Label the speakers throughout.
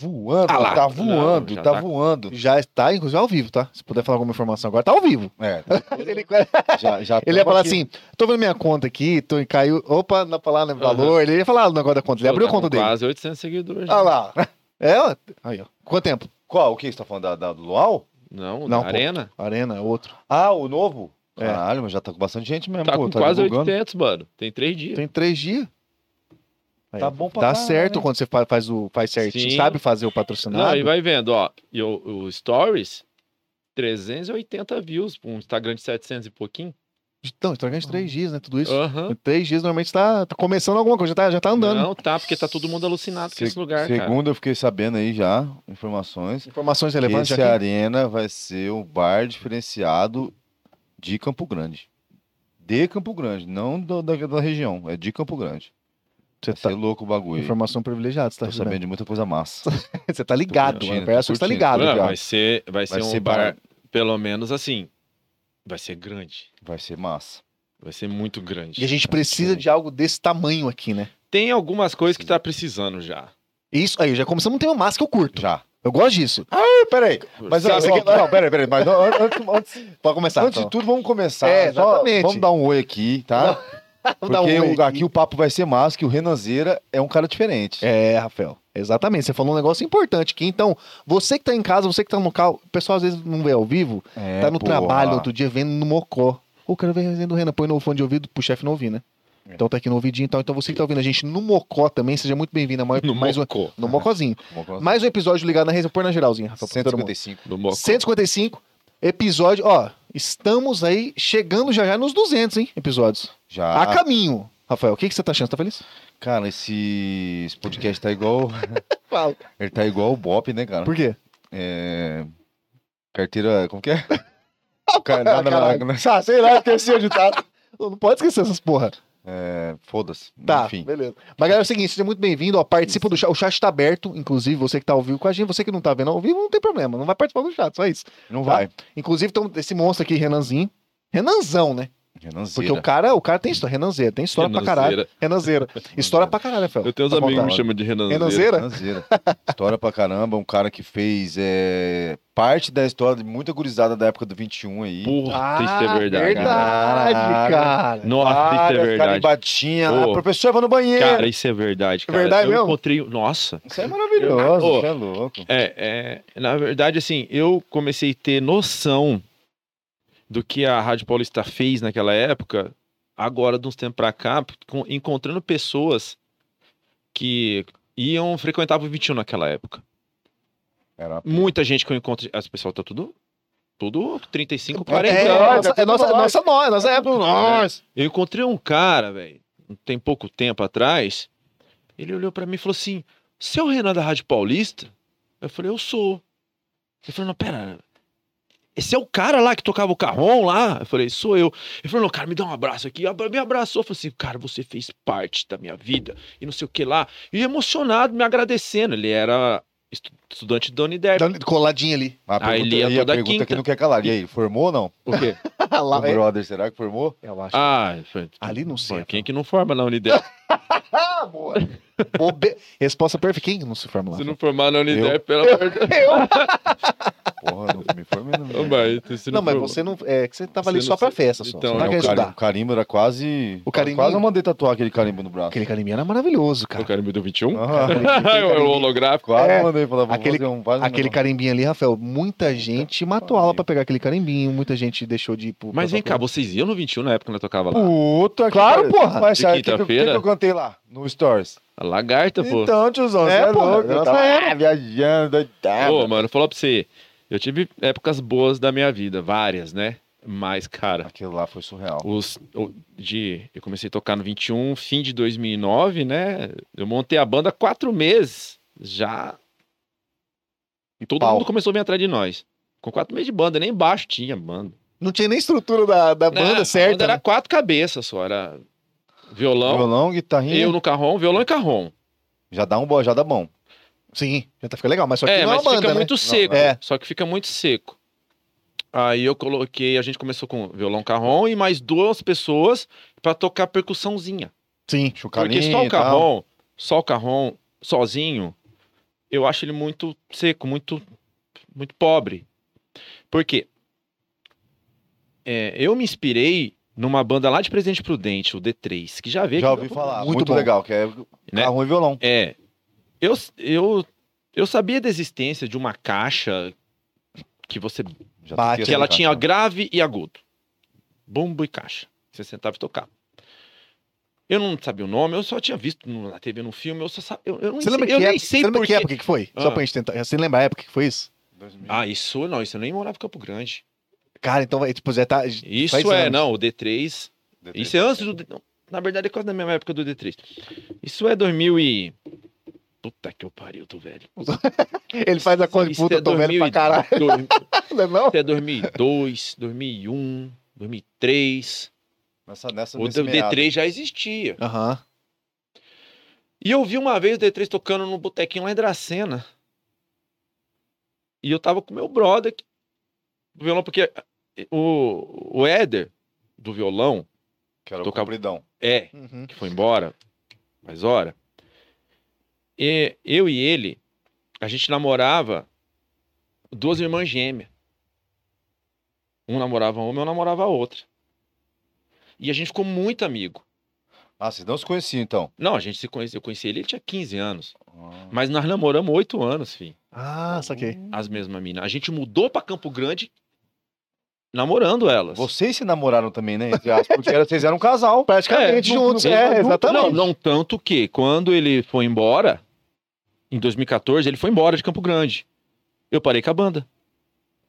Speaker 1: voando,
Speaker 2: Ah lá,
Speaker 1: tá voando,
Speaker 2: não, já
Speaker 1: tá,
Speaker 2: tá-
Speaker 1: voando. Já está, inclusive, ao vivo, tá? Se puder falar alguma informação agora, tá ao vivo.
Speaker 3: É,
Speaker 1: Ele,
Speaker 3: já, já
Speaker 1: ele ia
Speaker 3: tamo
Speaker 1: falar
Speaker 3: aqui.
Speaker 1: assim, tô vendo minha conta aqui, tô, caiu, opa, não falar no valor, ele ia falar o negócio da conta, ele
Speaker 2: Pô,
Speaker 1: abriu a
Speaker 2: tá
Speaker 1: conta
Speaker 2: com
Speaker 1: dele.
Speaker 2: Quase 800 seguidores. né?
Speaker 1: Olha lá. É, ó. aí, ó. Quanto tempo?
Speaker 3: Qual? O que você tá falando? Da, da do Luau?
Speaker 2: Não,
Speaker 1: Não,
Speaker 2: não
Speaker 1: pô.
Speaker 2: Arena.
Speaker 1: Arena, outro.
Speaker 3: Ah, o novo?
Speaker 1: É.
Speaker 3: Caralho, mas já tá com bastante gente mesmo,
Speaker 2: Tá
Speaker 3: pô.
Speaker 2: com
Speaker 3: tá
Speaker 2: quase
Speaker 3: divulgando.
Speaker 2: 800, mano. Tem três dias.
Speaker 1: Tem três dias. Aí,
Speaker 3: Tá bom pra
Speaker 1: Dá
Speaker 3: caralho,
Speaker 1: certo
Speaker 3: hein?
Speaker 1: quando você fa- faz, o, faz certinho,
Speaker 2: Sim.
Speaker 1: sabe fazer o
Speaker 2: Não,
Speaker 1: patrocinado.
Speaker 2: e vai vendo, ó. E o, o Stories, 380 views pra um Instagram de 700 e pouquinho.
Speaker 1: Então, então ganha de
Speaker 3: Uhum.
Speaker 1: três dias, né? Tudo isso.
Speaker 2: Aham.
Speaker 1: Em três dias, normalmente tá, tá começando alguma coisa, já tá, já tá andando.
Speaker 2: Não, tá, porque tá todo mundo alucinado com
Speaker 3: Se-
Speaker 2: esse lugar, cara.
Speaker 3: Segundo, eu fiquei sabendo aí já, informações.
Speaker 1: Informações
Speaker 3: que
Speaker 1: relevantes
Speaker 3: Esse
Speaker 1: aqui.
Speaker 3: Arena vai ser um bar diferenciado de Campo Grande. De Campo Grande, não do- da, da região, é de Campo Grande.
Speaker 1: Você
Speaker 3: Vai
Speaker 1: tá...
Speaker 3: ser louco o bagulho.
Speaker 1: Informação privilegiada, você tá
Speaker 3: Tô sabendo
Speaker 1: recebendo.
Speaker 3: de muita coisa massa.
Speaker 1: Você tá ligado,
Speaker 3: Tô curtindo,
Speaker 1: mano. Parece
Speaker 3: tô
Speaker 1: que você tá
Speaker 3: curtindo,
Speaker 1: ligado.
Speaker 3: tô
Speaker 2: Mano,
Speaker 3: ligado.
Speaker 2: vai ser, vai ser
Speaker 3: Vai
Speaker 2: um
Speaker 3: ser
Speaker 2: bar,
Speaker 3: bar-
Speaker 2: pelo menos assim, vai ser grande.
Speaker 3: Vai ser massa.
Speaker 2: Vai ser muito grande.
Speaker 1: E a gente precisa de algo desse tamanho aqui, né?
Speaker 2: Tem algumas coisas que tá precisando já.
Speaker 1: Isso aí, já começamos a ter uma massa que eu curto.
Speaker 3: Já.
Speaker 1: Eu gosto disso.
Speaker 3: Ih, Peraí, mas
Speaker 2: Sabe
Speaker 3: ó,
Speaker 2: que-
Speaker 3: ó, não, peraí, peraí. Mas ó, an- antes, antes-
Speaker 1: Pode começar.
Speaker 3: antes de
Speaker 1: então.
Speaker 3: tudo, vamos começar.
Speaker 1: É,
Speaker 3: Só
Speaker 1: exatamente.
Speaker 3: Vamos dar um oi aqui, tá?
Speaker 1: Vamos dar
Speaker 3: Porque
Speaker 1: um
Speaker 3: o- aqui o papo vai ser massa, que o Renanzeira é um cara diferente.
Speaker 1: É, Rafael. Exatamente, você falou um negócio importante aqui. Então, você que tá em casa, você que tá no carro, o pessoal às vezes não vê ao vivo,
Speaker 3: É,
Speaker 1: tá no
Speaker 3: porra.
Speaker 1: trabalho outro dia vendo no Mocó. O cara vem resenha do Renan, põe no fone de ouvido pro chefe não ouvir, né?
Speaker 3: É.
Speaker 1: Então tá aqui no ouvidinho e tal. Então você que tá ouvindo a gente no Mocó também, seja muito bem-vindo. a Mais,
Speaker 2: No
Speaker 1: mais um,
Speaker 2: Mocó.
Speaker 1: no Mocózinho.
Speaker 3: Vamos começar.
Speaker 1: Mais um episódio ligado na resenha. Põe na geralzinha, Rafael. pra todo mundo.
Speaker 3: 155.
Speaker 2: No Mocó.
Speaker 1: é 155, episódio, ó, estamos aí chegando já já nos 200, hein, episódios.
Speaker 3: Já.
Speaker 1: A caminho. Rafael, o que, que você tá achando? Você tá feliz?
Speaker 3: Cara, esse, esse podcast tá igual.
Speaker 1: Fala.
Speaker 3: Ele tá igual o Bop, né, cara?
Speaker 1: Por quê?
Speaker 3: É... Carteira. Como que é? Cara, não, não,
Speaker 1: Caralho.
Speaker 3: não, não. Ah, sei lá, esqueci tá. o ditado.
Speaker 1: Não pode esquecer essas porra.
Speaker 3: É, Foda-se.
Speaker 1: Tá,
Speaker 3: Enfim.
Speaker 1: beleza. Mas galera, é o seguinte, seja muito bem-vindo, ó, participa do chat, o chat tá aberto, inclusive, você que tá ao vivo com a gente, você que não tá vendo ao vivo, não tem problema, não vai participar do chat, só isso.
Speaker 3: Não
Speaker 1: Tá?
Speaker 3: vai.
Speaker 1: Inclusive, então, esse monstro aqui, Renanzinho, Renanzão, né? Porque
Speaker 3: Renanzeira.
Speaker 1: o cara, o cara tem história, Renanzeira, tem história pra caralho. Tá
Speaker 2: Renanzeira.
Speaker 1: Renanzeira. História pra caralho, Rafael.
Speaker 2: Eu tenho uns
Speaker 1: Pra
Speaker 2: amigos que
Speaker 1: contar.
Speaker 2: me chamam de Renanzeira.
Speaker 1: Renanzeira?
Speaker 3: Renanzeira. história pra caramba. Um cara que fez é, parte da história de muita gurizada da época do 21 aí.
Speaker 2: Porra,
Speaker 1: Ah,
Speaker 2: isso é verdade.
Speaker 1: verdade, cara.
Speaker 2: Nossa, isso é
Speaker 3: Várias
Speaker 2: verdade.
Speaker 3: carimbatinha.
Speaker 2: Pô.
Speaker 3: Ah, professor, vai no banheiro.
Speaker 2: Cara, isso é verdade, cara.
Speaker 1: verdade
Speaker 2: eu
Speaker 1: mesmo?
Speaker 2: encontrei. um, Nossa.
Speaker 3: isso é maravilhoso.
Speaker 2: Ô.
Speaker 3: Isso é louco.
Speaker 2: É, é, na verdade, assim, eu comecei a ter noção do que a Rádio Paulista fez naquela época, agora, de uns tempos pra cá, com- encontrando pessoas que iam frequentavam o 21 naquela época.
Speaker 3: Era
Speaker 2: Muita gente que eu encontro. As pessoal tá tudo. Tudo 35,
Speaker 1: É,
Speaker 2: 40
Speaker 1: é,
Speaker 2: anos.
Speaker 1: nossa, é nossa, é nossa, nó- é nossa época. Nossa.
Speaker 2: Eu encontrei um cara, velho, um tem pouco tempo atrás. Ele olhou pra mim e falou assim: Você é o Renan da Rádio Paulista? Eu falei: Eu sou. Ele falou: Não, pera. Esse é o cara lá que tocava o carrom lá? Eu falei: Sou eu. Ele falou: Não, cara, me dá um abraço aqui. Abra- Me abraçou. Eu falei assim: Cara, você fez parte da minha vida e não sei o que lá. E emocionado, me agradecendo. Ele era estu- estudante da Unider.
Speaker 1: Dá uma É. Coladinha ali.
Speaker 3: Mas a
Speaker 2: Aí
Speaker 3: pergunta,
Speaker 2: Ah, ele ia
Speaker 3: e a
Speaker 2: toda
Speaker 3: pergunta que
Speaker 2: quinta.
Speaker 3: não quer calar. E aí, formou ou não?
Speaker 2: O quê?
Speaker 1: Lá,
Speaker 3: o
Speaker 1: é.
Speaker 3: brother, será que formou?
Speaker 1: Eu acho.
Speaker 2: Ah, eu falei,
Speaker 1: Ali não sei,
Speaker 2: pô, Quem que não forma na Unider?
Speaker 3: Tá
Speaker 1: Ah, boa. Bobe... Resposta perfeita. Quem não se forma lá?
Speaker 2: Se não formar na Unider,
Speaker 3: Eu.
Speaker 2: pela
Speaker 3: Porra, não me formei não. né?
Speaker 2: Ô, mas, se
Speaker 1: Não, mas
Speaker 2: for-
Speaker 1: você não. É que você tava
Speaker 2: Você
Speaker 1: ali
Speaker 2: não
Speaker 1: só pra
Speaker 2: se-
Speaker 1: festa, só.
Speaker 2: Então,
Speaker 1: você
Speaker 3: Não,
Speaker 1: não
Speaker 2: é
Speaker 1: quer
Speaker 3: o, cari-
Speaker 1: ajudar.
Speaker 3: o carimbo era quase.
Speaker 1: O carimbinho-
Speaker 3: Quase eu mandei tatuar aquele carimbo no braço.
Speaker 1: Aquele carimbinho era maravilhoso,
Speaker 2: O
Speaker 1: cara.
Speaker 2: carimbo do 21?
Speaker 3: Aham.
Speaker 2: é
Speaker 1: um
Speaker 2: o holográfico.
Speaker 3: Quase
Speaker 1: É,
Speaker 3: mandei falar vou
Speaker 1: aquele-
Speaker 3: fazer um,
Speaker 2: tá
Speaker 3: faz um
Speaker 1: Aquele
Speaker 3: negócio.
Speaker 1: carimbinho ali, Rafael, muita gente matou aula pra pegar aquele carimbinho, muita gente deixou de ir pro.
Speaker 2: Mas
Speaker 1: pra-
Speaker 2: vem cá, vocês iam no 21 na época que nós tocava
Speaker 3: Então,
Speaker 2: lá?
Speaker 3: Puta que
Speaker 1: Claro,
Speaker 3: pariu.
Speaker 1: porra.
Speaker 3: Mas
Speaker 2: De
Speaker 3: sabe o que, que, eu- o que,
Speaker 2: quinta-feira?
Speaker 3: que eu cantei lá? No Stories.
Speaker 2: A lagarta, pô.
Speaker 3: Então, tiozão,
Speaker 1: É,
Speaker 3: é, é
Speaker 1: porra,
Speaker 3: louco. Eu
Speaker 1: nossa
Speaker 3: tava
Speaker 1: era.
Speaker 3: viajando, doidado.
Speaker 2: Pô, mano, falar pra você. Eu tive épocas boas da minha vida, várias, né? Mas, cara,
Speaker 3: Aquilo lá foi surreal.
Speaker 2: os, o- de, eu comecei a tocar no 21, fim de 2009, né? Eu montei a banda há quatro meses. Já. E todo
Speaker 3: pau.
Speaker 2: mundo começou a vir atrás de nós. Com quatro meses de banda, nem baixo tinha banda.
Speaker 1: Não tinha nem estrutura da, da banda
Speaker 2: Não, a
Speaker 1: certa.
Speaker 2: Banda era
Speaker 1: né?
Speaker 2: quatro cabeças só. Era violão,
Speaker 3: Violão, guitarrinha.
Speaker 2: eu no carrom, violão e carrom.
Speaker 3: Já dá um bom, já dá bom.
Speaker 1: Sim, já tá ficando legal, mas só que
Speaker 2: É,
Speaker 1: não é
Speaker 2: mas
Speaker 1: uma banda.
Speaker 2: fica
Speaker 1: né?
Speaker 2: muito seco.
Speaker 1: é.
Speaker 2: Só que fica muito seco. Aí eu coloquei, a gente começou com violão carrom e mais duas pessoas pra tocar percussãozinha.
Speaker 1: Sim.
Speaker 3: Chucarinho
Speaker 2: Porque só o
Speaker 3: e tal.
Speaker 2: carrom, só o carrom sozinho eu acho ele muito seco, muito, muito pobre. Por quê? É, eu me inspirei numa banda lá de Presidente Prudente, o D3, que já veio.
Speaker 3: Já
Speaker 2: aqui-
Speaker 3: ouvi falar.
Speaker 1: muito
Speaker 3: Muito,
Speaker 1: bom.
Speaker 3: legal, que é
Speaker 2: é Né?
Speaker 3: carro e violão.
Speaker 2: É. Eu, eu, eu sabia da existência de uma caixa que você
Speaker 3: Já
Speaker 1: Bate,
Speaker 3: toquei
Speaker 2: que ela
Speaker 3: essa
Speaker 2: tinha
Speaker 3: caixa.
Speaker 2: grave e agudo. Bombo e caixa. Você sentava e tocava. Eu não sabia o nome, eu só tinha visto no- na TV, no filme, eu só sabia. Eu, eu não
Speaker 1: Você
Speaker 2: sei,
Speaker 1: lembra, que,
Speaker 2: eu nem
Speaker 1: época,
Speaker 2: sei
Speaker 1: você lembra
Speaker 2: por
Speaker 1: que é
Speaker 2: quê.
Speaker 1: época que foi? Só
Speaker 2: Ah.
Speaker 1: pra gente tentar. Você lembra a época que foi isso?
Speaker 3: 2000.
Speaker 2: Ah, isso não, isso eu nem morava em Campo Grande.
Speaker 1: Cara, então, é, tipo, já tá.
Speaker 2: Isso
Speaker 1: faz
Speaker 2: é,
Speaker 1: anos.
Speaker 2: não, o D3.
Speaker 3: Detesto.
Speaker 2: Isso é antes do. D- não, na verdade, é quase da mesma época do D3. Isso é 2000 e. Puta que eu pariu, tô velho.
Speaker 1: Ele faz a conta de
Speaker 2: Isso
Speaker 1: puta,
Speaker 2: é
Speaker 1: eu tô velho pra caralho,
Speaker 2: 2002.
Speaker 1: não é não?
Speaker 2: Isso é 2002, 2001, 2003.
Speaker 3: Nessa, Tá nessa,
Speaker 2: O
Speaker 3: nesse
Speaker 2: D3 já existia.
Speaker 1: Aham.
Speaker 2: E eu vi uma vez o D3 tocando no botequinho lá em Dracena. E eu tava com meu brother que- do violão, porque eh, o, o Éder do violão,
Speaker 3: Que era o
Speaker 2: Tocava-
Speaker 3: compridão.
Speaker 2: é,
Speaker 1: Uhum.
Speaker 2: que foi embora, mas ora. E eu e ele, a gente namorava duas irmãs gêmeas. Um namorava uma, eu namorava a outra. E a gente ficou muito amigo.
Speaker 3: Ah, vocês não se conheciam então?
Speaker 2: Não, a gente se conheceu. Eu conheci ele, ele tinha 15 anos.
Speaker 3: Ah.
Speaker 2: Mas nós namoramos oito anos, filho.
Speaker 1: Ah, saquei.
Speaker 2: as mesmas minas. A gente mudou pra Campo Grande namorando elas.
Speaker 3: Vocês se namoraram também, né? entre aspas, Porque era- vocês eram um casal.
Speaker 1: Praticamente
Speaker 2: É, não-
Speaker 1: juntos,
Speaker 2: não-
Speaker 1: é,
Speaker 2: não-
Speaker 1: exatamente.
Speaker 2: Não, não tanto que quando ele foi embora, em 2014, ele foi embora de Campo Grande. Eu parei com a banda.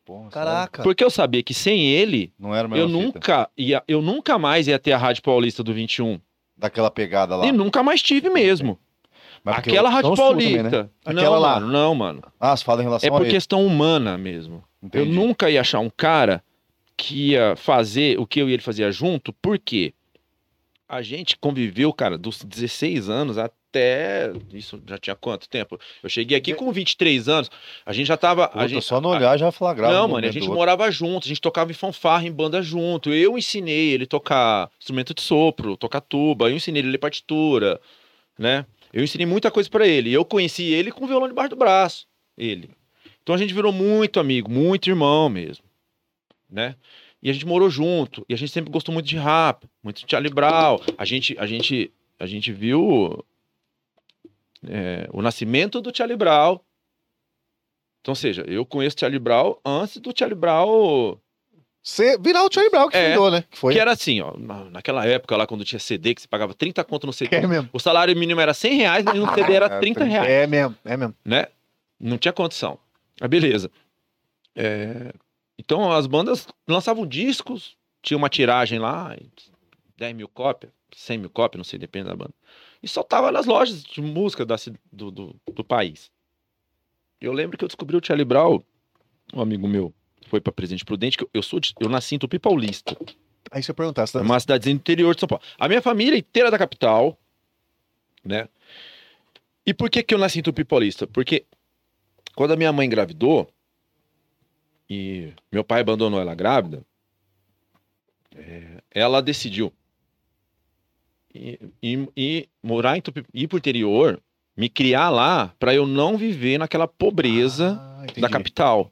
Speaker 3: Porra,
Speaker 1: Caraca.
Speaker 2: Porque eu sabia que sem ele,
Speaker 3: Não era a mesma
Speaker 2: eu
Speaker 3: fita.
Speaker 2: nunca, ia, eu nunca mais ia ter a Rádio Paulista do 21.
Speaker 3: Daquela pegada lá.
Speaker 2: E nunca mais tive mesmo.
Speaker 3: Mas porque
Speaker 2: Aquela
Speaker 3: eu-
Speaker 2: Rádio
Speaker 3: não sou também,
Speaker 2: Paulista.
Speaker 3: né?
Speaker 1: Aquela
Speaker 2: não,
Speaker 1: lá.
Speaker 2: Mano, não, mano.
Speaker 3: Ah, você fala em relação
Speaker 2: É por
Speaker 3: a isso.
Speaker 2: questão humana mesmo. Eu
Speaker 3: Entendi.
Speaker 2: nunca ia achar um cara que ia fazer o que eu e ele fazia junto, porque a gente conviveu, cara, dos 16 anos até. Isso já tinha quanto tempo? Eu cheguei aqui com 23 anos. A gente já tava. a
Speaker 3: Puta,
Speaker 2: gente-
Speaker 3: só no olhar já flagrava.
Speaker 2: Não,
Speaker 3: um
Speaker 2: mano, a
Speaker 3: movimento
Speaker 2: gente
Speaker 3: do outro.
Speaker 2: morava junto, a gente tocava em fanfarra, em banda junto. Eu ensinei ele tocar instrumento de sopro, tocar tuba, eu ensinei ele ler partitura, né? Eu ensinei muita coisa pra ele. E eu conheci ele com o violão debaixo do braço, ele. Então a gente virou muito amigo, muito irmão mesmo, né? E a gente morou junto, e a gente sempre gostou muito de rap, muito de Charlie Brown. A gente, a gente, a gente viu é, o nascimento do Charlie Brown então, ou seja, eu conheço o Charlie Brown antes do Charlie Brown,
Speaker 1: Você virar o Charlie Brown que
Speaker 2: É.
Speaker 1: fundou, né? Que foi.
Speaker 2: que era assim, ó, na- naquela época lá quando tinha CD, que você pagava 30 conto no CD.
Speaker 1: É mesmo.
Speaker 2: O salário mínimo era 100 reais, mas no CD era 30 reais,
Speaker 1: É mesmo, é mesmo.
Speaker 2: né? Não tinha condição. Mas beleza. É, Então, as bandas lançavam discos, tinha uma tiragem lá, 10 mil cópias, 100 mil cópias, não sei, depende da banda. E soltava nas lojas de música da ci- do, do, do país. Eu lembro que eu descobri o Charlie Brown, um amigo meu foi para Presidente Prudente, que eu, eu sou de- eu nasci em Tupi Paulista,
Speaker 1: Aí você perguntar, você
Speaker 2: é
Speaker 1: tá...
Speaker 2: uma cidadezinha do interior de São Paulo. A minha família inteira é da capital, né? E por que que eu nasci em Tupi Paulista? Porque quando a minha mãe engravidou e meu pai abandonou ela grávida, é, ela decidiu ir, ir- ir morar em Tupi, ir pro interior, me criar lá para eu não viver naquela pobreza
Speaker 1: Ah, entendi.
Speaker 2: da capital.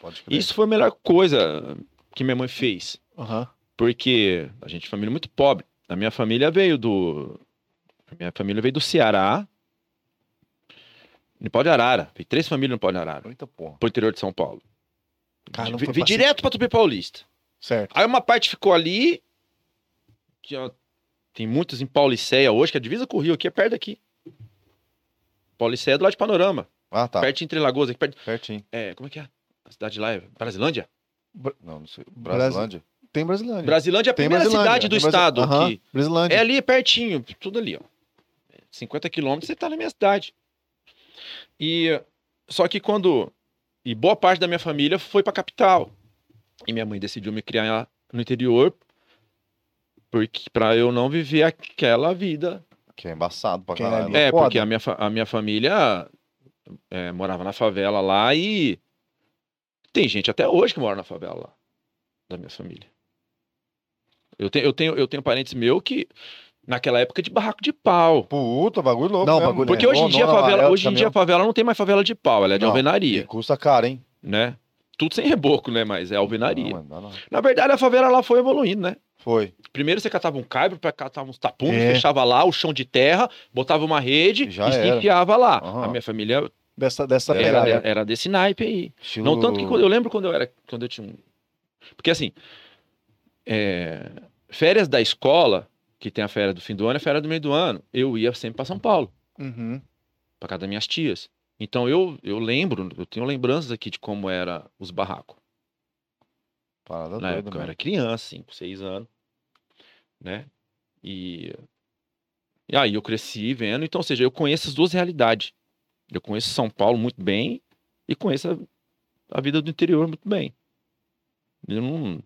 Speaker 3: Pode crer.
Speaker 2: Isso foi a melhor coisa que minha mãe fez,
Speaker 1: Aham.
Speaker 2: porque a gente é família muito pobre. A minha família veio do a minha família veio do Ceará, no Pau de Arara. Veio três famílias no Pau de Arara,
Speaker 3: Eita porra.
Speaker 2: pro interior de São Paulo.
Speaker 1: Cara, não
Speaker 2: Vi,
Speaker 1: foi
Speaker 2: vi
Speaker 1: pra-
Speaker 2: direto pra Tupi Paulista.
Speaker 1: Certo.
Speaker 2: Aí uma parte ficou ali, que ó, tem muitos em Pauliceia hoje, que a divisa com o Rio aqui é perto daqui. Pauliceia é do lado de Panorama,
Speaker 3: Ah, tá.
Speaker 2: perto de Entre Lagoas, aqui perto,
Speaker 3: Pertinho.
Speaker 2: é, como é que é? A cidade lá é Brasilândia?
Speaker 3: Não, não sei.
Speaker 1: Bras-
Speaker 3: Brasilândia?
Speaker 1: Tem Brasilândia.
Speaker 2: Brasilândia é a
Speaker 1: Tem
Speaker 2: primeira
Speaker 1: Brasilândia.
Speaker 2: cidade do
Speaker 1: Tem Brasi-
Speaker 2: estado
Speaker 1: Aham,
Speaker 2: aqui.
Speaker 1: Brasilândia.
Speaker 2: É ali pertinho, tudo ali, ó. 50 quilômetros, você tá na minha cidade. E só que quando. E boa parte da minha família foi pra capital. E minha mãe decidiu me criar no interior porque para eu não viver aquela vida.
Speaker 3: Que é embaçado pra
Speaker 1: Quem
Speaker 3: caralho.
Speaker 1: é
Speaker 2: É,
Speaker 1: foda.
Speaker 2: porque a minha, fa- a minha família é, morava na favela lá e tem gente até hoje que mora na favela lá, da minha família. Eu tenho, eu tenho, eu tenho parentes meu que Naquela época de barraco de pau.
Speaker 3: É, Puta, bagulho louco. né,
Speaker 1: Não,
Speaker 3: mesmo.
Speaker 1: bagulho
Speaker 2: Porque
Speaker 1: É,
Speaker 2: hoje em dia a
Speaker 3: Londrina,
Speaker 2: favela,
Speaker 3: amarelo,
Speaker 2: hoje em dia é a
Speaker 3: caminhão.
Speaker 2: favela não tem mais favela de pau, ela é de
Speaker 3: Não. E
Speaker 2: alvenaria,
Speaker 3: custa caro, hein?
Speaker 2: né? Tudo sem reboco, né, mas é alvenaria.
Speaker 3: Não, mano, dá não.
Speaker 2: Na verdade a favela lá foi evoluindo, né?
Speaker 3: Foi.
Speaker 2: Primeiro você catava um caibro, pra- catava uns tapumes,
Speaker 3: É.
Speaker 2: fechava lá o chão de terra, botava uma rede
Speaker 3: Já
Speaker 2: e se
Speaker 3: era.
Speaker 2: enfiava lá.
Speaker 3: Aham.
Speaker 2: A minha família
Speaker 1: Dessa, dessa
Speaker 3: É,
Speaker 2: era,
Speaker 1: pegada.
Speaker 2: era- era desse naipe aí.
Speaker 3: Estilo-
Speaker 2: Não tanto que quando eu lembro quando eu era, quando eu tinha um... Porque assim, é, férias da escola, que tem a férias do fim do ano e a férias do meio do ano, eu ia sempre pra São Paulo,
Speaker 1: Uhum.
Speaker 2: pra casa das minhas tias. Então eu, eu lembro, eu tenho lembranças aqui de como era os barracos.
Speaker 3: Parada
Speaker 2: Na
Speaker 3: doida,
Speaker 2: época eu
Speaker 3: Tá mano.
Speaker 2: era criança, 5, 6 anos, né? E... e aí eu cresci vendo, então, ou seja, eu conheço as duas realidades. Eu conheço São Paulo muito bem e conheço a, a vida do interior muito bem. Eu não.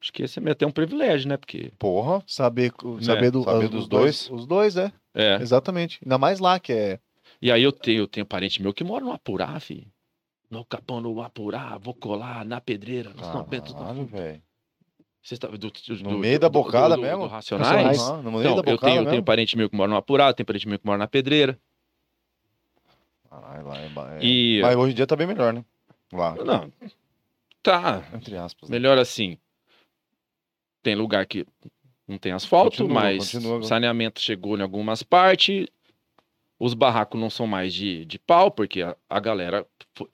Speaker 2: Acho que esse é até um privilégio, né? Porque.
Speaker 3: Porra.
Speaker 1: Saber, co-
Speaker 2: Né,
Speaker 1: saber, do-
Speaker 3: saber
Speaker 1: os-
Speaker 3: dos
Speaker 1: os dois. Os dois, é.
Speaker 2: É.
Speaker 1: Exatamente. Ainda mais lá, que é.
Speaker 2: E aí eu tenho, eu tenho parente meu que mora no Apurá, filho. No Capão do Apurá, vou colar na pedreira. Nós não aperta-
Speaker 3: Caralho, velho.
Speaker 2: Vocês tá- do- do-
Speaker 3: No
Speaker 2: do-
Speaker 3: meio da
Speaker 2: do- do-
Speaker 3: bocada
Speaker 2: do- do
Speaker 3: mesmo?
Speaker 2: Racionais.
Speaker 1: Racionais.
Speaker 3: Aham, No meio
Speaker 2: Então,
Speaker 3: da
Speaker 2: eu
Speaker 3: bocada
Speaker 2: tenho, eu tenho
Speaker 3: mesmo.
Speaker 2: parente meu que mora no Apurado, tem parente meu que mora na Pedreira.
Speaker 3: Caralho, lá é ba- é-
Speaker 2: E.
Speaker 3: Mas hoje em dia tá bem melhor, né? Lá.
Speaker 2: Não. Tá.
Speaker 3: Entre aspas. né?
Speaker 2: Melhor assim. Tem lugar que não tem asfalto,
Speaker 3: Continua,
Speaker 2: mas
Speaker 3: continua.
Speaker 2: saneamento chegou em algumas partes. Os barracos não são mais de, de pau, porque a, a galera fo-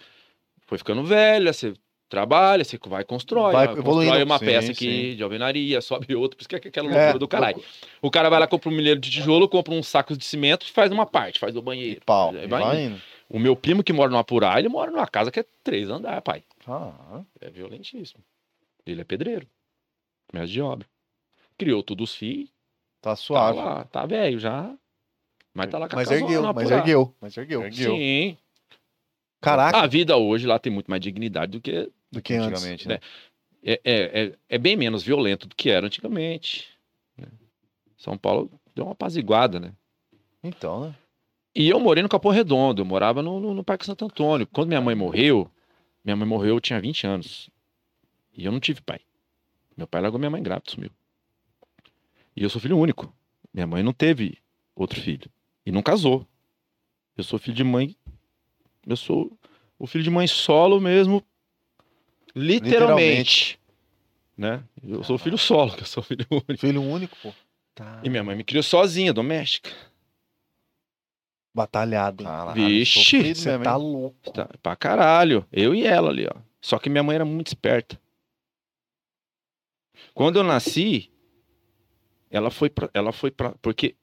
Speaker 2: foi ficando velha, você trabalha, você vai e constrói.
Speaker 1: Vai
Speaker 2: constrói
Speaker 1: evoluindo.
Speaker 2: uma
Speaker 3: Sim,
Speaker 2: peça
Speaker 3: sim.
Speaker 2: aqui de alvenaria, sobe outra, por isso que é aquela
Speaker 1: É,
Speaker 2: loucura do caralho. O cara vai lá, compra um milheiro de tijolo, compra um saco de cimento e faz uma parte, faz o
Speaker 3: E
Speaker 2: banheiro.
Speaker 3: pau.
Speaker 2: É,
Speaker 3: e
Speaker 2: vai
Speaker 3: Vai indo.
Speaker 2: O meu primo que mora no Apurá, ele mora numa casa que é três andares, pai.
Speaker 3: Caralho.
Speaker 2: É violentíssimo. Ele é pedreiro. Mestre de obra. Criou todos os filhos.
Speaker 3: Tá
Speaker 2: Tá
Speaker 3: suave.
Speaker 2: lá, tá velho já. Mas tá lá com a
Speaker 1: Mas
Speaker 2: casona no
Speaker 1: ergueu, mas
Speaker 2: Apurá.
Speaker 1: ergueu. Mas ergueu.
Speaker 3: Ergueu.
Speaker 2: Sim. Ah.
Speaker 1: Caraca,
Speaker 2: A vida hoje lá tem muito mais dignidade do que.
Speaker 1: do que antes.
Speaker 3: Antigamente, né?
Speaker 2: É, é, é, é bem menos violento do que era antigamente. né? São Paulo deu uma apaziguada, né?
Speaker 3: Então, né?
Speaker 2: E eu morei no Capão Redondo, eu morava no, no, no Parque Santo Antônio. Quando minha mãe morreu, minha mãe morreu, eu tinha 20 anos. E eu não tive pai. Meu pai largou minha mãe grávida, sumiu. E eu sou filho único. Minha mãe não teve outro filho. E não casou. Eu sou filho de mãe. Eu sou o filho de mãe solo mesmo. Literalmente.
Speaker 3: Literalmente.
Speaker 2: Né? Eu sou filho solo, que eu sou filho único.
Speaker 1: Filho único, pô. Tá.
Speaker 2: E minha mãe me criou sozinha, doméstica.
Speaker 1: Batalhado. hein?
Speaker 3: Caralho,
Speaker 2: Vixe,
Speaker 3: sofrido
Speaker 1: Você
Speaker 3: mesmo,
Speaker 1: tá
Speaker 3: hein?
Speaker 1: louco.
Speaker 2: Tá, pra caralho. Eu e ela ali, ó. Só que minha mãe era muito esperta. Quando eu nasci, ela foi pra. Ela foi pra porque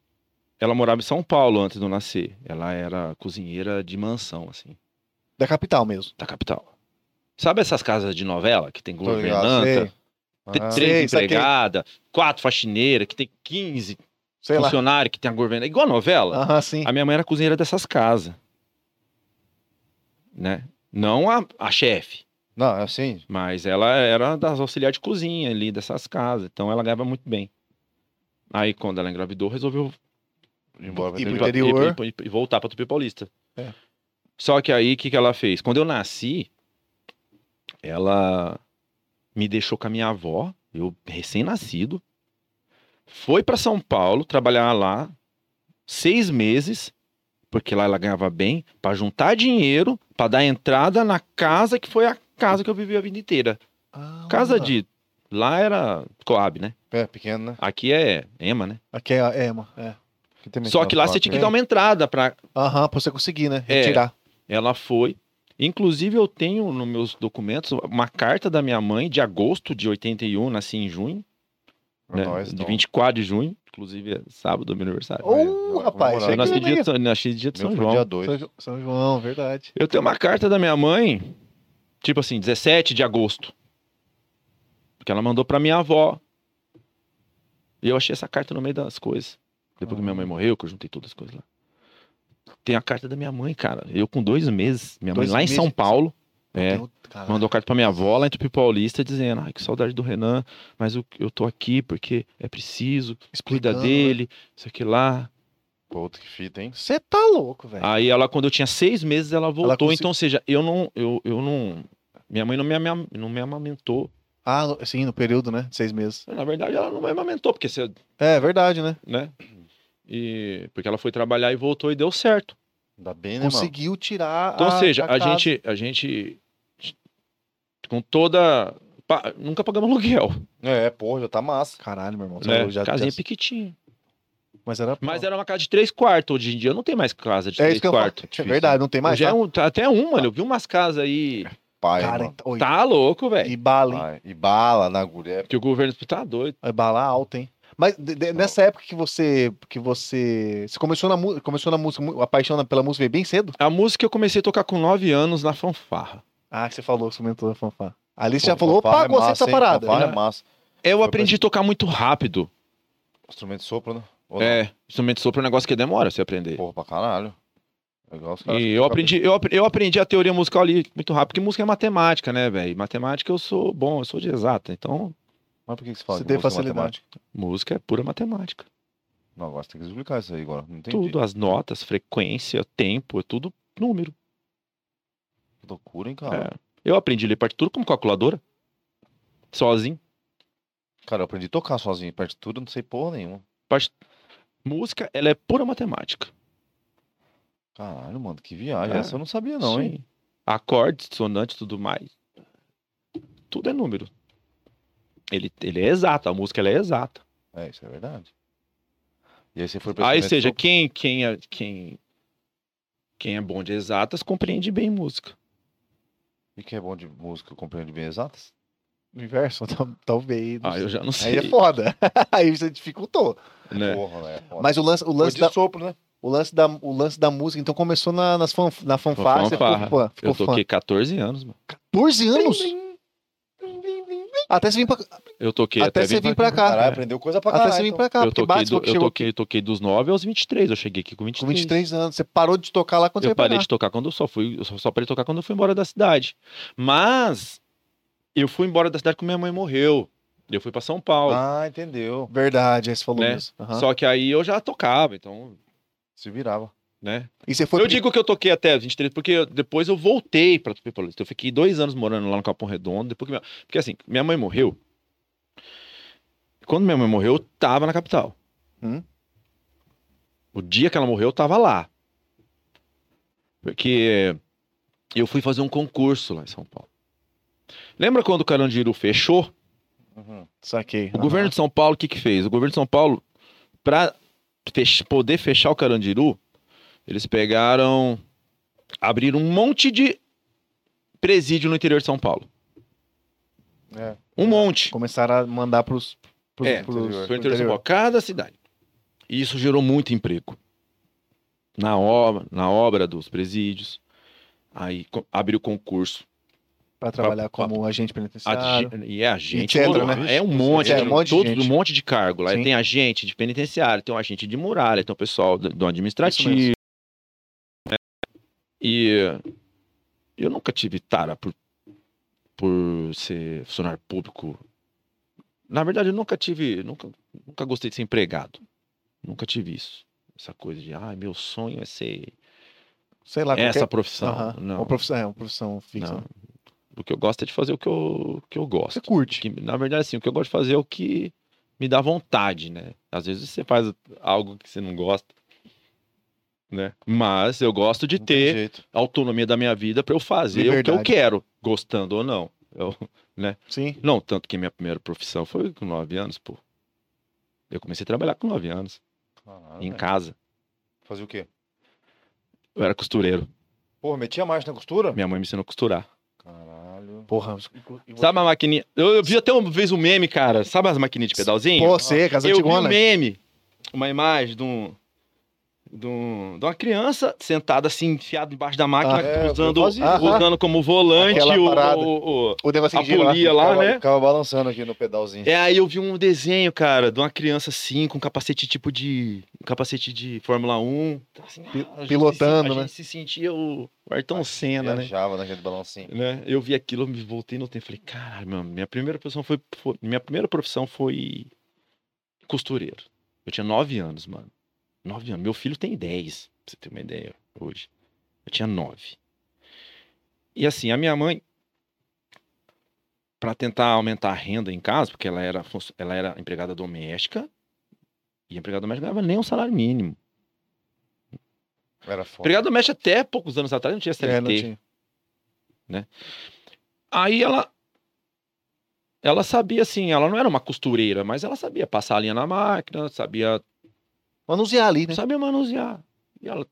Speaker 2: ela morava em São Paulo antes de eu nascer. Ela era cozinheira de mansão, assim,
Speaker 1: Da capital mesmo.
Speaker 2: da capital. Sabe essas casas de novela que tem
Speaker 3: Tô ligado,
Speaker 2: governanta, tem
Speaker 3: Aham.
Speaker 1: sei,
Speaker 2: três
Speaker 1: saquei.
Speaker 3: Ah, é?
Speaker 2: empregadas, quatro faxineiras, que tem 15
Speaker 1: Sei lá.
Speaker 2: funcionários que tem a governanta. Igual a novela.
Speaker 1: Aham, sim.
Speaker 2: A minha mãe era cozinheira dessas casas. Né? Não a, a chefe,
Speaker 3: Não, é assim.
Speaker 2: mas ela era das auxiliares de cozinha ali dessas casas. Então ela ganhava muito bem. Aí quando ela engravidou, resolveu
Speaker 3: ir Embora
Speaker 1: E pro
Speaker 2: ir
Speaker 3: vai ter-
Speaker 2: pra-
Speaker 1: interior.
Speaker 2: ir pra- ir pra- ir voltar para Tupi Paulista.
Speaker 1: É.
Speaker 2: Só que aí o que, que ela fez? Quando eu nasci, ela me deixou com a minha avó, eu recém-nascido, foi para São Paulo trabalhar lá seis meses, porque lá ela ganhava bem, para juntar dinheiro, para dar entrada na casa que foi a casa que eu vivi a vida inteira.
Speaker 1: Ah,
Speaker 2: Casa
Speaker 1: mano.
Speaker 2: de. Lá era Coab, né?
Speaker 3: É, pequeno, né?
Speaker 2: Aqui é Ema, né?
Speaker 1: Aqui é, é, mano. é.
Speaker 3: Que tem
Speaker 2: Só
Speaker 3: menor
Speaker 2: que lá
Speaker 3: parte,
Speaker 2: você tinha que
Speaker 3: né?
Speaker 2: dar uma entrada para
Speaker 1: Aham, pra você conseguir, né?
Speaker 2: É.
Speaker 1: Retirar.
Speaker 2: Ela foi. Inclusive, eu tenho nos meus documentos uma carta da minha mãe de agosto de 81, nasci em junho,
Speaker 3: Pra
Speaker 2: né?
Speaker 3: nós,
Speaker 2: de
Speaker 3: então.
Speaker 2: 24 de junho, inclusive é sábado, meu aniversário.
Speaker 1: Ô,
Speaker 3: Vai, vai
Speaker 1: rapaz.
Speaker 3: comemorar.
Speaker 1: você
Speaker 2: eu nasci
Speaker 1: que
Speaker 2: dia,
Speaker 1: nem-
Speaker 2: de São- nasci dia de
Speaker 3: Meu
Speaker 2: São
Speaker 3: foi dia
Speaker 2: um João.
Speaker 3: 2.
Speaker 1: São Jo- São João, verdade.
Speaker 2: Eu tenho uma carta da minha mãe, tipo assim, 17 de agosto, que ela mandou pra minha avó. E eu achei essa carta no meio das coisas. Depois que minha mãe morreu, que eu juntei todas as coisas lá. Tem a carta da minha mãe, cara. Eu com dois meses, minha
Speaker 1: Dois
Speaker 2: mãe lá em
Speaker 1: meses? Então,
Speaker 2: São Paulo. É,
Speaker 1: Meu- caralho.
Speaker 2: Mandou carta pra minha avó lá em Tupi Paulista dizendo: Ai, que saudade do Renan, mas eu, eu tô aqui porque é preciso, cuida
Speaker 1: Explicando, né?
Speaker 2: dele, isso aqui lá.
Speaker 3: Puta que fita, hein?
Speaker 1: Você tá louco, velho.
Speaker 2: É. Aí ela, quando eu tinha seis meses, ela voltou.
Speaker 1: consegui-
Speaker 2: Então, ou seja, eu não. Eu, eu não minha mãe não me, ama- não me amamentou
Speaker 1: Ah, no- sim, no período, né? De seis meses.
Speaker 2: Na verdade, ela não me amamentou, porque você,
Speaker 1: É, verdade, né?
Speaker 2: né? E porque ela foi trabalhar e voltou e deu certo.
Speaker 3: Ainda bem, né, mano?
Speaker 1: Conseguiu tirar
Speaker 2: Então,
Speaker 1: a,
Speaker 2: ou seja, a,
Speaker 1: casa.
Speaker 2: gente, a gente com toda pa- nunca pagamos aluguel,
Speaker 3: É, porra, já tá massa.
Speaker 1: Caralho, meu irmão. você
Speaker 2: né?
Speaker 1: falou já- tá-
Speaker 2: Casinha
Speaker 1: já-
Speaker 2: pequitinha.
Speaker 1: Mas era...
Speaker 2: Mas era uma casa de três quartos. Hoje em dia não tem mais casa de
Speaker 1: É
Speaker 2: três
Speaker 1: isso que eu falo.
Speaker 2: quartos.
Speaker 1: É verdade, não tem mais.
Speaker 2: Hoje é
Speaker 1: tá?
Speaker 2: um- tá até um, mano. Eu vi umas casas aí.
Speaker 3: Pai,
Speaker 1: Cara,
Speaker 3: mano.
Speaker 1: então- oi,
Speaker 2: Tá louco, velho.
Speaker 1: E bala, hein?
Speaker 3: Pai. E bala na agulha. é
Speaker 2: Que o governo tá doido.
Speaker 1: É bala alta, hein? Mas de- de- nessa época que você que você, você começou na mu- começou na música, mu- a paixão na- pela música veio bem cedo?
Speaker 2: A música eu comecei a tocar com nove anos na fanfarra.
Speaker 1: Ah, que você falou, que você comentou da fanfá. Ali você já
Speaker 3: Pô,
Speaker 1: falou,
Speaker 3: fanfarra
Speaker 1: opa,
Speaker 3: é
Speaker 1: gostei dessa
Speaker 3: massa, hein?
Speaker 1: parada.
Speaker 3: Fanfarra
Speaker 1: Né?
Speaker 3: é massa.
Speaker 2: Eu
Speaker 3: Foi
Speaker 2: aprendi a tocar muito rápido.
Speaker 3: Instrumento de sopro, né? Ou não?
Speaker 2: É, instrumento de sopro é um negócio que demora pra você aprender.
Speaker 3: Porra, pra caralho. Legal, os caras
Speaker 2: E
Speaker 3: que
Speaker 2: eu
Speaker 3: tocam-
Speaker 2: aprendi, eu, apre- eu aprendi a teoria musical ali muito rápido, porque música é matemática, né, velho? Matemática eu sou bom, eu sou de exata. Então,
Speaker 3: Mas por que que você fala
Speaker 1: Você
Speaker 3: que
Speaker 1: teve
Speaker 3: música é
Speaker 1: facilidade.
Speaker 3: matemática?
Speaker 2: música é pura matemática.
Speaker 3: Não, agora você tem que explicar isso aí agora. Não entendi.
Speaker 2: Tudo, as notas, frequência, tempo, é tudo número.
Speaker 3: Que loucura, hein, cara?
Speaker 2: É. Eu aprendi a ler partitura como calculadora, sozinho.
Speaker 3: Cara, eu aprendi a tocar sozinho. Partitura, não sei porra nenhuma.
Speaker 2: Música, ela é pura matemática.
Speaker 3: Caralho, mano, que viagem.
Speaker 2: É.
Speaker 3: Essa eu não sabia, não, hein?
Speaker 2: Sim. Acordes, dissonantes, tudo mais. Tudo é número. Ele, ele é exato, a música ela é exata.
Speaker 3: É, isso é verdade. E aí você foi
Speaker 2: Aí,
Speaker 1: é
Speaker 3: instrumento de
Speaker 2: seja,
Speaker 3: sopro?
Speaker 2: quem, quem, é, quem, quem é bom de exatas compreende bem música.
Speaker 3: E quem é bom de música compreende bem exatas?
Speaker 1: Universo, tal- talvez. não
Speaker 2: Ah, eu já não sei.
Speaker 1: Aí é foda. Aí você dificultou.
Speaker 2: né?
Speaker 3: Porra, né? Foda.
Speaker 1: Mas o lance, o
Speaker 3: Foi
Speaker 1: lance,
Speaker 3: de
Speaker 1: da,
Speaker 3: sopro, né?
Speaker 1: o, lance da, o lance da música, então começou na, nas fan, na fanfarra, você ficou
Speaker 2: fanfarra.
Speaker 1: fã. Ficou
Speaker 2: Eu
Speaker 1: fã.
Speaker 2: toquei 14 anos, mano.
Speaker 1: 14 anos? Até você vir pra,
Speaker 2: Eu toquei
Speaker 1: até
Speaker 2: até,
Speaker 1: você
Speaker 2: vim
Speaker 1: vir pra cá.
Speaker 3: Caralho, aprendeu coisa pra
Speaker 1: Até
Speaker 3: caralho.
Speaker 1: você vir
Speaker 3: então.
Speaker 1: pra cá,
Speaker 2: Eu
Speaker 1: porque
Speaker 2: toquei,
Speaker 1: bate
Speaker 2: do,
Speaker 1: que
Speaker 2: eu
Speaker 1: chegou
Speaker 2: toquei, toquei dos 9 aos 23. Eu cheguei aqui com 23.
Speaker 1: com 23 anos. Você parou de tocar lá quando
Speaker 2: eu
Speaker 1: você
Speaker 2: parei
Speaker 1: veio
Speaker 2: de tocar quando eu só fui, eu só, só parei de tocar quando eu fui embora da cidade. Mas eu fui embora da cidade porque minha mãe morreu. Eu fui pra São Paulo.
Speaker 3: Ah, entendeu.
Speaker 1: pra... Verdade, aí você falou
Speaker 2: Né?
Speaker 1: isso. Aham.
Speaker 2: Só que aí eu já tocava, então,
Speaker 3: Se virava.
Speaker 2: né?
Speaker 1: E você foi...
Speaker 2: eu digo que eu toquei até 23 porque eu- depois eu voltei para Tupi Paulista. Eu fiquei dois anos morando lá no Capão Redondo, depois que minha- porque assim, minha mãe morreu. Quando minha mãe morreu, eu tava na capital.
Speaker 1: Hum.
Speaker 2: O dia que ela morreu, eu tava lá. Porque eu fui fazer um concurso lá em São Paulo. Lembra quando o Carandiru fechou?
Speaker 3: Uhum.
Speaker 1: Saquei.
Speaker 2: O governo de São Paulo, o que que fez? O governo de São Paulo, para poder fechar o Carandiru, eles pegaram, abriram um monte de presídio no interior de São Paulo.
Speaker 3: É.
Speaker 2: Um monte.
Speaker 1: Começaram a mandar pros... pros,
Speaker 2: É,
Speaker 1: pros-
Speaker 3: interior.
Speaker 2: Pro
Speaker 1: pro
Speaker 2: interior de São
Speaker 1: interior.
Speaker 2: Paulo, cada cidade. E isso gerou muito emprego. Na obra, na obra dos presídios. Aí co- abriu concurso.
Speaker 1: Pra trabalhar
Speaker 2: Pra-
Speaker 1: como agente
Speaker 2: A
Speaker 1: penitenciário.
Speaker 2: ge- e é agente.
Speaker 1: Etc,
Speaker 2: todo-
Speaker 1: né?
Speaker 2: É um monte,
Speaker 1: É, um
Speaker 2: tem
Speaker 1: monte de
Speaker 2: todo-
Speaker 1: gente.
Speaker 2: um monte de cargo lá.
Speaker 1: Sim.
Speaker 2: Tem agente de penitenciário, tem um agente de muralha, tem o pessoal do, do administrativo.
Speaker 1: Isso
Speaker 2: né? E eu nunca tive tara por, por ser funcionário público. Na verdade, eu nunca tive. Nunca, nunca gostei de ser empregado. Nunca tive isso. Essa coisa de, ah, meu sonho é ser
Speaker 1: Sei lá.
Speaker 2: essa
Speaker 1: Ah, qualquer-
Speaker 2: profissão.
Speaker 1: Aham.
Speaker 2: Não,
Speaker 1: Uma profissão, é, uma profissão fixa.
Speaker 2: não. O que eu gosto é de fazer o que eu, que eu gosto.
Speaker 1: Você curte.
Speaker 2: Que, na verdade, assim, o que eu gosto de fazer é o que me dá vontade, né? Às vezes você faz algo que você não gosta, né? Mas eu gosto de
Speaker 3: Não tem
Speaker 2: ter
Speaker 3: jeito.
Speaker 2: autonomia da minha vida para eu fazer o que
Speaker 1: Liberdade.
Speaker 2: eu quero, gostando ou não. Eu-
Speaker 1: Sim.
Speaker 2: não, tanto que minha primeira profissão foi com nove anos, pô. Eu comecei a trabalhar com nove anos,
Speaker 1: Tá
Speaker 3: Caralho,
Speaker 2: em
Speaker 3: velho.
Speaker 2: casa.
Speaker 3: Fazer o quê?
Speaker 2: Eu era costureiro.
Speaker 3: Porra, metia a marcha na costura?
Speaker 2: Minha mãe me ensinou a costurar.
Speaker 3: Caralho.
Speaker 1: Porra.
Speaker 2: Sabe a maquininha? Eu, eu vi até uma vez um meme, cara. Sabe as maquininhas de pedalzinho?
Speaker 1: Pô, você, casa
Speaker 2: eu vi um
Speaker 1: antigona.
Speaker 2: meme, uma imagem de um. De, um- de uma criança sentada assim, enfiada embaixo da máquina,
Speaker 1: Ah,
Speaker 3: é, eu
Speaker 2: usando,
Speaker 3: fazia.
Speaker 2: usando como volante
Speaker 1: Aquela
Speaker 2: o,
Speaker 1: parada.
Speaker 2: o- o-
Speaker 1: O negocinho
Speaker 2: a
Speaker 1: gira lá.
Speaker 2: polia lá,
Speaker 3: ficava,
Speaker 2: né?
Speaker 3: Ficava balançando aqui no pedalzinho.
Speaker 2: É, aí eu vi um desenho, cara, de uma criança assim, com capacete tipo de. um capacete de Fórmula 1. Assim,
Speaker 1: Pi-
Speaker 2: a gente
Speaker 1: pilotando,
Speaker 2: se- a
Speaker 1: né?
Speaker 2: gente se sentia o, o Ayrton Senna, né?
Speaker 3: Viajava naquele balancinho.
Speaker 2: né? Eu vi aquilo, eu me voltei no tempo. Falei, caralho, mano, minha primeira profissão foi, foi- Minha primeira profissão foi costureiro. Eu tinha nove anos, mano. Nove anos. Meu filho tem 10, pra você ter uma ideia, hoje. Eu tinha nove. E assim, a minha mãe. para tentar aumentar a renda em casa, porque ela era, funcio- ela era empregada
Speaker 1: Uhum.
Speaker 2: doméstica, e a empregada doméstica não ganhava nem um salário mínimo.
Speaker 3: Era foda.
Speaker 2: Empregada doméstica até poucos anos atrás não tinha CLT.
Speaker 1: É, não tinha.
Speaker 2: Aí ela ela sabia assim, ela não era uma costureira, mas ela sabia passar a linha na máquina, sabia
Speaker 1: Manusear ali, né?
Speaker 2: sabia manusear. E ela,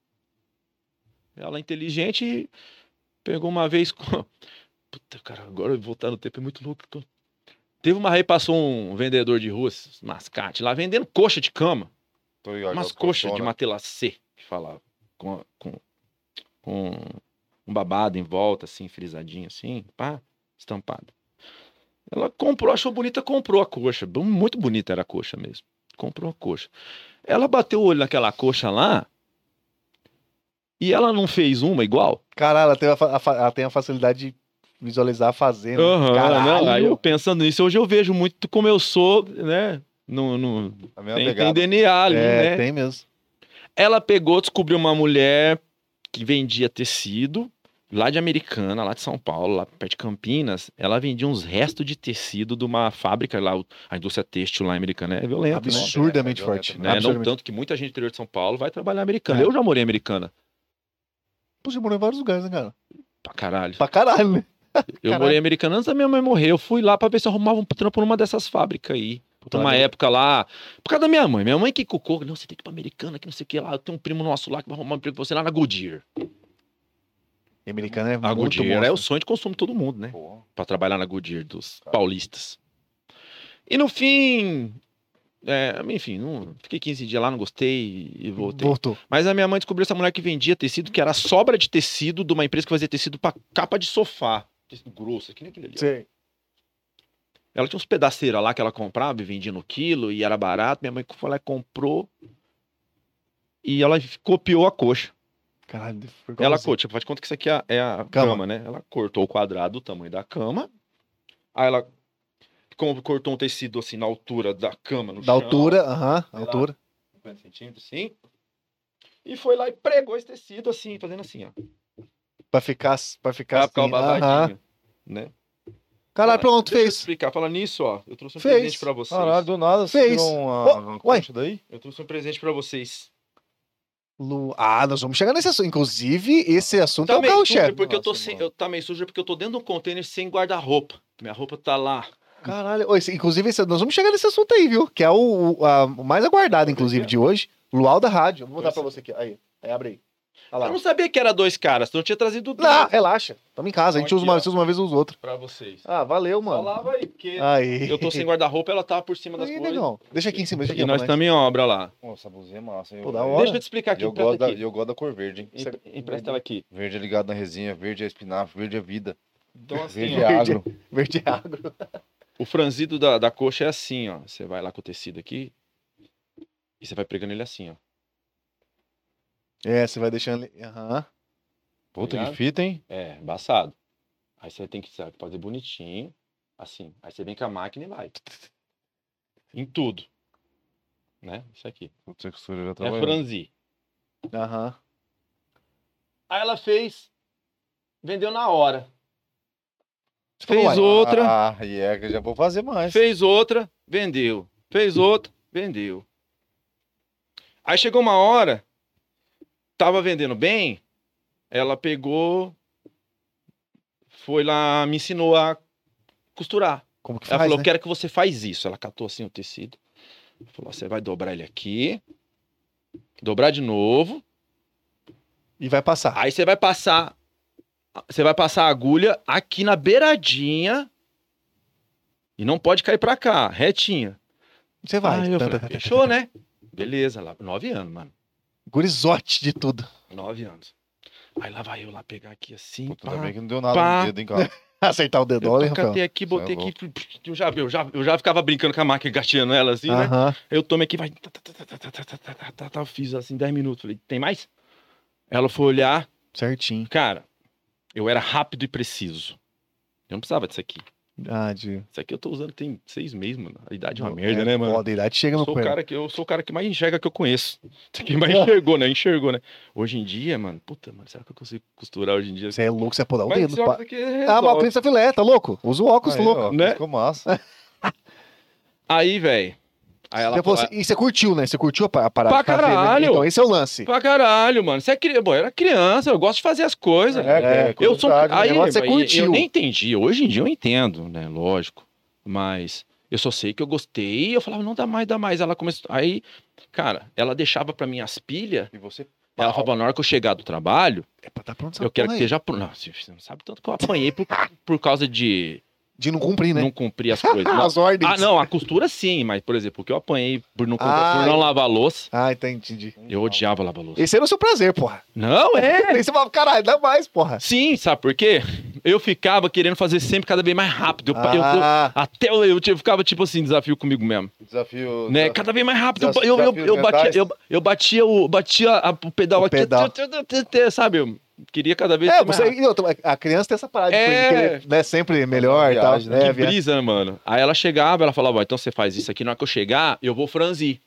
Speaker 2: ela é inteligente pegou uma vez. com- Puta, cara, agora eu voltar no tempo é muito louco. tô- Teve uma aí, passou um vendedor de rua, esses mascate, lá vendendo coxa de cama.
Speaker 3: Tô ligado,
Speaker 2: umas
Speaker 3: aquela
Speaker 2: coxas de
Speaker 3: colchona.
Speaker 2: matela C, que falava. Com, com, com um babado em volta, assim, frisadinho, assim, pá, estampado. Ela comprou, achou bonita, comprou a coxa. Bu- Muito bonita era a coxa mesmo. Comprou a coxa. Ela bateu o olho naquela coxa lá. E ela não fez uma igual?
Speaker 1: Caralho, ela tem a, fa- a fa- ela tem a facilidade de visualizar a fazenda.
Speaker 2: Aham,
Speaker 1: Caralho.
Speaker 2: né? Aí eu pensando nisso, hoje eu vejo muito como eu sou, né? No, no-
Speaker 3: A mesma
Speaker 2: tem, tem
Speaker 3: pegada.
Speaker 2: DNA ali,
Speaker 1: é,
Speaker 2: né?
Speaker 1: tem mesmo.
Speaker 2: Ela pegou, descobriu uma mulher que vendia tecido lá de Americana, lá de São Paulo, lá perto de Campinas. Ela vendia uns restos de tecido de uma fábrica lá, o- a indústria têxtil lá americana. É violenta, né?
Speaker 1: Absurdamente
Speaker 3: É, é
Speaker 1: forte.
Speaker 3: violenta,
Speaker 2: Né? Não
Speaker 1: Absurdamente.
Speaker 2: tanto que muita gente do interior de São Paulo vai trabalhar americana.
Speaker 1: É.
Speaker 2: Eu já morei em americana.
Speaker 1: Pô, você morou em vários lugares, né, cara?
Speaker 2: Pra caralho.
Speaker 1: Pra caralho, né?
Speaker 2: Eu
Speaker 1: Caralho.
Speaker 2: morei em Americana antes da minha mãe morrer. Eu fui lá pra ver se eu arrumava um trampo numa dessas fábricas aí.
Speaker 1: Puta,
Speaker 2: Numa
Speaker 1: né?
Speaker 2: época lá, por causa da minha mãe. Minha mãe que cucou, não, você tem que ir pra Americana, que não sei o que lá. Eu tenho um primo nosso lá que vai arrumar um emprego pra você lá na Goodyear.
Speaker 1: Americana é
Speaker 2: A
Speaker 1: muito
Speaker 2: Goodyear é o
Speaker 1: monstro.
Speaker 2: sonho de consumo de todo mundo, né?
Speaker 3: Pô,
Speaker 2: Pra trabalhar na Goodyear dos
Speaker 3: Cara.
Speaker 2: paulistas. E no fim, é, enfim, não- fiquei 15 dias lá, não gostei e voltei.
Speaker 1: Voltou.
Speaker 2: Mas a minha mãe descobriu essa mulher que vendia tecido, que era sobra de tecido de uma empresa que fazia tecido pra capa de sofá. Tecido grosso, que nem aquele ali. ó.
Speaker 1: Sei.
Speaker 2: Ela tinha uns pedaceiros lá que ela comprava e vendia no quilo e era barato. Minha mãe foi lá e comprou. E ela f- copiou a coxa.
Speaker 1: Caralho, foi
Speaker 2: ela
Speaker 1: assim.
Speaker 2: assim? tipo, faz de conta que isso aqui é a, é a
Speaker 1: Cama.
Speaker 2: cama. né? Ela cortou o quadrado do tamanho da cama. Aí ela com- cortou um tecido assim na altura da cama, no
Speaker 1: Da
Speaker 2: chão,
Speaker 1: altura, aham,
Speaker 2: Sei lá.
Speaker 1: altura.
Speaker 2: 50 centímetros, assim. E foi lá e pregou esse tecido assim, fazendo assim, ó.
Speaker 1: Pra ficar, pra ficar
Speaker 2: Pra ficar o
Speaker 1: assim, aham.
Speaker 2: babadinho. Né?
Speaker 1: Caralho, pronto,
Speaker 2: Deixa eu
Speaker 1: fez.
Speaker 2: explicar. Fala nisso, ó. Eu trouxe um
Speaker 1: Fez.
Speaker 2: presente pra vocês.
Speaker 3: Caralho, do nada, você
Speaker 1: Fez.
Speaker 3: tirou uma,
Speaker 1: Ó,
Speaker 3: uma
Speaker 1: ué.
Speaker 3: coxa daí?
Speaker 2: Eu trouxe um presente pra vocês.
Speaker 1: Lu- Ah, nós vamos chegar nesse assunto. Inclusive, esse assunto é o
Speaker 2: Tá meio suja
Speaker 1: carro-chefe.
Speaker 2: porque eu tô
Speaker 3: Nossa,
Speaker 2: sem,
Speaker 3: mano.
Speaker 2: eu tá meio sujo porque eu tô dentro de um container sem guarda-roupa. Minha roupa tá lá.
Speaker 1: Caralho, ô, esse- inclusive, esse- nós vamos chegar nesse assunto aí, viu? Que é o, o- a- o mais aguardado, inclusive, de hoje. Luau da rádio. Vou mostrar pra você aqui. Aí, aí abre aí. Olha
Speaker 2: Eu
Speaker 1: lá.
Speaker 2: não sabia que era dois caras, não tinha trazido dois
Speaker 1: Tá. Não, relaxa. Tamo em casa. A gente
Speaker 2: Aqui,
Speaker 1: usa uma,
Speaker 2: ó.
Speaker 1: usa uma vez os outros.
Speaker 2: pra vocês.
Speaker 1: Ah, valeu, mano.
Speaker 2: Falava aí, porque
Speaker 1: Aí.
Speaker 2: eu tô sem guarda-roupa, ela tava por cima das
Speaker 1: Aí,
Speaker 2: coisas.
Speaker 1: negão. Deixa aqui em cima. Deixa aqui
Speaker 2: E
Speaker 1: ó,
Speaker 2: nós
Speaker 1: pra
Speaker 2: estamos em obra lá.
Speaker 3: Pô, essa blusinha é massa, hein?
Speaker 1: Pô,
Speaker 3: eu-
Speaker 1: da
Speaker 3: eu-
Speaker 1: hora.
Speaker 2: Deixa eu te explicar aqui,
Speaker 3: Eu
Speaker 2: empresta
Speaker 3: gosto, da,
Speaker 2: aqui. é
Speaker 3: eu gosto da cor verde, hein?
Speaker 1: Você-
Speaker 2: Em- Empresta ela aqui.
Speaker 3: Verde é ligado na resenha, verde é espinafre, verde é vida,
Speaker 2: Então assim,
Speaker 3: verde é
Speaker 2: ó,
Speaker 1: Verde-
Speaker 3: agro.
Speaker 1: né? Verde água.
Speaker 2: o franzido da, da coxa é assim, ó. Você vai lá com o tecido aqui e você vai pregando ele assim, ó.
Speaker 1: É, você vai deixando ali. Aham.
Speaker 3: Puta que
Speaker 2: Obrigado.
Speaker 3: fita, hein?
Speaker 2: É, embaçado. Aí você tem que sabe, fazer bonitinho, assim. Aí você vem com a máquina e vai. Em tudo. Né? Isso aqui.
Speaker 3: Puta que sujeira
Speaker 2: é
Speaker 3: trabalhando.
Speaker 2: franzir.
Speaker 1: Aham.
Speaker 2: Aí ela fez, vendeu na hora.
Speaker 1: Você falou,
Speaker 2: Fez
Speaker 1: uai,
Speaker 2: outra,
Speaker 3: Ah, e é que eu já vou fazer mais.
Speaker 2: fez outra, vendeu. Fez outra, vendeu. Aí chegou uma hora, tava vendendo bem, ela pegou, foi lá, me ensinou a costurar.
Speaker 1: Como que
Speaker 2: Ela
Speaker 1: faz,
Speaker 2: falou, eu
Speaker 1: né?
Speaker 2: quero que você faz isso. Ela catou assim o tecido. Falou, você vai dobrar ele aqui. Dobrar de novo.
Speaker 1: E vai passar.
Speaker 2: Aí você vai passar. Você vai passar a agulha aqui na beiradinha. E não pode cair pra cá, retinha.
Speaker 1: Você vai.
Speaker 2: Aí Ah, eu
Speaker 1: Tan,
Speaker 2: falei,
Speaker 1: tan, tan,
Speaker 2: fechou, né? Beleza, lá. Nove anos, mano.
Speaker 1: Gurizote de tudo.
Speaker 2: Nove anos. Aí lá vai eu lá pegar aqui assim.
Speaker 3: Puta,
Speaker 2: pá.
Speaker 3: ainda bem que não deu nada
Speaker 2: pá.
Speaker 3: no dedo, hein, cara?
Speaker 1: Acertar o dedo, olha,
Speaker 2: eu
Speaker 1: Rafael.
Speaker 2: catei aqui, botei
Speaker 3: Você é
Speaker 2: aqui. Eu já, eu, já, eu já ficava brincando com a máquina, gatilhando ela assim, né?
Speaker 1: Aham.
Speaker 2: Eu tomei aqui, vai. tá, tá, tá, tá, tá, tá, tá, tá, tá, tá, tá, Fiz assim 10 minutos. Falei, tem mais? Ela foi olhar,
Speaker 1: Certinho.
Speaker 2: cara, eu era rápido e preciso. Eu não precisava disso aqui.
Speaker 1: Ah, de...
Speaker 2: Isso aqui eu tô usando tem seis meses, mano. A idade é uma
Speaker 1: Pô,
Speaker 2: merda, né, mano?
Speaker 1: Foda, a idade chega
Speaker 2: Eu
Speaker 1: no
Speaker 2: sou, o
Speaker 1: coelho.
Speaker 2: cara que, eu sou o cara que mais enxerga que eu conheço. Que mais
Speaker 1: É.
Speaker 2: enxergou, né? Enxergou, né? Hoje em dia, mano, puta, mano, será que eu consigo costurar hoje em dia? assim?
Speaker 1: Você é louco, você pode dar o
Speaker 2: Mas
Speaker 1: dedo.
Speaker 2: esse
Speaker 1: pá.
Speaker 2: óculos aqui resolve.
Speaker 1: Ah, mas o Clemson é filé, tá louco? Usa o óculos, tá
Speaker 3: Aí,
Speaker 1: louco.
Speaker 3: ó,
Speaker 2: né?
Speaker 3: Ficou massa.
Speaker 2: Aí, velho. Aí ela
Speaker 1: Você falou assim, e você curtiu, né? Você curtiu a pa- a parada?
Speaker 2: Pra
Speaker 1: de fazer, né?
Speaker 2: caralho!
Speaker 1: Então, esse é o lance.
Speaker 2: Pra caralho, mano. Você é cri... Bom, eu era criança, eu gosto de fazer as coisas.
Speaker 1: É,
Speaker 2: eu sou. um
Speaker 3: curiosidade,
Speaker 2: Aí,
Speaker 1: o negócio é
Speaker 2: mas
Speaker 1: curtir.
Speaker 2: eu nem entendi. Hoje em dia eu entendo, né? Lógico. Mas eu só sei que eu gostei. Eu falava, não dá mais, dá mais. Ela começou. Aí, cara, ela deixava pra mim as pilhas.
Speaker 3: E você
Speaker 2: Ela falava, na hora que eu chegar do trabalho,
Speaker 1: É pra tá pronto essa
Speaker 2: eu quero que
Speaker 1: porra aí.
Speaker 2: esteja. pro- Não, você você não sabe tanto que eu apanhei por, por causa de
Speaker 1: De não cumprir, né?
Speaker 2: não cumprir as coisas. Não.
Speaker 1: As ordens.
Speaker 2: Ah, não, a costura sim, mas, por exemplo, o que eu apanhei por não,
Speaker 1: Ah,
Speaker 2: por não lavar a louça.
Speaker 1: Ah, entendi. entendi.
Speaker 2: Eu odiava lavar a louça.
Speaker 1: Esse era o seu prazer, porra.
Speaker 2: Não, é.
Speaker 1: Aí você falava, caralho, dá mais, porra.
Speaker 2: Sim, sabe por quê? Eu ficava querendo fazer sempre cada vez mais rápido. Eu, eu-
Speaker 1: Ah,
Speaker 2: até eu, eu, ficava, tipo assim, desafio comigo mesmo.
Speaker 3: Desafio.
Speaker 1: tá.
Speaker 2: Né?
Speaker 3: desafio-
Speaker 2: Cada vez mais rápido.
Speaker 3: Desafio-
Speaker 2: Eu, eu, eu,
Speaker 3: desafios
Speaker 2: eu batia,
Speaker 3: mentais.
Speaker 2: eu, eu batia, o, batia a- o pedal
Speaker 1: é O
Speaker 2: aqui.
Speaker 1: pedal.
Speaker 2: Sabe? Eu queria cada vez
Speaker 1: É,
Speaker 2: ser mais
Speaker 1: você,
Speaker 2: rápido.
Speaker 1: e outra, a criança tem essa parada de
Speaker 2: É.
Speaker 1: querer, né, sempre melhor e tal.
Speaker 3: Viagem,
Speaker 1: Né,
Speaker 2: Que
Speaker 1: viagem.
Speaker 2: brisa, né, mano? Aí ela chegava, ela falava, ó, então você faz isso aqui, na hora que eu chegar, eu vou franzir.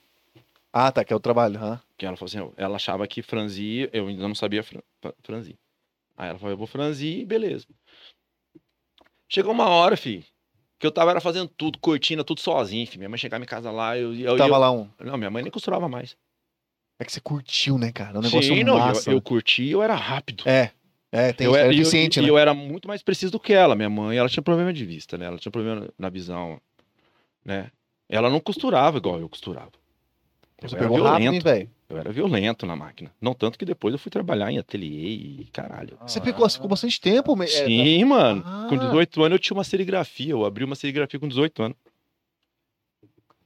Speaker 1: Ah, tá, que é o trabalho. aham.
Speaker 2: Que ela falou assim, ó, ela achava que franzir, eu ainda não sabia fran- fran- franzir. Aí ela falou, eu vou franzir, beleza. Chegou uma hora, fi, que eu tava era fazendo tudo, cortina, tudo sozinho, fi. Minha mãe chegava em casa lá, eu... eu,
Speaker 1: Tava
Speaker 2: eu-
Speaker 1: lá um.
Speaker 2: Não, minha mãe nem costurava mais.
Speaker 1: É que você curtiu, né, cara? É um negócio
Speaker 2: não, eu-
Speaker 1: massa.
Speaker 2: eu, curti, eu era rápido.
Speaker 1: É, é, tem
Speaker 2: eu
Speaker 1: é
Speaker 2: era, e eu-
Speaker 1: eficiente,
Speaker 2: e
Speaker 1: né?
Speaker 2: eu era muito mais preciso do que ela. Minha mãe, ela tinha problema de vista, né? Ela tinha problema na visão, né? Ela não costurava igual eu costurava. Eu
Speaker 1: você
Speaker 2: era
Speaker 1: pegou rápido, hein,
Speaker 2: violento.
Speaker 1: velho?
Speaker 2: Eu era violento na máquina. Não tanto que depois eu fui trabalhar em ateliê e caralho.
Speaker 3: Ah,
Speaker 1: Você ficou,
Speaker 2: assim,
Speaker 1: ficou bastante tempo. me- é,
Speaker 2: Sim, mano. Com
Speaker 1: Ah.
Speaker 2: 18 anos eu tinha uma serigrafia. Eu abri uma serigrafia com 18 anos.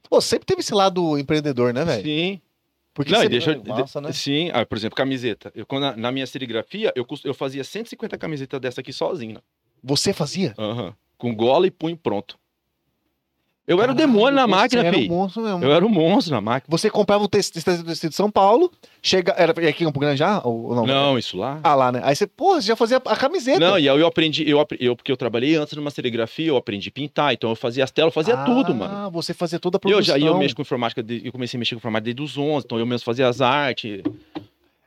Speaker 1: Pô, sempre teve esse lado empreendedor, né, velho?
Speaker 2: Sim.
Speaker 1: Porque
Speaker 2: Não,
Speaker 1: você-
Speaker 2: e deixa eu.
Speaker 3: é massa, né?
Speaker 2: Sim. Ah, por exemplo, camiseta. Eu, quando, na- na minha serigrafia, eu, cos- eu fazia 150 camisetas dessa aqui sozinho. né?
Speaker 1: você fazia?
Speaker 2: Aham. Com gola e punho pronto. Eu era o
Speaker 1: Caralho,
Speaker 2: demônio na
Speaker 1: você
Speaker 2: máquina,
Speaker 1: era um
Speaker 2: filho.
Speaker 1: monstro mesmo.
Speaker 2: Eu era um monstro na máquina.
Speaker 1: Você comprava um tecido tecido- tecido de São Paulo, chega. Era é aqui em Campo Grande já? Ou não?
Speaker 2: Não, isso lá.
Speaker 1: Ah, lá, né? Aí você, porra, você já fazia a camiseta.
Speaker 2: Não, e aí eu aprendi, eu, apre- eu, porque eu trabalhei antes numa serigrafia, eu aprendi a pintar, então eu fazia as telas, eu fazia
Speaker 1: Ah,
Speaker 2: tudo, mano.
Speaker 1: você fazia toda a
Speaker 2: E
Speaker 1: produção.
Speaker 2: Eu já eu mexo com informática, de- eu comecei a mexer com informática desde os 11, então eu mesmo fazia as artes.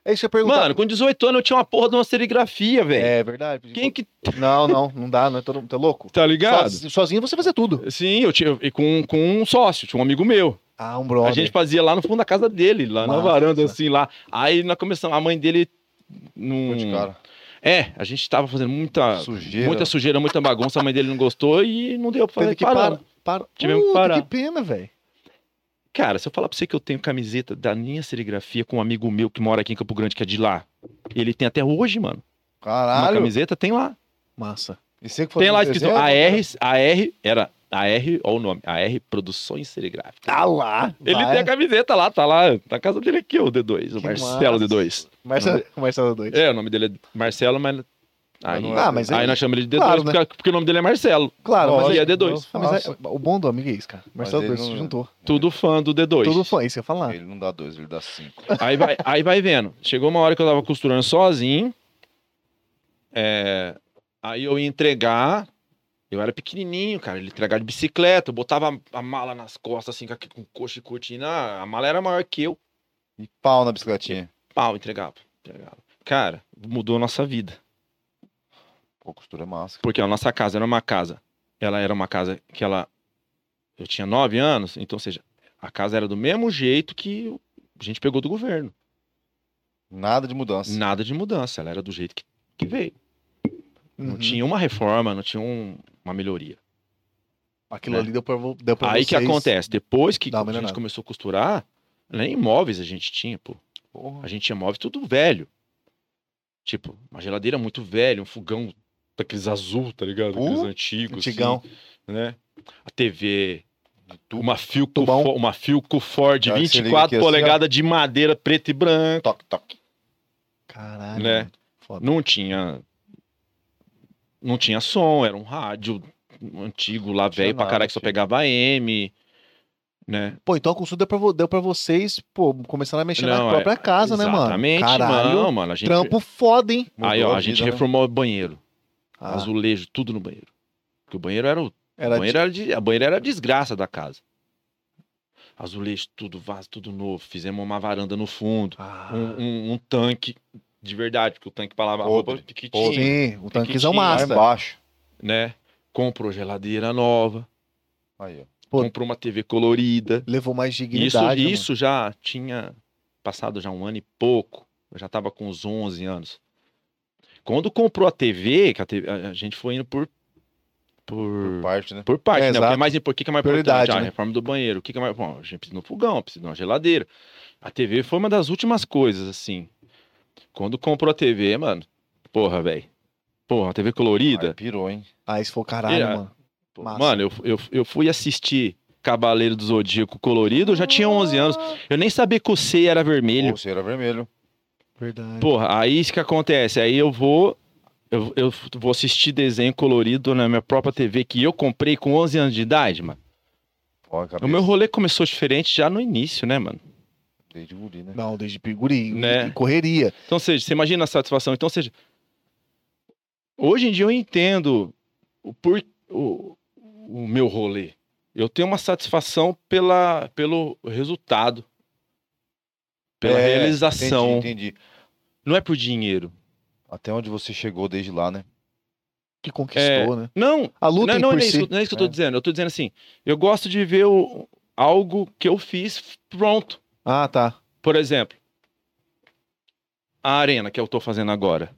Speaker 1: É isso que eu ia perguntar.
Speaker 2: Mano, com 18 anos eu tinha uma porra de uma serigrafia, velho.
Speaker 1: é verdade.
Speaker 2: Quem que.
Speaker 1: Não, não, não dá, não é todo mundo. Tá louco?
Speaker 2: Tá ligado?
Speaker 1: Soz- Sozinho você fazia tudo.
Speaker 2: Sim, eu tinha. e Com, com um sócio, tinha um amigo meu.
Speaker 1: Ah, um
Speaker 2: A
Speaker 1: brother.
Speaker 2: gente fazia lá no fundo da casa dele, lá na
Speaker 1: Massa.
Speaker 2: varanda, assim, lá. Aí nós começamos, a mãe dele. Num...
Speaker 3: Pô, de cara.
Speaker 2: É, a gente tava fazendo muita
Speaker 3: Sujeira.
Speaker 2: assim? Ah, muita sujeira, muita bagunça, a mãe dele não gostou e não deu pra fazer.
Speaker 1: Teve que
Speaker 2: paramos.
Speaker 1: parar. Para...
Speaker 2: Tivemos que
Speaker 1: Puta,
Speaker 2: parar.
Speaker 1: Que pena, velho.
Speaker 2: Cara, se eu falar pra você que eu tenho camiseta da minha serigrafia com um amigo meu que mora aqui em Campo Grande, que é de lá, ele tem até hoje, mano. Uma
Speaker 3: Caralho.
Speaker 2: camiseta tem lá.
Speaker 1: Massa.
Speaker 3: E você que foi
Speaker 1: um
Speaker 2: Tem lá
Speaker 3: no
Speaker 2: escrito
Speaker 3: desenho?
Speaker 2: AR, AR, era AR, olha o nome, AR Produções Serigráficas.
Speaker 1: Tá lá.
Speaker 2: Ah, Ele tem a camiseta lá, tá lá, na casa dele aqui, o D2, o
Speaker 1: Que
Speaker 2: Marcelo
Speaker 1: massa.
Speaker 2: D2.
Speaker 1: Marcelo, Marcelo 2.
Speaker 2: É, o nome dele é Marcelo, mas... Aí,
Speaker 3: não
Speaker 1: é. Ah, mas
Speaker 2: aí
Speaker 1: ele-
Speaker 2: nós chamamos ele de D2
Speaker 1: Claro, né?
Speaker 2: porque, porque o nome dele é Marcelo.
Speaker 1: Claro,
Speaker 2: Ó,
Speaker 1: mas,
Speaker 2: e
Speaker 1: é-
Speaker 2: é D2.
Speaker 1: ah, mas é-
Speaker 3: Nossa.
Speaker 1: o bom do amigo é isso, cara. Marcelo
Speaker 3: ele
Speaker 1: 2 se
Speaker 3: não-
Speaker 1: juntou.
Speaker 2: Tudo fã do D2.
Speaker 1: Todo fã, isso que eu ia falar.
Speaker 3: ah, Ele não dá dois, ele dá cinco.
Speaker 2: Aí vai, aí vai vendo. Chegou uma hora que eu tava costurando sozinho. É, aí eu ia entregar. Eu era pequenininho, cara. Ele entregava de bicicleta. Eu botava a- a mala nas costas, assim, com, aqui- com coxa e cortina. Ah, A mala era maior que eu.
Speaker 3: E pau na bicicletinha.
Speaker 2: Pau, entregava. entregava. Cara, mudou a nossa vida.
Speaker 3: Pô, costura é massa.
Speaker 2: Porque a nossa casa era uma casa. Ela era uma casa que ela. Eu tinha nove anos, então, ou seja, a casa era do mesmo jeito que a gente pegou do governo.
Speaker 3: Nada de mudança.
Speaker 2: Nada de mudança, ela era do jeito que, que veio. Não
Speaker 1: Uhum.
Speaker 2: tinha uma reforma, não tinha um- uma melhoria.
Speaker 1: Aquilo
Speaker 2: né?
Speaker 1: ali deu pra, vo- deu pra
Speaker 2: Aí que
Speaker 1: vocês-
Speaker 2: acontece, depois que
Speaker 1: Dá uma
Speaker 2: a gente
Speaker 1: melhorada.
Speaker 2: começou a costurar, nem móveis a gente tinha, pô. A
Speaker 3: Porra.
Speaker 2: gente tinha móveis tudo velho. Tipo, uma geladeira muito velha, um fogão daqueles azul, tá ligado? Aqueles
Speaker 3: Pô,
Speaker 2: antigos,
Speaker 1: Uh, Antigão.
Speaker 2: assim, né? A TV,
Speaker 3: Tu-
Speaker 2: uma Philco,
Speaker 1: tubão.
Speaker 2: Fo- uma Philco Ford
Speaker 3: Cara, que se liga
Speaker 2: 24
Speaker 3: aqui assim, ó.
Speaker 2: polegadas de madeira preta e branca.
Speaker 3: Toque, toque.
Speaker 1: Caralho.
Speaker 2: Né?
Speaker 1: mano. Foda.
Speaker 2: não tinha não tinha som, era um rádio antigo lá
Speaker 3: tinha
Speaker 2: velho pra
Speaker 3: nada,
Speaker 2: caralho que só
Speaker 3: filho.
Speaker 2: pegava AM, né?
Speaker 1: Pô, então a consulta deu pra, vo- deu pra vocês, pô, começaram a mexer
Speaker 2: Não, é.
Speaker 1: na própria casa, né, mano?
Speaker 2: Exatamente,
Speaker 1: Caralho.
Speaker 2: não, mano, a gente
Speaker 1: Trampo foda, hein?
Speaker 2: Aí
Speaker 3: Mudou
Speaker 2: ó, a,
Speaker 3: a
Speaker 2: gente
Speaker 3: vida, né?
Speaker 2: reformou o banheiro,
Speaker 1: Ah,
Speaker 2: azulejo, tudo no banheiro. Porque o banheiro era o
Speaker 3: Era
Speaker 2: a, banheira era de- a banheira era a desgraça da casa. Azulejo, tudo vaso, tudo novo. Fizemos uma varanda no fundo.
Speaker 1: Ah,
Speaker 2: Um, um- um tanque de verdade, porque o tanque pra lavar
Speaker 3: Podre,
Speaker 2: roupa pequitinho,
Speaker 1: sim, o tanquezão
Speaker 2: Pequitinho,
Speaker 3: lá
Speaker 1: massa.
Speaker 3: embaixo.
Speaker 2: né? Comprou geladeira nova,
Speaker 3: Aí, ó.
Speaker 1: Pô.
Speaker 2: comprou uma TV colorida.
Speaker 1: Levou mais
Speaker 2: Isso,
Speaker 1: dignidade. né,
Speaker 2: isso já tinha passado já um ano e pouco. Eu já estava com uns 11 anos. Quando comprou a TV, que a, TV a- a gente foi indo por por,
Speaker 3: Por parte, né?
Speaker 2: por parte,
Speaker 1: É,
Speaker 2: né? O que é
Speaker 1: exato.
Speaker 2: mais, impor- o que que é mais
Speaker 1: Prioridade,
Speaker 2: importante? Ah,
Speaker 1: né?
Speaker 2: reforma do banheiro. O que que é mais... Bom, a gente precisa de um fogão, precisa de uma geladeira. A TV foi uma das últimas coisas, assim. Quando comprou a TV, mano, porra, velho. Porra, uma TV colorida.
Speaker 3: Aí pirou, hein?
Speaker 1: mano? Ah, isso foi o caralho,
Speaker 2: Yeah.
Speaker 1: mano.
Speaker 2: Pô,
Speaker 1: Massa.
Speaker 2: Mano, eu, eu, eu fui assistir Cavaleiro do Zodíaco colorido, eu já tinha 11 anos. Eu nem sabia que o C era vermelho.
Speaker 3: Pulseira vermelho.
Speaker 1: Verdade.
Speaker 2: Porra, aí isso que acontece. Aí eu vou. Eu, eu vou assistir desenho colorido na minha própria TV que eu comprei com 11 anos de idade, mano.
Speaker 3: Ó, a cabeça.
Speaker 2: É O meu rolê começou diferente já no início, né, mano?
Speaker 3: Desde guri, né?
Speaker 1: Não, desde pigurinho.
Speaker 2: Né?
Speaker 1: e Correria.
Speaker 2: Então, ou seja, você imagina a satisfação. Então, ou seja, hoje em dia eu entendo o, por, o, o meu rolê. Eu tenho uma satisfação pela, pelo resultado, pela
Speaker 3: É,
Speaker 2: realização.
Speaker 3: Entendi, entendi.
Speaker 2: Não é por dinheiro.
Speaker 3: Até onde você chegou desde lá, né?
Speaker 1: Que conquistou, né?
Speaker 2: Não,
Speaker 1: A luta
Speaker 2: É. não,
Speaker 1: em
Speaker 2: não,
Speaker 1: por
Speaker 2: é,
Speaker 1: si.
Speaker 2: isso, não é isso que eu tô
Speaker 3: É.
Speaker 2: dizendo. Eu tô dizendo assim, eu gosto de ver o- algo que eu fiz pronto.
Speaker 1: Ah, tá.
Speaker 2: Por exemplo, a arena que eu estou fazendo agora.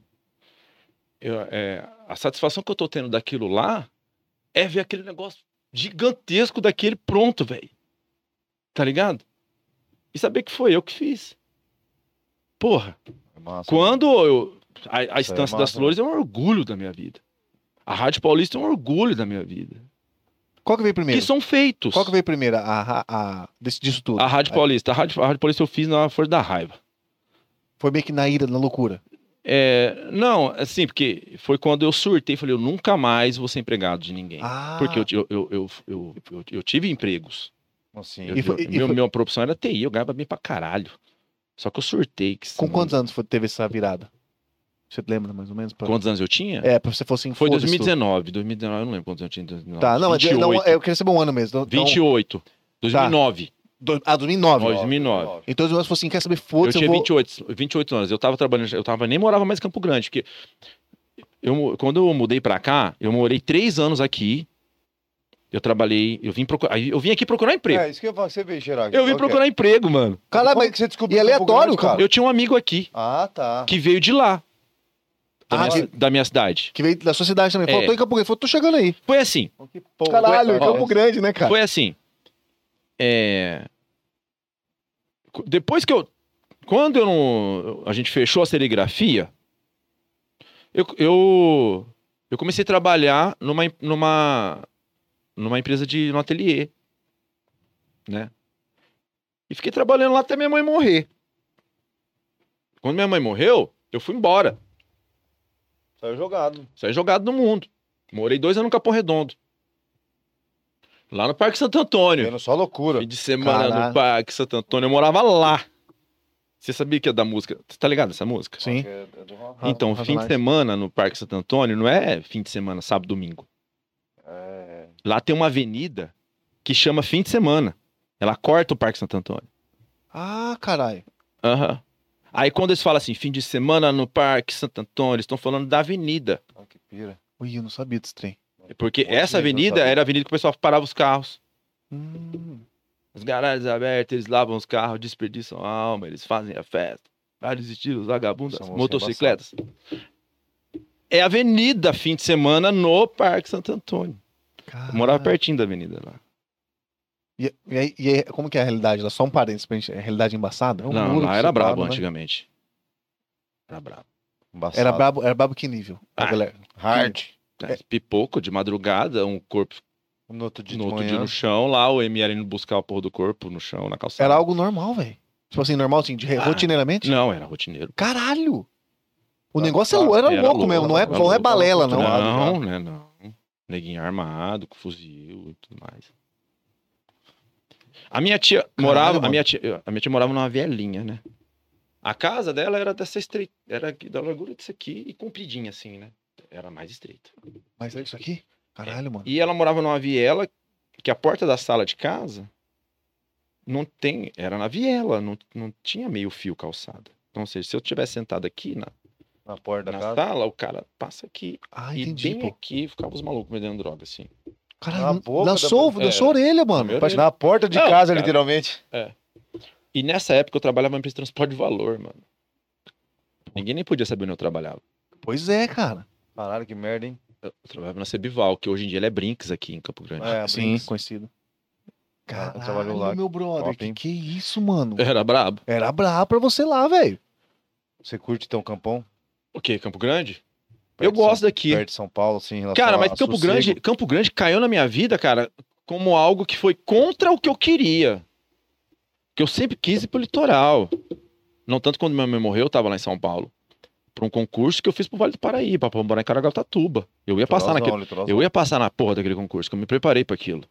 Speaker 2: Eu, é, a satisfação que eu estou tendo daquilo lá é ver aquele negócio gigantesco daquele pronto, velho. Tá ligado? E saber que foi eu que fiz. Porra,
Speaker 3: É massa.
Speaker 2: quando eu. A, a
Speaker 3: Isso aí é
Speaker 2: Estância das
Speaker 3: massa,
Speaker 2: Flores é um orgulho da minha vida. A Rádio Paulista é um orgulho da minha vida.
Speaker 1: Qual que veio primeiro?
Speaker 2: Que são feitos.
Speaker 1: Qual que veio primeiro? A, a, a, desse- disso tudo. É,
Speaker 2: A Rádio Paulista. A Rádio, a Rádio Paulista eu fiz na Força da Raiva.
Speaker 1: Foi meio que na ira, na loucura.
Speaker 2: É, não, assim, porque foi quando eu surtei, falei, eu nunca mais vou ser empregado de ninguém.
Speaker 1: Ah,
Speaker 2: Porque eu, eu, eu, eu, eu, eu- eu tive empregos.
Speaker 3: Assim,
Speaker 2: Eu,
Speaker 1: E foi-
Speaker 2: eu- meu, minha profissão era TI, eu ganhava bem pra caralho. Só que eu surtei. Que
Speaker 1: com
Speaker 2: senão-
Speaker 1: quantos anos foi, teve essa virada? Você lembra mais ou menos? Pra-
Speaker 2: quantos anos eu tinha?
Speaker 1: É, pra você fosse em
Speaker 2: foi
Speaker 1: foda-se tudo.
Speaker 2: 2019. 2019, eu não lembro quantos anos eu tinha em 2019.
Speaker 1: Tá, não, mas
Speaker 2: 28,
Speaker 1: não, eu queria saber um ano mesmo. Então,
Speaker 2: 28. 2009.
Speaker 1: do- Ah, 2009.
Speaker 2: Nove. 2009.
Speaker 1: Então, se você fosse assim, quer saber,
Speaker 2: eu
Speaker 1: foda-se, eu,
Speaker 2: tinha
Speaker 1: vou...
Speaker 2: 28, 28 anos. Eu tava trabalhando, eu tava, nem morava mais em Campo Grande, porque eu, quando eu mudei pra cá, eu morei três anos aqui. Eu trabalhei, eu vim procurar, eu vim aqui procurar emprego.
Speaker 3: É, isso que eu ia falar que você veio, Gerard.
Speaker 2: eu vim
Speaker 3: Qual que é?
Speaker 2: procurar emprego, mano.
Speaker 1: Caralho,
Speaker 3: Como é
Speaker 1: mas...
Speaker 3: que você
Speaker 1: e
Speaker 3: descobriu que é
Speaker 1: aleatório,
Speaker 3: Campo Grande,
Speaker 2: Eu tinha um amigo aqui
Speaker 3: Ah, tá.
Speaker 2: que veio de lá, da,
Speaker 1: Ah,
Speaker 2: minha,
Speaker 1: de-
Speaker 2: ci- da minha cidade.
Speaker 1: Que veio da sua cidade também.
Speaker 2: É.
Speaker 1: Falou, tô em Campo Grande. Falou, tô chegando aí.
Speaker 2: Foi assim,
Speaker 3: Então Que porra.
Speaker 1: Caralho,
Speaker 3: Ué,
Speaker 1: em Campo Grande, né, cara?
Speaker 2: foi assim. É, co- Depois que eu, quando eu não, a gente fechou a serigrafia, eu, eu, eu comecei a trabalhar numa, em- numa, numa empresa de um ateliê, né? E fiquei trabalhando lá até minha mãe morrer. Quando minha mãe morreu, eu fui embora.
Speaker 3: Saiu jogado.
Speaker 2: Saí jogado no mundo. Morei dois anos no Capão Redondo. Lá no Parque Santo Antônio.
Speaker 3: Vendo só loucura.
Speaker 2: Fim de semana
Speaker 1: Caralho.
Speaker 2: no Parque Santo Antônio. Eu morava lá. Você sabia que é da música? Você tá ligado nessa música?
Speaker 1: Sim.
Speaker 3: É, é do Ronaldo.
Speaker 2: Então,
Speaker 1: Razo-
Speaker 2: fim de
Speaker 1: razoável.
Speaker 2: semana no Parque Santo Antônio não é fim de semana, sábado, domingo.
Speaker 3: É,
Speaker 2: Lá tem uma avenida que chama fim de semana. Ela corta o Parque Santo Antônio.
Speaker 1: Ah, caralho.
Speaker 2: Aham. Aí quando eles falam assim, fim de semana no Parque Santo Antônio, eles estão falando da avenida. É
Speaker 3: ó, que pira.
Speaker 1: Ui, eu não sabia desse trem.
Speaker 2: Porque
Speaker 3: Putz,
Speaker 2: essa
Speaker 3: eu não
Speaker 2: avenida
Speaker 3: sabia.
Speaker 2: era a avenida que o pessoal parava os carros.
Speaker 1: Hum,
Speaker 2: As garagens abertas, eles lavam os carros, desperdiçam a alma, eles fazem a festa. Vários estilos, vagabundas,
Speaker 3: São
Speaker 2: motocicletas. É avenida, fim de semana, no Parque Santo Antônio. Eu
Speaker 1: caralho.
Speaker 2: morava pertinho da avenida lá.
Speaker 1: E, e aí, e aí, como que é a realidade lá? Só um parênteses pra gente. É realidade embaçada? É um
Speaker 2: Não,
Speaker 1: muro que
Speaker 2: lá era
Speaker 1: separa,
Speaker 2: brabo
Speaker 1: né?
Speaker 2: antigamente. Era brabo.
Speaker 3: Embaçado.
Speaker 1: Era brabo, era brabo que nível? A
Speaker 2: Ah.
Speaker 1: galera.
Speaker 3: Hard.
Speaker 2: É, Pipoco, de madrugada, um corpo
Speaker 3: No outro dia
Speaker 2: no
Speaker 3: de
Speaker 2: outro
Speaker 3: manhã.
Speaker 2: dia no chão, lá o ML indo buscar o porra do corpo no chão, na calçada.
Speaker 1: Era algo normal, velho. Tipo assim, normal assim, de, re-
Speaker 2: Ah.
Speaker 1: rotineiramente?
Speaker 2: Não, era rotineiro.
Speaker 1: Caralho! O
Speaker 3: Tá,
Speaker 1: negócio
Speaker 3: tá.
Speaker 1: é, lou- era,
Speaker 2: Era
Speaker 1: louco
Speaker 2: louco,
Speaker 1: mesmo, não é,
Speaker 2: era
Speaker 1: não é
Speaker 2: louco,
Speaker 1: balela,
Speaker 3: era
Speaker 1: não.
Speaker 3: louco.
Speaker 2: Não, né, não. Neguinho armado, com fuzil e tudo mais. A minha tia morava,
Speaker 1: mano.
Speaker 2: a minha tia, a minha tia morava numa vielinha, né? A casa dela era dessa estreita, era aqui da largura disso aqui e compridinha assim, né? Era mais estreita.
Speaker 1: Mas é isso aqui? Caralho, mano.
Speaker 2: E ela morava numa viela que a porta da sala de casa não tem, era na viela, não, não tinha meio fio calçado. Então, ou seja, se eu tivesse sentado aqui na,
Speaker 3: Na porta da
Speaker 2: na
Speaker 3: casa.
Speaker 2: sala, o cara passa aqui
Speaker 1: Ah,
Speaker 2: e
Speaker 1: entendi,
Speaker 2: bem
Speaker 1: pô.
Speaker 2: aqui ficava os malucos vendendo droga, assim.
Speaker 1: Caralho,
Speaker 3: Na boca
Speaker 1: lançou,
Speaker 3: da-
Speaker 1: lançou a orelha, mano.
Speaker 2: Meu
Speaker 1: Pode-
Speaker 3: Na porta de
Speaker 2: Não,
Speaker 3: casa,
Speaker 2: cara.
Speaker 3: literalmente.
Speaker 2: E nessa época eu trabalhava em empresa de transporte de valor, mano. Ninguém nem podia saber onde eu trabalhava.
Speaker 1: Pois é, cara.
Speaker 3: Caralho, que merda, hein?
Speaker 2: Eu trabalhava na Cebival, que hoje em dia ela é Brinks aqui em Campo Grande.
Speaker 3: É,
Speaker 1: Sim,
Speaker 3: Brinks.
Speaker 1: conhecido.
Speaker 3: Ela
Speaker 1: Caralho,
Speaker 3: trabalhou lá.
Speaker 1: meu brother.
Speaker 3: Top,
Speaker 1: que,
Speaker 3: hein?
Speaker 1: que é isso, mano?
Speaker 2: Era brabo.
Speaker 1: Era brabo pra você lá, velho.
Speaker 3: Você curte então Campão?
Speaker 2: O quê? Campo Grande?
Speaker 3: Perto
Speaker 2: eu
Speaker 3: de
Speaker 2: gosto
Speaker 3: São-
Speaker 2: daqui.
Speaker 3: Perto de São Paulo, assim, em relação
Speaker 2: Cara,
Speaker 3: a-
Speaker 2: mas
Speaker 3: a
Speaker 2: Campo
Speaker 3: sossego.
Speaker 2: Grande, Campo Grande caiu na minha vida, cara, como algo que foi contra o que eu queria. Que eu sempre quis ir pro litoral. Não tanto quando minha mãe morreu, eu tava lá em São Paulo. Pra um concurso que eu fiz pro Vale do Paraíba, pra morar em Caraguatatuba. Eu ia passar
Speaker 3: Litoralzão,
Speaker 2: naquele.
Speaker 3: litoralzão.
Speaker 2: Eu ia passar na porra daquele concurso, que eu me preparei pra aquilo.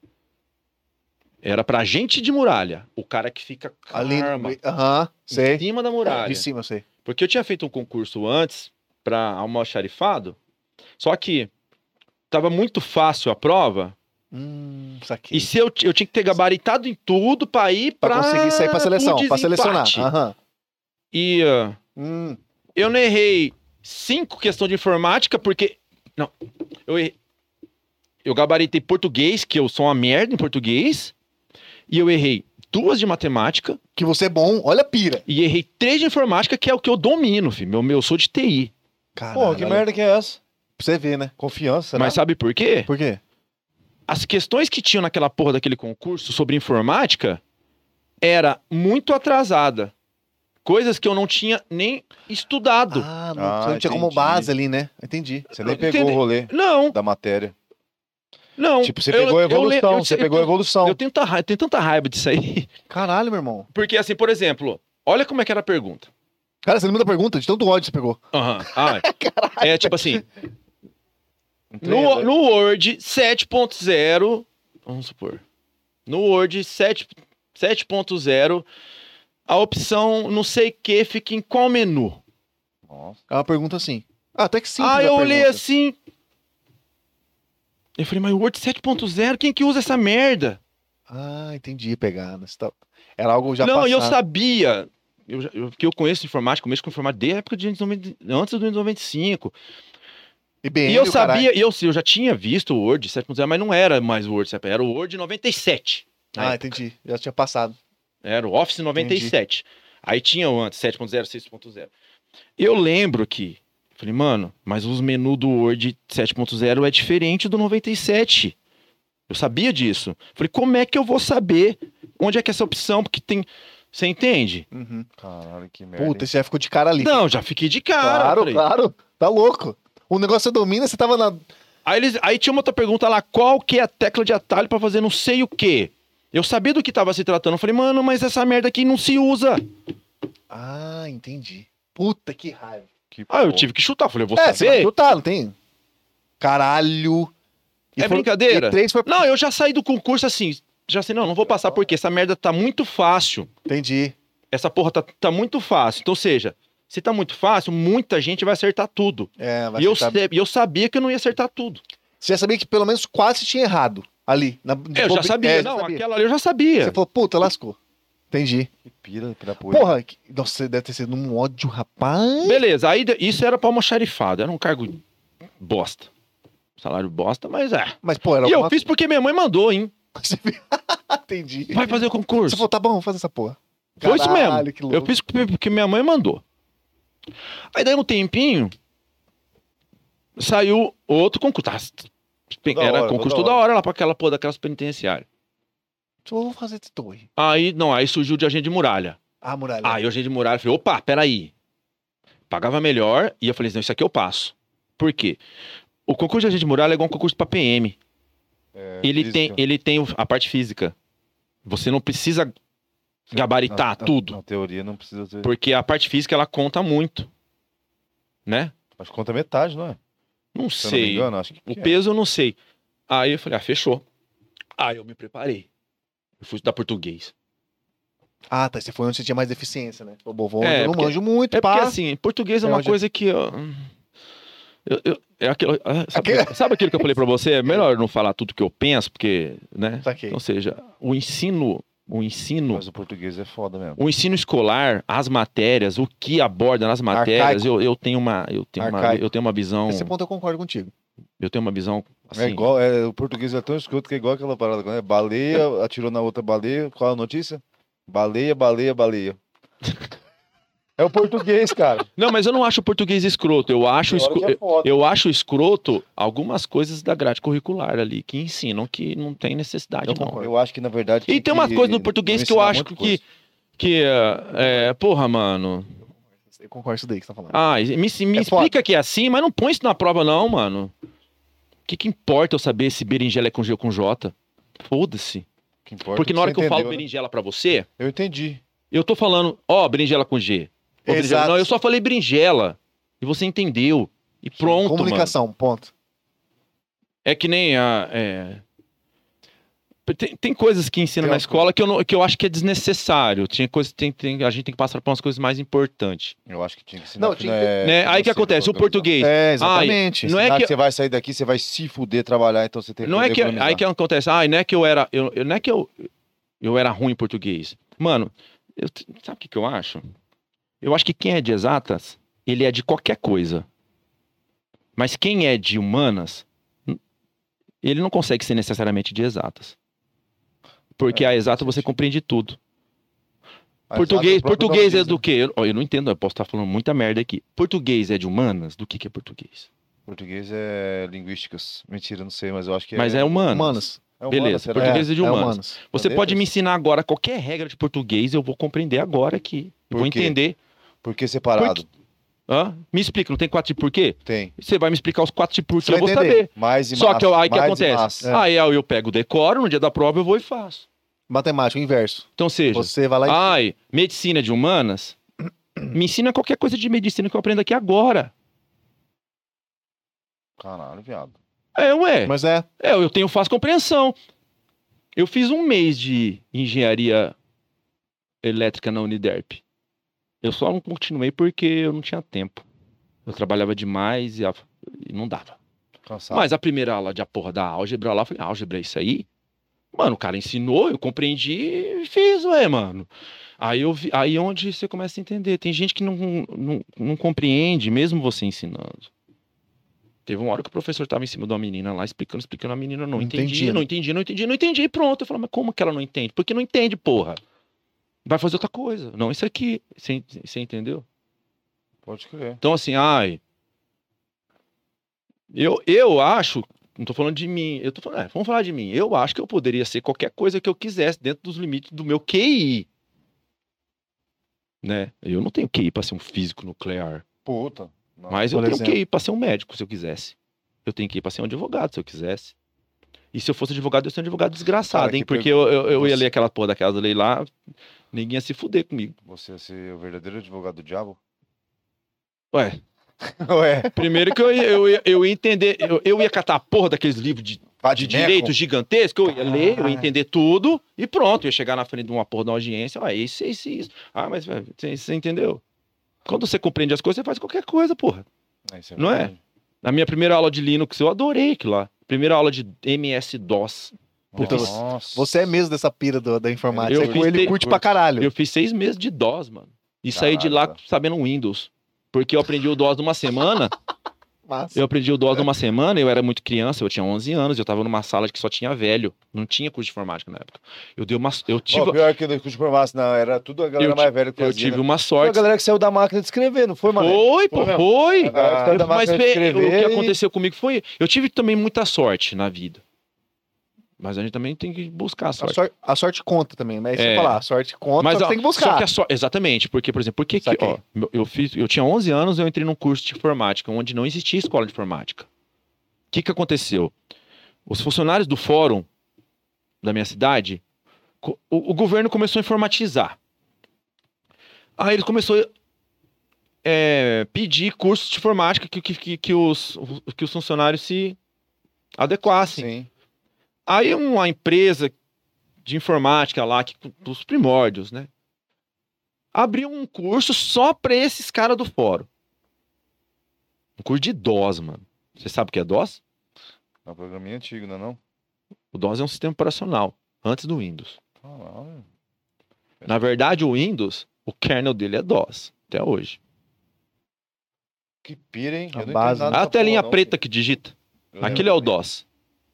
Speaker 2: Era pra gente de muralha. O cara que fica com a
Speaker 1: Ali.
Speaker 2: arma
Speaker 1: Aham,
Speaker 2: em
Speaker 1: sei.
Speaker 2: cima da muralha.
Speaker 1: De cima, eu sei.
Speaker 2: Porque eu tinha feito um concurso antes para almoxarifado, só que tava muito fácil a prova.
Speaker 1: Hum,
Speaker 2: E
Speaker 1: saquei.
Speaker 2: se eu, ti- eu tinha que ter gabaritado em tudo para ir
Speaker 1: Pra
Speaker 2: para
Speaker 1: conseguir sair pra seleção, pra selecionar. Ah. Aham.
Speaker 2: E ah,
Speaker 1: Hum,
Speaker 2: eu não errei cinco questões de informática, porque. Não, eu errei. Eu gabaritei português, que eu sou uma merda em português. E eu errei duas de matemática.
Speaker 1: que você é bom. Olha a pira.
Speaker 2: E errei três de informática, que é o que eu domino, filho. Meu, meu, eu sou de TI.
Speaker 1: Caralho.
Speaker 3: Porra, que merda que é essa?
Speaker 1: Pra você ver, né?
Speaker 3: Confiança,
Speaker 2: Mas
Speaker 3: né?
Speaker 2: sabe por quê?
Speaker 1: Por quê?
Speaker 2: as questões que tinham naquela porra daquele concurso sobre informática era muito atrasada. Coisas que eu não tinha nem estudado.
Speaker 1: Ah, não,
Speaker 3: Ah,
Speaker 1: você não tinha como
Speaker 3: entendi.
Speaker 1: base ali, né? Entendi.
Speaker 3: Você nem
Speaker 2: eu-
Speaker 3: pegou
Speaker 2: entendi.
Speaker 3: o rolê
Speaker 2: Não,
Speaker 3: da matéria.
Speaker 2: não.
Speaker 3: Ah. Tipo, você
Speaker 2: Eu-
Speaker 3: pegou a
Speaker 2: eu le-
Speaker 3: evolução.
Speaker 2: eu-
Speaker 3: você
Speaker 2: eu-
Speaker 3: pegou a evolução.
Speaker 2: Eu, tenho, tanta raiva, tenho tanta raiva disso aí.
Speaker 1: Caralho, meu irmão.
Speaker 2: Porque, assim, por exemplo, olha como é que era a pergunta.
Speaker 1: Cara, você lembra da pergunta? De tanto ódio que você pegou.
Speaker 2: Aham. Ah, é tipo assim, no,
Speaker 3: Entenda.
Speaker 2: no Word 7.0, vamos supor, no Word 7 7.0, a opção não sei o que fica em qual menu?
Speaker 3: Nossa.
Speaker 1: É uma pergunta assim. Ah, até que sim.
Speaker 2: ah, eu olhei assim. Eu falei, mas o Word 7.0, quem que usa essa merda?
Speaker 1: Ah, entendi a pegada. Você tá- Era algo já
Speaker 2: não, e eu
Speaker 1: passado.
Speaker 2: sabia. Eu, já- eu, porque eu conheço informática, começo com informática desde a época de 90 antes do 95.
Speaker 1: IBM,
Speaker 2: e eu
Speaker 1: o caralho.
Speaker 2: sabia, e eu, eu já tinha visto o Word 7.0, mas não era mais o Word 7.0, era o Word 97. na
Speaker 1: Ah,
Speaker 2: época.
Speaker 1: entendi. Já tinha passado.
Speaker 2: Era o Office 97. Aí tinha o antes, 7.0, 6.0. Eu lembro que. Falei, mano, mas os menus do Word 7.0 é diferente do 97. Eu sabia disso. Falei, como é que eu vou saber onde é que é essa opção? Porque tem. Você entende?
Speaker 1: Uhum.
Speaker 3: Caralho, que merda.
Speaker 1: Puta,
Speaker 3: hein?
Speaker 1: você já ficou de cara ali.
Speaker 2: É, né? Não, já fiquei de cara.
Speaker 1: claro,
Speaker 2: falei.
Speaker 1: claro. Tá louco. O negócio você domina, você tava na.
Speaker 2: Aí, eles, aí tinha uma outra pergunta lá, qual que é a tecla de atalho pra fazer não sei o quê? Eu sabia do que tava se tratando. Eu falei, mano, mas essa merda aqui não se usa.
Speaker 1: Ah, entendi. Puta que raiva.
Speaker 3: Que
Speaker 2: Ah, eu
Speaker 3: porra.
Speaker 2: tive que chutar. Eu Falei, eu vou
Speaker 1: é, você vai
Speaker 2: saber.
Speaker 1: chutar, não tem? Caralho.
Speaker 2: É
Speaker 1: foram-
Speaker 2: brincadeira?
Speaker 1: E três foi.
Speaker 2: Não, eu já saí do concurso assim. Já sei, não, não vou passar porque essa merda tá muito fácil.
Speaker 1: Entendi.
Speaker 2: Essa porra tá, tá muito fácil. Então, ou seja, se tá muito fácil, muita gente vai acertar tudo.
Speaker 1: É, vai
Speaker 2: E eu,
Speaker 1: acertar.
Speaker 2: sa- e eu sabia que eu não ia acertar tudo.
Speaker 1: Você já sabia que pelo menos quase você tinha errado. Ali. Na... de
Speaker 2: eu
Speaker 1: bobe-
Speaker 2: já sabia.
Speaker 1: É,
Speaker 2: não,
Speaker 1: sabia.
Speaker 2: aquela ali eu já sabia.
Speaker 1: Você falou, puta, lascou. Entendi.
Speaker 3: Que pira, pira porra.
Speaker 1: Porra, que... nossa, deve ter sido um ódio, rapaz.
Speaker 2: Beleza, aí de- isso era pra almoxarifado. Era um cargo bosta. Salário bosta, mas é.
Speaker 1: Mas, pô, era
Speaker 2: E eu
Speaker 1: alguma
Speaker 2: fiz porque minha mãe mandou, hein?
Speaker 1: coisa. Entendi.
Speaker 2: Vai fazer o concurso.
Speaker 1: Você falou, tá bom, faz essa porra.
Speaker 2: Foi isso mesmo.
Speaker 1: que
Speaker 2: Eu
Speaker 1: louco.
Speaker 2: fiz porque porque minha mãe mandou. Aí daí um tempinho saiu outro concurso. Tá,
Speaker 3: Toda
Speaker 2: Era
Speaker 3: hora,
Speaker 2: concurso
Speaker 3: toda
Speaker 2: toda hora lá para aquela porra daquelas penitenciárias.
Speaker 1: Só vou fazer de torre.
Speaker 2: Aí não, aí surgiu de agente de muralha.
Speaker 1: Ah, muralha.
Speaker 2: Aí o agente de muralha falei, opa, peraí. Pagava melhor e eu falei, não, isso aqui eu passo. Por quê? O concurso de agente de muralha é igual um concurso para PM.
Speaker 3: É,
Speaker 2: ele
Speaker 3: física.
Speaker 2: tem, ele tem o- a parte física. Você não precisa gabaritar
Speaker 3: Na- na-
Speaker 2: tudo.
Speaker 3: Na teoria não precisa ter.
Speaker 2: Porque a parte física ela conta muito. Né?
Speaker 3: Mas conta metade, não é?
Speaker 2: Não
Speaker 3: Se eu não me
Speaker 2: sei.
Speaker 3: engano, acho que.
Speaker 2: o
Speaker 3: que é.
Speaker 2: peso eu não sei. Aí eu falei, ah, fechou. Aí eu me preparei. Eu fui estudar português.
Speaker 1: Ah, tá. Você foi onde você tinha mais deficiência, né? Ô, bom, vou,
Speaker 2: É,
Speaker 1: eu não
Speaker 2: porque-
Speaker 1: manjo muito,
Speaker 2: É porque
Speaker 1: pá.
Speaker 2: assim, português é
Speaker 1: É
Speaker 2: uma
Speaker 1: onde-
Speaker 2: coisa que. ó, Eu- eu- é aquilo- ah, sabe,
Speaker 1: Aquele-
Speaker 2: sabe aquilo que eu falei pra você? É melhor eu não falar tudo que eu penso, porque, né?
Speaker 1: Saquei.
Speaker 2: Ou seja, o ensino, o ensino,
Speaker 3: Mas o português é foda mesmo.
Speaker 2: o ensino escolar, as matérias, o que aborda nas matérias, eu, eu tenho uma, eu tenho uma,
Speaker 1: Arcaico.
Speaker 2: eu tenho uma visão,
Speaker 1: Nesse ponto eu concordo contigo.
Speaker 2: eu tenho uma visão assim.
Speaker 3: É igual, é, o português é tão escroto que é igual aquela parada quando é baleia, atirou na outra baleia. Qual é a notícia? Baleia, baleia, baleia. é o português, cara.
Speaker 2: Não, mas eu não acho o português escroto. Eu acho
Speaker 3: Tem hora
Speaker 2: escro-
Speaker 3: que é foda.
Speaker 2: Eu acho escroto algumas coisas da grade curricular ali, que ensinam que não tem necessidade,
Speaker 1: Eu
Speaker 2: não.
Speaker 1: concordo.
Speaker 3: Eu acho que, na verdade.
Speaker 2: E tem
Speaker 3: uma
Speaker 2: umas
Speaker 3: coisa
Speaker 2: coisas do português que eu acho que, que é, é, porra, mano.
Speaker 1: Eu concordo com isso daí que você tá falando.
Speaker 2: Ah, me, me explica
Speaker 1: foda.
Speaker 2: que é assim, mas não põe isso na prova, não, mano. O que, que importa eu saber se berinjela é com G ou com J? Foda-se.
Speaker 3: que importa
Speaker 2: Porque
Speaker 3: é
Speaker 2: na hora
Speaker 3: você
Speaker 2: que eu falo
Speaker 3: entendeu, né?
Speaker 2: berinjela pra você,
Speaker 3: Eu entendi.
Speaker 2: eu tô falando, ó, berinjela com G. Ô, berinjela-
Speaker 1: Exato.
Speaker 2: Não, eu só falei berinjela. E você entendeu. E pronto, mano.
Speaker 1: Comunicação, ponto.
Speaker 2: É que nem a. é. Tem, tem coisas que ensina
Speaker 1: Tem
Speaker 2: na
Speaker 1: umas
Speaker 2: escola que eu, não- que eu acho que é desnecessário. Tinha coisa, tem, tem- a gente tem que passar por umas coisas mais importantes.
Speaker 3: Eu acho que tinha que ser. é,
Speaker 1: Não, tinha que-
Speaker 2: né? Aí que acontece? O português.
Speaker 1: É, exatamente.
Speaker 2: não é
Speaker 3: Não
Speaker 2: que-
Speaker 3: Você vai sair daqui, você vai se fuder, trabalhar, então você tem que
Speaker 2: Não é que.
Speaker 3: economizar.
Speaker 2: Aí que acontece. Ah, não é que eu era. Eu, eu- não é que eu, eu era ruim em português. Mano, eu- sabe o que, que eu acho? Eu acho que quem é de exatas, ele é de qualquer coisa. Mas quem é de humanas, n- ele não consegue ser necessariamente de exatas. Porque
Speaker 3: É,
Speaker 2: a exata
Speaker 3: faz
Speaker 2: você
Speaker 3: sentido.
Speaker 2: compreende tudo.
Speaker 3: Mas sabe,
Speaker 2: Português,
Speaker 3: o próprio
Speaker 2: português é
Speaker 3: nome diz,
Speaker 2: do
Speaker 3: né?
Speaker 2: quê? Eu, ó, eu não entendo, eu posso estar falando muita merda aqui. Português é de humanas? Do que, que é português?
Speaker 3: Português é linguísticas. Mentira, não sei, mas eu acho que
Speaker 2: Mas é humanas.
Speaker 1: Humanos.
Speaker 3: é humana,
Speaker 2: beleza,
Speaker 3: será?
Speaker 2: português é de humanos. Você
Speaker 3: Meu
Speaker 2: pode
Speaker 3: Deus.
Speaker 2: me ensinar agora qualquer regra de português, eu vou compreender agora aqui. Eu
Speaker 3: Por
Speaker 2: vou
Speaker 3: quê?
Speaker 2: entender.
Speaker 3: Por que é separado?
Speaker 2: Hã? Me explica, não tem quatro de porquê?
Speaker 3: Tem.
Speaker 2: Você vai me explicar os quatro de porquê,
Speaker 1: Você
Speaker 2: eu vou
Speaker 1: vai entender.
Speaker 2: saber.
Speaker 3: Mais e
Speaker 2: Só
Speaker 3: massa,
Speaker 2: que eu- aí que
Speaker 3: mais e
Speaker 2: acontece. Ah.
Speaker 3: massa.
Speaker 1: É.
Speaker 2: Aí eu eu pego o decoro, no dia da prova eu vou e faço.
Speaker 1: Matemática,
Speaker 3: É,
Speaker 1: o inverso.
Speaker 2: Então, seja,
Speaker 1: Você vai lá e.
Speaker 2: ai, medicina de humanas, me ensina qualquer coisa de medicina que eu aprendo aqui agora.
Speaker 3: Caralho, viado.
Speaker 2: É, ué.
Speaker 1: Mas é.
Speaker 2: É, eu tenho fácil compreensão. Eu fiz um mês de engenharia elétrica na Uniderp. Eu só não continuei porque eu não tinha tempo. Eu trabalhava demais e, a- e não dava.
Speaker 3: Cansado.
Speaker 2: Mas a primeira aula de a porra da álgebra lá, eu falei, álgebra é isso aí? Mano, o cara ensinou, eu compreendi e fiz, ué, mano. Aí, eu vi, aí é onde você começa a entender. Tem gente que não, não, não compreende, mesmo você ensinando. Teve uma hora que o professor tava em cima de uma menina lá, explicando, explicando, a menina não entendi,
Speaker 1: Entendi.
Speaker 2: não entendi, não entendi, não entendi, e pronto. Eu falo, mas como que ela não entende? Porque não entende, porra. Vai fazer outra coisa. Não, isso aqui. Você en- você entendeu?
Speaker 3: Pode crer.
Speaker 2: Então, assim, ai. Eu, eu acho. Não tô falando de mim. Eu tô falando, é, vamos falar de mim. Eu acho que eu poderia ser qualquer coisa que eu quisesse dentro dos limites do meu QI. Né? Eu não tenho QI para ser um físico nuclear.
Speaker 3: Puta. Não.
Speaker 2: mas eu
Speaker 1: por
Speaker 2: tenho
Speaker 1: exemplo.
Speaker 2: QI para ser um médico, se eu quisesse. Eu tenho QI para ser um advogado, se eu quisesse. E se eu fosse advogado, eu ia ser um advogado desgraçado,
Speaker 3: Cara,
Speaker 2: hein?
Speaker 3: que
Speaker 2: Porque
Speaker 3: per-
Speaker 2: eu, eu, eu ia
Speaker 3: Nossa.
Speaker 2: ler aquela porra daquela lei lá, ninguém ia se fuder comigo.
Speaker 3: Você ia ser o verdadeiro advogado do diabo?
Speaker 2: Ué,
Speaker 3: Ué.
Speaker 2: Primeiro que eu ia, eu ia- eu ia entender, eu, eu ia catar a porra daqueles livros de,
Speaker 3: Pá
Speaker 2: de direito gigantesco, eu ia ler, eu ia
Speaker 1: Caralho.
Speaker 2: entender tudo e pronto, eu ia chegar na frente de uma porra da audiência, ó, é isso, isso, isso. Ah, mas velho, você, você entendeu? Quando você compreende as coisas, você faz qualquer coisa, porra. Não é? Na minha primeira aula de Linux, eu adorei aquilo lá. Primeira aula de MS-DOS.
Speaker 1: Puta,
Speaker 3: Nossa.
Speaker 1: Você é mesmo dessa pira do- da informática.
Speaker 2: Eu
Speaker 1: Você
Speaker 2: fiz
Speaker 1: cu- ele
Speaker 2: te-
Speaker 1: curte pra caralho.
Speaker 2: Eu fiz seis meses de DOS, mano. E saí de lá
Speaker 3: Caraca.
Speaker 2: sabendo Windows. Porque eu aprendi o DOS numa semana
Speaker 1: Massa.
Speaker 2: Eu aprendi o DOS
Speaker 3: É.
Speaker 2: numa semana, eu era muito criança, eu tinha 11 anos, eu tava numa sala que só tinha velho, não tinha curso de informática na época. Eu dei uma eu tive,
Speaker 3: Ó, né? pior que no curso de farmácia, não. Era tudo a galera
Speaker 2: Eu ti-
Speaker 3: mais velha que
Speaker 2: eu
Speaker 3: fazia.
Speaker 2: tive uma
Speaker 3: Foi a
Speaker 2: sorte.
Speaker 3: galera que saiu da máquina de escrever, não foi, mano?
Speaker 2: Foi, pô,
Speaker 3: Foi mesmo.
Speaker 2: foi.
Speaker 3: A galera que saiu da
Speaker 2: Mas
Speaker 3: máquina de
Speaker 2: Fê, o
Speaker 3: escrever
Speaker 2: que
Speaker 3: e-
Speaker 2: aconteceu comigo foi, eu tive também muita sorte na vida. Mas a gente também tem que buscar a
Speaker 1: A
Speaker 2: sorte.
Speaker 1: sorte, a sorte conta também, mas é isso que eu
Speaker 2: É.
Speaker 1: ia falar. A sorte conta, mas,
Speaker 2: Mas
Speaker 1: só que
Speaker 2: ó,
Speaker 1: tem que
Speaker 2: só
Speaker 1: buscar.
Speaker 2: que a sorte- exatamente, porque por exemplo, por que que,
Speaker 1: Saquei.
Speaker 2: ó, meu- eu fiz, eu tinha 11 anos, eu entrei num curso de informática onde não existia escola de informática. O que que aconteceu? Os funcionários do fórum da minha cidade, co- o, o governo começou a informatizar. Aí eles começou a é, pedir cursos de informática que, que, que, que os, que os funcionários se adequassem.
Speaker 3: Sim.
Speaker 2: Aí é uma empresa de informática lá, que, dos primórdios, né? Abriu um curso só para esses caras do fórum. Um curso de DOS, mano. Você sabe o que é DOS?
Speaker 3: É um programinha antigo, não é não?
Speaker 2: O DOS é um sistema operacional, antes do Windows.
Speaker 3: Caralho.
Speaker 2: Na verdade, o Windows, o kernel dele é DOS, até hoje.
Speaker 3: Que pira, hein?
Speaker 1: A
Speaker 3: Eu não
Speaker 1: base,
Speaker 3: entendo nada
Speaker 1: né?
Speaker 2: a
Speaker 3: dessa
Speaker 2: telinha
Speaker 3: porra, Tá não,
Speaker 2: preta que digita.
Speaker 3: filho. Eu
Speaker 2: Aquele é o
Speaker 3: lembro também.
Speaker 2: DOS.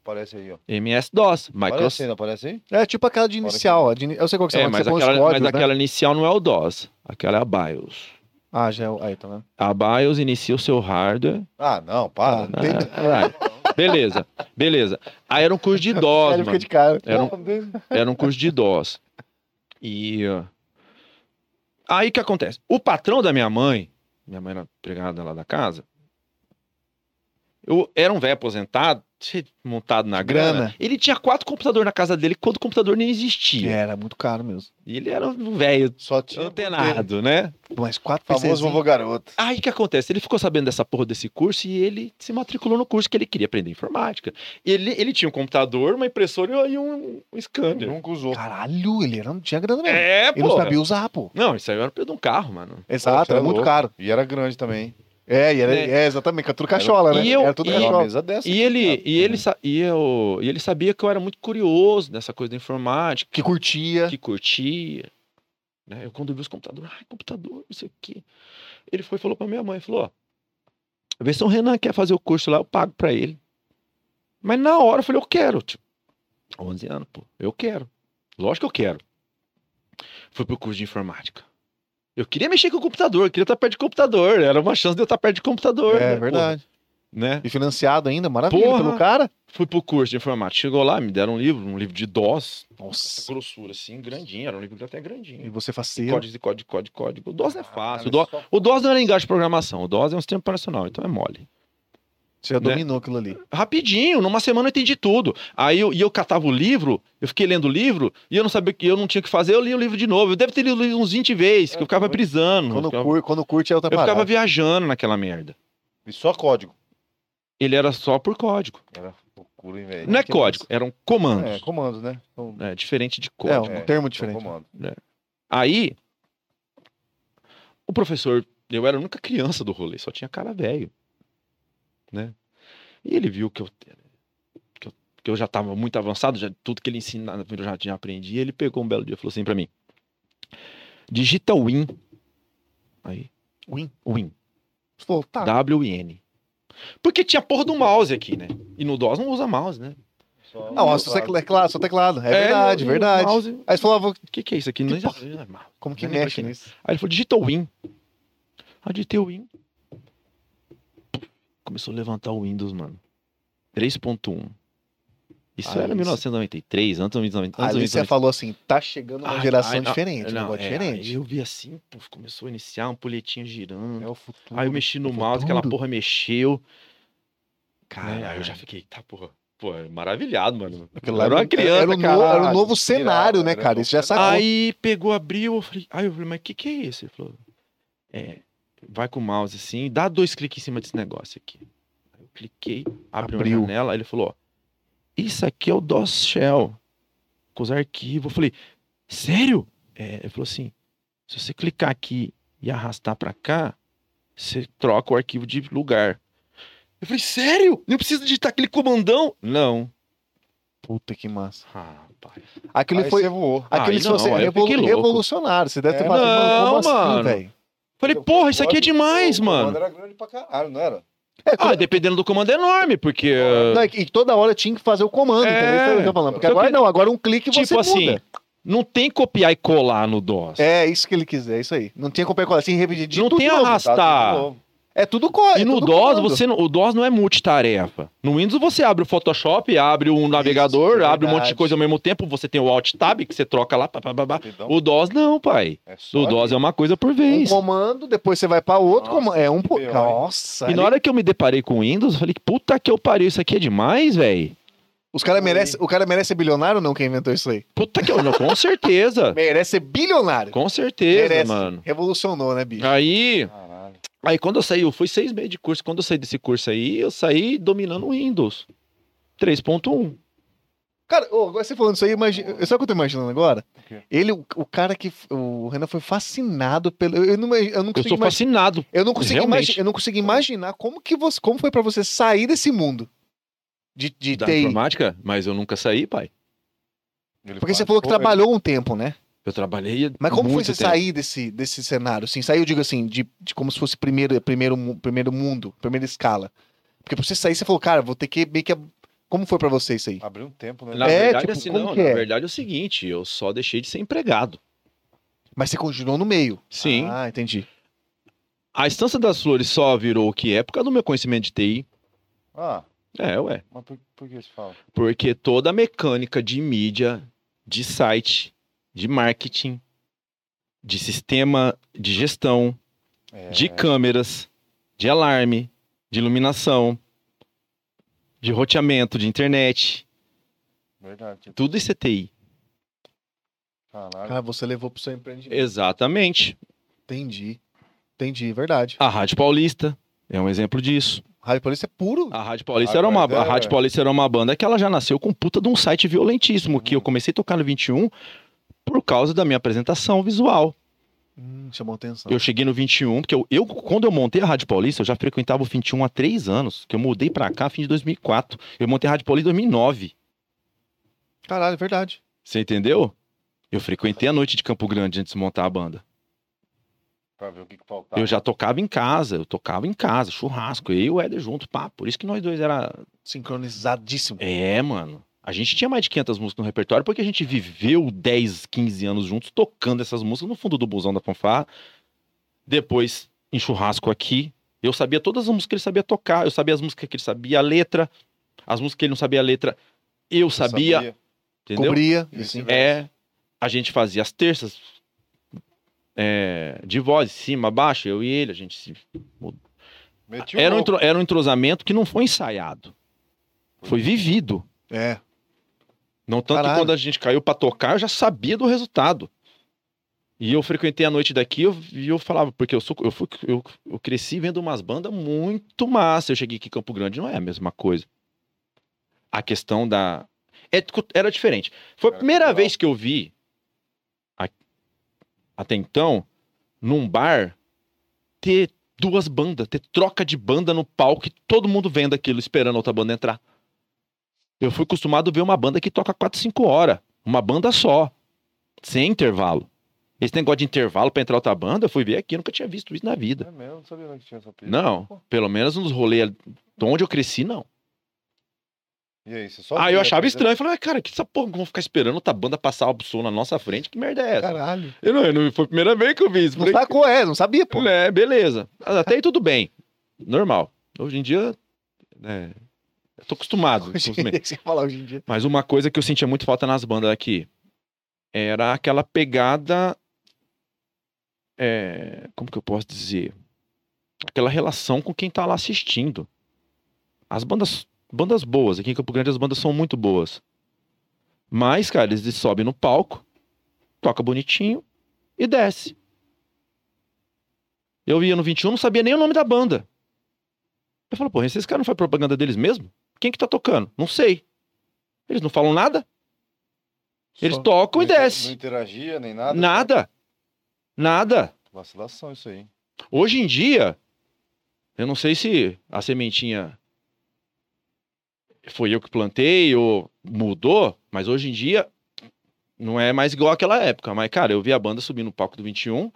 Speaker 3: Aparece aí, ó.
Speaker 2: MS-DOS.
Speaker 3: Aparece aí,
Speaker 2: Microsoft.
Speaker 3: não aparece aí?
Speaker 1: É tipo aquela de inicial. a de ini- Eu sei qual que você
Speaker 2: É,
Speaker 1: fala, que
Speaker 2: mas
Speaker 1: você põe os
Speaker 2: aquela, mas
Speaker 1: códigos, né?
Speaker 2: aquela inicial não é o DOS. Aquela é a BIOS.
Speaker 1: Ah, já é o... Aí, tá vendo?
Speaker 2: A BIOS inicia o seu hardware.
Speaker 3: Ah, não, para.
Speaker 1: Ah,
Speaker 3: não tem-
Speaker 2: Ah, ah, beleza, beleza. Aí era um curso de DOS,
Speaker 1: Ele fica
Speaker 2: mano.
Speaker 1: de cara.
Speaker 2: Era um,
Speaker 3: Não, tem-
Speaker 2: era um curso de DOS. E. ó, Aí que acontece? O patrão da minha mãe, minha mãe era empregada lá da casa, eu era um velho aposentado, montado na grana.
Speaker 1: Grana.
Speaker 2: Ele tinha quatro computadores na casa dele quando o computador nem existia.
Speaker 1: Era muito caro mesmo.
Speaker 2: E ele era um velho
Speaker 3: Só tinha.
Speaker 2: antenado, né?
Speaker 1: Mas quatro
Speaker 3: Famoso
Speaker 1: PCzinho.
Speaker 3: vovô garoto.
Speaker 2: Aí o que acontece? Ele ficou sabendo dessa porra desse curso e ele se matriculou no curso que ele queria aprender informática. Ele, ele tinha um computador, uma impressora e um, um scanner.
Speaker 3: Nunca usou.
Speaker 1: Caralho, ele era... não tinha grana mesmo.
Speaker 2: É,
Speaker 1: ele não
Speaker 2: pô.
Speaker 1: sabia usar, pô.
Speaker 2: Não, isso aí era pra de um carro, mano.
Speaker 1: Exato,
Speaker 3: você é
Speaker 1: era muito
Speaker 3: louco.
Speaker 1: caro.
Speaker 3: E era grande também. hein?
Speaker 1: É, e era,
Speaker 2: Né?
Speaker 1: é exatamente, era tudo cachola,
Speaker 2: Era-
Speaker 1: né?
Speaker 2: e eu-
Speaker 1: era tudo
Speaker 2: e-
Speaker 3: Era uma
Speaker 1: cachola.
Speaker 3: mesa dessa.
Speaker 2: E ele, e,
Speaker 1: né?
Speaker 2: ele, sa- e, eu, e ele sabia que eu era muito curioso nessa coisa da informática,
Speaker 1: Que curtia.
Speaker 2: que curtia. Né? Eu quando vi os computadores, ai, computador, não sei o quê. Ele foi e falou pra minha mãe, falou, ó, vê se o Renan quer fazer o curso lá, eu pago pra ele. Mas na hora eu falei, eu quero, tipo, 11 anos, pô, eu quero. Lógico que eu quero. Fui pro curso de informática. Eu queria mexer com o computador, eu queria estar perto de computador, era uma chance de eu estar perto de computador. né,
Speaker 1: É
Speaker 2: pô,
Speaker 1: verdade.
Speaker 2: né?
Speaker 1: E financiado ainda, maravilha
Speaker 2: Porra.
Speaker 1: pelo cara.
Speaker 2: Fui pro curso de informática, chegou lá, me deram um livro, um livro de DOS, essa
Speaker 1: Nossa.
Speaker 2: grossura assim, grandinho, era um livro até
Speaker 1: E
Speaker 2: grandinho.
Speaker 1: você faceiro.
Speaker 2: Código, código, código, código. O DOS
Speaker 1: Ah, tá,
Speaker 2: é fácil. O DOS,
Speaker 3: Caralho, só-
Speaker 2: o DOS não é linguagem de programação. O DOS é um sistema operacional, então é mole.
Speaker 1: Você já
Speaker 2: né?
Speaker 1: dominou aquilo ali.
Speaker 2: Rapidinho, numa semana eu entendi tudo. Aí eu, e eu catava o livro, eu fiquei lendo o livro, e eu não sabia o que eu não tinha o que fazer, eu li o livro de novo. Eu devo ter lido uns 20 vezes, que eu ficava brisando. Eu
Speaker 1: É, Quando,
Speaker 2: ficava,
Speaker 1: cur- quando curte é outra
Speaker 2: eu ficava
Speaker 1: parada.
Speaker 2: viajando naquela merda.
Speaker 3: E só código.
Speaker 2: Ele era só por código.
Speaker 3: Era loucura, hein, velho?
Speaker 2: Não é
Speaker 1: que
Speaker 2: código, eram comandos.
Speaker 3: É, comando, né? Então,
Speaker 2: É, diferente de
Speaker 1: É,
Speaker 2: código.
Speaker 1: um
Speaker 3: É,
Speaker 1: termo
Speaker 3: então
Speaker 1: diferente.
Speaker 3: Comando.
Speaker 2: Aí, o professor, eu era a única criança do rolê, só tinha cara velho, né? E ele viu que eu, que eu, que eu já estava muito avançado, já, tudo que ele ensinava eu já tinha aprendido, e ele pegou um belo dia e falou assim para mim, digita win, aí,
Speaker 1: Win?
Speaker 2: win,
Speaker 1: Você falou, tá.
Speaker 2: W-I-N. Porque tinha a porra do mouse aqui, né? E no DOS não usa mouse, né?
Speaker 3: Só-
Speaker 1: Não, ó, só teclado, só teclado. É verdade,
Speaker 2: no- no
Speaker 1: verdade.
Speaker 2: mouse,
Speaker 1: Aí você falou, ah, vou-
Speaker 2: O que, que é isso aqui? Não
Speaker 1: Que
Speaker 2: existe não é mouse.
Speaker 1: como que
Speaker 2: Não lembro
Speaker 1: mexe né?
Speaker 2: quem é.
Speaker 1: nisso?
Speaker 2: Aí ele falou, digita o Win. Aí eu digitei o Win. Começou a levantar o Windows, mano. 3.1. Isso
Speaker 1: Ah,
Speaker 2: era
Speaker 1: isso.
Speaker 2: 1993, antes do Windows
Speaker 1: Aí você falou assim, tá chegando uma
Speaker 2: Ai,
Speaker 1: geração
Speaker 2: ai, não,
Speaker 1: diferente, um negócio
Speaker 2: é,
Speaker 1: diferente.
Speaker 2: aí eu vi assim, puf, começou a iniciar um folhetinho girando.
Speaker 1: É o futuro.
Speaker 2: aí eu mexi no
Speaker 1: do
Speaker 2: mouse, aquela
Speaker 1: futuro.
Speaker 2: porra mexeu. Cara, aí
Speaker 1: Caralho.
Speaker 2: eu já fiquei, tá, porra. Pô, é maravilhado, mano.
Speaker 1: Aquilo
Speaker 2: Eu
Speaker 1: lá
Speaker 2: era uma
Speaker 1: era-
Speaker 2: criança,
Speaker 1: era, o no-
Speaker 2: cara.
Speaker 1: era o
Speaker 3: caralho,
Speaker 1: novo cenário,
Speaker 3: virado,
Speaker 1: né,
Speaker 3: era
Speaker 1: cara?
Speaker 3: novo
Speaker 1: Isso já sacou.
Speaker 2: Aí pegou, abriu, eu falei, aí eu falei, mas o que, que é isso? Ele falou, é, vai com o mouse assim, dá dois cliques em cima desse negócio aqui. Aí eu cliquei, abriu,
Speaker 1: Abriu.
Speaker 2: uma janela, aí ele falou, ó, isso aqui é o DOS Shell, com os arquivos. Eu falei, sério? É, ele falou assim, se você clicar aqui e arrastar pra cá, você troca o arquivo de lugar. Eu falei, sério? Não precisa digitar aquele comandão? Não.
Speaker 1: Puta que massa.
Speaker 2: Ah, rapaz.
Speaker 1: Aquilo
Speaker 3: Aí
Speaker 1: foi.
Speaker 3: você voou.
Speaker 1: Aquilo
Speaker 2: Aí
Speaker 1: se você
Speaker 2: não, aí eu
Speaker 1: revolu-
Speaker 2: fiquei louco.
Speaker 1: revolucionário. Você deve ter
Speaker 3: É,
Speaker 1: falado, mano, como
Speaker 2: não,
Speaker 1: assim,
Speaker 2: mano.
Speaker 1: velho?
Speaker 2: Falei, porra, isso aqui é demais,
Speaker 3: O comando
Speaker 2: mano.
Speaker 3: era grande pra caralho, não era?
Speaker 1: É,
Speaker 2: Ah,
Speaker 1: toda-
Speaker 2: dependendo do comando é enorme, porque.
Speaker 1: não, é que- e toda hora tinha que fazer o comando,
Speaker 2: É.
Speaker 1: entendeu? Isso é o que eu tô falando. Porque
Speaker 2: Só
Speaker 1: agora
Speaker 2: que-
Speaker 1: não, agora um clique você
Speaker 2: Tipo assim,
Speaker 1: muda.
Speaker 2: não tem copiar e colar no DOS.
Speaker 1: É isso que ele quiser, é isso aí. Não tinha como pegar assim, repetir de
Speaker 2: não
Speaker 1: tudo
Speaker 2: tem
Speaker 1: novo.
Speaker 3: Tá,
Speaker 2: arrastar.
Speaker 3: tudo novo.
Speaker 1: É tudo código.
Speaker 2: e no DOS, você não- o DOS não é multitarefa. No Windows você abre o Photoshop, abre um navegador,
Speaker 1: é
Speaker 2: abre um monte de
Speaker 1: verdade.
Speaker 2: coisa ao mesmo tempo, você tem o Alt Tab que você troca lá, pá, pá, pá, pá.
Speaker 3: Então,
Speaker 2: O DOS não, pai.
Speaker 3: é só
Speaker 2: O DOS é uma coisa por
Speaker 1: Um
Speaker 2: vez.
Speaker 1: comando, depois você vai pra outro
Speaker 3: Nossa,
Speaker 1: comando. É um. po-
Speaker 3: pior, hein?
Speaker 1: Nossa.
Speaker 2: E na
Speaker 1: ali-
Speaker 2: hora que eu me deparei com o Windows, eu falei, puta que eu pariu, isso aqui é demais, velho.
Speaker 1: Os cara merece, o cara merece ser bilionário ou não? Quem inventou isso aí?
Speaker 2: Puta que eu. Não, com certeza.
Speaker 1: Merece ser bilionário.
Speaker 2: Com certeza,
Speaker 1: Merece.
Speaker 2: mano.
Speaker 1: Revolucionou, né, bicho?
Speaker 2: Aí.
Speaker 3: Caralho.
Speaker 2: Aí quando eu saí, eu fui seis meses de curso. um. Quando eu saí desse curso aí, eu saí dominando o Windows 3.1.
Speaker 1: Cara, ô, agora você falando isso aí, imagina. Sabe o que eu tô imaginando agora?
Speaker 3: quê?
Speaker 1: Ele, o, o cara que. O Renan foi fascinado pelo. Eu não, eu não consigo
Speaker 2: Eu sou
Speaker 1: imaginar.
Speaker 2: fascinado.
Speaker 1: Eu não consigo,
Speaker 2: Realmente.
Speaker 1: imagi- eu não consigo imaginar como que você, como foi pra você sair desse mundo de, de
Speaker 2: Da
Speaker 1: TI.
Speaker 2: informática, mas eu nunca saí, pai.
Speaker 3: Ele
Speaker 1: Porque
Speaker 3: fala,
Speaker 1: você falou que
Speaker 3: pô, ele-
Speaker 1: trabalhou um tempo, né?
Speaker 2: Eu trabalhei.
Speaker 1: Mas como foi
Speaker 2: muito
Speaker 1: você
Speaker 2: tempo.
Speaker 1: sair desse, desse cenário? Assim, sair, eu digo assim, de, de como se fosse primeiro, primeiro, mu- primeiro mundo, primeira escala. Porque pra você sair, você falou, cara, vou ter que meio que. ab- Como foi pra você isso aí?
Speaker 3: Abriu um tempo, né?
Speaker 2: Na
Speaker 1: É,
Speaker 2: verdade,
Speaker 1: tipo,
Speaker 2: assim,
Speaker 1: como
Speaker 2: não.
Speaker 1: que
Speaker 2: Na
Speaker 1: é?
Speaker 2: verdade é o seguinte, eu só deixei de ser empregado.
Speaker 1: Mas você continuou no meio.
Speaker 2: Sim.
Speaker 1: Ah, entendi.
Speaker 2: A Estância das Flores só virou o que é por causa do meu conhecimento de TI.
Speaker 3: Ah,
Speaker 2: É, ué.
Speaker 3: mas por, por que você fala?
Speaker 2: Porque toda a mecânica de mídia, de site, de marketing, de sistema de gestão,
Speaker 3: É,
Speaker 2: de câmeras, de alarme, de iluminação, de roteamento de internet,
Speaker 3: Verdade.
Speaker 2: tudo isso é TI.
Speaker 3: Caralho.
Speaker 1: Cara, Ah, você levou pro seu empreendimento.
Speaker 2: Exatamente.
Speaker 1: Entendi. Entendi, é verdade.
Speaker 2: A Rádio Paulista é um exemplo disso.
Speaker 1: Rádio Paulista é puro.
Speaker 2: A Rádio Paulista, era uma,
Speaker 3: Agora
Speaker 2: a
Speaker 3: é.
Speaker 2: Rádio Paulista era uma banda que ela já nasceu com puta de um site violentíssimo, que eu comecei a tocar no 21 por causa da minha apresentação visual.
Speaker 1: Hum, chamou atenção.
Speaker 2: Eu cheguei no 21, porque eu, eu, quando eu montei a Rádio Paulista, eu já frequentava o 21 há três anos, que eu mudei pra cá fim de 2004. Eu montei a Rádio Paulista em 2009,
Speaker 1: Caralho, é verdade.
Speaker 2: você entendeu? Eu frequentei a noite de Campo Grande antes de montar a banda.
Speaker 3: Pra ver o que, que faltava.
Speaker 2: Eu já tocava em casa, eu tocava em casa, churrasco, eu e o Éder junto, pá. Por isso que nós dois era...
Speaker 1: Sincronizadíssimo.
Speaker 2: É, mano. A gente tinha mais de 500 músicas no repertório, porque a gente viveu 10, 15 anos juntos tocando essas músicas no fundo do busão da fanfarra. Depois, em churrasco aqui, eu sabia todas as músicas que ele sabia tocar, eu sabia as músicas que ele sabia a letra, as músicas que ele não sabia a letra, eu sabia, entendeu?
Speaker 1: Cobria.
Speaker 3: Isso,
Speaker 1: Assim.
Speaker 3: né?
Speaker 2: É, a gente fazia as terças é, de voz, cima, baixo, eu e ele, a gente se...
Speaker 3: Meti o
Speaker 2: Era um,
Speaker 3: louco.
Speaker 2: entro- era um entrosamento que não foi ensaiado, foi vivido.
Speaker 1: É.
Speaker 2: Não tanto
Speaker 1: Caralho.
Speaker 2: que quando a gente caiu pra tocar, eu já sabia do resultado. E eu frequentei a noite daqui eu- e eu falava, porque eu sou eu, fui, eu, eu cresci vendo umas bandas muito massa. Eu cheguei aqui em Campo Grande, não é a mesma coisa. A questão da. é co- Era diferente. Foi a
Speaker 3: Era
Speaker 2: primeira
Speaker 3: cultural.
Speaker 2: vez que eu vi, a- até então, num bar, ter duas bandas, ter troca de banda no palco e todo mundo vendo aquilo, esperando a outra banda entrar. Eu fui acostumado a ver uma banda que toca 4, 5 horas. Uma banda só. Sem intervalo. Esse negócio de intervalo pra entrar outra banda, eu fui ver aqui, eu nunca tinha visto isso na vida.
Speaker 3: É mesmo, não sabia não que tinha essa pira.
Speaker 2: Não,
Speaker 3: Pô,
Speaker 2: pelo menos nos rolês onde eu cresci, não.
Speaker 3: E aí, você só
Speaker 2: Aí Ah, eu
Speaker 3: via,
Speaker 2: achava
Speaker 3: mas
Speaker 2: estranho. Eu falei, "Ué, cara, que essa porra, vamos ficar esperando outra banda passar o som na nossa frente? Que merda é essa?
Speaker 1: Caralho.
Speaker 2: Eu não, eu não- foi a primeira vez que eu vi isso.
Speaker 1: Não
Speaker 2: Falei,
Speaker 1: sacou, é, não sabia, pô.
Speaker 2: É, beleza. Até aí tudo bem. Normal. Hoje em dia, né, eu tô acostumado.
Speaker 1: Hoje,
Speaker 2: infelizmente.
Speaker 1: você falar hoje em dia.
Speaker 2: Mas uma coisa que eu sentia muito falta nas bandas aqui era aquela pegada. é, como que eu posso dizer? Aquela relação com quem tá lá assistindo. As bandas, bandas boas, aqui em Campo Grande as bandas são muito boas. Mas, cara, eles sobem no palco, toca bonitinho e desce. Eu ia no 21, não sabia nem o nome da banda. Eu falo, pô, esses caras não fazem propaganda deles mesmo? Quem que tá tocando? Não sei. Eles não falam nada, eles
Speaker 1: Só-
Speaker 2: tocam
Speaker 3: não
Speaker 2: e
Speaker 3: inter-
Speaker 2: descem.
Speaker 3: Não interagia nem nada.
Speaker 2: Nada. Nada.
Speaker 3: Vacilação isso aí.
Speaker 2: Hoje em dia, eu não sei se a sementinha foi eu que plantei ou mudou, mas hoje em dia não é mais igual àquela época. Mas, cara, eu vi a banda subir no palco do 21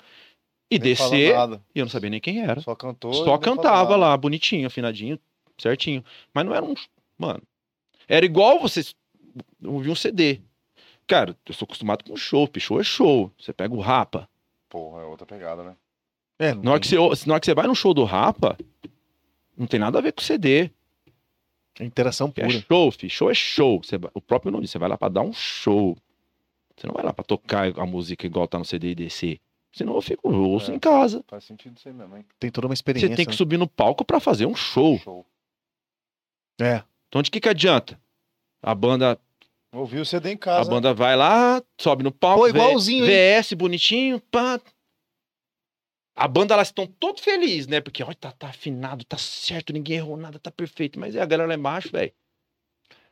Speaker 2: e
Speaker 3: Nem falando
Speaker 2: descer
Speaker 3: nada,
Speaker 2: e eu não sabia nem quem era.
Speaker 3: Só cantou. e
Speaker 2: Só
Speaker 3: nem
Speaker 2: cantava
Speaker 3: falou nada.
Speaker 2: lá, bonitinho, afinadinho, certinho. Mas não era um. Mano. Era igual vocês ouvir um CD. Cara, eu sou acostumado com show, porque show é show. Você pega o Rapa.
Speaker 3: Porra, é outra pegada, né?
Speaker 1: É,
Speaker 2: Na hora, que você, na hora que você vai no show do Rapa, não tem nada a ver com CD.
Speaker 1: É Interação
Speaker 2: É
Speaker 1: pura.
Speaker 2: show, fi. Show é show. Você vai- o próprio nome, você vai lá pra dar um show. Você não vai lá pra tocar a música igual tá no CD e descer. Senão eu fico eu ouço
Speaker 3: É.
Speaker 2: em casa.
Speaker 3: Faz sentido isso aí mesmo, hein?
Speaker 1: Tem toda uma
Speaker 2: Você
Speaker 1: experiência.
Speaker 2: tem que
Speaker 1: né?
Speaker 2: subir no palco pra fazer um show.
Speaker 3: Show.
Speaker 1: É.
Speaker 2: Então de que que adianta? A banda,
Speaker 3: Ouvi o CD em
Speaker 2: a
Speaker 3: casa.
Speaker 2: banda vai lá, sobe no palco,
Speaker 1: Pô,
Speaker 2: V-
Speaker 1: igualzinho, hein?
Speaker 2: VS bonitinho, pá. A banda, elas estão todo felizes, né? Porque, olha, tá, tá afinado, tá certo, ninguém errou nada, tá perfeito. Mas é a galera lá embaixo, velho.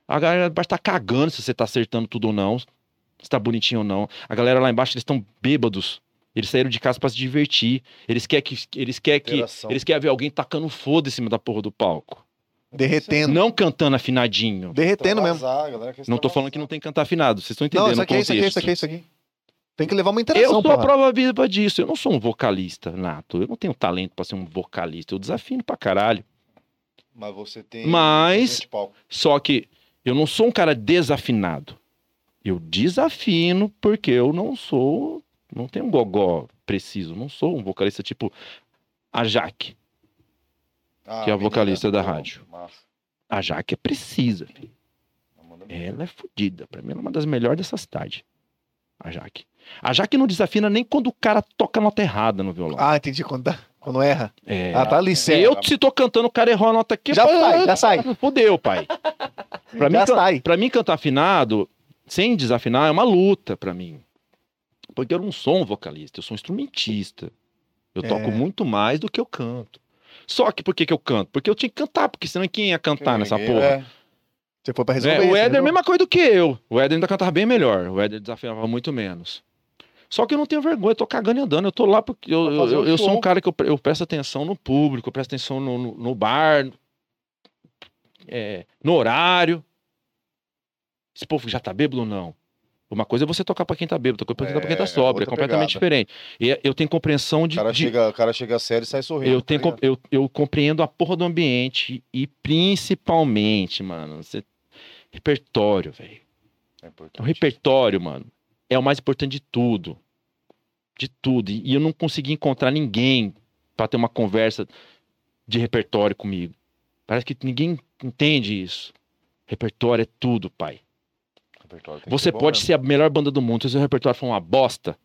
Speaker 2: A galera lá embaixo tá cagando se você tá acertando tudo ou não, se tá bonitinho ou não. A galera lá embaixo, eles estão bêbados. Eles saíram de casa pra se divertir. Eles querem que. Eles querem que.
Speaker 3: Interação.
Speaker 2: Eles querem ver alguém tacando foda em cima da porra do palco.
Speaker 1: Derretendo.
Speaker 2: Não cantando afinadinho.
Speaker 1: Derretendo mesmo.
Speaker 3: Extravasar, galera quer um
Speaker 2: Não tô falando que não tem que cantar afinado. Vocês estão entendendo
Speaker 1: Não, isso
Speaker 2: o
Speaker 1: aqui, é isso aqui, isso
Speaker 2: contexto.
Speaker 1: aqui, isso aqui. Tem que levar uma
Speaker 2: Eu
Speaker 1: interação,
Speaker 2: sou a
Speaker 1: porra.
Speaker 2: prova viva disso. Eu não sou um vocalista nato. Eu não tenho talento pra ser um vocalista. Eu desafino pra caralho.
Speaker 3: extravasar, Mas você tem.
Speaker 2: Mas-
Speaker 3: gente de palco.
Speaker 2: Só que eu não sou um cara desafinado. Eu desafino porque eu não sou. Não tenho um gogó preciso. Não sou um vocalista tipo a Jaque.
Speaker 3: Ah,
Speaker 2: Que é a
Speaker 3: menina,
Speaker 2: vocalista da
Speaker 3: pô,
Speaker 2: rádio.
Speaker 3: massa.
Speaker 2: A Jaque é precisa. filho.
Speaker 3: Manda bem.
Speaker 2: Ela é fodida. Pra mim, ela é uma das melhores dessa cidade. A Jaque. A Jaque não desafina nem quando o cara toca a nota errada no violão.
Speaker 1: Ah, entendi. Quando, dá- quando erra.
Speaker 2: é.
Speaker 1: ah, tá ali, certo.
Speaker 2: eu, se tô cantando, o cara errou a nota aqui.
Speaker 1: Já
Speaker 2: pô,
Speaker 1: sai, já sai.
Speaker 2: Fudeu, pai. é Pra mim,
Speaker 1: já
Speaker 2: can-
Speaker 1: sai.
Speaker 2: Pra mim, cantar afinado, sem desafinar, é uma luta pra mim. Porque eu não sou um vocalista, eu sou um instrumentista. Eu
Speaker 1: É.
Speaker 2: toco muito mais do que eu canto. Só que por que, que eu canto? Porque eu tinha que cantar, porque senão quem ia cantar tá, nessa
Speaker 3: Ninguém-
Speaker 2: porra?
Speaker 3: é.
Speaker 1: Você foi pra
Speaker 2: Né?
Speaker 1: resolver.
Speaker 2: O
Speaker 1: isso,
Speaker 2: Éder é a
Speaker 1: entendeu?
Speaker 2: mesma coisa do que eu. O Éder ainda cantava bem melhor. O Éder desafiava muito menos. Só que eu não tenho vergonha, eu tô cagando e andando. Eu tô lá porque eu,
Speaker 3: Pra fazer
Speaker 2: eu,
Speaker 3: um
Speaker 2: eu sou um
Speaker 3: show.
Speaker 2: cara que eu, pre- eu presto atenção no público, eu presto atenção no, no, no bar, é, no horário. Esse povo já tá bêbado ou não? Uma coisa é você tocar pra quem tá bêbado, outra coisa é tocar pra quem
Speaker 3: É,
Speaker 2: tá sóbrio. É
Speaker 3: outra
Speaker 2: completamente diferente. E é, eu tenho compreensão
Speaker 3: O
Speaker 2: de.
Speaker 3: cara,
Speaker 2: de-
Speaker 3: chega, o cara chega sério e sai sorrindo.
Speaker 2: eu, tenho,
Speaker 3: tá
Speaker 2: com-
Speaker 3: ligado?
Speaker 2: eu, eu compreendo a porra do ambiente e principalmente, mano, você- repertório, velho.
Speaker 3: É importante.
Speaker 2: O repertório, mano, é o mais importante de tudo. De tudo. E e eu não consegui encontrar ninguém pra ter uma conversa de repertório comigo. Parece que ninguém entende isso. Repertório é tudo, pai.
Speaker 3: Repertório tem que
Speaker 2: Você
Speaker 3: bom
Speaker 2: pode
Speaker 3: mesmo.
Speaker 2: ser a melhor banda do mundo, se o seu repertório for uma bosta,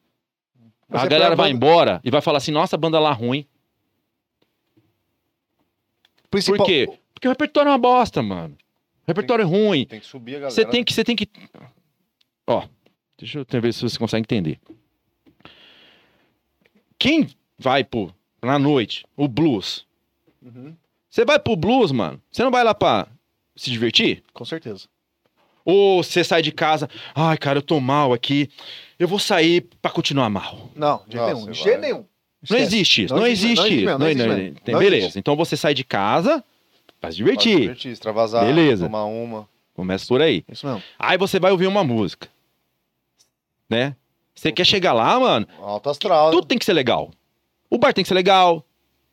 Speaker 1: Mas
Speaker 2: a
Speaker 1: é
Speaker 2: galera
Speaker 1: pra
Speaker 2: vai
Speaker 1: banda-
Speaker 2: embora e vai falar assim: nossa, banda lá ruim.
Speaker 1: Principal-
Speaker 2: Por quê? Porque o repertório é uma bosta, mano. O repertório é ruim.
Speaker 3: Tem que subir a galera.
Speaker 2: Você tem que. Você tem que. Ó, deixa eu ver se você consegue entender. Quem vai pro. Na noite, o blues.
Speaker 1: Uhum,
Speaker 2: Você vai pro blues, mano. Você não vai lá pra se divertir?
Speaker 1: com certeza.
Speaker 2: Ou você sai de casa, ai, cara, eu tô mal aqui. Eu vou sair pra continuar mal.
Speaker 1: Não, de jeito
Speaker 3: Não,
Speaker 1: nenhum.
Speaker 3: você
Speaker 1: De jeito
Speaker 3: vai.
Speaker 1: nenhum.
Speaker 2: Não
Speaker 1: Esquece.
Speaker 2: existe isso,
Speaker 1: Não
Speaker 2: não
Speaker 1: existe,
Speaker 2: existe
Speaker 1: não existe
Speaker 2: isso.
Speaker 1: mesmo, não
Speaker 2: Não-
Speaker 1: existe
Speaker 2: não-
Speaker 1: mesmo.
Speaker 2: tem-
Speaker 1: Não
Speaker 2: Beleza,
Speaker 1: existe.
Speaker 2: então você sai de casa pra se divertir.
Speaker 3: Divertir, extravasar.
Speaker 2: Beleza.
Speaker 3: Tomar uma.
Speaker 2: Começa por aí.
Speaker 1: Isso mesmo.
Speaker 2: Aí você vai ouvir uma música. Né? Você quer chegar lá, mano?
Speaker 3: Alto astral.
Speaker 2: Tudo tem que ser legal. O bar tem que ser legal.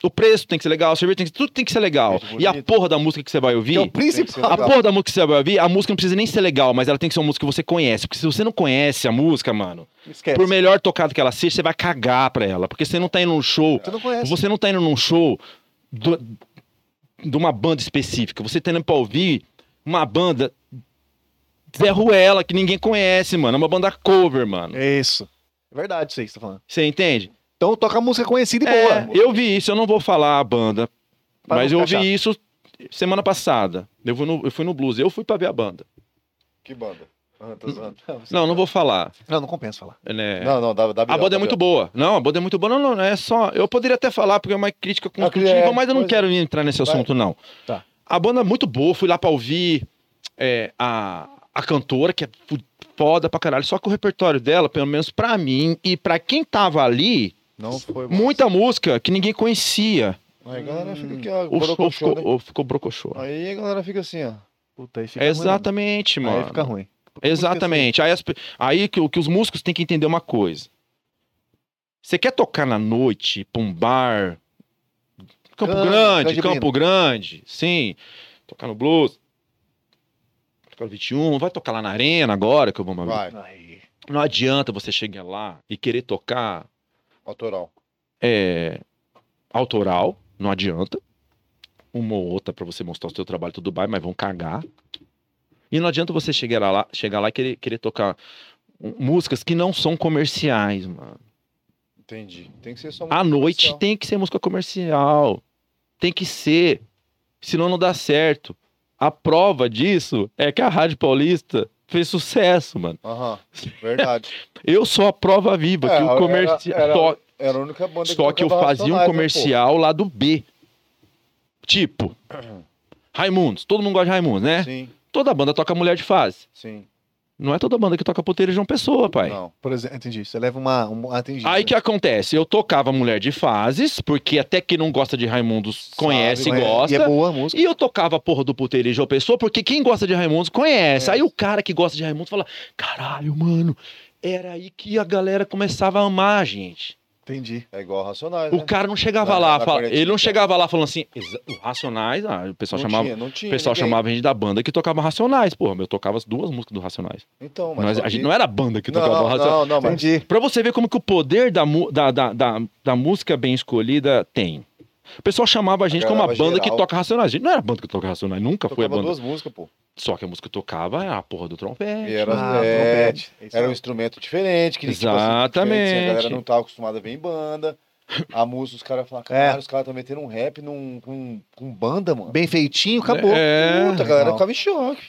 Speaker 2: O preço tem que ser legal. A cerveja tem que Tudo tem que ser legal.
Speaker 3: Gente
Speaker 2: E a
Speaker 3: bonita.
Speaker 2: porra da música que você vai
Speaker 1: Que é o
Speaker 2: ouvir.
Speaker 1: principal.
Speaker 2: A
Speaker 3: legal.
Speaker 2: porra da música que você vai ouvir, a música não precisa nem ser legal, mas ela tem que ser uma música que você conhece. Porque se você não conhece a música, mano,
Speaker 1: Esquece.
Speaker 2: por melhor tocado que ela seja, você vai cagar pra ela. Porque você não tá indo num show
Speaker 1: Você não conhece.
Speaker 2: você não tá indo num show do- de uma banda específica. Você tá indo pra ouvir uma banda Zé Ruela, que ninguém conhece, mano. É uma banda cover, mano.
Speaker 1: É Isso. É verdade isso aí que você tá falando.
Speaker 2: Você entende?
Speaker 1: Então toca música conhecida e
Speaker 2: É,
Speaker 1: boa.
Speaker 2: eu vi isso, eu não vou falar a banda.
Speaker 1: Pra
Speaker 2: mas
Speaker 1: não
Speaker 2: eu
Speaker 1: ficar
Speaker 2: ouvi
Speaker 1: chato.
Speaker 2: isso semana passada. Eu fui, no, eu fui no Blues, eu fui pra ver a banda.
Speaker 3: Que banda? Ah, tô zoando.
Speaker 2: Não, não vou falar.
Speaker 1: Não, não compensa falar.
Speaker 2: Né?
Speaker 3: Não, não, dá, dá
Speaker 2: a
Speaker 3: birão,
Speaker 2: banda
Speaker 3: dá
Speaker 2: é muito
Speaker 3: birão.
Speaker 2: boa. Não, a banda é muito boa. Não, não, não é só. Eu poderia até falar, porque é uma crítica construtiva,
Speaker 3: é,
Speaker 2: mas eu não
Speaker 3: pois
Speaker 2: quero entrar nesse
Speaker 3: Vai.
Speaker 2: assunto, não.
Speaker 1: Tá.
Speaker 2: A banda é muito boa, fui lá pra ouvir é, a, a cantora, que é fu- foda pra caralho. Só que o repertório dela, pelo menos pra mim e pra quem tava ali,
Speaker 1: Não foi bom.
Speaker 2: muita música que ninguém conhecia.
Speaker 3: Aí a galera fica aqui, ó.
Speaker 2: O show
Speaker 3: borocochô,
Speaker 2: ficou,
Speaker 3: né?
Speaker 2: ou ficou brocochô.
Speaker 3: Aí a galera fica assim, ó.
Speaker 1: Puta, aí fica
Speaker 2: É
Speaker 1: ruim,
Speaker 2: exatamente,
Speaker 1: mano.
Speaker 2: mano.
Speaker 1: Aí fica ruim. Porque
Speaker 2: Exatamente. Aí, as pe- aí que, o que os músicos têm que entender uma coisa. Você quer tocar na noite, pra um bar, Campo
Speaker 1: Cana,
Speaker 2: Grande,
Speaker 1: Grande
Speaker 2: Campo Grande, sim. Tocar no blues, tocar no 21, vai tocar lá na arena agora, que eu vou uma vez.
Speaker 3: Vai,
Speaker 1: muita gente- Aí.
Speaker 2: Não adianta você chegar lá e querer tocar
Speaker 3: autoral.
Speaker 2: é, autoral, não adianta. Uma ou outra pra você mostrar o seu trabalho, tudo bem, mas vão cagar. E não adianta você chegar lá, chegar lá e querer, querer tocar hum, músicas que não são comerciais, mano.
Speaker 3: Entendi. Tem que ser só
Speaker 2: À
Speaker 3: música
Speaker 2: noite
Speaker 3: comercial.
Speaker 2: tem que ser música comercial. Tem que ser. Senão não dá certo. A prova disso é que a Rádio Paulista fez sucesso, mano.
Speaker 3: Aham, verdade.
Speaker 2: Eu sou a prova viva
Speaker 3: É,
Speaker 2: que o
Speaker 3: era-
Speaker 2: comercial.
Speaker 3: era-
Speaker 2: só-
Speaker 3: Era a única banda
Speaker 2: Só que eu
Speaker 3: tocava
Speaker 2: fazia um
Speaker 3: Racionais, né,
Speaker 2: comercial lá do B. Tipo, Raimundos. Todo mundo gosta de Raimundos,
Speaker 3: pô?
Speaker 2: né?
Speaker 3: Sim.
Speaker 2: Toda banda toca mulher de fase.
Speaker 3: Sim.
Speaker 2: Não é toda banda que toca puteiro de uma pessoa, pai.
Speaker 3: Não.
Speaker 1: Por exemplo, entendi. Você leva uma. Um, ah, entendi.
Speaker 2: Aí que acontece? Eu tocava mulher de fases, porque até quem não gosta de Raimundos conhece
Speaker 1: Mas
Speaker 2: e
Speaker 1: é-
Speaker 2: gosta.
Speaker 1: E é boa a música.
Speaker 2: E eu tocava a porra do puteiro de uma pessoa, porque quem gosta de Raimundos conhece.
Speaker 1: É.
Speaker 2: Aí o cara que gosta de Raimundos fala: caralho, mano, era aí que a galera começava a amar a gente.
Speaker 1: Entendi.
Speaker 3: É igual Racionais,
Speaker 2: O
Speaker 3: né?
Speaker 2: cara não chegava
Speaker 3: Na-
Speaker 2: lá,
Speaker 3: na
Speaker 2: fala-
Speaker 3: coletiva.
Speaker 2: ele não chegava lá falando assim, "Exa- o Racionais, ah, o pessoal
Speaker 3: não
Speaker 2: chamava.
Speaker 3: tinha, não tinha
Speaker 2: O pessoal
Speaker 3: ninguém.
Speaker 2: chamava a gente da banda que tocava Racionais, porra. Eu tocava as duas músicas do Racionais.
Speaker 3: Então, mas...
Speaker 2: Nós- a gente não era a banda que
Speaker 3: não,
Speaker 2: tocava
Speaker 3: não,
Speaker 2: Racionais.
Speaker 3: não, não, mas...
Speaker 1: Entendi.
Speaker 2: Pra você ver como que o poder da, mu- da, da, da, da música bem escolhida tem. O pessoal chamava a gente como uma
Speaker 3: Agradava
Speaker 2: banda que
Speaker 3: geral.
Speaker 2: toca Racionais. A gente não era a banda que toca Racionais, nunca foi a
Speaker 3: Tocava
Speaker 2: banda.
Speaker 3: duas músicas, pô.
Speaker 2: Só que a música que tocava era a porra do trompete.
Speaker 3: E era,
Speaker 1: Ah,
Speaker 3: é,
Speaker 1: trompete. É isso
Speaker 3: era um
Speaker 1: aí.
Speaker 3: instrumento diferente, que tipo assim,
Speaker 2: Exatamente.
Speaker 3: diferente, a galera não tá acostumada a ver em banda. A música, os caras falam,
Speaker 2: É.
Speaker 3: cara, os caras estão metendo um rap num, com, com banda, mano.
Speaker 1: Bem feitinho, acabou.
Speaker 2: É,
Speaker 3: Puta, a galera
Speaker 1: Não.
Speaker 3: ficava em choque.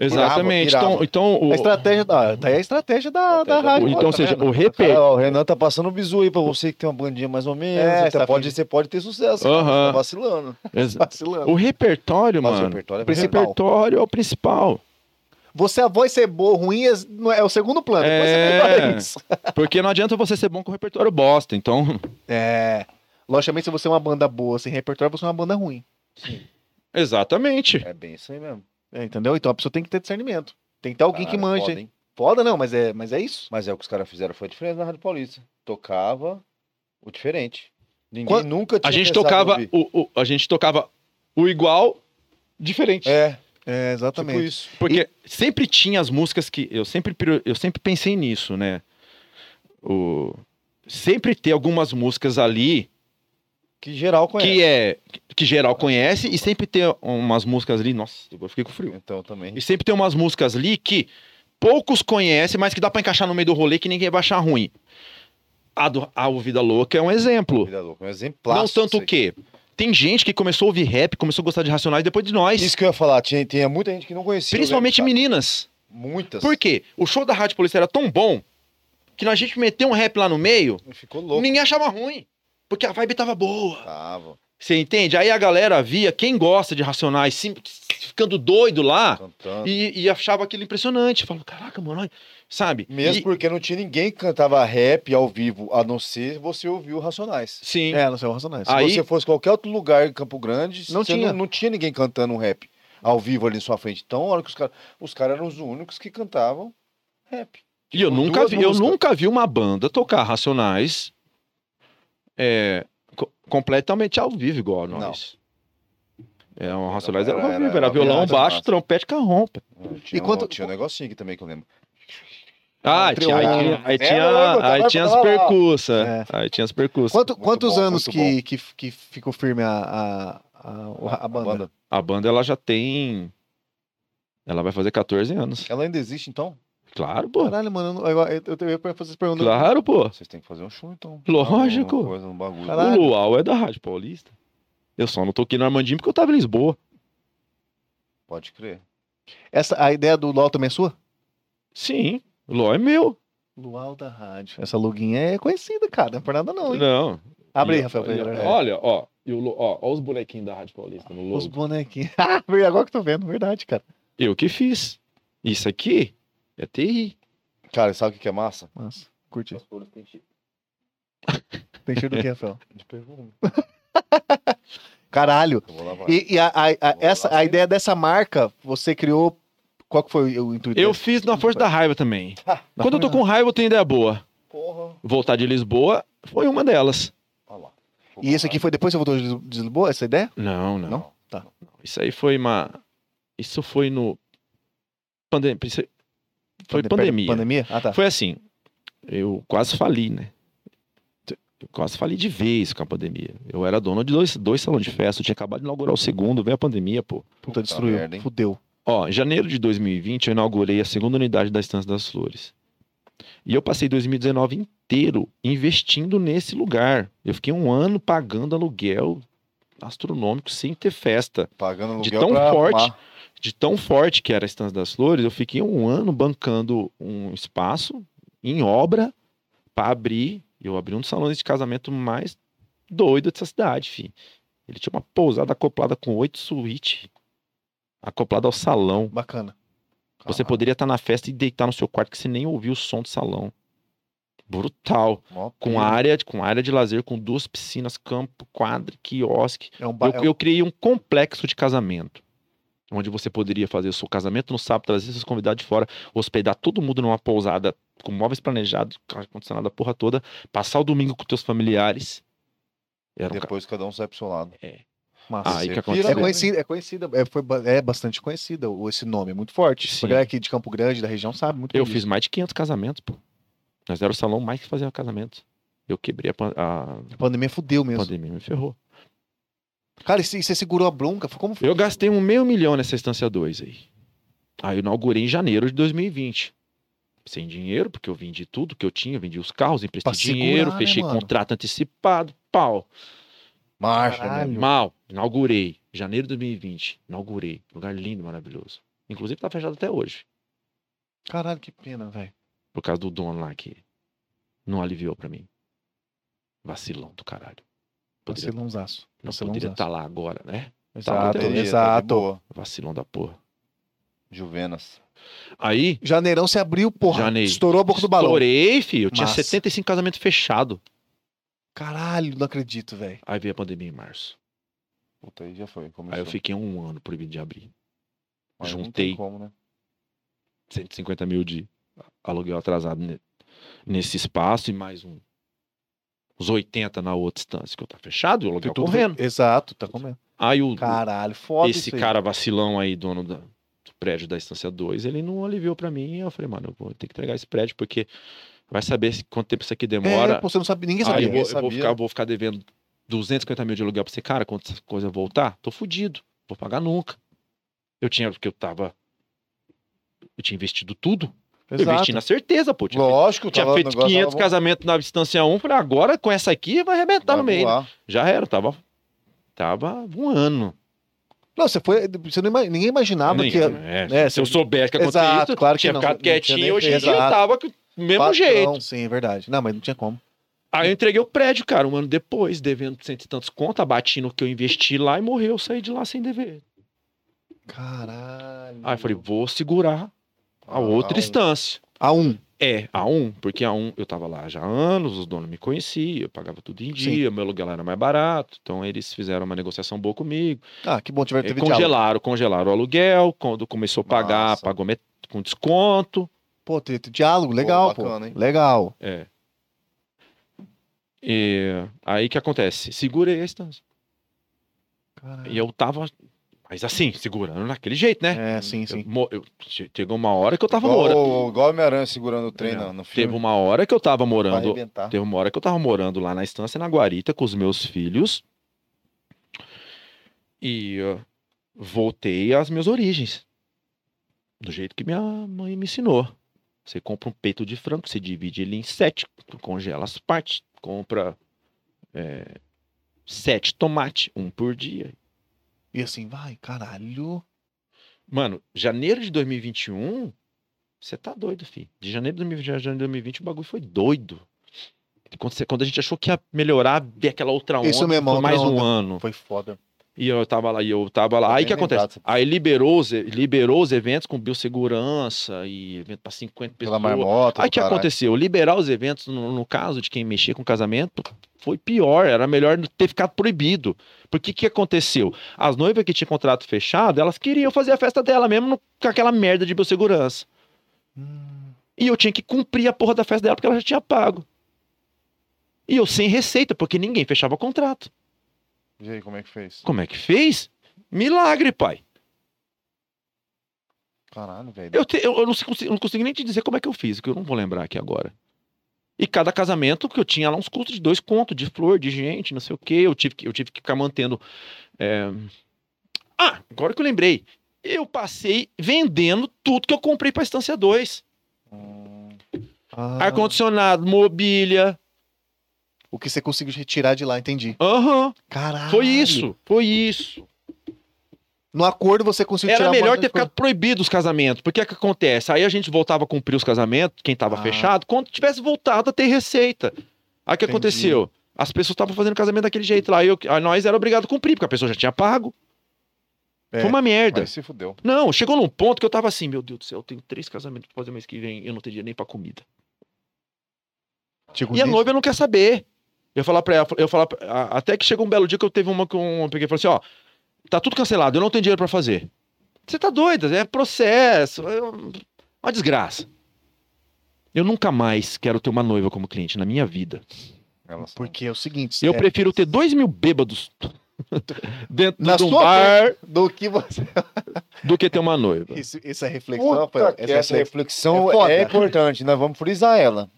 Speaker 2: exatamente.
Speaker 3: pirava,
Speaker 2: Então,
Speaker 3: pirava.
Speaker 2: então o,
Speaker 1: A estratégia da. Tá aí a estratégia da, da
Speaker 3: Estratégia
Speaker 1: rádio.
Speaker 3: boa,
Speaker 1: pô,
Speaker 2: então ou
Speaker 1: tá
Speaker 2: seja,
Speaker 1: vendo?
Speaker 2: o repetir.
Speaker 3: Cara, ó, o Renan tá passando um bizu aí pra você que tem uma bandinha mais ou menos.
Speaker 1: É,
Speaker 3: até
Speaker 1: tá
Speaker 3: pode, você pode ter sucesso.
Speaker 2: Aham.
Speaker 3: cara, você tá vacilando.
Speaker 2: ex-
Speaker 1: Vacilando.
Speaker 2: o repertório,
Speaker 3: Mas o
Speaker 2: mano.
Speaker 3: repertório é
Speaker 2: O
Speaker 3: principal.
Speaker 2: repertório é o principal.
Speaker 1: Você, a voz ser boa ou ruim é, não é o segundo plano. Depois
Speaker 2: É.
Speaker 1: você melhora isso.
Speaker 2: Porque não adianta você ser bom com o repertório bosta. Então,
Speaker 1: É. Logicamente, se você é uma banda boa sem repertório, você é uma banda ruim.
Speaker 2: exatamente.
Speaker 3: É bem isso aí mesmo.
Speaker 1: É, entendeu? Então a pessoa tem que ter discernimento. Tem que ter alguém que
Speaker 3: Caralho,
Speaker 1: manja.
Speaker 3: foda,
Speaker 1: hein?
Speaker 3: hein?
Speaker 1: Foda não, mas é, mas é isso.
Speaker 3: Mas é o que os caras fizeram, foi a diferença na Rádio Paulista. Tocava o diferente. Ninguém
Speaker 1: Quando-
Speaker 3: nunca tinha
Speaker 2: A gente
Speaker 3: pensado em
Speaker 2: tocava
Speaker 3: ouvir.
Speaker 2: o, o- a gente tocava o igual diferente.
Speaker 3: É,
Speaker 1: É,
Speaker 3: tipo
Speaker 1: exatamente.
Speaker 3: isso.
Speaker 2: Porque sempre tinha as músicas que eu sempre prio- eu sempre pensei nisso, né? O sempre ter algumas músicas ali
Speaker 3: Que geral conhece.
Speaker 2: que é que geral conhece e sempre ter umas músicas ali, nossa, eu fiquei com frio.
Speaker 3: Então também.
Speaker 2: E sempre tem umas músicas ali que poucos conhecem, mas que dá pra encaixar no meio do rolê que ninguém vai achar ruim. A, do, a Ouvida Louca é um exemplo.
Speaker 3: Vida louca, um exemplar.
Speaker 2: não tanto
Speaker 3: isso aí.
Speaker 2: que tem gente que começou a ouvir rap, começou a gostar de Racionais depois de nós.
Speaker 3: Isso é que eu ia falar, tinha, tinha muita gente que não conhecia. eu
Speaker 2: principalmente
Speaker 3: lembro,
Speaker 2: meninas.
Speaker 3: cara. Muitas.
Speaker 2: Por quê? O show da Rádio Polícia era tão bom que a gente meteu um rap lá no meio,
Speaker 3: Ficou louco.
Speaker 2: ninguém achava ruim. Porque a vibe tava boa.
Speaker 3: Tava.
Speaker 2: Você entende? Aí a galera via quem gosta de Racionais sim- ficando doido lá
Speaker 3: Cantando.
Speaker 2: e, e achava aquilo impressionante. Falou, caraca, mano, olha", sabe?
Speaker 3: Mesmo
Speaker 2: E-
Speaker 3: porque não tinha ninguém que cantava rap ao vivo, a não ser você ouviu Racionais.
Speaker 2: Sim.
Speaker 1: É, não sei o racionais.
Speaker 3: Se
Speaker 2: Aí-
Speaker 3: você fosse qualquer outro lugar em Campo Grande,
Speaker 1: Não
Speaker 3: você
Speaker 1: tinha.
Speaker 3: Não, não tinha ninguém cantando um rap ao vivo ali em sua frente. Então, a hora que os caras. Os caras eram os únicos que cantavam rap.
Speaker 2: E eu
Speaker 3: Tipo,
Speaker 2: nunca,
Speaker 3: duas
Speaker 2: vi, eu
Speaker 3: músicas.
Speaker 2: nunca vi uma banda tocar Racionais é, co- completamente ao vivo igual a nós. É, um Racionais era, ao
Speaker 3: Era-
Speaker 2: vivo, era,
Speaker 3: era
Speaker 2: violão,
Speaker 3: virada,
Speaker 2: baixo,
Speaker 3: massa.
Speaker 2: trompete, carrompa.
Speaker 3: Não, Tinha,
Speaker 1: E quanto-
Speaker 3: um, tinha um negocinho aqui também que eu lembro.
Speaker 2: Ah,
Speaker 1: Ah,
Speaker 2: aí tinha, aí
Speaker 1: triângulo.
Speaker 2: tinha, aí
Speaker 3: um Era
Speaker 2: tinha,
Speaker 3: louco,
Speaker 2: aí
Speaker 3: tava
Speaker 2: tinha as
Speaker 3: pra lá.
Speaker 2: percussas.
Speaker 1: É.
Speaker 2: Aí tinha as percussas.
Speaker 1: Quanto-
Speaker 3: Muito
Speaker 1: quantos
Speaker 3: bom,
Speaker 1: anos
Speaker 3: muito
Speaker 1: que, que, que ficou firme a, a, a, a banda?
Speaker 2: A banda ela já tem. Ela vai fazer 14 anos.
Speaker 3: Ela ainda existe, então?
Speaker 2: Claro, pô.
Speaker 1: Caralho, mano, eu, não- eu, eu, eu, eu ia fazer essa pergunta.
Speaker 2: Claro, pô.
Speaker 3: Vocês têm que fazer um show, então.
Speaker 2: Lógico.
Speaker 3: Alguma coisa, um bagulho.
Speaker 1: Caralho.
Speaker 2: O Luau é da Rádio Paulista. Eu só não toquei no Armandinho porque eu tava em Lisboa.
Speaker 3: Pode crer.
Speaker 1: Essa, a ideia do LOL também é sua?
Speaker 2: Sim, o Luau é meu.
Speaker 1: Luau da Rádio. Essa luguinha é conhecida, cara. Não é por nada, não, hein?
Speaker 2: Não,
Speaker 1: Abre aí,
Speaker 2: E,
Speaker 1: Rafael. pra é.
Speaker 2: e,
Speaker 1: galera.
Speaker 2: Olha, ó, e o lo- ó, ó os bonequinhos da Rádio Paulista no
Speaker 1: Os
Speaker 2: logo.
Speaker 1: bonequinhos. Ah, Agora que eu tô vendo, verdade, cara.
Speaker 2: Eu que fiz. Isso aqui é TI.
Speaker 3: Cara, sabe o que que é massa?
Speaker 1: Nossa, curti.
Speaker 3: As flores têm cheiro
Speaker 1: Tem cheiro do que, Rafael?
Speaker 3: de perfume.
Speaker 1: Caralho.
Speaker 3: Eu vou lavar.
Speaker 1: E, e a, a- a-
Speaker 3: Vou
Speaker 1: essa,
Speaker 3: lá,
Speaker 1: a
Speaker 3: sim.
Speaker 1: ideia dessa marca, você criou. Qual que foi o intuito?
Speaker 2: Eu
Speaker 1: dessa?
Speaker 2: fiz na Força da Raiva também. Quando eu tô com raiva, eu tenho ideia boa.
Speaker 3: Porra.
Speaker 2: Voltar de Lisboa foi uma delas.
Speaker 3: Olha lá.
Speaker 1: E isso aqui foi depois que você voltou de Lis- de Lisboa, essa ideia?
Speaker 2: Não, não.
Speaker 1: Não? Tá.
Speaker 2: Isso aí foi uma. Isso foi no. Pandem... isso aí- Foi
Speaker 1: Pande-
Speaker 2: pandemia.
Speaker 1: Pandemia? Ah, tá.
Speaker 2: Foi assim. Eu quase fali, né? Eu quase fali de vez com a pandemia. Eu era dono de dois, dois salões de festa, eu tinha acabado de inaugurar o segundo, veio a pandemia, pô.
Speaker 1: Puta, destruiu.
Speaker 3: merda, hein?
Speaker 1: Fudeu.
Speaker 2: Ó, em janeiro de 2020 eu inaugurei a segunda unidade da Estância das Flores. E eu passei 2019 inteiro investindo nesse lugar. Eu fiquei um ano pagando aluguel astronômico sem ter festa.
Speaker 3: Pagando aluguel
Speaker 2: De tão
Speaker 3: pra
Speaker 2: forte.
Speaker 3: arrumar.
Speaker 2: De tão forte que era a Estância das Flores, eu fiquei um ano bancando um espaço em obra para abrir. Eu abri um dos salões de casamento mais doido dessa cidade, fi. Ele tinha uma pousada acoplada com oito suítes. acoplado ao salão.
Speaker 1: Bacana.
Speaker 2: Você
Speaker 3: Caralho,
Speaker 2: poderia estar na festa e deitar no seu quarto que você nem ouviu o som do salão. Brutal.
Speaker 3: Ah, mó
Speaker 2: Com
Speaker 3: pira.
Speaker 2: área, com área de lazer, com duas piscinas, campo, quadro, quiosque.
Speaker 1: É um ba...
Speaker 2: Eu,
Speaker 1: é um-
Speaker 2: eu criei um complexo de casamento. Onde você poderia fazer o seu casamento no sábado, trazer seus convidados de fora, hospedar todo mundo numa pousada com móveis planejados, com ar-condicionado, a porra toda, passar o domingo com teus familiares. Era um ca-
Speaker 3: Depois cada um sai pro seu lado.
Speaker 1: massa.
Speaker 2: Aí
Speaker 3: você
Speaker 2: que
Speaker 3: pira
Speaker 2: aconteceu.
Speaker 1: É
Speaker 3: mesmo, hein?
Speaker 1: conhecida, é conhecida, é, foi, ba- é bastante conhecida o- esse nome, é muito forte.
Speaker 2: Sim.
Speaker 1: A galera aqui de Campo Grande, da região, sabe muito
Speaker 2: Eu
Speaker 1: bem
Speaker 2: fiz mais de 500 casamentos, pô. Nós era o salão mais que fazia casamento. Eu quebrei a, pan- a
Speaker 1: disso. A pandemia fudeu mesmo.
Speaker 2: pandemia, me ferrou.
Speaker 1: Cara, e se- e você segurou a bronca? Foi como foi?
Speaker 2: Eu gastei um meio milhão nessa instância 2 aí. Aí eu inaugurei em janeiro de 2020. Sem dinheiro, porque eu vendi tudo que eu tinha, vendi os carros, emprestei
Speaker 1: Pra segurar,
Speaker 2: dinheiro,
Speaker 1: né,
Speaker 2: fechei
Speaker 1: mano?
Speaker 2: contrato antecipado, pau.
Speaker 3: Marcha, né?
Speaker 1: Caralho.
Speaker 2: Mal, inaugurei. Janeiro de 2020, inaugurei. Lugar lindo, maravilhoso. Inclusive tá fechado até hoje,
Speaker 1: Caralho, que pena, velho.
Speaker 2: por causa do dono lá que não aliviou pra mim. Vacilão do caralho. Poderia,
Speaker 1: Vacilãozaço.
Speaker 2: não poderia
Speaker 1: Vacilãozaço.
Speaker 2: estar lá agora, né?
Speaker 1: Exato,
Speaker 3: Poderia, tá de
Speaker 1: exato.
Speaker 3: boa.
Speaker 2: Vacilão da porra.
Speaker 3: Juvenas.
Speaker 2: Aí,
Speaker 1: Janeirão se abriu, porra.
Speaker 2: Janeiro.
Speaker 1: Estourou a boca do balão.
Speaker 2: Estourei, filho. Eu tinha
Speaker 1: Massa.
Speaker 2: 75 casamentos fechados.
Speaker 1: Caralho, não acredito, velho.
Speaker 2: Aí veio a pandemia em março.
Speaker 3: Puta, aí já foi. Começou.
Speaker 2: Aí eu fiquei um ano proibido de abrir.
Speaker 3: Mas não tem
Speaker 2: juntei.
Speaker 3: como, né?
Speaker 2: 150 mil de aluguel atrasado ne- nesse espaço e mais um. Uns 80 na outra instância que eu tava fechado, o aluguel
Speaker 1: Tudo-
Speaker 2: correndo.
Speaker 1: Exato, tá comendo.
Speaker 2: Aí o,
Speaker 1: Caralho, foda
Speaker 2: esse
Speaker 1: isso aí.
Speaker 2: cara vacilão aí, dono da- do prédio da instância 2, ele não aliviou pra mim. Eu falei, mano, eu vou ter que entregar esse prédio porque vai saber se- quanto tempo isso aqui demora.
Speaker 1: É, pô, você não sabe, ninguém
Speaker 2: Aí
Speaker 1: sabia.
Speaker 2: eu vou,
Speaker 3: Ninguém
Speaker 2: eu vou
Speaker 3: sabia.
Speaker 2: ficar, vou ficar devendo 250 mil de aluguel pra você, cara, quando essa coisa voltar, tô fudido, vou pagar nunca. Eu tinha, porque eu tava. Eu tinha investido tudo. Eu investi na certeza, pô. Eu tinha
Speaker 3: Lógico,
Speaker 2: feito, tinha
Speaker 3: tava- o
Speaker 2: feito
Speaker 3: negócio
Speaker 2: 500
Speaker 3: tava bom,
Speaker 2: casamentos na distância 1, falei, agora com essa aqui vai arrebentar
Speaker 3: vai
Speaker 2: no meio. né?
Speaker 3: voar.
Speaker 2: Já era, eu tava. Tava um ano.
Speaker 1: Não, você foi. Você não, ima- ninguém imaginava
Speaker 2: Nem-
Speaker 1: que.
Speaker 2: é,
Speaker 1: né,
Speaker 2: se eu
Speaker 1: você-
Speaker 2: soubesse que aconteceu
Speaker 1: Exato,
Speaker 2: isso,
Speaker 1: claro que
Speaker 2: tinha
Speaker 1: não,
Speaker 2: ficado
Speaker 1: não tinha nem
Speaker 2: quietinho, hoje em
Speaker 1: feito.
Speaker 2: dia eu
Speaker 1: Exato.
Speaker 2: tava com o mesmo
Speaker 1: Patrão,
Speaker 2: jeito.
Speaker 1: Sim, é verdade. Não, mas não tinha como.
Speaker 2: Aí eu entreguei o prédio, cara, um ano depois, devendo cento e tantos contas, bati no que eu investi lá e morreu, eu saí de lá sem dever.
Speaker 1: Caralho.
Speaker 2: Aí eu falei, vou segurar a outra
Speaker 3: Ah,
Speaker 2: instância.
Speaker 1: A um.
Speaker 2: É, a um, porque a um eu tava lá já há anos, os donos me conheciam, eu pagava tudo em dia, meu aluguel lá era mais barato, então eles fizeram uma negociação boa comigo.
Speaker 1: Ah, que bom, tiver
Speaker 2: Eh,
Speaker 1: teve diálogo.
Speaker 2: congelaram, congelaram o aluguel, quando começou a pagar,
Speaker 3: Massa.
Speaker 2: pagou met- com desconto.
Speaker 1: Pô, teve diálogo, legal, pô.
Speaker 3: bacana, hein?
Speaker 1: Legal.
Speaker 2: É. E aí o que acontece? Segurei a instância.
Speaker 1: Caralho.
Speaker 2: E eu tava, mas assim, segurando daquele jeito, né?
Speaker 1: É, sim, sim.
Speaker 2: Eu mo- eu- che- chegou uma hora que eu tava
Speaker 3: igual,
Speaker 2: morando.
Speaker 3: Igual o Homem-Aranha segurando o trem
Speaker 2: É.
Speaker 3: na- no
Speaker 2: Teve
Speaker 3: filme.
Speaker 2: uma hora que eu tava
Speaker 3: Vai
Speaker 2: morando.
Speaker 3: arrebentar.
Speaker 2: Teve uma hora que eu tava morando lá na estância na Guarita com os meus filhos. E ó, voltei às minhas origens. Do jeito que minha mãe me ensinou. Você compra um peito de frango, você divide ele em sete, congela as partes, compra é, sete tomates, um por dia.
Speaker 1: E assim, vai, caralho.
Speaker 2: Mano, janeiro de 2021, você tá doido, filho. De janeiro de 2020 a janeiro de 2020, o bagulho foi doido. Quando, você- quando a gente achou que ia melhorar, ver aquela outra onda,
Speaker 1: Isso mesmo,
Speaker 2: foi
Speaker 1: outra
Speaker 2: mais um
Speaker 1: onda.
Speaker 2: ano.
Speaker 1: Foi foda.
Speaker 2: E eu tava lá, e eu tava lá.
Speaker 3: Tá
Speaker 2: Aí
Speaker 3: bem
Speaker 2: que acontece?
Speaker 3: lembrado.
Speaker 2: Aí liberou os, liberou os eventos com biossegurança e evento pra 50
Speaker 3: Pela
Speaker 2: pessoas.
Speaker 3: marmota.
Speaker 2: Aí
Speaker 3: do
Speaker 2: que
Speaker 3: caralho.
Speaker 2: aconteceu? Liberar os eventos, no, no caso de quem mexia com casamento, foi pior. Era melhor ter ficado proibido. Porque que aconteceu? As noivas que tinham contrato fechado, elas queriam fazer a festa dela mesmo no- com aquela merda de biossegurança.
Speaker 1: Hum,
Speaker 2: E eu tinha que cumprir a porra da festa dela porque ela já tinha pago. E eu sem receita, porque ninguém fechava contrato.
Speaker 3: E aí, como é que fez?
Speaker 2: Como é que fez? Milagre, pai.
Speaker 3: Caralho, velho.
Speaker 2: Eu, te- eu- eu não, sei- consigo, não consigo nem te dizer como é que eu fiz, que eu não vou lembrar aqui agora. E cada casamento que eu tinha lá uns custos de dois contos, de flor, de gente, não sei o quê. Eu tive que, eu tive que ficar mantendo. é, Ah, agora que eu lembrei. Eu passei vendendo tudo que eu comprei pra Estância 2.
Speaker 3: Hum,
Speaker 1: ah,
Speaker 2: Ar-condicionado, mobília.
Speaker 1: o que você conseguiu retirar de lá, entendi.
Speaker 2: Aham.
Speaker 1: Caralho.
Speaker 2: Foi isso. Foi isso.
Speaker 1: No acordo você conseguiu tirar
Speaker 2: Era
Speaker 1: um
Speaker 2: melhor
Speaker 1: monte de
Speaker 2: ter
Speaker 1: coisa.
Speaker 2: ficado proibido os casamentos. Porque é que acontece? Aí a gente voltava a cumprir os casamentos, quem tava
Speaker 1: Ah.
Speaker 2: fechado, quando tivesse voltado a ter receita. Aí o que
Speaker 1: Entendi.
Speaker 2: aconteceu? As pessoas estavam fazendo casamento daquele jeito lá. Eu, aí nós era obrigado a cumprir, porque a pessoa já tinha pago.
Speaker 1: É,
Speaker 2: Foi uma merda.
Speaker 3: Aí se fudeu.
Speaker 2: Não, chegou num ponto que eu tava assim, meu Deus do céu, eu tenho três casamentos pra fazer mês que vem, eu não tenho dinheiro nem pra comida.
Speaker 3: Tico
Speaker 2: E a
Speaker 3: Nis-
Speaker 2: noiva não quer saber. Eu falar pra ela, eu falar pra- a- até que chegou um belo dia que eu teve uma que um, eu peguei e falei assim, ó, tá tudo cancelado, eu não tenho dinheiro pra fazer. Você tá doida, é processo, é um- uma desgraça. Eu nunca mais quero ter uma noiva como cliente na minha vida.
Speaker 3: Ela sabe.
Speaker 1: Porque é o seguinte,
Speaker 2: Eu
Speaker 1: é,
Speaker 2: prefiro ter dois mil bêbados dentro
Speaker 1: Na
Speaker 2: de um
Speaker 1: sua
Speaker 2: bar
Speaker 1: do que você.
Speaker 2: do que ter uma noiva.
Speaker 1: Isso- essa reflexão, Rafael,
Speaker 3: Puta que
Speaker 1: essa
Speaker 3: essa
Speaker 1: reflexão.
Speaker 3: reflexão
Speaker 1: é
Speaker 3: é,
Speaker 1: foda.
Speaker 3: importante, nós vamos frisar ela.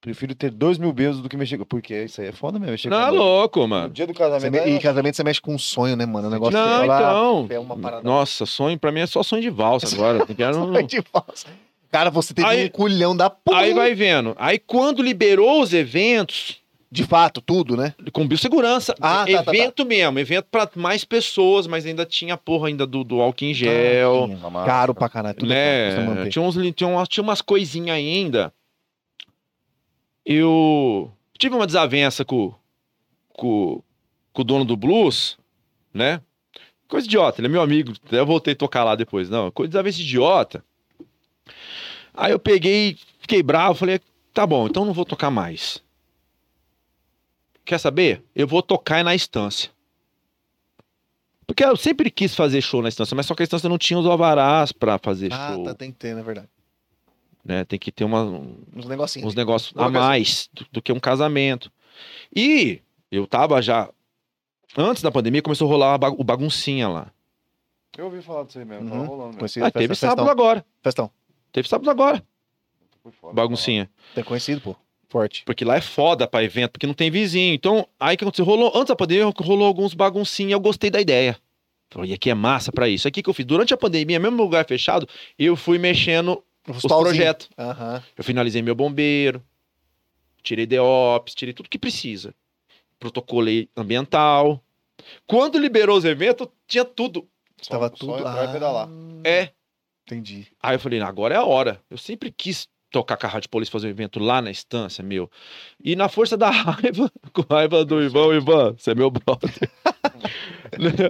Speaker 3: Prefiro ter dois mil beijos do que mexer com. Porque isso aí é foda mesmo. Mexer
Speaker 2: Não,
Speaker 3: com a noiva.
Speaker 2: louco,
Speaker 3: No
Speaker 2: mano.
Speaker 3: dia do
Speaker 1: Você
Speaker 3: casamento. é assim,
Speaker 1: me-
Speaker 3: ela-
Speaker 1: E casamento você mexe com um sonho, né, mano? O negócio
Speaker 2: não,
Speaker 1: de falar,
Speaker 2: então.
Speaker 1: é uma parada.
Speaker 2: Nossa, sonho pra mim é só sonho de valsa agora. Eu quero-
Speaker 1: Vai de falso. Cara, você teve
Speaker 2: Aí-
Speaker 1: um culhão da porra.
Speaker 2: Aí vai vendo. Aí quando liberou os eventos,
Speaker 1: De fato, tudo, né?
Speaker 2: com biossegurança,
Speaker 1: Ah, tá, tá, tá.
Speaker 2: evento mesmo, evento pra mais pessoas, mas ainda tinha a porra ainda do, do álcool em gel,
Speaker 3: Sim, uma-
Speaker 1: Caro pra caralho. Ah, Tudo é caro pra você
Speaker 2: Ah, né?
Speaker 1: manter.
Speaker 2: Tinha, uns, li- tinha, umas, tinha umas coisinhas ainda. Eu tive uma desavença com, com, com o dono do blues, né? Coisa idiota, ele é meu amigo. até Eu voltei a tocar lá depois. Não, coisa desavença idiota. Aí eu peguei, fiquei bravo, falei, tá bom, então não vou tocar mais. Quer saber? Eu vou tocar na estância. Porque eu sempre quis fazer show na estância, mas só que a estância não tinha os alvarás pra fazer
Speaker 1: Ah,
Speaker 2: show.
Speaker 1: tá, tem que ter, na verdade.
Speaker 2: né? Tem que ter uma, um-
Speaker 1: Uns negocinhos.
Speaker 2: uns negócios
Speaker 1: Uma
Speaker 2: a
Speaker 1: casa-
Speaker 2: mais do, do que um casamento. E eu tava já. Antes da pandemia começou a rolar a ba- o baguncinha lá.
Speaker 3: Eu ouvi falar disso aí mesmo. Tava
Speaker 1: Uhum.
Speaker 3: rolando mesmo.
Speaker 1: Conhecido,
Speaker 2: Ah, teve
Speaker 1: festa-
Speaker 2: sábado
Speaker 1: festão.
Speaker 2: agora.
Speaker 1: Festão.
Speaker 2: Teve sábado agora,
Speaker 3: Foi foda.
Speaker 2: baguncinha.
Speaker 1: Tem conhecido, pô. Forte.
Speaker 2: Porque lá é foda pra evento, porque não tem vizinho. Então, aí o que aconteceu? Rolou, antes da pandemia, rolou alguns baguncinha. Eu gostei da ideia. Falei, e aqui é massa pra isso. Aí o que, que eu fiz? Durante a pandemia, mesmo no lugar fechado, eu fui mexendo os projetos.
Speaker 1: Aham.
Speaker 2: Eu finalizei meu bombeiro, tirei DEOPS, tirei tudo que precisa. Protocolei ambiental. Quando liberou os eventos, tinha tudo.
Speaker 3: Só-
Speaker 1: Tava
Speaker 3: só
Speaker 1: tudo.
Speaker 3: entrar e pedalar.
Speaker 2: É.
Speaker 1: Entendi.
Speaker 2: Aí eu falei, "Não, agora é a hora. Eu sempre quis tocar com a Rádio Polícia, fazer um evento lá na estância, meu. E na força da raiva, com a raiva do Ivan, Ivan, você é meu brother.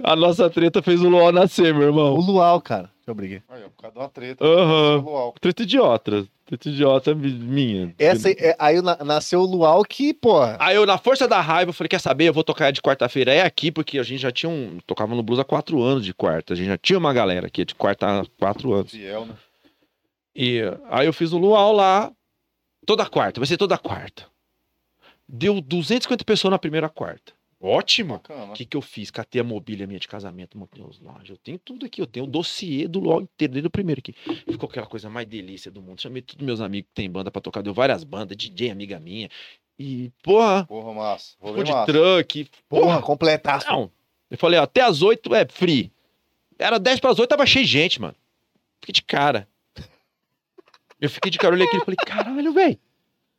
Speaker 2: a nossa treta fez o Luau nascer, meu
Speaker 1: O
Speaker 2: irmão.
Speaker 1: Luau, cara. Que eu briguei.
Speaker 3: Aí, ó, por causa de uma treta.
Speaker 2: Aham.
Speaker 3: Uhum.
Speaker 2: Treta idiota. Treta idiota mi- minha.
Speaker 1: Essa, é, aí na- nasceu o Luau que, porra.
Speaker 2: Aí eu, na força da raiva, eu falei: quer saber? Eu vou tocar de quarta-feira. É aqui, porque a gente já tinha um. Tocava no blues há quatro anos de quarta. A gente já tinha uma galera aqui de quarta há quatro anos.
Speaker 3: Fiel, né?
Speaker 2: E aí eu fiz o luau lá toda quarta, vai ser toda quarta. Deu 250 pessoas na primeira quarta. Ótimo.
Speaker 3: Bacana.
Speaker 2: O que, que eu fiz? Catei a mobília minha de casamento, montei os lojas. Eu tenho tudo aqui, eu tenho o dossiê do LOL inteiro, desde o primeiro aqui. Ficou aquela coisa mais delícia do mundo. Chamei todos meus amigos que tem banda pra tocar, deu várias bandas, DJ, amiga minha. E, porra,
Speaker 3: Porra, massa. Vou
Speaker 2: ficou
Speaker 3: ver
Speaker 2: de
Speaker 3: massa.
Speaker 2: truck.
Speaker 1: Porra,
Speaker 2: Porra,
Speaker 1: completaço.
Speaker 2: não. Eu falei, ó, até as 8 é free. Era 10 para as 8, tava cheio de gente, mano. Fiquei de cara. Eu fiquei de cara, olhei aquilo e falei, caralho, velho.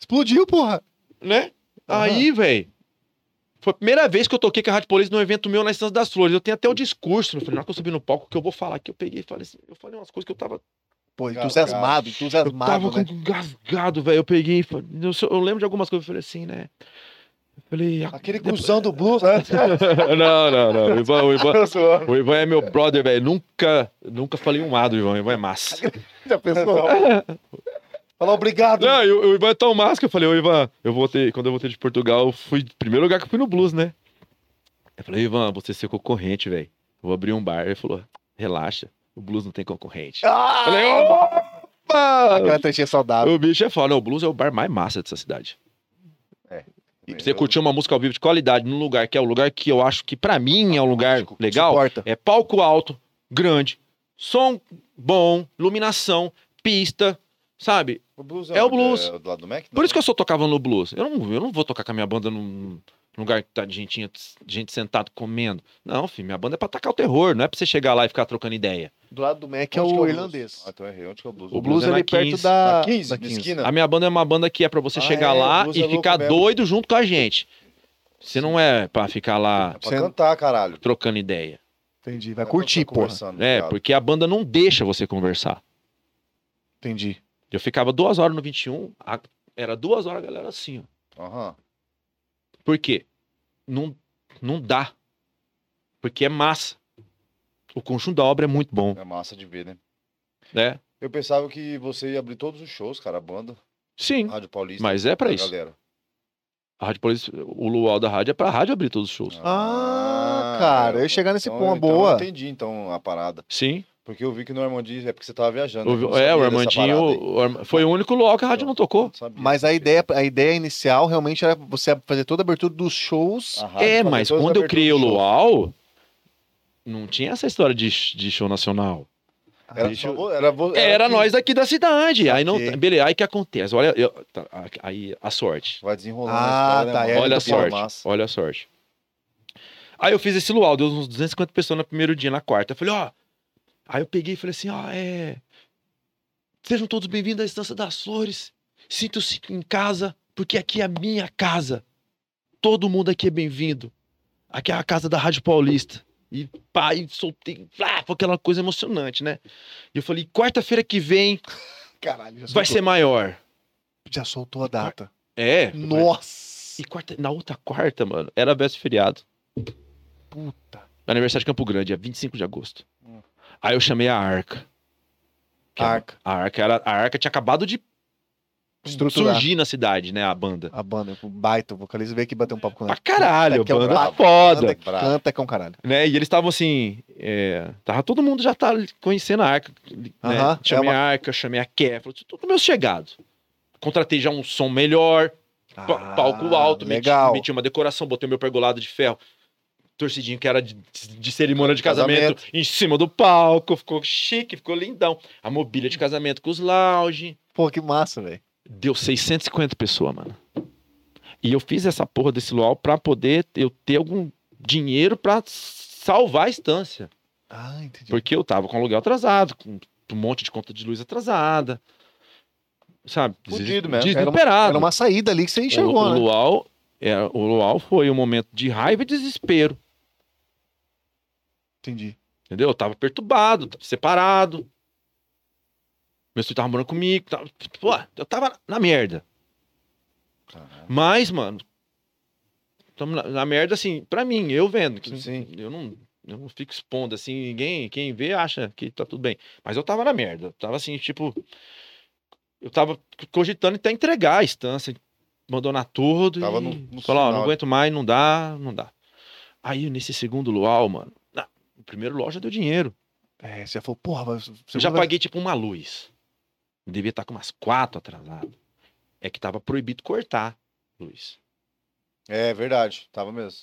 Speaker 1: Explodiu, porra.
Speaker 2: Né? Aí, velho. Foi a primeira vez que eu toquei com a Rádio Polícia num evento meu na Estância das Flores. Eu tenho até o discurso. Eu falei, na hora que eu subi no palco, o que eu vou falar aqui? Eu peguei e falei assim, eu falei umas coisas que eu tava
Speaker 1: Pô,
Speaker 3: Cara,
Speaker 1: entusiasmado,
Speaker 2: eu tava
Speaker 1: entusiasmado,
Speaker 2: com
Speaker 1: né?
Speaker 2: engasgado, velho. Eu peguei, e falei- eu, sou- eu lembro de algumas coisas, eu falei assim, né? Eu falei,
Speaker 3: Aquele
Speaker 2: depois-
Speaker 3: cuzão do blues, né?
Speaker 2: não, não, não. O Ivan, o Ivan,
Speaker 3: Eu sou-
Speaker 2: O Ivan é meu brother, velho. Nunca, nunca falei um A do Ivan. O Ivan é massa.
Speaker 1: Já pensou?
Speaker 3: Falar obrigado.
Speaker 2: Não, e o, o Ivan é tão massa que eu falei, ô Ivan, eu voltei, quando eu voltei de Portugal, eu fui, primeiro lugar que eu fui no Blues, né? Eu falei, Ivan, você ser concorrente, velho. Eu Vou abrir um bar. Ele falou, relaxa, o Blues não tem concorrente. Eu
Speaker 1: Ah,
Speaker 2: falei, opa!
Speaker 3: Ah,
Speaker 1: aquela trechinha saudável.
Speaker 2: O bicho é foda. Não, O Blues é o bar mais massa dessa cidade.
Speaker 3: Meu
Speaker 2: Você curtir uma música ao vivo de qualidade num lugar que é o lugar que eu acho que, pra mim, é um lugar legal.
Speaker 1: Suporta.
Speaker 2: É palco alto, grande, som bom, iluminação, pista, sabe?
Speaker 3: O blues
Speaker 2: É o
Speaker 3: onde?
Speaker 2: blues.
Speaker 3: É do lado do Mac?
Speaker 2: Por isso que eu só tocava no blues. Eu não, eu não vou tocar com a minha banda num num lugar que tá de gentinha- de gente sentada comendo. Não, filho, minha banda é pra atacar o terror, não é pra você chegar lá e ficar trocando ideia.
Speaker 1: Do lado do Mac
Speaker 3: Onde
Speaker 1: é o
Speaker 3: blues?
Speaker 1: irlandês.
Speaker 3: Ah, então errei. Onde que é o blues?
Speaker 2: O
Speaker 1: O blues
Speaker 2: blues é
Speaker 1: é ali
Speaker 2: na 15.
Speaker 1: perto da.
Speaker 3: Na 15,
Speaker 1: da
Speaker 3: na esquina.
Speaker 2: A minha banda é uma banda que é pra você
Speaker 3: Ah,
Speaker 2: chegar
Speaker 3: é, o
Speaker 2: lá
Speaker 3: blues
Speaker 2: e
Speaker 3: é louco
Speaker 2: ficar
Speaker 3: mesmo.
Speaker 2: doido junto com a gente. Você não é pra ficar lá
Speaker 3: É pra cantar, caralho.
Speaker 2: trocando ideia.
Speaker 1: Entendi. Vai curtir,
Speaker 3: pô.
Speaker 1: porra.
Speaker 2: É, porque a banda não deixa você conversar.
Speaker 1: Entendi.
Speaker 2: Eu ficava duas horas no 21, a- era duas horas a galera assim, ó.
Speaker 3: Aham.
Speaker 2: Por quê? Não, não dá. Porque é massa. O conjunto da obra é muito bom,
Speaker 3: É massa de ver, né?
Speaker 2: né?
Speaker 3: Eu pensava que você ia abrir todos os shows, cara, a banda,
Speaker 2: Sim,
Speaker 3: Rádio Paulista.
Speaker 2: mas é pra
Speaker 3: a
Speaker 2: isso.
Speaker 3: Galera.
Speaker 2: A Rádio Paulista, o luau da rádio é pra rádio abrir todos os shows.
Speaker 1: Ah, cara, eu ia chegar nesse ponto,
Speaker 3: então
Speaker 1: boa.
Speaker 3: Eu entendi, então, a parada.
Speaker 2: Sim.
Speaker 3: Porque eu vi que no Armandinho é porque você tava viajando.
Speaker 2: O-
Speaker 3: eu não
Speaker 2: é, o
Speaker 3: sabia dessa
Speaker 2: Armandinho
Speaker 3: parada aí.
Speaker 2: o Arma- foi o único luau que a rádio não tocou.
Speaker 3: Não sabia.
Speaker 1: Mas a ideia, a ideia inicial realmente era você fazer toda a abertura dos shows.
Speaker 3: A rádio
Speaker 2: É,
Speaker 3: fazia
Speaker 2: mas
Speaker 3: todas as
Speaker 2: quando eu
Speaker 3: aberturas
Speaker 2: criei o
Speaker 3: do show.
Speaker 2: luau, não tinha essa história de, de show nacional.
Speaker 1: Ah,
Speaker 3: Era,
Speaker 2: Deixa
Speaker 3: só
Speaker 2: eu- É,
Speaker 3: vo- era, vo-
Speaker 2: Era
Speaker 3: que
Speaker 2: nós daqui da cidade. Aí não, tá,
Speaker 1: Ok.
Speaker 2: beleza, aí que acontece. Olha, eu- tá, aí a sorte.
Speaker 3: Vai desenrolando.
Speaker 1: Ah,
Speaker 3: a história,
Speaker 1: tá,
Speaker 3: né,
Speaker 1: é,
Speaker 3: mano?
Speaker 2: Olha a
Speaker 3: Pô,
Speaker 2: sorte.
Speaker 3: massa.
Speaker 2: Olha a sorte. Aí eu fiz esse luau, deu uns 250 pessoas no primeiro dia, na quarta. Eu falei, ó. Aí eu peguei e falei assim, ó, é. Sejam todos bem-vindos à Estância das Flores. Sinto-se em casa, porque aqui é a minha casa. Todo mundo aqui é bem-vindo. Aqui é a casa da Rádio Paulista. E pá, e soltei. Flá, foi aquela coisa emocionante, né? E eu falei, quarta-feira que vem
Speaker 1: Caralho, já soltou,
Speaker 2: vai ser maior.
Speaker 1: já soltou a data.
Speaker 2: É.
Speaker 1: Nossa!
Speaker 2: E quarta, na outra quarta, mano, era véspera de feriado.
Speaker 1: Puta.
Speaker 2: No aniversário de Campo Grande, dia 25 de agosto.
Speaker 3: Hum.
Speaker 2: Aí eu chamei a Arca. Que é a-
Speaker 1: Arca.
Speaker 2: A Arca, era, a Arca tinha acabado de
Speaker 1: Estruturar.
Speaker 2: surgir na cidade, né? A banda.
Speaker 1: A banda, o baita, o vocalista veio aqui bater um papo com
Speaker 2: Pra
Speaker 1: ele.
Speaker 2: caralho, a
Speaker 1: Puta que é um
Speaker 2: banda
Speaker 1: brabo.
Speaker 2: Tá foda.
Speaker 1: Banda que
Speaker 3: brabo.
Speaker 1: Canta que é um caralho.
Speaker 2: Né? E eles estavam assim. É, tava, todo mundo já tá conhecendo a Arca. Né?
Speaker 1: Aham, é
Speaker 2: chamei
Speaker 1: uma-
Speaker 2: a Arca, chamei a Kefra, tudo meus chegados. Contratei já um som melhor, pa- palco alto, meti-
Speaker 1: Ah, legal.
Speaker 2: meti uma decoração, botei meu pergolado de ferro. Torcidinho que era de, de cerimônia de casamento,
Speaker 1: Casamento.
Speaker 2: em cima do palco, ficou chique, ficou lindão. A mobília de casamento com os lounge.
Speaker 1: Pô, que massa, velho.
Speaker 2: Deu 650 pessoas, mano. E eu fiz essa porra desse luau pra poder eu ter algum dinheiro pra salvar a estância.
Speaker 1: Ah, entendi.
Speaker 2: Porque eu tava com aluguel atrasado, com um monte de conta de luz atrasada. Sabe?
Speaker 3: Fudido mesmo.
Speaker 1: Era uma,
Speaker 2: Desesperado.
Speaker 1: era uma saída ali que você enxergou,
Speaker 2: O, o
Speaker 1: né?
Speaker 2: Luau, é, o Luau foi um momento de raiva e desespero,
Speaker 1: Entendi.
Speaker 2: entendeu? Eu tava perturbado, tava separado. Meu filho tava morando comigo, tava, pô, eu tava na merda.
Speaker 3: Caralho.
Speaker 2: Mas, mano, tamo na, na merda assim, pra mim, eu vendo. Que
Speaker 3: Sim.
Speaker 2: Eu não, eu não fico expondo assim, ninguém, quem vê acha que tá tudo bem. Mas eu tava na merda, eu tava assim, tipo, eu tava cogitando até entregar a instância, abandonar tudo
Speaker 3: Tava
Speaker 2: e
Speaker 3: no- no
Speaker 2: falar, ó, não
Speaker 3: final.
Speaker 2: aguento mais, não dá, não dá. Aí nesse segundo luau, mano, na- o primeiro luau já deu dinheiro.
Speaker 1: É, você já falou, porra, mas você
Speaker 2: Eu já
Speaker 1: vai-
Speaker 2: paguei tipo uma luz. Eu devia estar com umas quatro atrasado. É que tava proibido cortar luz.
Speaker 3: É verdade, tava mesmo.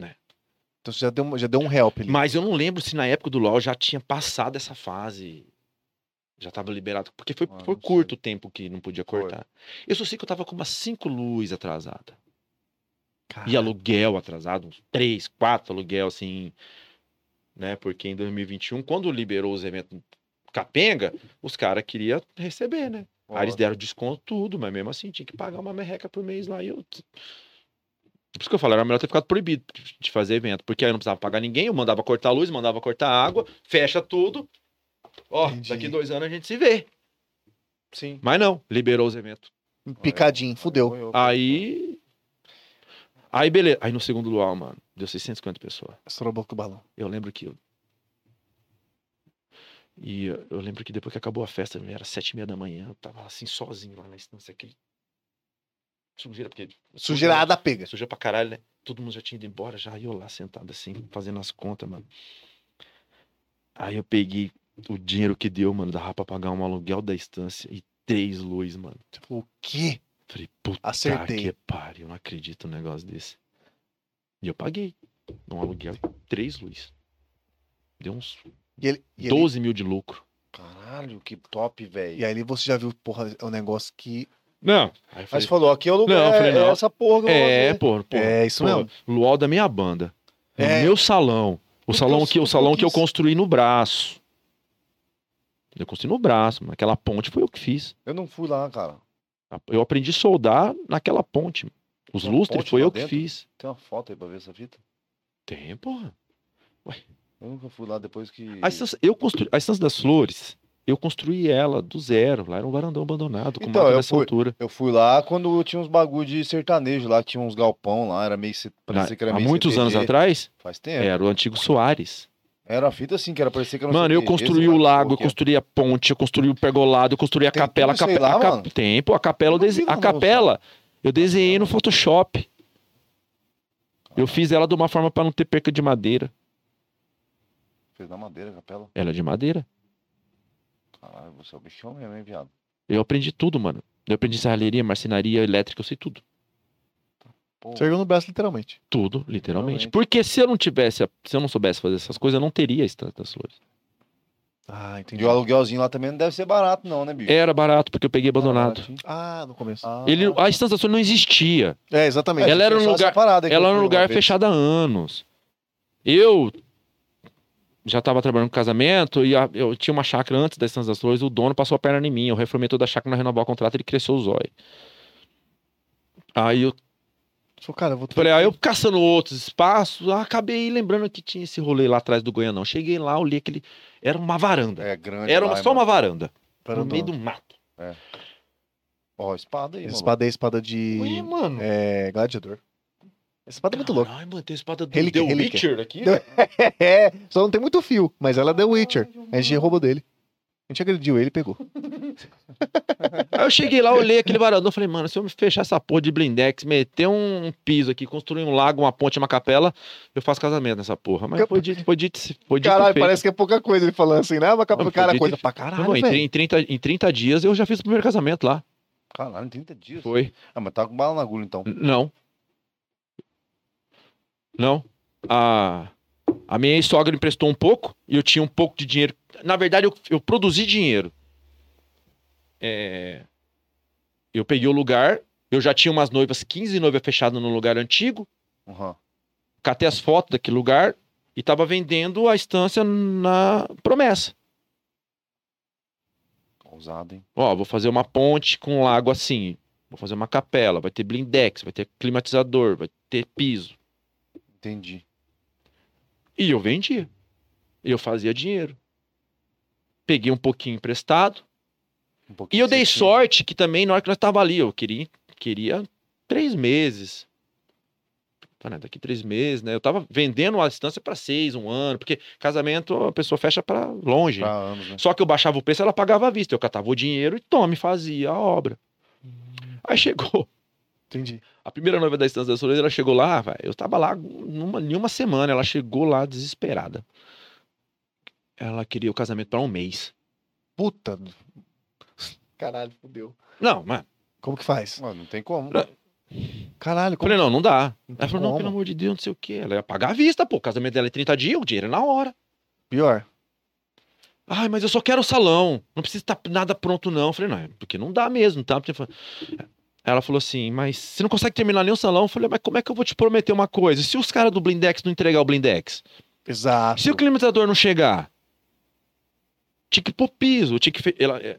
Speaker 1: Então você já deu, um- já deu um help ali.
Speaker 2: Mas eu não lembro se na época do LoL já tinha passado essa fase. Já tava liberado. Porque foi,
Speaker 3: Ah,
Speaker 2: foi
Speaker 3: não sei.
Speaker 2: curto o tempo que não podia
Speaker 3: Foi.
Speaker 2: cortar. Eu só sei que eu tava com umas cinco luz atrasada.
Speaker 1: Cara,
Speaker 3: Ah.
Speaker 2: E aluguel atrasado, uns três, quatro aluguel, assim. Né? Porque em 2021, quando liberou os eventos capenga, os caras queriam receber, né? Aí eles deram desconto tudo, mas mesmo assim tinha que pagar uma merreca por mês lá. E eu... Por isso que eu falo, era melhor ter ficado proibido de fazer evento, porque aí eu não precisava pagar ninguém, eu mandava cortar a luz, mandava cortar a água, fecha tudo. Ó,
Speaker 1: Entendi.
Speaker 2: daqui dois anos a gente se vê.
Speaker 3: Sim.
Speaker 2: Mas não, liberou os eventos.
Speaker 1: um Picadinho, fudeu.
Speaker 2: Aí. Aí, beleza. Aí no segundo luau, mano, deu 650 pessoas.
Speaker 1: Estourou a boca do balão.
Speaker 2: Eu lembro que. eu- E eu eu lembro que depois que acabou a festa, era sete e meia da manhã, eu tava assim sozinho lá na estância aqui. Sujeira, porque.
Speaker 1: Sujeirada pega.
Speaker 2: Sujeira pra caralho, né? Todo mundo já tinha ido embora, já eu lá sentado assim, fazendo as contas, mano. Aí eu peguei o dinheiro que deu, mano, dava pra pagar um aluguel da estância e três luzes, mano.
Speaker 1: Você falou, Tipo, O quê?
Speaker 2: Falei, puta
Speaker 1: Acertei.
Speaker 2: que pariu, eu não acredito num negócio desse. E eu paguei. Um aluguel, três luzes. Deu uns
Speaker 1: E, ele, e, ele-
Speaker 2: 12 mil de lucro.
Speaker 3: Caralho, que top, velho.
Speaker 1: e aí você já viu, porra, é um negócio que.
Speaker 2: Não. Aí eu
Speaker 3: Mas
Speaker 2: falei,
Speaker 3: você falou, aqui é o lugar,
Speaker 2: Não, eu falei,
Speaker 3: é
Speaker 2: não.
Speaker 3: essa porra que eu vou
Speaker 2: é,
Speaker 3: fazer.
Speaker 2: pô, pô.
Speaker 1: é isso
Speaker 2: pô,
Speaker 1: mesmo.
Speaker 2: Luau da minha banda. No
Speaker 1: É.
Speaker 2: meu salão. O
Speaker 1: Puta,
Speaker 2: salão,
Speaker 1: eu
Speaker 2: que,
Speaker 1: sou
Speaker 2: o salão que eu
Speaker 1: pouquíssimo.
Speaker 2: construí no braço. Eu construí no braço, mano. Aquela ponte foi eu que fiz.
Speaker 3: Eu não fui lá, cara.
Speaker 2: Eu aprendi a soldar naquela ponte. mano. Os
Speaker 3: Uma
Speaker 2: lustres
Speaker 3: ponte
Speaker 2: foi
Speaker 3: lá
Speaker 2: eu
Speaker 3: dentro?
Speaker 2: que fiz.
Speaker 3: Tem uma foto aí pra ver essa fita?
Speaker 2: Tem, porra.
Speaker 3: Eu nunca fui lá depois que.
Speaker 2: A estância, eu construí, a Estância das Flores, eu construí ela do zero. Lá era um varandão abandonado, com
Speaker 3: Então,
Speaker 2: mato
Speaker 3: eu
Speaker 2: nessa
Speaker 3: fui-
Speaker 2: altura.
Speaker 3: Eu fui lá quando tinha uns bagulho de sertanejo lá, que tinha uns galpão lá, era meio. C-
Speaker 2: Na-
Speaker 3: Parecia que era
Speaker 2: há
Speaker 3: meio
Speaker 2: muitos
Speaker 3: CTG.
Speaker 2: anos atrás,
Speaker 3: Faz tempo.
Speaker 2: era o antigo Soares.
Speaker 3: Era uma fita assim, que era parecer que era
Speaker 2: Mano, eu construí
Speaker 3: é
Speaker 2: o lago, eu
Speaker 3: construí.
Speaker 2: construí a ponte, eu construí o pergolado, eu construí a
Speaker 3: Tem
Speaker 2: capela. A
Speaker 3: tudo isso
Speaker 2: capela,
Speaker 3: aí lá,
Speaker 2: a cap-
Speaker 3: mano?
Speaker 2: Tem, pô, a capela, eu
Speaker 3: Não
Speaker 2: dese-
Speaker 3: vi,
Speaker 2: a
Speaker 3: não,
Speaker 2: capela eu desenhei no Photoshop. Eu fiz ela de uma forma pra não ter perca de madeira.
Speaker 3: Fez na madeira, capela.
Speaker 2: Ela é de madeira.
Speaker 3: Caralho, você é o bichão mesmo, hein, viado?
Speaker 2: Eu aprendi tudo, mano. Eu aprendi serralheria, marcenaria, elétrica, eu sei tudo.
Speaker 3: Pô,
Speaker 1: Serviu no braço, literalmente.
Speaker 2: Tudo, literalmente.
Speaker 3: Literalmente.
Speaker 2: Porque se eu não tivesse, a- se eu não soubesse fazer essas coisas, eu não teria a Estante das Flores.
Speaker 1: Ah, entendi.
Speaker 3: E o aluguelzinho lá também não deve ser barato, não, né, bicho?
Speaker 2: Era barato porque eu peguei É, abandonado.
Speaker 3: Baratinho.
Speaker 1: Ah, no começo.
Speaker 3: Ah,
Speaker 2: Ele, a Estante das Flores não existia.
Speaker 1: É, exatamente.
Speaker 2: Ela era um
Speaker 3: só essa
Speaker 2: lugar-
Speaker 3: parada que
Speaker 2: Ela
Speaker 3: eu
Speaker 2: era um
Speaker 3: fui uma
Speaker 2: lugar
Speaker 3: vez.
Speaker 2: fechado há anos. Eu já estava trabalhando com casamento e a- eu tinha uma chácara antes da Estância das Flores, o dono passou a perna em mim, eu reformei toda a chácara, não renovar o contrato, ele cresceu o zóio. Aí eu
Speaker 1: Falei, cara, eu vou...
Speaker 2: falei, aí eu caçando outros espaços, ah, acabei lembrando que tinha esse rolê lá atrás do Goianão. Cheguei lá, olhei aquele... Era uma varanda.
Speaker 3: É grande.
Speaker 2: Era
Speaker 3: lá,
Speaker 2: uma-
Speaker 3: hein,
Speaker 2: só
Speaker 3: mano.
Speaker 2: uma varanda,
Speaker 1: Pera,
Speaker 2: no meio
Speaker 1: não.
Speaker 2: do mato.
Speaker 3: Ó, espada aí, mano.
Speaker 1: Espada é espada de...
Speaker 2: Ué, mano.
Speaker 1: É, gladiador. Essa espada é muito louca.
Speaker 2: Ai, mano, tem a espada do
Speaker 1: Relíquia,
Speaker 2: The
Speaker 1: relíquia.
Speaker 2: Witcher aqui.
Speaker 1: Deu- É, só não tem muito fio, mas ela é The Witcher. A gente roubou dele. A gente agrediu ele e pegou.
Speaker 2: Aí eu cheguei lá, olhei aquele varandão, falei, mano, se eu me fechar essa porra de blindex, meter um piso aqui, construir um lago, uma ponte, uma capela, eu faço casamento nessa porra. Mas
Speaker 1: Eu-
Speaker 2: foi dito, foi dito, foi dito
Speaker 1: Caralho,
Speaker 2: feito.
Speaker 1: parece que é pouca coisa ele falando assim, né? Mas
Speaker 2: Não,
Speaker 1: cara, cara
Speaker 2: foi
Speaker 1: coisa
Speaker 2: difícil.
Speaker 1: pra
Speaker 2: Não,
Speaker 1: caralho,
Speaker 2: em,
Speaker 1: velho.
Speaker 2: tri- em 30, em 30 dias eu já fiz o primeiro casamento lá.
Speaker 3: Caralho, 30 dias.
Speaker 2: Foi.
Speaker 3: Ah, mas tá com bala na agulha, então.
Speaker 2: N- Não. Não. A, a minha sogra emprestou um pouco e eu tinha um pouco de dinheiro. Na verdade, eu, eu produzi dinheiro. É, eu peguei o lugar, eu já tinha umas noivas, 15 noivas fechadas no lugar antigo,
Speaker 3: Uhum.
Speaker 2: catei as fotos daquele lugar e tava vendendo a estância na promessa.
Speaker 3: Ousado, hein?
Speaker 2: Ó, vou fazer uma ponte com um lago assim. Vou fazer uma capela, vai ter blindex, vai ter climatizador, vai ter piso.
Speaker 3: Entendi.
Speaker 2: E eu vendia. E eu fazia dinheiro. Peguei um pouquinho emprestado.
Speaker 3: Um
Speaker 2: E
Speaker 3: pouquinho
Speaker 2: eu dei
Speaker 3: certinho.
Speaker 2: sorte que também, na hora que nós tava ali, eu queria, queria três meses. Falei, "Ah, daqui três meses, né? Eu tava vendendo a distância para seis, um ano, porque casamento a pessoa fecha para longe.
Speaker 3: Pra anos, né?
Speaker 2: Só que eu baixava o preço, ela pagava à vista. Eu catava o dinheiro e tome, fazia a obra. Aí chegou.
Speaker 1: Ah, Entendi.
Speaker 2: A primeira noiva da Estância das Flores, ela chegou lá, ah, vai, eu tava lá numa, em uma semana, ela chegou lá desesperada. Ela queria o casamento para um mês.
Speaker 1: Puta. Caralho, fudeu.
Speaker 2: Não, mas.
Speaker 1: Como que faz?
Speaker 3: Mano, não tem como.
Speaker 2: Pra-
Speaker 1: Caralho,
Speaker 2: Eu
Speaker 1: como
Speaker 2: falei, não, não dá.
Speaker 1: Não tem
Speaker 2: Ela falou, não,
Speaker 1: como.
Speaker 2: pelo amor de Deus, não sei o quê. Ela ia pagar à vista, pô. O casamento dela é 30 dias, o dinheiro é na hora.
Speaker 1: pior?
Speaker 2: Ai, mas eu só quero o salão. Não precisa estar nada pronto, não. Eu falei, não, é porque não dá mesmo, tá? Porque fa- Ela falou assim, mas você não consegue terminar nem o salão? Eu falei, mas como é que eu vou te prometer uma coisa? E se os caras do Blindex não entregar o Blindex?
Speaker 1: Exato.
Speaker 2: Se o climatizador não chegar, tinha que pôr piso, tinha que, fe- ela- é,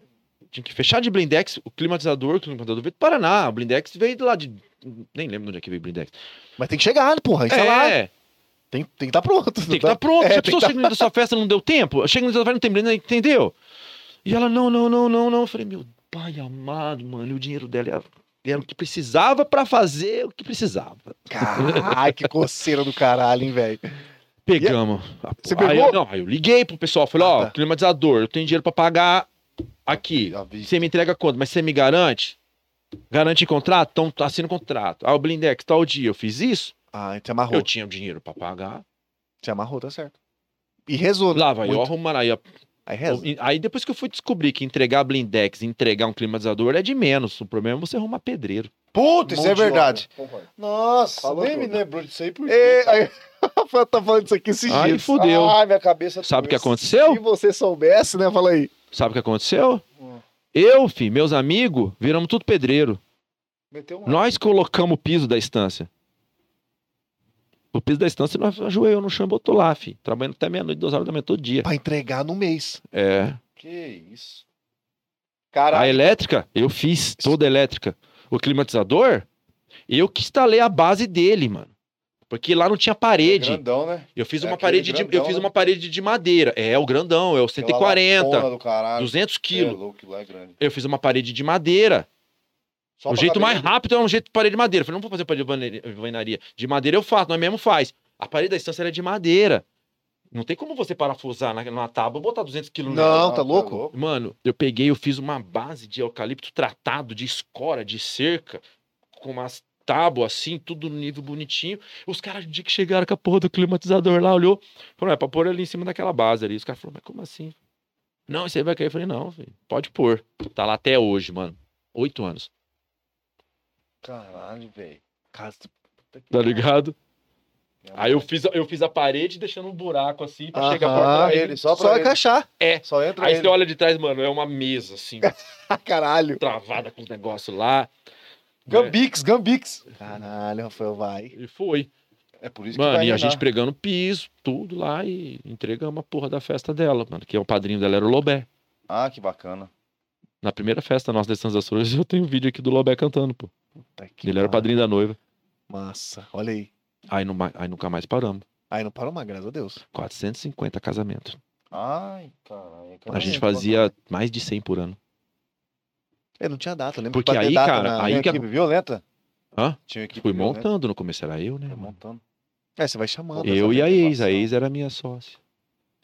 Speaker 2: tinha que fechar de blindex o climatizador, o climatizador veio do Paraná, o blindex veio de lá de... Nem lembro de onde é que veio o blindex.
Speaker 1: Mas tem que chegar, porra. Isso é lá.
Speaker 2: é,
Speaker 1: Tem, tem que estar pronto.
Speaker 2: tem que estar pronto.
Speaker 1: É,
Speaker 2: Se
Speaker 1: tem
Speaker 2: a
Speaker 1: que
Speaker 2: pessoa
Speaker 1: tá-
Speaker 2: chega no dia da sua festa não deu tempo, chega no dia da festa não tem blindex, entendeu? E ela, não, não, não, não, não. Eu falei, meu pai amado, mano, e o dinheiro dela era, era o que precisava pra fazer o que precisava.
Speaker 1: Caralho, que coceira do caralho, hein, velho.
Speaker 2: Pegamos. a
Speaker 1: Você
Speaker 2: porra. Aí
Speaker 1: pegou?
Speaker 2: eu, não, aí eu liguei pro pessoal, falei,
Speaker 1: Ah,
Speaker 2: ó,
Speaker 1: tá.
Speaker 2: climatizador, eu tenho dinheiro pra pagar aqui.
Speaker 3: A vi-
Speaker 2: Você me entrega quanto? Mas você me garante? Garante em contrato? Então assina o contrato. Ah, o Blindex, tal dia eu fiz isso,
Speaker 1: Ah, te amarrou.
Speaker 2: eu tinha dinheiro pra pagar.
Speaker 1: Te amarrou, tá certo. E rezou. né?
Speaker 2: Lá vai eu
Speaker 1: Muito.
Speaker 2: arrumar aí. a-
Speaker 1: Aí reza.
Speaker 2: Aí depois que eu fui descobrir que entregar Blindex e entregar um climatizador é de menos. O problema é você arrumar pedreiro.
Speaker 3: Puta, isso
Speaker 1: Mão
Speaker 3: é
Speaker 1: de obra.
Speaker 3: verdade. Nossa,
Speaker 1: Falou
Speaker 3: nem
Speaker 1: tudo.
Speaker 3: me lembrou disso aí por
Speaker 1: É, aí, Rafael tá falando isso aqui esses
Speaker 2: Aí
Speaker 1: dias.
Speaker 2: fudeu.
Speaker 3: ah, Ai, minha cabeça. tá
Speaker 2: Sabe o que
Speaker 3: doeu.
Speaker 1: Se
Speaker 2: aconteceu?
Speaker 1: você soubesse, né? Fala aí.
Speaker 2: Sabe o que aconteceu?
Speaker 3: Hum.
Speaker 2: Eu, fi, meus amigos, viramos tudo pedreiro.
Speaker 3: Meteu um.
Speaker 2: Nós colocamos o piso da estância. O piso da estância nós ajoelhou no chão e botou lá, fi. Trabalhando até meia-noite, duas horas da manhã, todo dia.
Speaker 1: Pra entregar no mês.
Speaker 2: É.
Speaker 3: Que isso.
Speaker 2: A Ah,
Speaker 1: Caralho.
Speaker 2: é elétrica, eu fiz toda elétrica. O climatizador, eu que instalei a base dele, mano. Porque lá não tinha
Speaker 3: É
Speaker 2: parede.
Speaker 3: grandão, né?
Speaker 2: eu fiz
Speaker 3: é
Speaker 2: uma
Speaker 3: aquele
Speaker 2: parede de, eu
Speaker 3: grandão,
Speaker 2: fiz
Speaker 3: né?
Speaker 2: uma parede de madeira. É, o grandão, é o
Speaker 3: Aquela
Speaker 2: 140,
Speaker 3: lapona do caralho.
Speaker 2: 200
Speaker 3: É
Speaker 2: quilos.
Speaker 3: louco, lá é grande.
Speaker 2: Eu fiz uma parede de madeira.
Speaker 3: Só
Speaker 2: o
Speaker 3: pra
Speaker 2: jeito
Speaker 3: caber
Speaker 2: mais
Speaker 3: dentro.
Speaker 2: rápido é um jeito de parede de madeira. Eu falei, não vou fazer parede de vane- de alvenaria. De é madeira eu faço, nós mesmo faz. A parede da estância era de madeira. Não tem como você parafusar na, numa tábua e botar 200 quilos nela.
Speaker 1: Não, tá louco?
Speaker 2: Mano, eu peguei, eu fiz uma base de eucalipto tratado, de escora, de cerca, com umas tábuas assim, tudo no nível bonitinho. Os caras, no dia que chegaram com a porra do climatizador lá, olhou, falou, é pra pôr ali em cima daquela base ali. Os caras falaram, mas como assim? Não, isso aí vai cair. Eu falei, não, filho, pode pôr. Tá lá até hoje, mano. Oito anos.
Speaker 3: Caralho, velho.
Speaker 1: Casa-
Speaker 2: Tá ligado?
Speaker 3: É uma-
Speaker 2: Aí eu fiz, a- eu fiz a parede deixando um buraco assim pra chegar
Speaker 1: Aham,
Speaker 2: a porta. Aí,
Speaker 3: ele, só pra
Speaker 1: Só
Speaker 3: ele.
Speaker 1: encaixar.
Speaker 3: né? Só entra
Speaker 2: aí
Speaker 3: ele.
Speaker 2: você olha de trás, mano, é uma mesa assim,
Speaker 1: Ah, Caralho.
Speaker 2: travada com os negócios lá.
Speaker 1: É.
Speaker 3: Gambix, Gambix.
Speaker 1: Caralho, Rafael, vai.
Speaker 2: né? E foi.
Speaker 3: É por isso que
Speaker 2: Mano,
Speaker 3: vai
Speaker 2: e a
Speaker 3: reinar.
Speaker 2: gente pregando piso, tudo lá e entregamos a porra da festa dela, mano. Que é o padrinho dela era o Lobé.
Speaker 3: Ah, que bacana.
Speaker 2: Na primeira festa nossa de Santos Açores, eu tenho um vídeo aqui do Lobé cantando, pô.
Speaker 1: Puta que
Speaker 2: Ele era o
Speaker 1: pariu.
Speaker 2: padrinho da noiva.
Speaker 1: Tá Massa, olha aí.
Speaker 2: Aí, não ma- aí nunca mais paramos.
Speaker 1: Aí não parou mais, graças a Deus.
Speaker 2: 450 casamentos.
Speaker 3: Ai, caralho. é
Speaker 2: A
Speaker 1: Caramba,
Speaker 2: gente fazia mais de 100 por ano.
Speaker 1: É, não tinha data, eu lembro
Speaker 2: Porque
Speaker 1: pra ter
Speaker 2: aí,
Speaker 1: data
Speaker 2: cara,
Speaker 1: na-
Speaker 2: aí
Speaker 3: Tinha
Speaker 2: que-
Speaker 3: equipe violenta.
Speaker 2: Hã?
Speaker 3: Tinha equipe
Speaker 2: Fui
Speaker 3: violenta.
Speaker 2: montando, no começo era eu, né?
Speaker 3: Foi
Speaker 2: mano?
Speaker 3: montando.
Speaker 1: É, você vai chamando.
Speaker 2: Eu e a ex.
Speaker 3: renovação.
Speaker 2: A ex era minha sócia.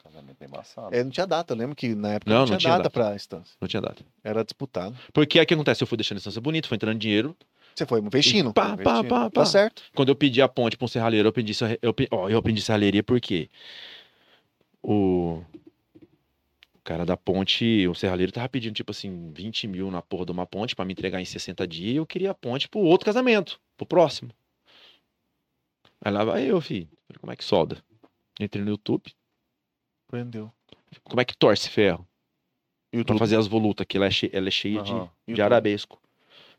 Speaker 3: Casamento é embaçado.
Speaker 1: É, não tinha data, eu lembro que na época
Speaker 2: Não,
Speaker 1: não,
Speaker 2: não
Speaker 1: tinha,
Speaker 2: tinha
Speaker 1: data,
Speaker 2: data.
Speaker 1: pra instância.
Speaker 2: Não tinha data.
Speaker 1: Era disputado.
Speaker 2: Porque aí o que acontece? Eu fui deixando a instância bonita, foi entrando dinheiro.
Speaker 1: Você foi investindo.
Speaker 2: E pá, pá,
Speaker 3: investindo.
Speaker 2: pá, pá.
Speaker 1: Tá certo.
Speaker 2: Quando eu pedi a ponte pra um serralheiro, eu pedi, serra- eu, pe- ó, eu pedi serralheria porque o... o cara da ponte, o serralheiro tava pedindo tipo assim, 20 mil na porra de uma ponte pra me entregar em 60 dias e eu queria a ponte pro outro casamento, pro próximo. Aí lá vai eu, filho. Falei, Como é que solda? Entrei no YouTube.
Speaker 1: Prendeu.
Speaker 2: Como é que torce ferro? Pra
Speaker 1: YouTube.
Speaker 2: fazer as volutas, que ela é che- ela é cheia de,
Speaker 3: Aham.
Speaker 2: de arabesco.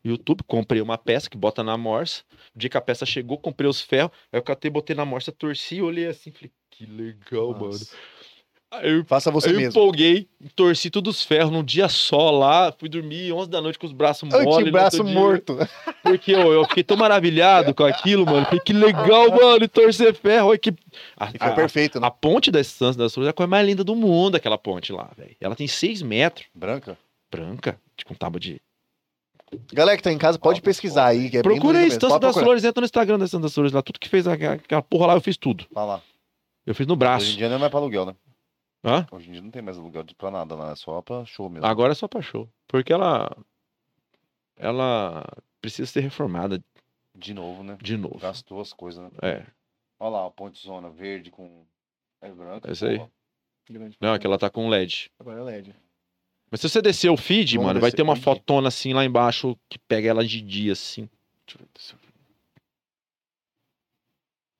Speaker 2: YouTube, comprei uma peça que bota na morsa. O dia que a peça chegou, comprei os ferros. Aí eu catei, botei na morsa, torci, olhei assim, falei, que legal, mano.
Speaker 1: Nossa.
Speaker 2: Aí eu,
Speaker 1: Faça
Speaker 2: aí
Speaker 1: você
Speaker 2: eu
Speaker 1: mesmo.
Speaker 2: empolguei, torci todos os ferros num dia só lá. Fui dormir 11 da noite com os braços
Speaker 1: Ai,
Speaker 2: mole.
Speaker 1: que
Speaker 2: no
Speaker 1: braço
Speaker 2: outro dia.
Speaker 1: morto.
Speaker 2: Porque eu, eu fiquei tão maravilhado com aquilo, mano. Falei, que legal, mano, e torcer ferro. Olha que... A,
Speaker 1: E foi
Speaker 2: a-
Speaker 1: perfeito, né?
Speaker 2: a ponte da Estância da Sul é a coisa mais linda do mundo, aquela ponte lá, velho. Ela tem 6 metros,
Speaker 3: Branca?
Speaker 2: branca, de- com tábua de
Speaker 1: Galera que tá em casa, pode
Speaker 3: Ó,
Speaker 1: pesquisar aí. Que é bem
Speaker 2: Procura
Speaker 1: bonito
Speaker 2: aí,
Speaker 1: mesmo.
Speaker 2: Estância
Speaker 1: Pode
Speaker 2: das
Speaker 1: procurar.
Speaker 2: Flores, entra no Instagram da Estância das Flores lá. Tudo que fez aquela aquela porra lá, eu fiz tudo.
Speaker 3: Tá lá.
Speaker 2: Eu fiz no
Speaker 3: Hoje em
Speaker 2: braço.
Speaker 3: dia não é mais pra aluguel, né?
Speaker 2: Hã?
Speaker 3: Hoje em dia não tem mais aluguel de- pra nada lá, é só pra show mesmo.
Speaker 2: Agora é só pra show. Porque ela. Ela precisa ser reformada
Speaker 3: De novo, né?
Speaker 2: de novo.
Speaker 3: Gastou as coisas, né?
Speaker 2: É.
Speaker 3: Olha lá, a ponte zona verde com. É branca.
Speaker 2: É isso aí.
Speaker 3: pô.
Speaker 1: Grande.
Speaker 2: Não, é que ela tá com LED.
Speaker 1: Agora é LED.
Speaker 2: Mas se você descer o feed,
Speaker 1: Vamos
Speaker 2: mano, vai
Speaker 1: descer
Speaker 2: ter uma
Speaker 1: o feed.
Speaker 2: fotona assim lá embaixo que pega ela de dia, assim.
Speaker 1: Deixa eu ver se eu-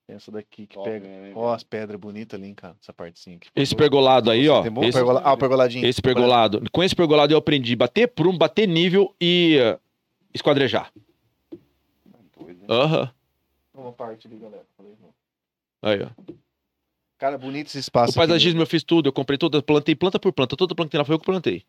Speaker 1: Essa daqui que
Speaker 3: Top,
Speaker 1: pega.
Speaker 3: né, né,
Speaker 1: Ó,
Speaker 3: velho?
Speaker 1: as pedras bonitas ali, cara. Essa partezinha aqui.
Speaker 2: Esse pergolado aí, ó.
Speaker 3: Tem bom
Speaker 2: Esse,
Speaker 1: Pergola... Ah, o Uhum. pergoladinho.
Speaker 2: esse pergolado. Com esse pergolado eu aprendi bater prumo, bater nível e eh, esquadrejar.
Speaker 3: Doido, né?
Speaker 2: Aham.
Speaker 1: Uma parte ali, galera. Falei, não.
Speaker 2: Aí, ó.
Speaker 1: Cara, bonito esse espaço.
Speaker 2: O paisagismo
Speaker 1: né?
Speaker 2: eu fiz tudo, eu comprei toda, plantei planta por planta, toda planta que tem lá foi eu que plantei.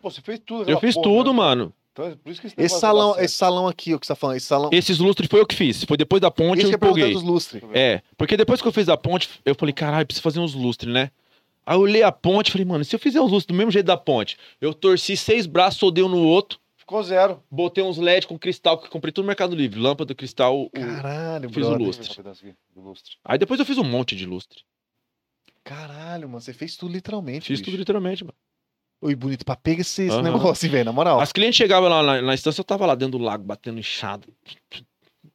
Speaker 3: Pô, você fez tudo.
Speaker 2: Eu
Speaker 3: aquela
Speaker 2: fiz
Speaker 3: porra,
Speaker 2: tudo,
Speaker 3: né?
Speaker 2: mano.
Speaker 3: Então, é por isso que esse
Speaker 1: aqui. Esse
Speaker 3: negócio
Speaker 1: salão,
Speaker 3: dá certo.
Speaker 1: esse salão aqui, o que você tá falando. Esse salão.
Speaker 2: Esses lustres foi eu que fiz, foi depois da ponte
Speaker 1: Esse
Speaker 2: eu
Speaker 1: que é perguntando
Speaker 2: empolguei.
Speaker 1: os lustres.
Speaker 2: É, porque depois que eu fiz a ponte, eu falei, caralho, preciso fazer uns lustres, né? Aí eu olhei a ponte, falei, mano, se eu fizer os lustres do mesmo jeito da ponte, eu torci seis braços, soldei um no outro,
Speaker 3: Ficou zero.
Speaker 2: botei uns LED com cristal, que eu comprei tudo no Mercado Livre, lâmpada, cristal, o-
Speaker 1: Caralho,
Speaker 2: Fiz o
Speaker 1: brother.
Speaker 2: lustre.
Speaker 3: Deixa eu ver esse pedaço aqui, do lustre.
Speaker 2: Aí depois eu fiz um monte de lustre.
Speaker 1: Caralho, mano. Você fez tudo literalmente.
Speaker 2: Fiz tudo
Speaker 1: bicho.
Speaker 2: literalmente, mano.
Speaker 1: Oi, bonito. Pra pegar esse, esse
Speaker 2: Aham.
Speaker 1: negócio, velho. Na moral.
Speaker 2: As clientes chegavam lá na, na estância, eu tava lá dentro do lago, batendo enxada.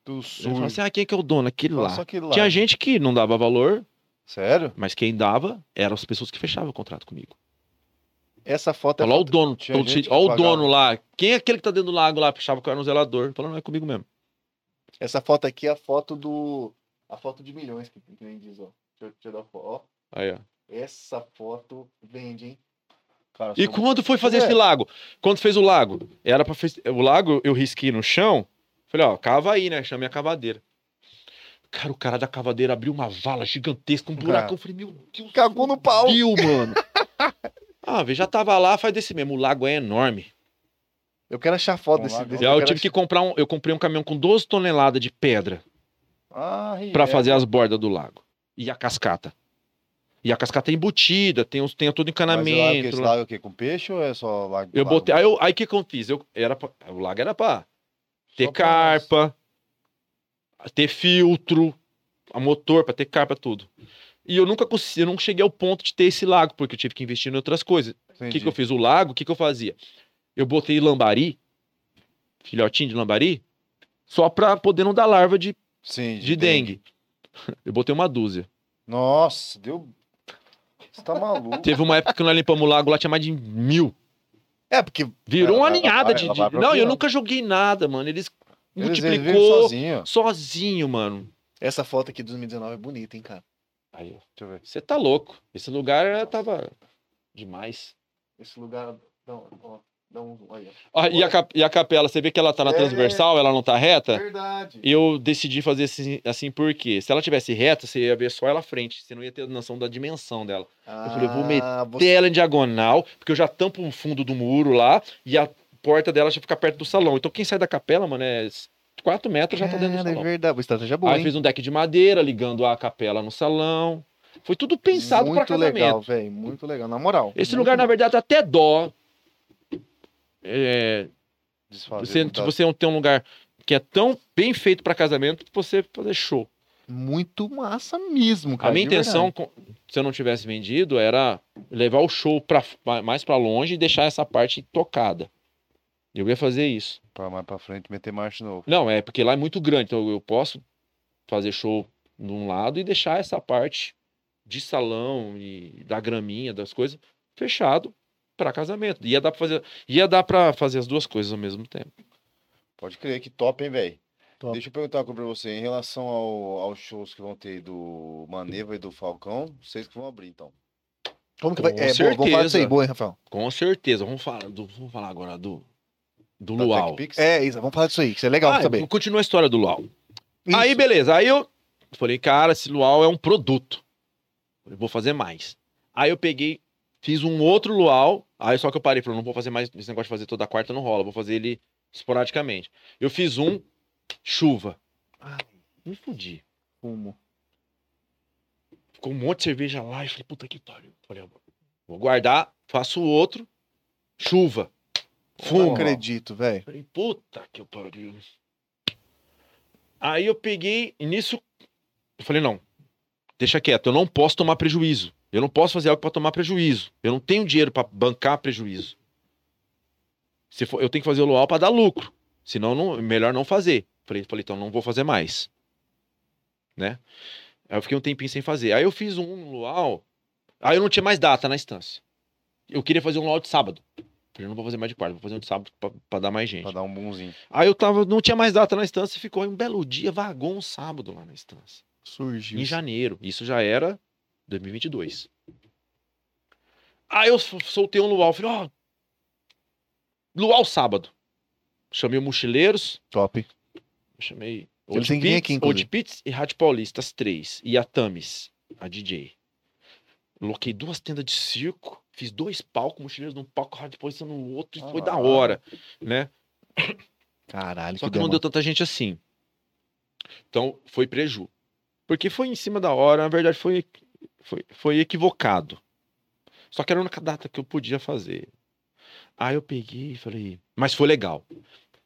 Speaker 3: Do
Speaker 2: Eu
Speaker 3: sul.
Speaker 2: falava assim, ah, quem é que é o dono? Aquele
Speaker 3: Fala
Speaker 2: lá.
Speaker 3: Só aquele lá.
Speaker 2: Tinha gente que não dava valor,
Speaker 3: Sério?
Speaker 2: Mas quem dava eram as pessoas que fechavam o contrato comigo.
Speaker 1: Essa foto é.
Speaker 2: Olha lá o dono,
Speaker 3: tinha
Speaker 2: todo
Speaker 3: gente
Speaker 2: cheio- ó
Speaker 3: que
Speaker 2: o dono lá. Quem é aquele que tá dentro do lago lá? Fechava que eu era um zelador. Falando, não é comigo mesmo.
Speaker 1: Essa foto aqui é a foto do. A foto de milhões que que nem diz, ó. Deixa eu, deixa eu dar foto. Ó.
Speaker 2: Aí,
Speaker 3: Tá
Speaker 2: ó.
Speaker 1: Essa foto vende, hein?
Speaker 3: Cara,
Speaker 2: E
Speaker 3: sou-
Speaker 2: quando foi fazer
Speaker 3: É.
Speaker 2: esse lago? Quando fez o lago? Era para O lago eu risquei no chão. Falei, ó, cava aí, né? Chama minha cavadeira. Cara, o cara da cavadeira abriu uma vala gigantesca, um buraco. Eu falei, meu Deus.
Speaker 1: Cagou no pau.
Speaker 2: Viu, mano? ah, vê, já tava lá, faz desse mesmo. O lago é enorme.
Speaker 1: Eu quero achar a foto
Speaker 3: Vamos
Speaker 1: desse.
Speaker 3: lá,
Speaker 1: desse
Speaker 2: Já eu
Speaker 1: quero
Speaker 2: tive que comprar um. Eu comprei um caminhão com 12 toneladas de pedra.
Speaker 3: Ah,
Speaker 2: Pra
Speaker 3: é.
Speaker 2: fazer as bordas do lago. E a cascata. E a cascata é embutida, tem, os, tem todo
Speaker 3: Mas o lago,
Speaker 2: encanamento.
Speaker 3: esse
Speaker 2: lá.
Speaker 3: lago é o quê? Com peixe ou é só lago?
Speaker 2: Eu
Speaker 3: lago?
Speaker 2: botei. Aí o aí que, que eu fiz? Eu, era pra- o lago era pra ter
Speaker 3: Só pra-
Speaker 2: carpa, ter filtro, a motor pra ter carpa, tudo. E eu nunca consegui, eu não cheguei ao ponto de ter esse lago, porque eu tive que investir em outras coisas. O que, que eu fiz? O lago, o que, que eu fazia? Eu botei lambari, filhotinho de lambari, só pra poder não dar larva de,
Speaker 3: Sim,
Speaker 2: de dengue. Eu botei uma dúzia.
Speaker 3: Nossa, deu. Você tá maluco.
Speaker 2: Teve uma época que nós limpamos o lago lá, tinha mais de mil.
Speaker 1: É, porque
Speaker 2: Virou
Speaker 3: Ela
Speaker 2: uma
Speaker 3: vai-
Speaker 2: ninhada
Speaker 3: ela
Speaker 2: de.
Speaker 3: vai-
Speaker 2: de-
Speaker 3: ela vai
Speaker 2: Não, eu
Speaker 3: procriando.
Speaker 2: nunca joguei nada, mano. Eles
Speaker 3: Eles- eles vivem
Speaker 2: multiplicou
Speaker 3: sozinho.
Speaker 2: sozinho, mano.
Speaker 1: essa foto aqui de 2019 é bonita, hein, cara?
Speaker 2: Aí, ó.
Speaker 3: Deixa eu ver.
Speaker 2: Você tá louco. Esse lugar eh, tava demais.
Speaker 1: Esse lugar. Não, ó, dá um. Olha.
Speaker 2: Ah, e, a cap- e a capela, você vê que ela tá na
Speaker 1: É.
Speaker 2: transversal, ela não tá reta?
Speaker 1: Verdade.
Speaker 2: Eu decidi fazer assim, assim porque se ela tivesse reta, você ia ver só ela à frente. Você não ia ter noção da dimensão dela.
Speaker 1: Ah,
Speaker 2: falei, eu vou
Speaker 1: você-
Speaker 2: Ter ela em diagonal, porque eu já tampo o fundo do muro lá e a porta dela já fica perto do salão. Então quem sai da capela, mano, é 4 metros já tá dentro do
Speaker 1: Cara, é
Speaker 2: salão.
Speaker 1: verdade. Uma estratégia boa,
Speaker 2: Aí
Speaker 1: hein?
Speaker 2: fiz um deck de madeira, ligando a capela no salão. Foi tudo pensado para
Speaker 1: Muito
Speaker 2: casamento.
Speaker 1: legal, velho. Muito legal. Na moral.
Speaker 2: Esse
Speaker 1: muito
Speaker 2: lugar, na
Speaker 1: bom.
Speaker 2: verdade, dá até dó. É,
Speaker 3: Desfazer,
Speaker 2: você,
Speaker 3: não
Speaker 2: se
Speaker 3: dá.
Speaker 2: você tem um lugar que é tão bem feito para casamento, você fazer show.
Speaker 1: Muito massa mesmo, cara.
Speaker 2: a minha
Speaker 1: de
Speaker 2: intenção,
Speaker 1: verdade.
Speaker 2: com- se eu não tivesse vendido, era levar o show pra, mais para longe e deixar essa parte tocada. Eu ia fazer isso.
Speaker 3: Pra mais pra frente, meter marcha de novo.
Speaker 2: Não, é porque lá é muito grande, então eu posso fazer show de um lado e deixar essa parte de salão e da graminha, das coisas, fechado para casamento. Ia dar para fazer, ia dar para fazer as duas coisas ao mesmo tempo.
Speaker 3: Pode crer, que top, hein, velho?
Speaker 1: Top.
Speaker 3: Deixa eu perguntar uma coisa pra você. Em relação ao- aos shows que vão ter aí do Maneva e do Falcão, vocês que vão abrir, então.
Speaker 1: Como que vai.
Speaker 2: Com
Speaker 1: É, boa, vamos falar disso aí.
Speaker 2: certeza.
Speaker 1: Boa, hein, Rafael?
Speaker 2: Com certeza. Vamos falar, do- vamos falar agora do, do
Speaker 3: Da
Speaker 2: Luau.
Speaker 3: TechPix?
Speaker 1: É, Isa, vamos falar disso aí, que isso é legal
Speaker 2: Ah,
Speaker 1: pra saber.
Speaker 2: Continua a história do Luau.
Speaker 1: Isso.
Speaker 2: Aí, beleza. Aí eu falei, cara, esse Luau é um produto. Falei, vou fazer mais. Aí eu peguei, fiz um outro Luau. Aí só que eu parei, falei, não vou fazer mais esse negócio de fazer toda quarta, não rola. Vou fazer ele esporadicamente. Eu fiz um, chuva.
Speaker 1: Ah,
Speaker 2: Me fudi.
Speaker 1: fumo.
Speaker 2: Ficou um monte de cerveja lá. Eu falei, puta que pariu. Falei, "Ah, vou guardar, faço outro, chuva.
Speaker 1: Não
Speaker 2: Fumo.
Speaker 1: acredito, velho.
Speaker 2: Falei, puta que eu pariu. Aí eu peguei, e nisso, eu falei, não, deixa quieto, eu não posso tomar prejuízo. Eu não posso fazer algo pra tomar prejuízo. Eu não tenho dinheiro pra bancar prejuízo. Se for, eu tenho que fazer o luau pra dar lucro. Senão, não, melhor não fazer. Falei, falei, então não vou fazer mais. Né? Aí eu fiquei um tempinho sem fazer. Aí eu fiz um luau. Aí eu não tinha mais data na instância. Eu queria fazer um luau de sábado. Falei, eu não vou fazer mais de quarta, vou fazer um de sábado pra, pra dar mais gente.
Speaker 3: Pra dar um bonzinho.
Speaker 2: Aí eu tava, não tinha mais data na instância, ficou aí um belo dia, vagou um sábado lá na instância.
Speaker 1: Surgiu.
Speaker 2: Em janeiro. Isso já era 2022. Aí eu f- soltei um luau, falei, ó. luau sábado. Chamei o Mochileiros,
Speaker 1: Top.
Speaker 2: eu chamei
Speaker 1: Ele tem que vir aqui,
Speaker 2: Old
Speaker 1: inclusive.
Speaker 2: Pits e Rádio Paulista, as três. E a Tamis, a DJ. Loquei duas tendas de circo, fiz dois palcos, mochileiros num palco, Rádio Paulista no outro, e foi
Speaker 1: Ah.
Speaker 2: da
Speaker 3: Caralho.
Speaker 2: hora, né?
Speaker 1: Caralho,
Speaker 2: Só que não deu tanta gente assim. Então, foi preju. Porque foi em cima da hora, na verdade, foi, foi, foi equivocado. Só que era a única data que eu podia fazer. Aí eu peguei e falei, mas foi legal.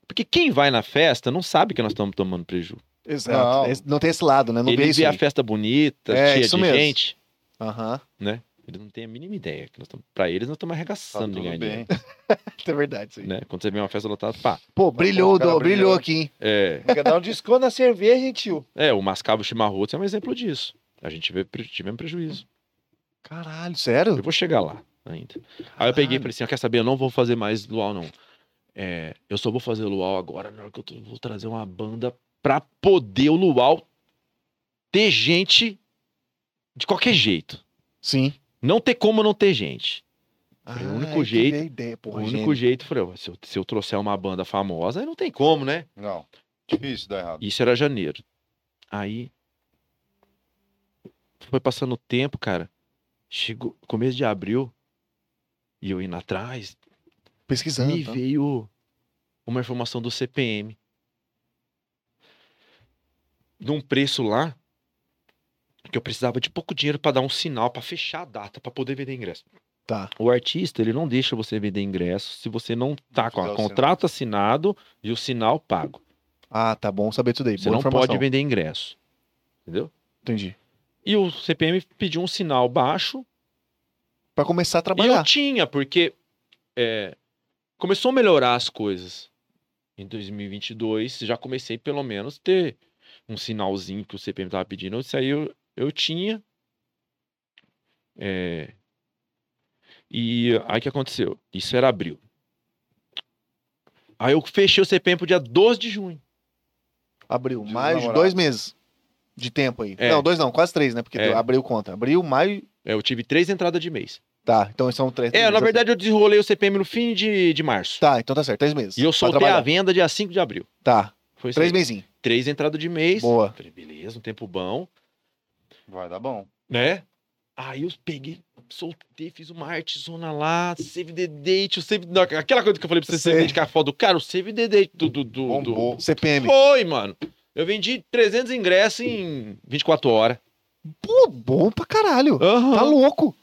Speaker 2: Porque quem vai na festa não sabe que nós estamos tomando preju.
Speaker 1: Exato.
Speaker 3: Não.
Speaker 1: Esse- Não tem esse lado, né? Não vê
Speaker 2: Ele
Speaker 1: isso.
Speaker 2: vê a
Speaker 1: aí.
Speaker 2: festa bonita,
Speaker 1: É,
Speaker 2: cheia
Speaker 1: isso
Speaker 2: de
Speaker 1: mesmo.
Speaker 2: gente.
Speaker 1: Aham.
Speaker 2: Ele não tem a mínima ideia. Que nós tamo, pra eles, nós estamos
Speaker 3: Tá
Speaker 2: arregaçando. de
Speaker 3: tudo
Speaker 2: ganhar
Speaker 3: bem.
Speaker 2: dinheiro,
Speaker 1: É verdade, isso aí.
Speaker 2: né? Quando você vê uma festa lotada, pá.
Speaker 1: Pô, brilhou,
Speaker 3: Os caras
Speaker 1: do- brilhou
Speaker 3: brilharam.
Speaker 1: aqui, hein?
Speaker 2: É,
Speaker 3: Quer dar um desconto na cerveja, tio?
Speaker 2: é o Mascavo Chimarroto é um exemplo disso. A gente vê, pre- tivemos prejuízo.
Speaker 1: Caralho, sério?
Speaker 2: Eu vou chegar lá ainda. Aí eu peguei e
Speaker 1: Caralho.
Speaker 2: falei assim: ó, quer saber? Eu não vou fazer mais luau, não. É, eu só vou fazer luau agora, na hora que eu tô- vou trazer uma banda pra poder o luau ter gente de qualquer jeito.
Speaker 1: Sim.
Speaker 2: Não ter como não ter gente. Foi o um único
Speaker 1: que
Speaker 2: jeito-
Speaker 1: veio a ideia, porra,
Speaker 2: o único
Speaker 1: gênio.
Speaker 2: jeito, eu falei, ó, se eu, se eu trouxer uma banda famosa, aí não tem como, né?
Speaker 3: Não. Difícil dar errado.
Speaker 2: Isso era janeiro. Aí foi passando o tempo, cara. Chegou começo de abril e eu indo atrás,
Speaker 1: Pesquisando.
Speaker 2: me
Speaker 1: tá?
Speaker 2: veio uma informação do CPM. Num preço lá que eu precisava de pouco dinheiro para dar um sinal, para fechar a data, para poder vender ingresso.
Speaker 1: Tá.
Speaker 2: O artista, ele não deixa você vender ingresso se você não tá com
Speaker 3: Fizer
Speaker 2: o
Speaker 3: o sinal.
Speaker 2: contrato assinado e o sinal pago.
Speaker 1: Ah, tá bom saber tudo aí.
Speaker 2: Você
Speaker 1: Boa
Speaker 2: não
Speaker 1: informação.
Speaker 2: pode vender ingresso. Entendeu?
Speaker 1: Entendi.
Speaker 2: E o CPM pediu um sinal baixo.
Speaker 1: Pra começar a
Speaker 2: E eu
Speaker 1: trabalhar.
Speaker 2: tinha, porque é, começou a melhorar as coisas. Em 2022, já comecei pelo menos ter um sinalzinho que o CPM tava pedindo. Isso aí eu, eu tinha. É, e aí o que aconteceu? Isso era abril. Aí eu fechei o CPM pro dia 12 de junho.
Speaker 1: Abril.
Speaker 3: Dia
Speaker 1: Mais
Speaker 3: dos
Speaker 1: de dois
Speaker 3: namorados.
Speaker 1: meses de tempo aí.
Speaker 2: É.
Speaker 1: Não, dois não, quase três, né? Porque
Speaker 2: É.
Speaker 1: abriu conta. Abril, maio.
Speaker 2: É, eu tive três entradas de mês.
Speaker 1: Tá, então são três.
Speaker 2: É,
Speaker 1: três
Speaker 2: na
Speaker 1: meses.
Speaker 2: verdade eu desenrolei o CPM no fim de, de março.
Speaker 1: Tá, então tá certo, três meses.
Speaker 2: E eu
Speaker 1: Pra
Speaker 2: soltei a
Speaker 1: trabalhar.
Speaker 2: venda dia 5 de abril.
Speaker 1: Tá,
Speaker 2: Foi isso
Speaker 1: três
Speaker 2: aí.
Speaker 1: mesinhos.
Speaker 2: três entradas de mês.
Speaker 1: Boa.
Speaker 2: Falei, beleza, um tempo bom,
Speaker 3: Vai dar bom.
Speaker 2: né? Aí eu peguei, soltei, fiz uma artezona lá, save the date, o save... não, aquela coisa que eu falei pra você,
Speaker 1: Sei.
Speaker 2: save de foto do cara, o save the date do... do, do, do-
Speaker 3: Bombou.
Speaker 1: CPM.
Speaker 2: Foi, mano. Eu vendi 300 ingressos em 24 horas.
Speaker 1: Pô, bom pra caralho.
Speaker 2: Aham.
Speaker 1: Tá louco.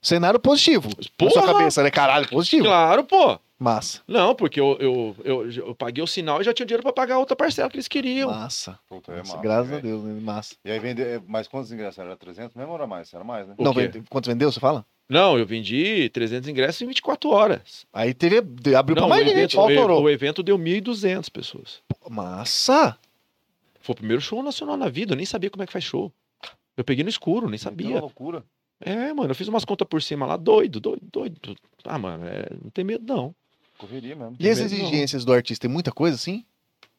Speaker 1: Cenário positivo. Na sua
Speaker 2: Porra!
Speaker 1: cabeça, né? Caralho, positivo.
Speaker 2: Claro, pô.
Speaker 1: Massa.
Speaker 2: Não, porque eu, eu, eu, eu paguei o sinal e já tinha dinheiro pra pagar a outra parcela que eles queriam.
Speaker 1: Massa.
Speaker 3: Puta, é
Speaker 1: Massa,
Speaker 3: massa,
Speaker 1: Graças a
Speaker 3: velho.
Speaker 1: Deus, né? Massa.
Speaker 3: E aí vendeu. Mas quantos ingressos? Era 300 mesmo ou era mais? Era mais, né?
Speaker 2: O
Speaker 1: Não,
Speaker 2: quê?
Speaker 1: vende- quanto vendeu, você fala?
Speaker 2: Não, eu vendi 300 ingressos em 24 horas.
Speaker 1: Aí teve. de- Abriu
Speaker 2: Não,
Speaker 1: pra mais
Speaker 2: o,
Speaker 1: gente.
Speaker 2: evento, o,
Speaker 1: Pau
Speaker 2: e-
Speaker 1: torou.
Speaker 2: o evento deu 1.200 pessoas.
Speaker 1: Massa!
Speaker 2: Foi o primeiro show nacional na vida, eu nem sabia como é que faz show. Eu peguei no escuro, nem
Speaker 3: Que
Speaker 2: sabia.
Speaker 3: loucura.
Speaker 2: É, mano, eu fiz umas contas por cima lá, doido, doido, doido. Ah, mano, é, não tem medo não.
Speaker 3: Correria mesmo.
Speaker 1: E as
Speaker 2: Também não.
Speaker 1: exigências do artista, tem muita coisa assim?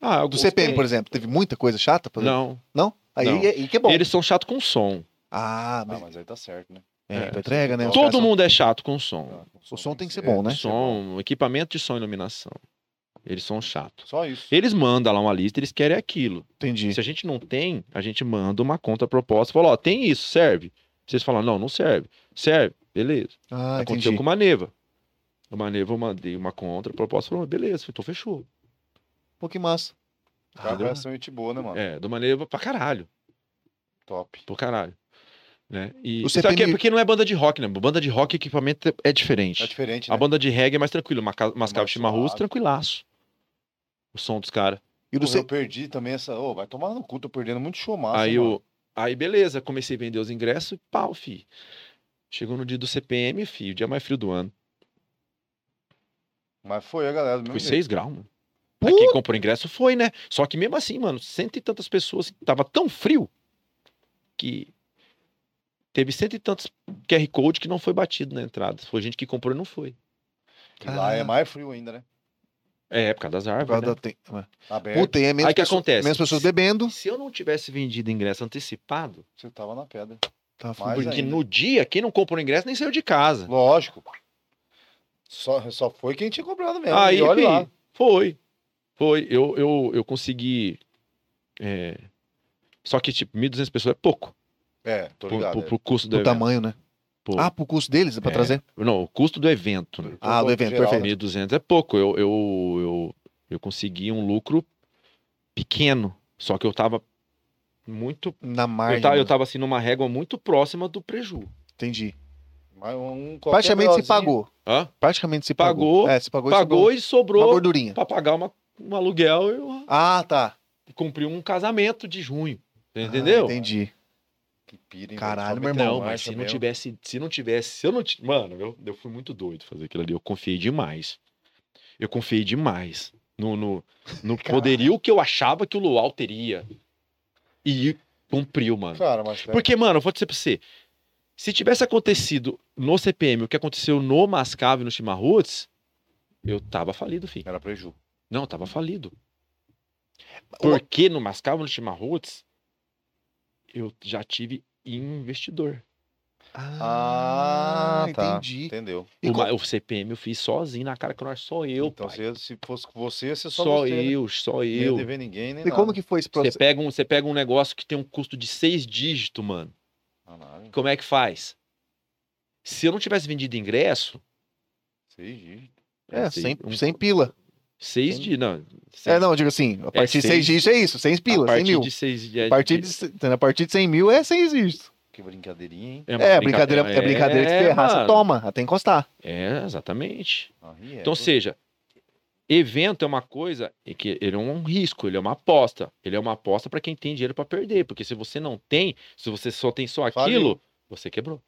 Speaker 2: Ah,
Speaker 1: Do CPM, por exemplo, teve muita coisa chata? Por exemplo?
Speaker 2: Não,
Speaker 1: Não? Aí
Speaker 2: Não.
Speaker 1: E, e que é bom.
Speaker 2: eles são chatos com som.
Speaker 1: Ah,
Speaker 3: Ah,
Speaker 1: mas
Speaker 3: mas aí tá certo, né?
Speaker 1: é,
Speaker 2: é.
Speaker 1: pra entrega, né? Os caras
Speaker 2: Todo
Speaker 1: são-
Speaker 2: mundo é chato com som.
Speaker 3: Ah,
Speaker 1: O som tem que ser
Speaker 3: é,
Speaker 1: bom, né?
Speaker 2: Som, equipamento de som e iluminação. Eles são chatos.
Speaker 3: Só isso.
Speaker 2: Eles mandam lá uma lista, eles querem aquilo.
Speaker 1: Entendi.
Speaker 2: Se a gente não tem, a gente manda uma conta proposta, fala, ó, tem isso, serve. Vocês falam, não, não serve. Serve, beleza.
Speaker 1: Ah,
Speaker 2: Aconteceu
Speaker 1: entendi.
Speaker 2: com uma neva. Uma neva, eu mandei uma contra, proposta, falou, beleza, então fechou.
Speaker 1: Pô, que massa.
Speaker 3: Os caras
Speaker 2: Entendeu?
Speaker 3: são gente boa, né, mano?
Speaker 2: É, de uma neva pra caralho,
Speaker 3: Top.
Speaker 2: pra caralho. Né? E,
Speaker 1: O
Speaker 2: Só que é
Speaker 1: CPM
Speaker 2: porque não é banda de rock, né? Banda de rock, equipamento é diferente.
Speaker 3: É diferente,
Speaker 2: A
Speaker 3: né?
Speaker 2: banda de reggae é mais tranquila, Maca- Mascavo
Speaker 3: mais
Speaker 2: Chimarrus,
Speaker 3: suave.
Speaker 2: tranquilaço. O som dos caras.
Speaker 1: E o do
Speaker 3: Porra,
Speaker 1: C...
Speaker 3: Eu perdi também essa. Ô, vai tomar no cu, tô perdendo muito show massa.
Speaker 2: Aí,
Speaker 3: mano.
Speaker 2: eu, aí beleza, comecei a vender os ingressos e pau, fi. Chegou no dia do CPM, fi, o dia mais frio do ano.
Speaker 3: Mas foi a galera do é
Speaker 2: Foi
Speaker 3: mesmo jeito.
Speaker 2: 6 graus, mano. Aí
Speaker 1: Puta,
Speaker 2: quem comprou ingresso foi, né? Só que mesmo assim, mano, cento e tantas pessoas, assim, tava tão frio que teve cento e tantos QR Code que não foi batido na entrada. Foi gente que comprou e não foi.
Speaker 3: E Lá é mais frio ainda, né? Tá
Speaker 2: É, por causa das
Speaker 1: por causa
Speaker 2: árvores.
Speaker 1: da
Speaker 2: Né?
Speaker 1: te-
Speaker 3: Aberto,
Speaker 1: Puta, e é menos,
Speaker 2: Aí que
Speaker 1: pessoa-
Speaker 2: acontece?
Speaker 1: menos pessoas bebendo.
Speaker 2: Se eu não tivesse vendido ingresso antecipado,
Speaker 3: você tava na pedra.
Speaker 1: Tá
Speaker 3: Mais
Speaker 1: fudido.
Speaker 2: porque
Speaker 3: ainda.
Speaker 2: no dia, quem não comprou ingresso nem saiu de casa.
Speaker 3: Lógico. Só, só foi quem tinha comprado mesmo.
Speaker 2: Aí,
Speaker 3: É, e olha
Speaker 2: fi,
Speaker 3: lá.
Speaker 2: foi. Foi. Eu, eu, eu consegui. é, Só que, tipo, 1.200 pessoas é pouco
Speaker 3: É, tô
Speaker 2: pro,
Speaker 3: ligado.
Speaker 2: pro,
Speaker 3: é.
Speaker 2: pro custo do
Speaker 1: do
Speaker 2: evento.
Speaker 1: tamanho, né?
Speaker 2: Pô.
Speaker 1: Ah, pro custo deles, é pra
Speaker 2: É.
Speaker 1: trazer.
Speaker 2: Não, o custo do evento, né?
Speaker 1: Ah, do
Speaker 3: Pro
Speaker 1: evento,
Speaker 3: geral, né?
Speaker 1: perfeito.
Speaker 2: 1.200 é pouco. Eu, eu, eu, eu consegui um lucro pequeno. Só que eu tava muito.
Speaker 1: Na
Speaker 2: Eu
Speaker 1: margem. né?
Speaker 2: tava, eu tava assim numa régua muito próxima do preju.
Speaker 1: Entendi.
Speaker 3: Mas um- um qualquer
Speaker 1: Praticamente se
Speaker 3: BOzinho,
Speaker 1: pagou.
Speaker 2: Hã?
Speaker 1: Praticamente se
Speaker 2: Pagou,
Speaker 1: pagou. É, se pagou. e
Speaker 2: Pagou e
Speaker 1: sobrou Uma
Speaker 2: sobrou
Speaker 1: gordurinha.
Speaker 2: pra pagar uma, um aluguel. Eu
Speaker 1: Ah, tá.
Speaker 2: cumpri um casamento de junho.
Speaker 1: Ah,
Speaker 2: Entendeu?
Speaker 1: entendi.
Speaker 3: Que pira, hein,
Speaker 1: Caralho,
Speaker 3: velho? Só
Speaker 1: meu
Speaker 2: Não,
Speaker 1: irmão,
Speaker 3: meteu
Speaker 2: mas
Speaker 3: marcha
Speaker 2: se não
Speaker 3: mesmo.
Speaker 2: tivesse, se não tivesse, se eu não ti- Mano, eu, eu fui muito doido fazer aquilo ali. Eu confiei demais. Eu confiei demais no, no, no poderio que eu achava que o Luau teria. E cumpriu, mano.
Speaker 3: Cara, mas é,
Speaker 2: Porque, mano, eu vou dizer pra você. Se tivesse acontecido no CPM o que aconteceu no Mascavo e no Chimarruts, eu tava falido, filho.
Speaker 3: é, era preju.
Speaker 2: Não, eu tava falido. Porque no Mascavo e no Chimarruts, eu já tive investidor.
Speaker 1: Ah,
Speaker 3: Ah, tá.
Speaker 1: entendi.
Speaker 3: Entendeu?
Speaker 1: E
Speaker 2: O,
Speaker 1: qual-
Speaker 2: ma- o CPM eu fiz sozinho na cara que nós só eu,
Speaker 3: então,
Speaker 2: pai.
Speaker 3: se, se fosse com você, você
Speaker 2: Só,
Speaker 3: só você, né?
Speaker 2: eu, só
Speaker 3: Não ia
Speaker 2: eu.
Speaker 3: dever ninguém, nem
Speaker 1: E como que foi esse
Speaker 2: Você
Speaker 1: processo?
Speaker 2: pega, um, você pega um negócio que tem um custo de seis dígitos, mano.
Speaker 3: que...
Speaker 2: Como é que faz? Se eu não tivesse vendido ingresso.
Speaker 3: Seis dígitos.
Speaker 1: É,
Speaker 2: sei,
Speaker 1: sem,
Speaker 2: um-
Speaker 1: sem pila.
Speaker 2: Seis
Speaker 1: sem-
Speaker 2: dígitos. Não,
Speaker 1: É,
Speaker 2: seis-
Speaker 1: não, eu digo assim, a partir de 6
Speaker 2: seis-
Speaker 1: dígitos é isso, 100
Speaker 2: a
Speaker 1: pila, 100
Speaker 2: partir
Speaker 1: mil.
Speaker 2: de seis é,
Speaker 1: A partir de, c- entendeu? a partir de 100 mil é 100 dígitos.
Speaker 3: Que brincadeirinha, hein?
Speaker 2: uma
Speaker 1: É, brincadeira, é brincadeira que se
Speaker 2: é,
Speaker 1: ferrar, você
Speaker 2: mano.
Speaker 1: toma, até encostar.
Speaker 2: É, exatamente.
Speaker 3: Ah, e é,
Speaker 2: Então, ou
Speaker 3: pô.
Speaker 2: seja, Evento é uma coisa em que ele é um risco, ele é uma aposta. Ele é uma aposta para quem tem dinheiro para perder, porque se você não tem, se você só tem só
Speaker 3: Faliu.
Speaker 2: aquilo, você quebrou.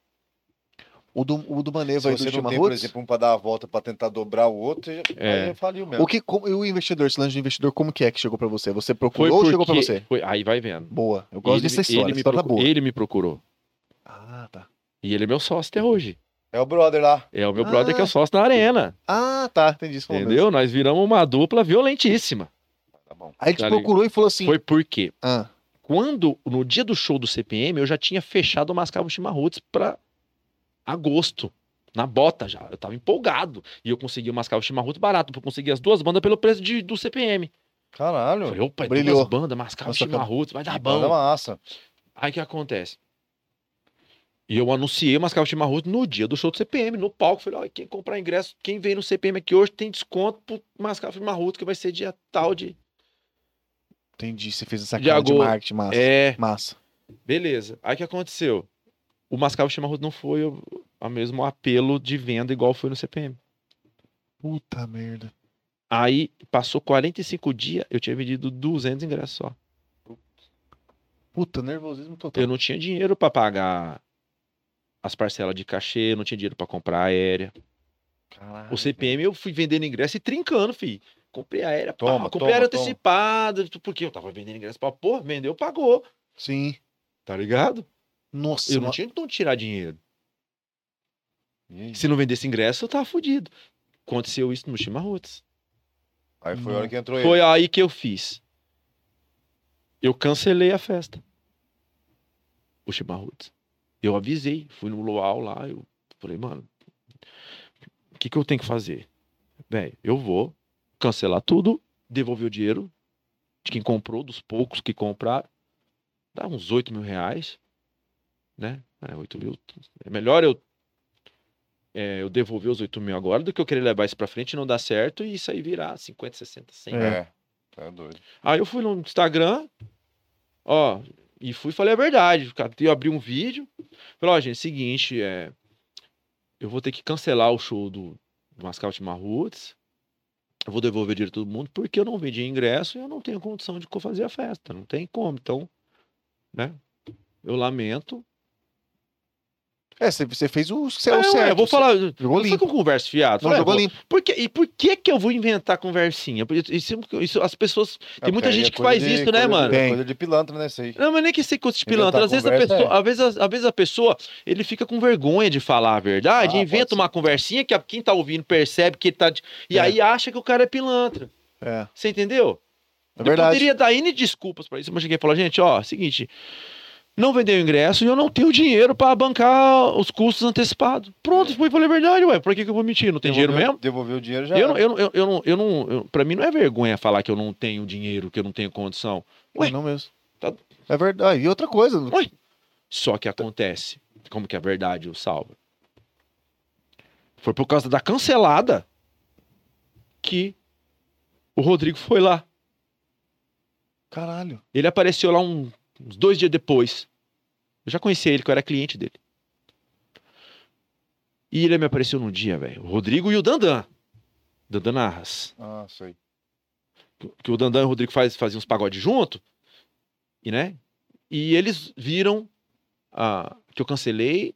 Speaker 1: O do, o do
Speaker 3: Se
Speaker 1: Maneva aí do
Speaker 3: você não
Speaker 1: Dilma
Speaker 3: tem, por
Speaker 1: Roots?
Speaker 3: exemplo, um pra dar a volta pra tentar dobrar o outro, já-
Speaker 2: É.
Speaker 3: aí já faliu mesmo.
Speaker 1: O que, como, e o investidor, esse lance do investidor, como que é que chegou pra você? Você
Speaker 2: Foi
Speaker 1: procurou ou chegou pra
Speaker 2: porque-
Speaker 1: você?
Speaker 2: foi- aí vai vendo.
Speaker 1: Boa. Eu gosto
Speaker 2: Ele-
Speaker 1: dessa história.
Speaker 2: ele
Speaker 1: essa
Speaker 2: me
Speaker 1: história tá
Speaker 2: procu-
Speaker 1: boa.
Speaker 2: ele me procurou.
Speaker 1: Ah, tá.
Speaker 2: E ele é meu sócio até hoje.
Speaker 3: É o brother lá.
Speaker 2: É o meu
Speaker 1: Ah.
Speaker 2: brother que é o sócio na arena.
Speaker 1: Ah, tá. Entendi. Isso falou mesmo.
Speaker 2: Entendeu? Nós viramos uma dupla violentíssima.
Speaker 3: Tá bom.
Speaker 1: Aí ele te
Speaker 2: Tá ligado.
Speaker 1: procurou e falou assim.
Speaker 2: Foi por quê?
Speaker 1: Ah,
Speaker 2: Quando, no dia do show do CPM, eu já tinha fechado o Mascavo Chimarruts pra agosto. Na bota já. Eu tava empolgado. E eu consegui o Mascavo Chimarruts barato. Eu consegui as duas bandas pelo preço de- do CPM. Eu
Speaker 3: Caralho.
Speaker 2: falei, opa,
Speaker 1: Brilhou.
Speaker 2: duas bandas, Mascavo
Speaker 1: Nossa,
Speaker 2: Chimarruts, vai dar
Speaker 1: Tá
Speaker 3: Que
Speaker 2: tá bom.
Speaker 3: banda massa.
Speaker 2: Aí o que acontece? E eu anunciei o Mascavo Chimarruto no dia do show do CPM, no palco. Falei, ó, quem comprar ingresso, quem vem no CPM aqui hoje tem desconto pro Mascavo Chimarruto, que vai ser dia tal de...
Speaker 1: entendi. Você fez essa
Speaker 2: De
Speaker 1: cara de
Speaker 2: agora.
Speaker 1: marketing massa.
Speaker 2: É,
Speaker 1: Massa.
Speaker 2: beleza. Aí o que aconteceu? O Mascavo Chimarruto não foi o a mesmo apelo de venda igual foi no CPM.
Speaker 1: Puta merda.
Speaker 2: Aí passou 45 dias, eu tinha vendido 200 ingressos só.
Speaker 1: Puta, nervosismo
Speaker 3: Tá.
Speaker 1: total.
Speaker 2: Eu não tinha dinheiro pra pagar as parcelas de cachê, não tinha dinheiro pra comprar aérea.
Speaker 1: Caralho.
Speaker 3: Ah,
Speaker 2: O CPM eu fui vendendo ingresso e trincando, filho. Comprei aérea, pá,
Speaker 3: Toma,
Speaker 2: comprei aérea
Speaker 3: toma, toma.
Speaker 2: antecipada, porque eu tava vendendo ingresso pra porra, vendeu, pagou.
Speaker 1: Sim.
Speaker 2: Tá ligado?
Speaker 1: Nossa,
Speaker 2: eu não
Speaker 1: ma-
Speaker 2: tinha de onde tirar dinheiro.
Speaker 3: E aí?
Speaker 2: Se não vendesse ingresso, eu tava fudido. Aconteceu isso no Chimarruts.
Speaker 3: Aí foi a hora que entrou ele.
Speaker 2: Foi aí que eu fiz. Eu cancelei a festa. O Chimarruts. Eu avisei, fui no Luau lá, eu falei, mano, o que, que eu tenho que fazer? Velho, eu vou cancelar tudo, devolver o dinheiro de quem comprou, dos poucos que compraram, dá uns 8 mil reais, né? É, 8 mil. É melhor eu, é, eu devolver os 8 mil agora do que eu querer levar isso pra frente e não dar certo e isso aí virar 50, 60, 100
Speaker 3: É. Tá doido.
Speaker 2: Aí eu fui no Instagram, ó, e fui e falei a verdade. cara. Eu abri um vídeo, falei, ó, gente, seguinte, é, eu vou ter que cancelar o show do, do Mascaute Marrutz, eu vou devolver dinheiro a todo mundo, porque eu não vendi ingresso e eu não tenho condição de co- fazer a festa, não tem como, então, né, eu lamento.
Speaker 1: É, você- você fez o, o
Speaker 2: É,
Speaker 1: Então, certo.
Speaker 2: ué, eu vou
Speaker 1: você
Speaker 2: falar,
Speaker 1: Jogou
Speaker 2: não foi
Speaker 1: limpo.
Speaker 2: com conversa fiado.
Speaker 1: Não,
Speaker 2: falei,
Speaker 1: jogou
Speaker 2: "Pô,
Speaker 1: limpo.
Speaker 2: por que- e por que que eu vou inventar conversinha? Porque Isso, isso- as pessoas,
Speaker 1: É,
Speaker 2: tem muita gente que faz isso, né, mano?
Speaker 3: É
Speaker 1: Tem.
Speaker 3: coisa de pilantra, né, isso aí.
Speaker 2: Não, mas nem que se coisa de
Speaker 3: Inventar
Speaker 2: pilantra. Às vezes, a
Speaker 3: conversa,
Speaker 2: pessoa, às, vezes, às vezes a pessoa ele fica com vergonha de falar a verdade,
Speaker 3: Ah, pode
Speaker 2: inventa
Speaker 3: ser.
Speaker 2: uma conversinha que a- quem tá ouvindo percebe que ele tá. de- E
Speaker 1: É.
Speaker 2: aí acha que o cara é pilantra.
Speaker 1: É,
Speaker 2: Você entendeu?
Speaker 1: é verdade.
Speaker 2: Eu poderia dar N desculpas pra isso, mas cheguei e falar, gente, ó, seguinte, não vendeu o ingresso e eu não tenho dinheiro pra bancar os custos antecipados. Pronto, fui e falei a verdade, ué, por que, que eu vou mentir? Não tem dinheiro
Speaker 3: Devolveu-
Speaker 2: mesmo?
Speaker 3: Devolveu o dinheiro já.
Speaker 2: Eu não, eu, não- eu, eu não, eu não, eu- pra mim não é vergonha falar que eu não tenho dinheiro, que eu não tenho condição. Ué.
Speaker 1: Não mesmo.
Speaker 2: Tá-
Speaker 1: É verdade. Ah, E outra coisa.
Speaker 2: Só que acontece. Como que a verdade o salva? Foi por causa da cancelada que o Rodrigo foi lá.
Speaker 1: Caralho.
Speaker 2: Ele apareceu lá um- uns dois dias depois. Eu já conhecia ele, que eu era cliente dele. E ele me apareceu num dia, velho. O Rodrigo e o Dandan. Dandan Arras.
Speaker 3: Ah, sei.
Speaker 2: Que o Dandan e o Rodrigo faz, faziam uns pagodes junto. E, né? E eles viram ah, que eu cancelei.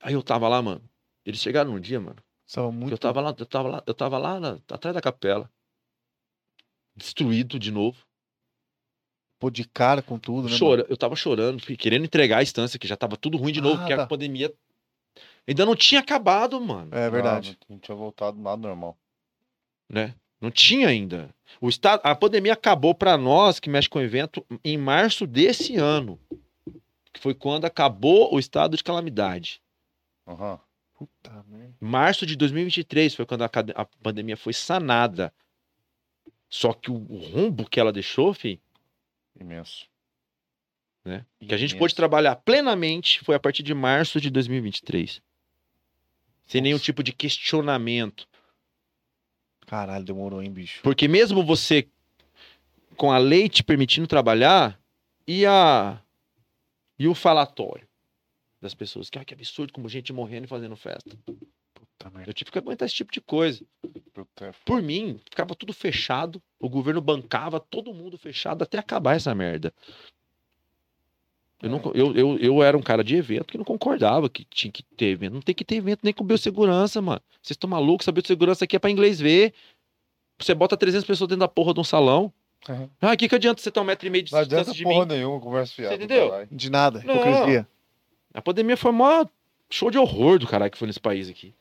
Speaker 2: Aí eu tava lá, mano. Eles chegaram num dia, mano.
Speaker 1: Estava
Speaker 2: que
Speaker 1: muito.
Speaker 2: Eu tava lá, eu tava lá, eu tava lá na- atrás da capela. Destruído de novo.
Speaker 1: Pô, de cara com tudo, né?
Speaker 2: Chora, eu tava chorando, fi- querendo entregar a instância, que já tava tudo ruim de novo,
Speaker 1: Ah,
Speaker 2: porque
Speaker 1: tá.
Speaker 2: a pandemia ainda não tinha acabado, mano.
Speaker 1: mano? É verdade.
Speaker 3: Ah, Não, não tinha voltado nada normal.
Speaker 2: né? Não tinha ainda. O estado, a pandemia acabou para nós que mexe com o evento em março desse ano, que foi quando acabou o estado de calamidade.
Speaker 3: Aham.
Speaker 1: Puta merda.
Speaker 2: Março de 2023 foi quando a, cade- a pandemia foi sanada. Só que o, o rombo que ela deixou, fi,
Speaker 3: Imenso.
Speaker 2: né? Que a gente
Speaker 3: Imenso.
Speaker 2: pôde trabalhar plenamente foi a partir de março de 2023. Sem nenhum tipo de questionamento.
Speaker 1: Caralho, demorou, hein, bicho.
Speaker 2: Porque mesmo você com a lei te permitindo trabalhar e a e o falatório das pessoas que ah, que absurdo como gente morrendo e fazendo festa.
Speaker 1: Puta merda.
Speaker 2: Eu tive que aguentar esse tipo de coisa.
Speaker 3: Puta É.
Speaker 2: Por mim, ficava tudo fechado, o governo bancava todo mundo fechado até acabar essa merda. Eu,
Speaker 3: É.
Speaker 2: não, co- eu, eu, eu era um cara de evento que não concordava que tinha que ter evento. Não tem que ter evento nem com biossegurança, mano. Vocês estão malucos? Saber de segurança aqui é pra inglês ver. Você bota 300 pessoas dentro da porra de um salão.
Speaker 3: Uhum.
Speaker 2: Ah, que, que adianta você ter um metro e meio de
Speaker 3: Não
Speaker 2: distância
Speaker 3: adianta
Speaker 2: de
Speaker 3: porra
Speaker 2: mim?
Speaker 3: nenhuma, conversa fiada. do
Speaker 2: entendeu?
Speaker 3: caralho.
Speaker 1: De nada,
Speaker 2: Não.
Speaker 1: hipocrisia.
Speaker 2: A pandemia foi o maior show de horror do caralho que foi nesse país aqui.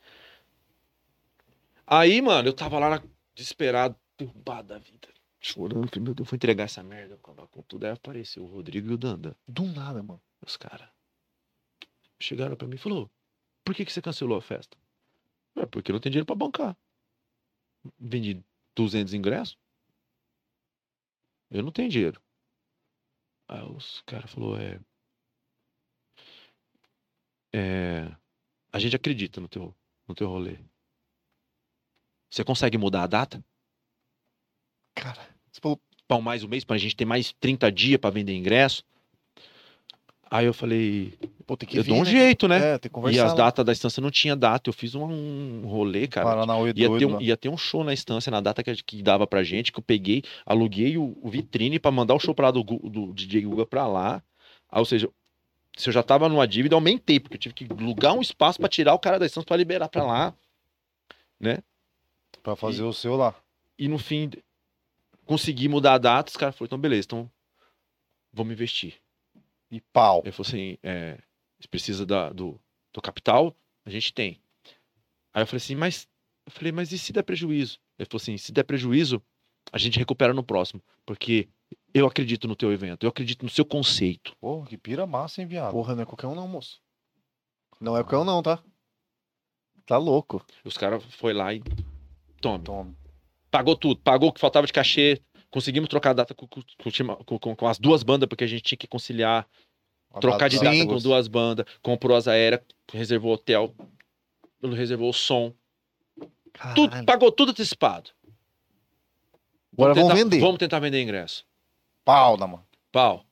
Speaker 2: Aí, mano, eu tava lá na- desesperado, derrubado da vida, chorando. Falei, meu Deus, vou entregar essa merda, vou acabar com tudo. Aí apareceu o Rodrigo e o Danda,
Speaker 1: Do nada, mano.
Speaker 2: os caras. Chegaram pra mim e falou: por que, que você cancelou a festa? É porque não tem dinheiro pra bancar. Vendi 200 ingressos. Eu não tenho dinheiro. Aí os caras falaram, é... é... A gente acredita no teu, no teu rolê. Você consegue mudar a data?
Speaker 1: Cara, você falou,
Speaker 2: Pão mais um mês pra gente ter mais 30 dias pra vender ingresso? Aí eu falei,
Speaker 1: pô, tem que
Speaker 2: eu
Speaker 1: vir,
Speaker 2: dou um
Speaker 1: né?
Speaker 2: jeito, né?
Speaker 1: É, tem que conversar.
Speaker 2: E as
Speaker 1: lá.
Speaker 2: datas da instância não tinha data. Eu fiz um, um rolê, cara.
Speaker 3: Paranauê
Speaker 2: Ia ter,
Speaker 3: doido.
Speaker 2: um,
Speaker 3: lá.
Speaker 2: ia ter um show na instância, na data que, a- que dava pra gente, que eu peguei, aluguei o, o vitrine pra mandar o show pra lá do, Gu- do DJ Guga pra lá. Ah, ou seja, se eu já tava numa dívida, eu aumentei, porque eu tive que alugar um espaço pra tirar o cara da instância pra liberar pra lá.
Speaker 3: Pra fazer o seu lá.
Speaker 2: E no fim, consegui mudar a data, os caras falaram, então beleza, então vamos investir.
Speaker 3: E pau.
Speaker 2: Ele falou assim: é, você precisa da- do, do capital? A gente tem. Aí eu falei assim, mas eu falei, mas e se der prejuízo? Ele falou assim: se der prejuízo, a gente recupera no próximo. Porque eu acredito no teu evento, eu acredito no seu conceito.
Speaker 3: Porra, que pira massa, hein, viado?
Speaker 1: Porra, não é qualquer um não, moço. Não é qualquer um não, tá? Tá louco.
Speaker 2: Os caras foi lá e. Tome.
Speaker 3: Toma.
Speaker 2: Pagou tudo, pagou o que faltava de cachê. Conseguimos trocar a data com, com- com o time- com- com- com as duas bandas, porque a gente tinha que conciliar, trocar de
Speaker 1: data
Speaker 2: data com duas bandas, comprou as aéreas, reservou hotel, reservou o som, tudo,
Speaker 1: Caralho.
Speaker 2: pagou tudo antecipado.
Speaker 1: Agora vão
Speaker 2: tentar-
Speaker 1: vender.
Speaker 2: Vamos tentar vender ingresso.
Speaker 3: Pau na mão.
Speaker 2: Pau.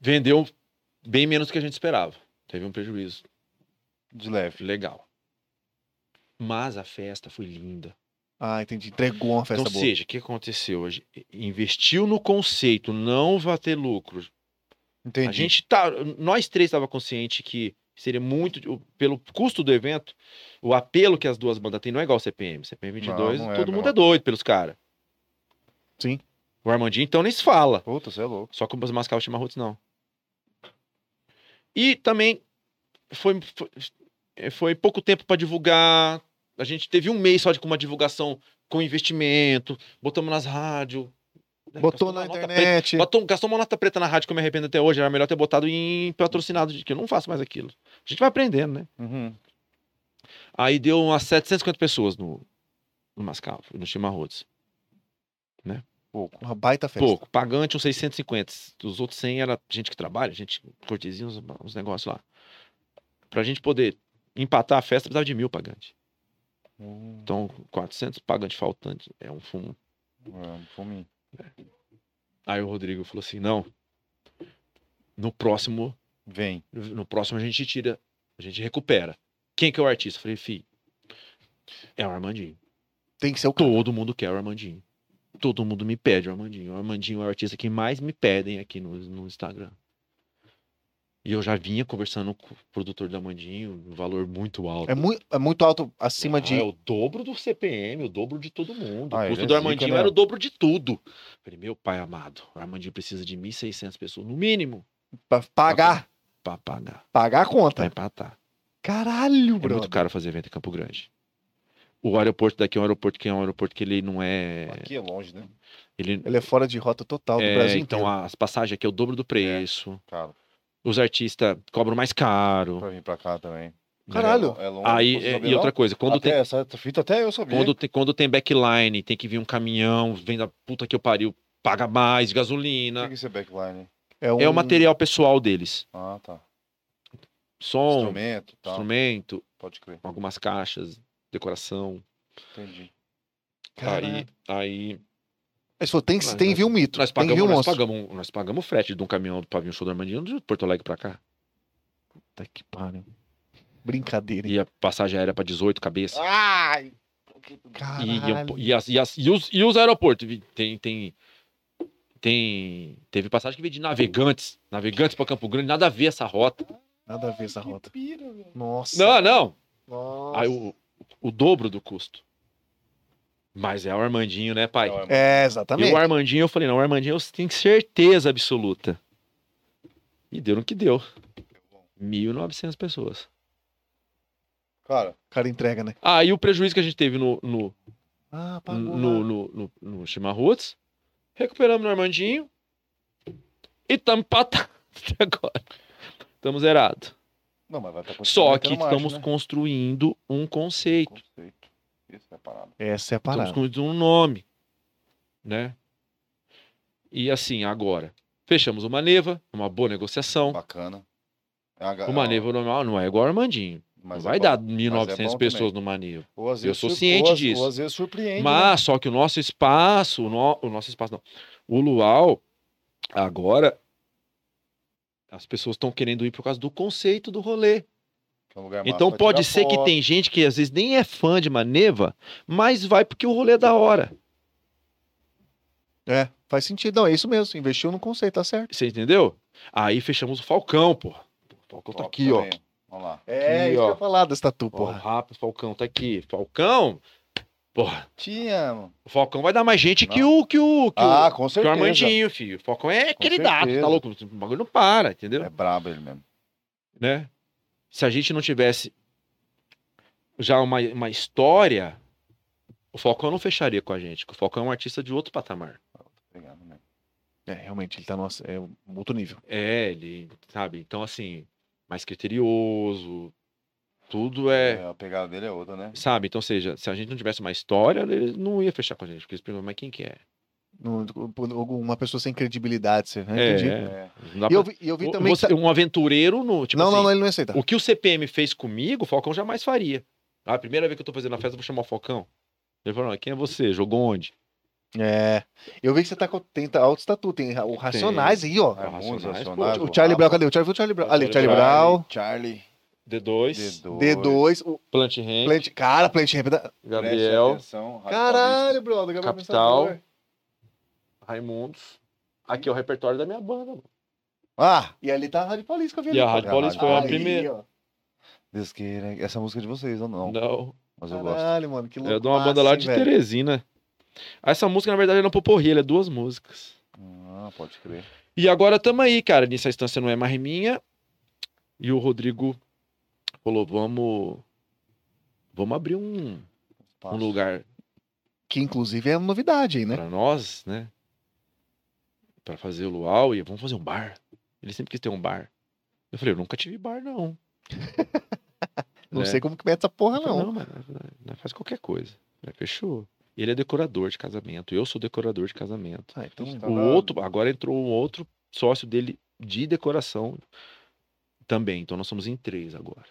Speaker 2: Vendeu bem menos do que a gente esperava. Teve um prejuízo
Speaker 3: De leve.
Speaker 2: legal. Mas a festa foi linda.
Speaker 1: Ah, entendi. Entregou uma festa
Speaker 2: então,
Speaker 1: boa.
Speaker 2: seja, o que aconteceu? A gente Investiu no conceito, não vai ter lucro.
Speaker 3: Entendi.
Speaker 2: A gente tá, nós três estava consciente que seria muito o- pelo custo do evento, o apelo que as duas bandas têm não é igual ao CPM, CPM 22,
Speaker 3: Não, não é,
Speaker 2: todo
Speaker 3: meu.
Speaker 2: mundo é doido pelos caras.
Speaker 1: Sim.
Speaker 2: O Armandinho então nem se fala.
Speaker 3: Puta, você é louco.
Speaker 2: Só com as mascaras chimarrotes, não. E também foi, foi, foi pouco tempo para divulgar. A gente teve um mês só de com uma divulgação com investimento. Botamos nas rádios.
Speaker 1: Botou
Speaker 2: Gastou uma
Speaker 1: na
Speaker 2: nota
Speaker 1: internet.
Speaker 2: preta- botou- gastou uma nota preta na rádio que eu me arrependo até hoje. Era melhor ter botado em patrocinado, de que eu não faço mais aquilo. A gente vai aprendendo, né?
Speaker 3: Uhum.
Speaker 2: Aí deu umas 750 pessoas no, no Mascavo, no Chimarrotes.
Speaker 3: Pouco.
Speaker 1: Uma baita festa.
Speaker 2: Pouco. Pagante, uns 650. Os outros 100 era gente que trabalha, gente cortesia, uns, uns negócios lá. Pra gente poder empatar a festa, precisava de mil pagante.
Speaker 3: Hum,
Speaker 2: Então, 400 pagante faltante é um fumo.
Speaker 3: é, fome.
Speaker 2: Aí o Rodrigo falou assim: não, no próximo,
Speaker 3: Vem.
Speaker 2: no próximo a gente tira, a gente recupera. Quem que é o artista? Eu falei, fi, é o Armandinho.
Speaker 1: Tem que ser o cara.
Speaker 2: Todo mundo quer o Armandinho. Todo mundo me pede o Armandinho. O Armandinho é o artista que mais me pedem aqui no, no Instagram. E eu já vinha conversando com o produtor do Armandinho, um valor muito alto.
Speaker 1: É, mui- é muito alto acima
Speaker 2: Ah,
Speaker 1: de.
Speaker 2: É o dobro do CPM, o dobro de todo mundo.
Speaker 3: Ah,
Speaker 2: o
Speaker 3: ele
Speaker 2: custo
Speaker 3: é
Speaker 2: do
Speaker 3: zica,
Speaker 2: Armandinho
Speaker 3: né?
Speaker 2: era o dobro de tudo. Falei, meu pai amado, o Armandinho precisa de 1.600 pessoas, no mínimo,
Speaker 1: Pra pagar.
Speaker 2: pra pagar,
Speaker 1: Pagar a
Speaker 3: Tá.
Speaker 2: pra
Speaker 1: conta.
Speaker 2: empatar.
Speaker 1: Caralho,
Speaker 2: É
Speaker 1: bro.
Speaker 2: muito caro fazer evento em Campo Grande. O aeroporto daqui é um aeroporto que é um aeroporto que ele não é...
Speaker 3: Aqui é longe, né?
Speaker 2: Ele,
Speaker 1: Ele é fora de rota total do
Speaker 2: É,
Speaker 1: Brasil.
Speaker 2: então
Speaker 1: inteiro.
Speaker 2: as passagens aqui é o dobro do preço.
Speaker 3: Cara,
Speaker 2: Os artistas cobram mais caro.
Speaker 3: pra vir pra cá também.
Speaker 2: né?
Speaker 1: Caralho.
Speaker 3: É longe.
Speaker 2: Aí,
Speaker 3: não
Speaker 2: é,
Speaker 3: sabia,
Speaker 2: e outra
Speaker 3: não?
Speaker 2: coisa, quando
Speaker 3: até
Speaker 2: tem,
Speaker 3: Essa fita até eu sabia.
Speaker 2: quando, tem, quando tem backline, tem que vir um caminhão, vem da puta que eu pariu, paga mais,
Speaker 3: O que
Speaker 2: gasolina.
Speaker 3: que é esse backline?
Speaker 1: um-
Speaker 2: É o material pessoal deles.
Speaker 3: Ah, tá.
Speaker 2: Som, instrumento,
Speaker 3: Instrumento, tá. Pode crer.
Speaker 2: algumas caixas, decoração.
Speaker 3: Entendi.
Speaker 1: Caralho.
Speaker 2: Aí, aí
Speaker 1: Aí você falou, tem, que- tem que vir um mito.
Speaker 2: nós,
Speaker 1: tem que vir um
Speaker 2: pagamos, nós,
Speaker 1: monstro.
Speaker 2: pagamos, um- nós pagamos o frete de um caminhão pra vir um show do Armandinho de Porto Alegre pra cá.
Speaker 1: Puta que pariu. Brincadeira, hein?
Speaker 2: E a passagem aérea pra 18 cabeças. é,
Speaker 3: Ai!
Speaker 2: E, um eu-
Speaker 1: Caralho.
Speaker 2: e as- e as- e os, e os aeroportos. vi- Tem, tem, tem. Teve passagem que veio de navegantes. Navegantes pra Campo Grande, nada a ver essa rota.
Speaker 1: Nada a ver essa rota. Nossa.
Speaker 2: Não, não.
Speaker 1: Nossa.
Speaker 2: Aí o, o dobro do custo. Mas é o Armandinho, né, pai?
Speaker 1: É,
Speaker 2: E
Speaker 1: exatamente.
Speaker 2: o Armandinho, eu falei, não, o Armandinho eu tenho certeza absoluta. E deu no que deu. 1.900 pessoas.
Speaker 3: Cara,
Speaker 1: O cara entrega, né?
Speaker 2: Aí Ah, o prejuízo que a gente teve no, no,
Speaker 1: Ah, pagou. lá.
Speaker 2: no, no, no, no Chimarruts, recuperamos no Armandinho e estamos empatados até agora. Estamos zerados.
Speaker 3: não, mas vai tá estar
Speaker 2: Só que estamos
Speaker 3: né?
Speaker 2: construindo um conceito.
Speaker 3: Conceito. Isso é parado.
Speaker 1: Essa é a
Speaker 2: Estamos
Speaker 1: parada.
Speaker 2: construindo um nome, né? E assim, agora, fechamos o Maneva, uma boa negociação.
Speaker 3: Bacana. É uma ga-
Speaker 2: O Maneva normal não é igual ao Armandinho.
Speaker 3: mas
Speaker 2: não
Speaker 3: é
Speaker 2: vai
Speaker 3: bom.
Speaker 2: dar 1.900
Speaker 3: bom
Speaker 2: pessoas no Maneva.
Speaker 3: Ou às
Speaker 2: Eu
Speaker 3: vezes
Speaker 2: sou
Speaker 3: surpre-
Speaker 2: ciente
Speaker 3: ou às-
Speaker 2: disso.
Speaker 3: Ou às vezes surpreende. né?
Speaker 2: Mas só que o nosso espaço, o, no- o nosso espaço não. O Luau, agora, as pessoas estão querendo ir por causa do conceito do rolê.
Speaker 3: Que é um lugar massa
Speaker 2: então
Speaker 3: pra
Speaker 2: pode
Speaker 3: tirar
Speaker 2: ser que
Speaker 3: foto.
Speaker 2: tem gente que às vezes nem é fã de Maneva, mas vai porque o rolê é da hora.
Speaker 1: É, faz sentido. Não, é isso mesmo. Investiu no conceito, tá certo.
Speaker 2: Você entendeu? Aí fechamos o Falcão, pô. O Falcão tá
Speaker 3: Ó,
Speaker 2: aqui, ó.
Speaker 3: também. Vamos lá.
Speaker 1: É,
Speaker 2: Aqui,
Speaker 1: isso
Speaker 2: ó.
Speaker 1: que eu ia falar da tatu,
Speaker 2: Porra,
Speaker 1: porra.
Speaker 2: rápido, Falcão tá aqui. Falcão, porra,
Speaker 3: Te amo.
Speaker 2: o Falcão vai dar mais gente que
Speaker 3: Não.
Speaker 2: o que o que o-
Speaker 3: Ah, com
Speaker 2: Que o
Speaker 3: certeza.
Speaker 2: Armandinho, filho. O Falcão é
Speaker 3: Com
Speaker 2: queridato,
Speaker 3: certeza.
Speaker 2: tá louco? O bagulho não para, entendeu?
Speaker 3: É brabo ele mesmo.
Speaker 2: Né? Se a gente não tivesse já uma, uma história, o Falcão não fecharia com a gente. porque O Falcão é um artista de outro patamar.
Speaker 3: Obrigado, né?
Speaker 1: É, realmente, ele tá nossa, é um outro nível.
Speaker 2: É, ele, sabe? Então, assim, mais criterioso, tudo é.
Speaker 3: É, A pegada dele é outra, né?
Speaker 2: Sabe? Então, ou seja, se a gente não tivesse uma história, ele não ia fechar com a gente. Porque eles perguntam, mas quem que é?
Speaker 1: Não, Uma pessoa sem credibilidade, você né?
Speaker 2: É,
Speaker 1: entendi.
Speaker 2: é.
Speaker 3: É.
Speaker 2: Não dá
Speaker 1: E eu
Speaker 2: pra-
Speaker 1: vi, e eu vi
Speaker 2: Ou-
Speaker 1: também. que
Speaker 2: você-
Speaker 1: tá-
Speaker 2: Um aventureiro no. Tipo
Speaker 1: não,
Speaker 2: assim,
Speaker 1: não, não, ele não aceita.
Speaker 2: O que o CPM fez comigo, o Falcão jamais faria. Ah, a primeira vez que eu tô fazendo a festa, eu vou chamar o Falcão. Ele falou: "Ah, quem é você? Jogou onde?
Speaker 1: É. Eu vi que você tá com. Tem tá, alto estatu, tem ra- o Racionais aí, ó.
Speaker 3: É muito
Speaker 2: Racionais, pô.
Speaker 3: racionais,
Speaker 1: O Charlie
Speaker 3: Rafa.
Speaker 1: Brown, cadê? O Charlie, foi o Charlie Brown.
Speaker 2: Ah, O
Speaker 1: Ali, o Charlie
Speaker 2: Charlie
Speaker 1: Brown.
Speaker 3: Ah, Charlie.
Speaker 2: D2,
Speaker 1: D2, o
Speaker 2: Plant Hand,
Speaker 1: Plant. né? Cara, Plant Rap da-
Speaker 3: Gabriel.
Speaker 2: Gabriel,
Speaker 1: Caralho, brother. Gabriel
Speaker 2: Capital.
Speaker 1: Pensador.
Speaker 2: Raimundos. Aqui é o repertório da minha banda. mano.
Speaker 1: Ah, e ali tá a Rádio Paulista que eu vi
Speaker 2: E a
Speaker 1: ali.
Speaker 2: Rádio
Speaker 3: Caralho.
Speaker 2: Paulista foi a
Speaker 1: Aí,
Speaker 2: primeira.
Speaker 1: ó.
Speaker 3: Deus queira. Essa música é de vocês, ou não?
Speaker 2: Não,
Speaker 3: Mas eu gosto.
Speaker 1: Caralho, mano, que louco.
Speaker 2: é de uma banda lá
Speaker 1: assim,
Speaker 2: de
Speaker 1: velho.
Speaker 2: Teresina. Essa música, na verdade, é uma poporri, ela é duas músicas.
Speaker 3: Ah, pode crer.
Speaker 2: E agora tamo aí, cara. Nessa instância não é mais minha. E o Rodrigo falou: vamos. Vamos abrir um, um
Speaker 3: Passa.
Speaker 2: lugar
Speaker 1: Que inclusive é uma novidade aí, né?
Speaker 2: pra nós, né? Pra fazer o luau e vamos fazer um bar. Ele sempre quis ter um bar. Eu falei, eu nunca tive bar, não.
Speaker 1: Não
Speaker 2: Né?
Speaker 1: sei como que mete essa porra,
Speaker 2: Ele falou,
Speaker 1: não.
Speaker 2: Então, não, mas nós- nós faz qualquer coisa. Eu falei, fechou. Ele é decorador de casamento. Eu sou decorador de casamento.
Speaker 1: Ah, então,
Speaker 3: Tá
Speaker 2: o
Speaker 3: na-
Speaker 2: outro, agora entrou um outro sócio dele de decoração também. Então nós somos em três agora.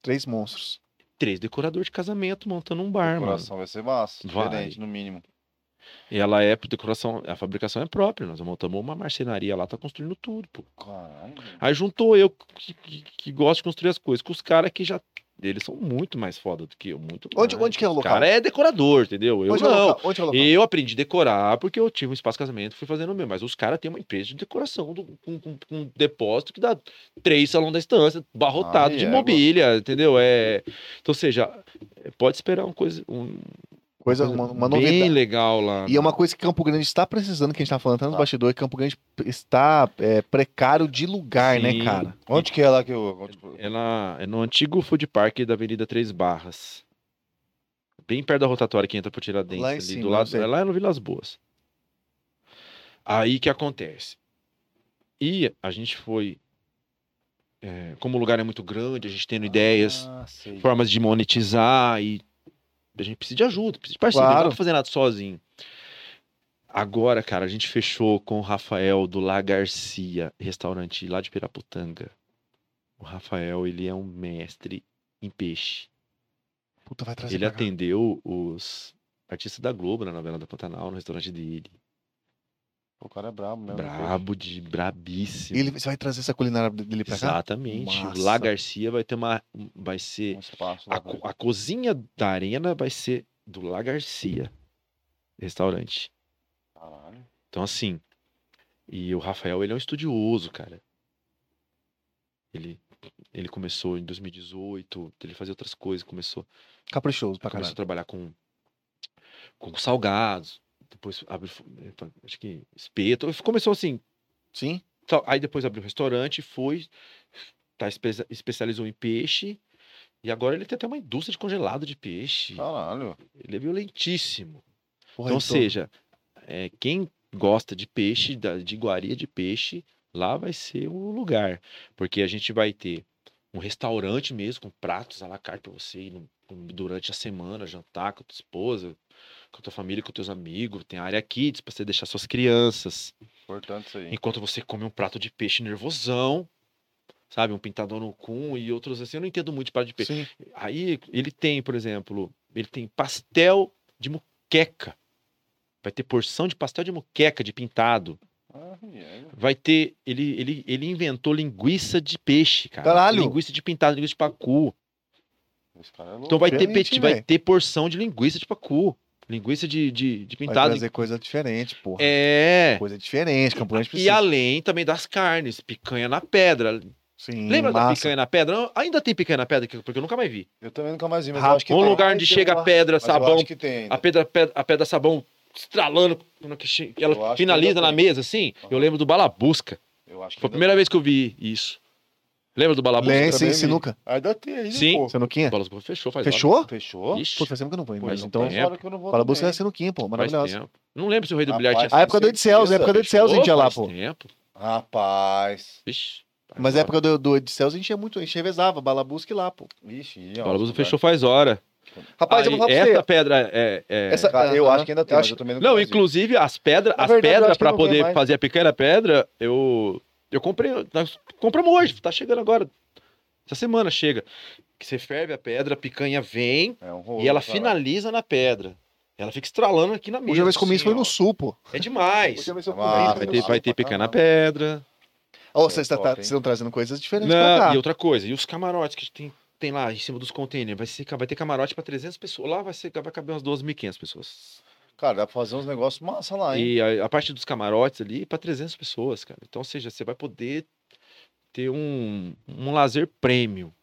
Speaker 1: três monstros.
Speaker 2: Três decoradores de casamento montando um bar, mano.
Speaker 3: Coração vai ser massa.
Speaker 2: Vai.
Speaker 3: Diferente, no mínimo.
Speaker 2: E ela é decoração, a fabricação é própria. Nós montamos uma marcenaria lá, tá construindo tudo, pô.
Speaker 3: Caralho.
Speaker 2: Aí juntou eu, que, que- que gosto de construir as coisas, com os caras que já. Eles são muito mais foda do que eu. Muito
Speaker 1: Onde-
Speaker 2: mais.
Speaker 1: onde que é o
Speaker 2: Os
Speaker 1: local?
Speaker 2: cara é decorador, entendeu? Eu
Speaker 1: Onde é
Speaker 2: não.
Speaker 1: colocar? Onde colocar?
Speaker 2: Eu aprendi a decorar porque eu tive um espaço de casamento fui fazendo o meu. Mas os caras têm uma empresa de decoração do- com, com- com um depósito que dá três salão da estância, barrotado
Speaker 3: Aí
Speaker 2: de
Speaker 3: é,
Speaker 2: mobília, entendeu? É, então, ou seja, pode esperar uma coisa, um,
Speaker 1: Coisa, uma, uma
Speaker 2: bem
Speaker 1: novidade.
Speaker 2: legal lá.
Speaker 1: E é uma coisa que Campo Grande está precisando, que a gente tá falando até nos
Speaker 3: Tá.
Speaker 1: bastidores, que Campo Grande está é, precário de lugar, né,
Speaker 2: Sim.
Speaker 1: cara?
Speaker 3: Onde que é lá que eu. onde-
Speaker 2: Ah, É, na- é no antigo food park da Avenida Três Barras. Bem perto da rotatória que entra por Tiradentes.
Speaker 1: Lá em
Speaker 2: ali,
Speaker 1: cima,
Speaker 2: do
Speaker 1: eu
Speaker 2: lado,
Speaker 1: sei.
Speaker 2: é lá no Vilas Boas. Aí que acontece? E a gente foi. é, como o lugar é muito grande, a gente tendo ideias,
Speaker 3: Ah, sei.
Speaker 2: formas de monetizar e. A gente precisa de ajuda, precisa de parceria.
Speaker 1: Claro.
Speaker 2: Não dá pra fazer nada sozinho. Agora, cara, a gente fechou com o Rafael do La Garcia, restaurante lá de Piraputanga. O Rafael, ele é um mestre em peixe.
Speaker 1: Puta, vai trazer
Speaker 2: Ele
Speaker 1: pra cá.
Speaker 2: atendeu os artistas da Globo na novela da Pantanal, no restaurante dele.
Speaker 3: O cara é brabo, né?
Speaker 2: Brabo de brabíssimo.
Speaker 1: Ele, você vai trazer essa culinária dele pra cá?
Speaker 2: Exatamente.
Speaker 1: Massa.
Speaker 2: O Lá Garcia vai ter uma. Vai ser.
Speaker 3: Um espaço lá
Speaker 2: A, co- a cozinha da arena vai ser do Lá Garcia. Restaurante.
Speaker 3: pra- Caralho.
Speaker 2: Então, assim. E o Rafael, ele é um estudioso, cara. Ele, ele começou em 2018, ele fazia outras coisas, começou,
Speaker 1: Caprichoso pra
Speaker 2: começou a
Speaker 1: caralho.
Speaker 2: trabalhar com, com salgados, depois abriu, acho que espeto, começou assim,
Speaker 1: Sim?
Speaker 2: Então, aí depois abriu um restaurante, foi, tá, espe- especializou em peixe. E agora ele tem até uma indústria de congelado de peixe.
Speaker 3: Caralho.
Speaker 2: Ele é violentíssimo.
Speaker 1: Porra,
Speaker 2: então, ou
Speaker 1: eu tô-
Speaker 2: seja, é, quem gosta de peixe, da- de iguaria de peixe, lá vai ser o lugar. Porque a gente vai ter um restaurante mesmo, com pratos à la carte pra você ir no- durante a semana, jantar com a tua esposa, com a tua família, com os teus amigos. Tem área kids pra você deixar suas crianças.
Speaker 3: Importante isso aí.
Speaker 2: Enquanto você come um prato de peixe nervosão, sabe? Um pintadão no cum e outros assim. Eu não entendo muito de prato de peixe.
Speaker 1: Sim.
Speaker 2: Aí ele tem, por exemplo, ele tem pastel de muqueca. Vai ter porção de pastel de muqueca, de pintado.
Speaker 3: Ah, é.
Speaker 2: Vai ter. Ele, ele, ele inventou linguiça de peixe, cara.
Speaker 1: Caralho!
Speaker 2: Linguiça de pintado, linguiça de pacu.
Speaker 3: Esse cara é louco.
Speaker 2: Então vai ter,
Speaker 1: Diferente,
Speaker 2: peti, vai
Speaker 1: velho.
Speaker 2: ter porção de linguiça de pacu. Linguiça de, de, de
Speaker 1: Vai
Speaker 2: pintado.
Speaker 1: trazer coisa diferente, porra.
Speaker 2: É.
Speaker 1: Coisa diferente, Campo
Speaker 2: E
Speaker 1: precisa.
Speaker 2: além também das carnes, picanha na pedra,
Speaker 1: Sim,
Speaker 2: Lembra da
Speaker 1: massa.
Speaker 2: picanha na pedra? Não, ainda tem picanha na pedra, porque eu nunca mais vi.
Speaker 3: Eu também nunca mais vi, mas
Speaker 1: Ah,
Speaker 3: eu acho que
Speaker 2: Um
Speaker 3: tem.
Speaker 2: lugar
Speaker 3: Ai,
Speaker 2: onde
Speaker 3: tem
Speaker 2: chega
Speaker 3: lá.
Speaker 2: a pedra,
Speaker 3: Mas eu
Speaker 2: sabão,
Speaker 3: acho que tem ainda.
Speaker 2: a pedra, pedra- a pedra sabão estralando, quando que che- ela
Speaker 3: Eu acho que
Speaker 2: finaliza
Speaker 3: ainda
Speaker 2: na
Speaker 3: tem.
Speaker 2: mesa, assim. Eu
Speaker 3: Aham.
Speaker 2: lembro do Balabusca.
Speaker 3: Eu acho que
Speaker 2: Foi a
Speaker 3: ainda...
Speaker 2: primeira vez que eu vi isso. Lembra do Balabusca?
Speaker 1: Lembro.
Speaker 3: Eu também
Speaker 1: Sim,
Speaker 3: vi.
Speaker 1: sinuca.
Speaker 3: Ainda Ah, tem ainda,
Speaker 2: Sim.
Speaker 3: pô.
Speaker 1: Sinuquinha?
Speaker 2: O Balabusca fechou faz
Speaker 1: Fechou?
Speaker 3: Fechou?
Speaker 2: Ixi, é.
Speaker 1: Pô, faz tempo que eu não ponho,
Speaker 3: Pô,
Speaker 1: mas
Speaker 2: não
Speaker 1: então.
Speaker 2: tem.
Speaker 3: fora que eu não vou
Speaker 1: Fala busca da
Speaker 3: também.
Speaker 1: sinuquinha, pô,
Speaker 2: faz
Speaker 1: maravilhosa.
Speaker 2: tempo. Não lembro se o Rei do Bilhar
Speaker 3: Rapaz,
Speaker 2: tinha
Speaker 1: A época do Ed Cells, a época do Ed Cells a gente ia lá,
Speaker 2: fechou
Speaker 1: pô.
Speaker 2: faz tempo.
Speaker 3: Rapaz.
Speaker 2: Ixi,
Speaker 1: Mas é na época do, do Ed Cells a gente ia muito, a gente revezava, balabusca e lá, pô.
Speaker 3: Ixi, ia,
Speaker 2: O
Speaker 3: ó,
Speaker 2: Balabusca
Speaker 3: lugar.
Speaker 2: fechou faz hora.
Speaker 1: Rapaz, eu
Speaker 2: Aí,
Speaker 1: vou falar pra
Speaker 2: essa
Speaker 1: você.
Speaker 2: pedra é. é-
Speaker 1: Essa-
Speaker 3: Cara, eu
Speaker 1: Ah,
Speaker 3: acho que ainda tem,
Speaker 1: eu
Speaker 3: mas
Speaker 1: acho-
Speaker 3: eu também nunca
Speaker 2: Não,
Speaker 3: mais vi.
Speaker 2: inclusive as pedras,
Speaker 3: Na
Speaker 2: as
Speaker 3: verdade, eu
Speaker 2: pedras
Speaker 3: acho que
Speaker 2: para
Speaker 3: não vem
Speaker 2: poder
Speaker 3: mais.
Speaker 2: fazer a picanha na pedra, eu eu comprei, nós compramos hoje, tá chegando agora. Essa semana chega. Que você ferve a pedra, a picanha vem
Speaker 3: É um rolo,
Speaker 2: e ela
Speaker 3: cara.
Speaker 2: finaliza na pedra. Ela fica estralando aqui na
Speaker 1: A
Speaker 2: mesa.
Speaker 1: última vez que comi
Speaker 2: assim,
Speaker 1: isso foi
Speaker 2: ó.
Speaker 1: no sul, pô.
Speaker 2: É demais.
Speaker 1: Última vez que eu
Speaker 3: Ah,
Speaker 1: comi
Speaker 2: Ah,
Speaker 1: isso
Speaker 2: vai
Speaker 1: foi no
Speaker 2: ter,
Speaker 1: sul.
Speaker 2: vai ter picanha na pedra.
Speaker 1: Ó, vocês
Speaker 3: É
Speaker 1: tá-
Speaker 3: top,
Speaker 1: tá-
Speaker 3: hein?
Speaker 1: vocês estão trazendo coisas diferentes pra
Speaker 2: Não,
Speaker 1: cá.
Speaker 2: e outra coisa, e os camarotes que tem, tem lá em cima dos containers, vai, ser, vai ter camarote para 300 pessoas. Lá vai, ser, vai caber umas 12.500 pessoas.
Speaker 3: Cara, dá pra fazer uns negócios massa lá, hein?
Speaker 2: E a, a parte dos camarotes ali para 300 pessoas, cara. Então, ou seja, você vai poder ter um, um lazer prêmio,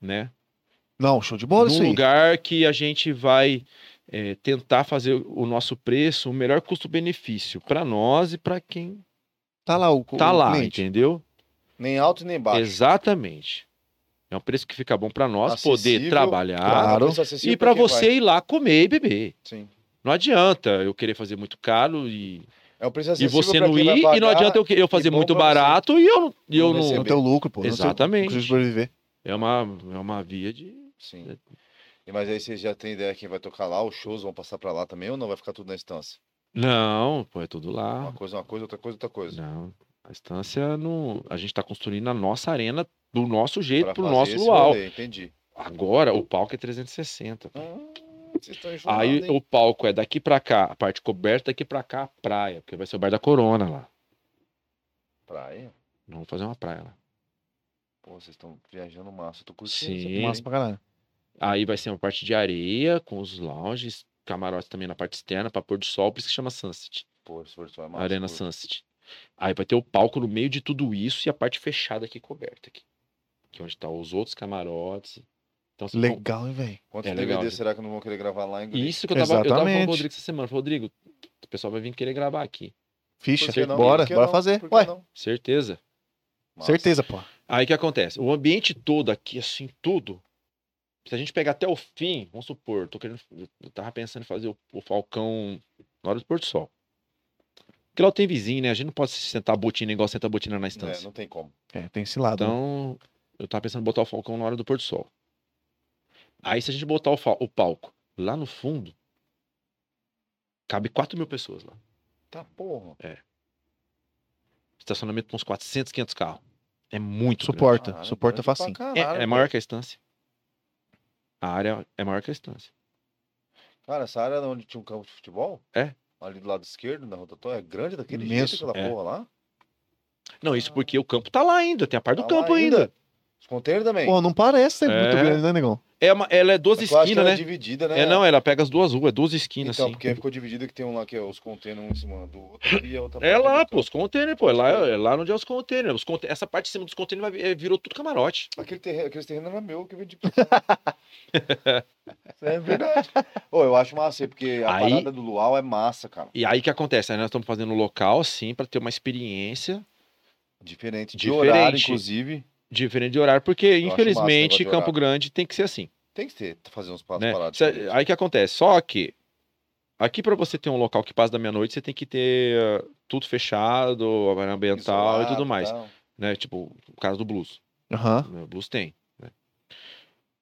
Speaker 2: né?
Speaker 1: Não, show de bola isso
Speaker 2: Num
Speaker 1: aí.
Speaker 2: lugar que a gente vai eh, tentar fazer o nosso preço, o melhor custo-benefício para nós e para quem
Speaker 1: Tá lá o,
Speaker 2: tá
Speaker 1: o
Speaker 2: lá,
Speaker 1: cliente.
Speaker 2: entendeu?
Speaker 3: Nem alto nem baixo.
Speaker 2: Exatamente. É um preço que fica bom para nós poder
Speaker 3: Acessível,
Speaker 2: trabalhar
Speaker 3: é
Speaker 1: claro.
Speaker 3: um
Speaker 2: e para você ir lá comer e beber.
Speaker 3: Sim.
Speaker 2: Não adianta eu querer fazer muito caro e
Speaker 3: É um preço
Speaker 2: E
Speaker 3: acessível
Speaker 2: você
Speaker 3: pra
Speaker 2: não
Speaker 3: quem
Speaker 2: ir,
Speaker 3: vai
Speaker 2: e não
Speaker 3: pagar.
Speaker 2: adianta eu, que- eu fazer
Speaker 3: bom
Speaker 2: muito
Speaker 3: pra você.
Speaker 2: barato e eu não. E eu
Speaker 3: Não
Speaker 2: não-
Speaker 1: Não
Speaker 3: receber.
Speaker 1: tem o Tá lucro, pô. não tem-
Speaker 2: Exatamente.
Speaker 1: não tem sobreviver.
Speaker 2: é, uma, é uma via de.
Speaker 3: Sim. E, Mas aí vocês já têm ideia quem vai tocar lá, os shows vão passar pra lá também ou não? Vai ficar tudo na instância?
Speaker 2: Não, pô, é tudo
Speaker 3: Uma
Speaker 2: lá.
Speaker 3: coisa, uma coisa, outra coisa, outra coisa.
Speaker 2: Não. A instância não. A gente tá construindo a nossa arena do nosso jeito,
Speaker 3: Pra
Speaker 2: pro
Speaker 3: fazer
Speaker 2: nosso
Speaker 3: esse
Speaker 2: luau.
Speaker 3: rolê, Entendi.
Speaker 2: Agora, o palco é 360.
Speaker 3: Ah, vocês estão enjoados,
Speaker 2: Aí
Speaker 3: hein?
Speaker 2: o palco é daqui pra cá, a parte coberta, daqui pra cá, a praia, porque vai ser o bar da Corona lá.
Speaker 3: Praia?
Speaker 2: Nós Vamos fazer uma praia lá.
Speaker 3: Pô, vocês estão viajando massa. Eu tô curtindo.
Speaker 2: Sim.
Speaker 3: essa
Speaker 2: Ele.
Speaker 1: Massa pra caralho.
Speaker 2: Aí vai ser uma parte de areia, com os lounges, camarotes também na parte externa, pra pôr do sol, por isso que chama Sunset.
Speaker 3: Pô, esse Porto é
Speaker 2: A
Speaker 3: massa.
Speaker 2: Arena
Speaker 3: pô.
Speaker 2: Sunset. Aí vai ter o palco no meio de tudo isso e a parte fechada aqui coberta aqui. Que é onde tá os outros camarotes. Então, assim, bom,
Speaker 1: Legal, hein, velho.
Speaker 3: Quantos
Speaker 2: É legal,
Speaker 3: DVD
Speaker 2: né?
Speaker 3: será que não vão querer gravar lá em
Speaker 2: e
Speaker 3: Guri?
Speaker 2: isso que eu tava, eu tava falando
Speaker 1: Exatamente.
Speaker 2: com o Rodrigo essa semana. Eu falei, Rodrigo, o pessoal vai vir querer gravar aqui.
Speaker 1: Ficha.
Speaker 3: Por que não?
Speaker 1: Bora,
Speaker 3: Por que
Speaker 1: bora
Speaker 3: não?
Speaker 1: fazer.
Speaker 3: Por que
Speaker 1: Ué,
Speaker 3: não?
Speaker 2: Certeza.
Speaker 3: Massa.
Speaker 1: certeza, pô.
Speaker 2: Aí o que acontece? O ambiente todo aqui, assim, tudo. Se a gente pegar até o fim, vamos supor, tô querendo. Eu tava pensando em fazer o, o Falcão na hora do pôr do sol. Porque lá tem vizinho, né? A gente não pode sentar a botina igual sentar a botina na
Speaker 3: É,
Speaker 2: instância.
Speaker 3: não tem como.
Speaker 1: É, tem esse lado. né?
Speaker 2: Então, eu tava pensando em botar o Falcão na hora do pôr do sol. Aí, se a gente botar o, fa- o palco lá no fundo, cabe 4 mil pessoas lá.
Speaker 3: Tá porra.
Speaker 2: Estacionamento com uns 400, 500 carros. É muito suporte.
Speaker 1: suporta, suporta facinho.
Speaker 2: É, é maior que a estância. A área é maior que a estância.
Speaker 3: Cara, essa área onde tinha um campo de futebol?
Speaker 2: É.
Speaker 3: ali do lado esquerdo, na rotatória, é grande daquele
Speaker 1: Imenso,
Speaker 3: jeito aquela
Speaker 2: é.
Speaker 3: porra lá.
Speaker 2: Não, isso porque o campo tá lá ainda, tem a parte do
Speaker 3: Tá lá
Speaker 2: campo ainda.
Speaker 3: Os contêineres também.
Speaker 1: né? Pô, não parece ser muito
Speaker 2: É.
Speaker 1: grande, né, negão?
Speaker 2: É uma- ela é duas
Speaker 3: Só que eu acho que
Speaker 2: esquinas,
Speaker 3: ela é
Speaker 2: né?
Speaker 3: dividida, né?
Speaker 2: É, não, ela pega as duas ruas, é duas esquinas,
Speaker 3: Então,
Speaker 2: assim.
Speaker 3: porque ficou dividido que tem um lá que é os contêineres um em cima do outro e a outra
Speaker 2: É
Speaker 3: parte
Speaker 2: lá,
Speaker 3: ali.
Speaker 2: pô, os containers, pô. É lá, é lá onde é os containers. Os conte- Essa parte de cima dos containers vai- é, virou tudo camarote.
Speaker 3: Aquele terreno, aqueles terrenos era meu que eu vendi pra você. Isso é verdade. Ô, eu acho massa, porque a
Speaker 2: Aí-
Speaker 3: parada do Luau é massa, cara.
Speaker 2: E aí o que acontece? Aí nós estamos fazendo um local, assim, pra ter uma experiência
Speaker 3: Diferente. De
Speaker 2: Diferente.
Speaker 3: horário, inclusive.
Speaker 2: diferente de horário, porque,
Speaker 3: acho massa esse
Speaker 2: infelizmente,
Speaker 3: negócio de
Speaker 2: Campo Grande tem que ser assim.
Speaker 3: Tem que ter, fazer uns passos
Speaker 2: né?
Speaker 3: parados.
Speaker 2: Cê-
Speaker 3: diferentes.
Speaker 2: aí que acontece? Só que aqui pra você ter um local que passa da meia-noite, você tem que ter eh, tudo fechado, área ambiental e
Speaker 3: Isolado, tá?
Speaker 2: tudo mais.
Speaker 3: tal.
Speaker 2: Né? Tipo, o caso do blues.
Speaker 1: Aham.
Speaker 2: né? O blues tem. né?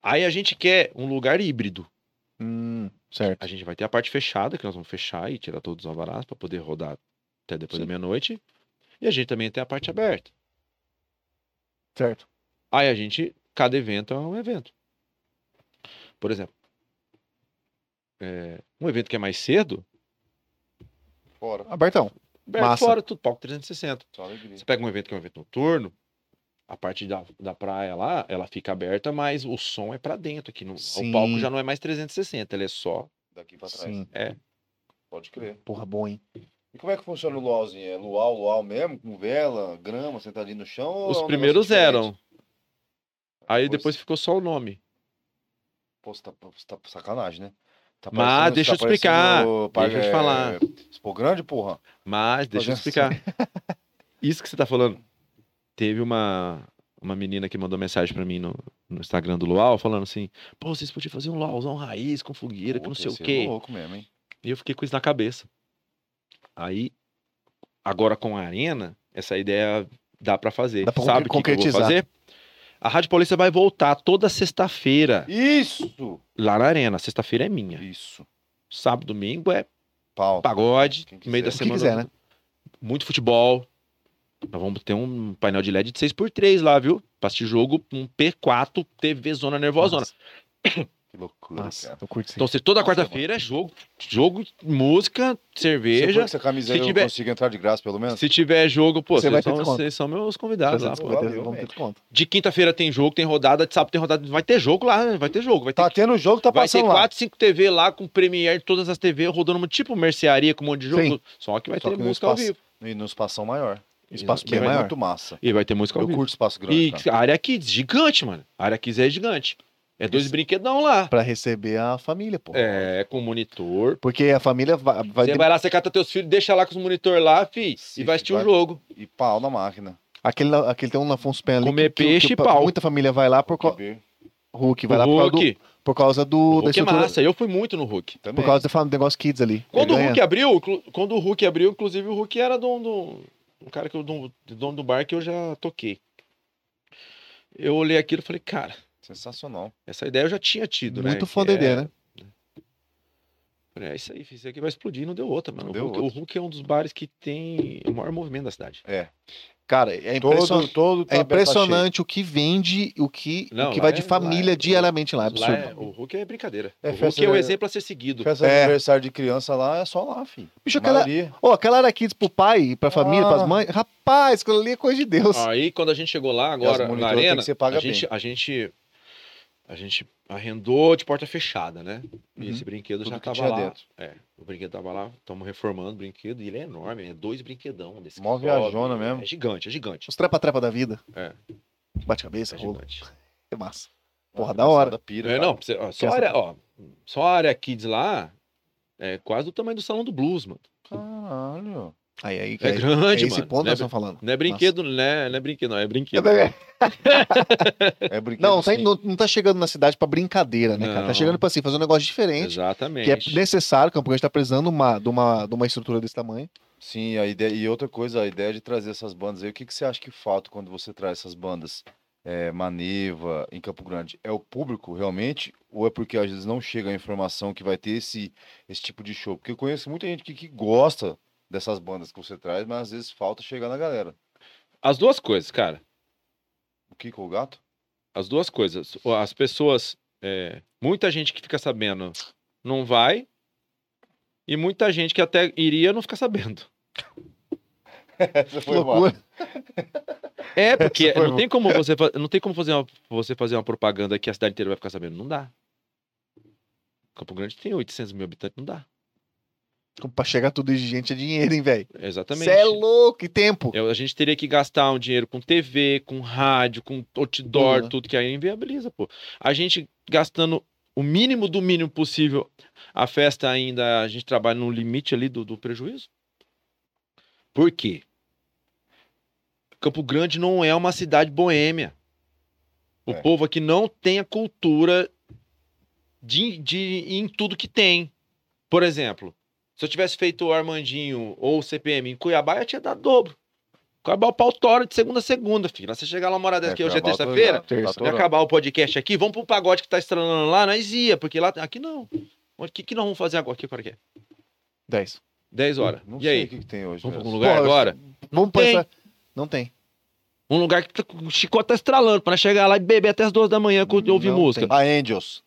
Speaker 2: Aí a gente quer um lugar híbrido.
Speaker 1: Hum, certo.
Speaker 2: A gente vai ter a parte fechada, que nós vamos fechar e tirar todos os alvarás para poder rodar até depois da meia-noite. E a gente também tem a
Speaker 3: Uhum.
Speaker 2: parte aberta.
Speaker 1: Certo.
Speaker 2: Aí a gente, cada evento é um evento. Por exemplo, é, um evento que é mais cedo,
Speaker 3: Fora.
Speaker 1: Abertão.
Speaker 2: aberto
Speaker 1: Massa.
Speaker 2: fora, tudo palco 360.
Speaker 3: Só alegria.
Speaker 2: Você pega um evento que é um evento noturno, a parte da, da praia lá, ela fica aberta, mas o som é para dentro aqui. No,
Speaker 1: Sim.
Speaker 2: o palco já não é mais 360, ele é só.
Speaker 3: Daqui pra trás.
Speaker 1: Sim.
Speaker 3: Pode crer.
Speaker 1: Porra, bom, hein?
Speaker 3: E como é que funciona o luauzinho? É luau, luau mesmo? Com vela, grama, sentadinho no chão? ou é
Speaker 2: Os
Speaker 3: um
Speaker 2: primeiros
Speaker 3: negócio
Speaker 2: eram.
Speaker 3: diferente?
Speaker 2: Aí depois ficou só o nome.
Speaker 3: Pô, você tá, você tá sacanagem, né? Tá
Speaker 2: Mas
Speaker 3: parecendo-
Speaker 2: deixa eu
Speaker 3: tá parecendo
Speaker 2: explicar,
Speaker 3: o-
Speaker 2: deixa eu te
Speaker 3: é,
Speaker 2: falar.
Speaker 3: Expo grande, porra.
Speaker 2: Mas deixa eu
Speaker 3: Fazendo assim.
Speaker 2: explicar. Isso que você tá falando. Teve uma, uma menina que mandou mensagem pra mim no, no Instagram do Luau falando assim: pô, vocês podiam fazer um Luauzão raiz com fogueira, que não
Speaker 3: Puta,
Speaker 2: sei o
Speaker 3: esse é
Speaker 2: quê.
Speaker 3: louco mesmo, hein?
Speaker 2: E eu fiquei com isso na cabeça. Aí, agora com a Arena, essa ideia dá pra fazer.
Speaker 1: Dá pra
Speaker 2: Sabe o que que eu vou
Speaker 1: concretizar.
Speaker 2: fazer? A Rádio Paulista vai voltar toda sexta-feira
Speaker 3: Isso!
Speaker 2: lá na Arena. Sexta-feira é minha.
Speaker 3: Isso.
Speaker 2: Sábado, domingo é
Speaker 3: Pau.
Speaker 2: pagode,
Speaker 3: Quem quiser.
Speaker 2: meio da
Speaker 3: Quem
Speaker 2: semana.
Speaker 1: quiser, né?
Speaker 2: Muito futebol. Nós vamos ter um painel de LED de 6x3 lá, viu? Pra assistir jogo, um P4, TV Zona Nervosona.
Speaker 1: Nossa,
Speaker 3: Que loucura,
Speaker 1: Nossa,
Speaker 3: cara.
Speaker 1: eu curto sim.
Speaker 2: Então, você, toda
Speaker 3: Nossa,
Speaker 2: quarta-feira é jogo, jogo, música, cerveja.
Speaker 3: Se eu pôr essa camisa
Speaker 2: se
Speaker 3: aí,
Speaker 2: tiver-
Speaker 3: eu consigo entrar de graça, pelo menos?
Speaker 2: Se tiver jogo, pô,
Speaker 1: Você vai
Speaker 2: vocês
Speaker 1: ter
Speaker 2: são,
Speaker 1: desconto.
Speaker 2: vocês são meus convidados lá, pô.
Speaker 3: desconto. valeu,
Speaker 1: vamos ter
Speaker 3: velho.
Speaker 1: desconto.
Speaker 2: De quinta-feira tem jogo, tem rodada, de sábado tem rodada, vai ter jogo lá, né? vai ter jogo, vai ter
Speaker 3: Tá tendo jogo, tá
Speaker 2: vai ter
Speaker 3: passando lá.
Speaker 2: 4, 5 TV lá com Premiere, todas as TV rodando tipo mercearia com um monte de jogo.
Speaker 1: Sim.
Speaker 2: Só que vai
Speaker 3: Só
Speaker 2: ter
Speaker 3: que no
Speaker 2: música ao
Speaker 3: espaço.
Speaker 2: vivo.
Speaker 3: E no espação maior.
Speaker 1: Espaço
Speaker 3: que
Speaker 1: bem
Speaker 3: é
Speaker 1: maior.
Speaker 3: muito massa.
Speaker 2: E vai ter música ao
Speaker 3: Eu
Speaker 2: vivo.
Speaker 3: curto espaço grande,
Speaker 2: E
Speaker 3: cara.
Speaker 2: a área Kids, gigante, mano. A área Kids é gigante. É dois
Speaker 1: Isso.
Speaker 2: brinquedão lá.
Speaker 1: Pra receber a família, pô.
Speaker 2: É, com monitor.
Speaker 1: Porque a família vai. vai
Speaker 2: Você é vai lá, você cata teus filhos, deixa lá com os monitor lá, fi,
Speaker 3: Sim,
Speaker 2: e vai assistir o
Speaker 3: vai-
Speaker 2: jogo.
Speaker 3: E pau na máquina.
Speaker 1: Aquele, lá- aquele tem um na Afonso Pena ali.
Speaker 2: Comer peixe e
Speaker 1: pa-
Speaker 2: pau.
Speaker 1: Muita família vai lá por, co-
Speaker 3: Também.
Speaker 1: Hulk, vai
Speaker 2: O
Speaker 1: lá por causa do-
Speaker 2: Hulk,
Speaker 1: por causa do,
Speaker 2: o
Speaker 1: da
Speaker 2: Hulk é
Speaker 1: estrutura.
Speaker 2: massa. Eu fui muito no Hulk.
Speaker 1: Por causa do fa- do negócio Kids ali.
Speaker 2: Quando o
Speaker 1: Ele
Speaker 2: Hulk é
Speaker 1: ganha.
Speaker 2: abriu, inclu- quando o Hulk abriu, inclusive o Hulk era dono do. Um cara que eu dono, dono do bar que eu já toquei. Eu olhei aquilo e falei, cara,
Speaker 3: Sensacional.
Speaker 2: essa ideia eu já tinha tido, né?
Speaker 1: Muito fã
Speaker 2: Que
Speaker 1: da ideia,
Speaker 2: é-
Speaker 1: né?
Speaker 2: Falei, é isso aí, filho, isso aqui vai explodir, não deu outra, mano.
Speaker 3: Não deu
Speaker 2: o, Hulk,
Speaker 3: outra.
Speaker 2: o Hulk é um dos bares que tem o maior movimento da cidade.
Speaker 1: Cara, é impressionante.
Speaker 3: Todo, todo tá
Speaker 1: É
Speaker 3: aberto, tá cheio.
Speaker 1: impressionante o que vende, o que,
Speaker 2: Não,
Speaker 1: o que
Speaker 2: lá
Speaker 1: vai
Speaker 2: é-
Speaker 1: de
Speaker 2: lá
Speaker 1: família
Speaker 2: é-
Speaker 1: diariamente lá. É
Speaker 2: Lá
Speaker 1: absurdo.
Speaker 2: é- o Hulk é brincadeira.
Speaker 3: É
Speaker 2: o Hulk
Speaker 3: festa,
Speaker 2: é o
Speaker 3: né?
Speaker 2: exemplo a ser seguido.
Speaker 3: Festa
Speaker 1: É.
Speaker 3: de aniversário de criança lá é só lá, filho.
Speaker 1: Bicho,
Speaker 3: A
Speaker 1: aquela,
Speaker 3: maioria.
Speaker 1: oh, aquela área Kids pro pai, e pra família,
Speaker 3: Ah.
Speaker 1: pras mães. Rapaz, aquilo ali é coisa de Deus.
Speaker 2: Aí quando a gente chegou lá
Speaker 3: E
Speaker 2: agora
Speaker 3: as
Speaker 2: na
Speaker 3: monitoras tem
Speaker 2: arena,
Speaker 3: que ser paga
Speaker 2: a gente, a gente a gente arrendou de porta fechada, né? E
Speaker 1: Uhum.
Speaker 2: esse brinquedo
Speaker 3: Tudo
Speaker 2: já
Speaker 3: que
Speaker 2: tava
Speaker 3: tinha
Speaker 2: lá.
Speaker 3: dentro.
Speaker 2: É, o brinquedo tava lá, estamos reformando o brinquedo e ele é enorme, é dois brinquedão desse.
Speaker 3: Mó
Speaker 2: que
Speaker 3: viajona
Speaker 2: sobe,
Speaker 3: mesmo.
Speaker 2: É gigante, é gigante.
Speaker 1: Os trepa-trepa da vida.
Speaker 2: É.
Speaker 1: Bate-cabeça,
Speaker 2: É
Speaker 1: rola.
Speaker 2: gigante.
Speaker 1: É massa.
Speaker 3: Uma
Speaker 1: Porra, da hora.
Speaker 3: criançada Pira,
Speaker 2: É,
Speaker 3: cara.
Speaker 2: não, pra você- ó, só, a
Speaker 1: Quer
Speaker 2: área, ó, só a área kids lá é quase do tamanho do salão do blues, mano.
Speaker 3: Caralho.
Speaker 1: Aí, aí,
Speaker 2: É
Speaker 1: aí, é
Speaker 2: grande,
Speaker 1: esse
Speaker 2: mano.
Speaker 1: ponto
Speaker 2: não, é,
Speaker 1: nós estamos falando.
Speaker 2: não é brinquedo, né? Não é brinquedo, não, é brinquedo.
Speaker 1: Nossa.
Speaker 3: É brinquedo.
Speaker 1: Não, tá,
Speaker 3: sim.
Speaker 1: não, não tá chegando na cidade pra brincadeira, né, cara? Tá
Speaker 2: Não. um
Speaker 1: chegando pra assim, fazer um negócio diferente.
Speaker 2: Exatamente.
Speaker 1: Que é necessário, Campo Grande tá precisando de uma, de, uma, de uma estrutura desse tamanho.
Speaker 3: Sim, a ideia, e outra coisa, a ideia de trazer essas bandas aí, o que, que você acha que falta quando você traz essas bandas? É, Maneva, em Campo Grande, é o público realmente? Ou é porque às vezes não chega a informação que vai ter esse, esse tipo de show? Porque eu conheço muita gente que, que gosta dessas bandas que você traz, mas às vezes falta chegar na galera.
Speaker 2: As duas coisas, cara.
Speaker 3: O Kiko, o gato?
Speaker 2: As duas coisas. Ou As pessoas. é, muita gente que fica sabendo não vai. E muita gente que até iria não fica sabendo.
Speaker 3: Essa foi
Speaker 1: Loucura.
Speaker 3: boa.
Speaker 2: É, porque
Speaker 3: Essa foi
Speaker 2: não tem como você, fa- não tem como fazer uma, você fazer uma propaganda que a cidade inteira vai ficar sabendo. Não dá. Campo Grande tem 800 mil habitantes, não dá.
Speaker 1: Pra chegar tudo de gente é dinheiro, hein, velho?
Speaker 2: Exatamente.
Speaker 1: Você é louco, e tempo.
Speaker 2: Eu- a gente teria que gastar um dinheiro com TV, com rádio, com outdoor,
Speaker 1: Boa.
Speaker 2: tudo que aí inviabiliza, pô. A gente gastando o mínimo do mínimo possível, a festa ainda, a gente trabalha no limite ali do, do prejuízo. Por quê? Campo Grande não é uma cidade boêmia. O
Speaker 3: É.
Speaker 2: povo aqui não tem a cultura de, de em tudo que tem. Por exemplo, se eu tivesse feito o Armandinho ou o CPM em Cuiabá, eu tinha dado dobro. Cuiabá é o pau tora de segunda a segunda, filho. Você chegar lá uma hora dessa que hoje é
Speaker 3: Acabou,
Speaker 2: terça-feira,
Speaker 3: tô ligado.
Speaker 1: Terça.
Speaker 3: Tá
Speaker 2: vai
Speaker 3: atorando.
Speaker 2: acabar o podcast aqui, vamos pro pagode que tá estralando lá, nós ia, porque lá, aqui não. O que, que nós vamos fazer agora? Que hora que é?
Speaker 1: 10.
Speaker 2: 10 horas.
Speaker 3: Não
Speaker 2: e
Speaker 3: sei É.
Speaker 2: aí?
Speaker 3: o que, que tem hoje.
Speaker 2: Vamos
Speaker 3: né?
Speaker 2: pra
Speaker 3: velho.
Speaker 2: algum lugar
Speaker 1: Porra,
Speaker 2: agora?
Speaker 1: Vamos
Speaker 2: Tem.
Speaker 1: pensar. Não tem.
Speaker 2: Um lugar que tá- o chicote tá estralando, pra nós chegar lá e beber até as duas da manhã com- ouvir
Speaker 3: Não
Speaker 2: música.
Speaker 3: tem. A Angels.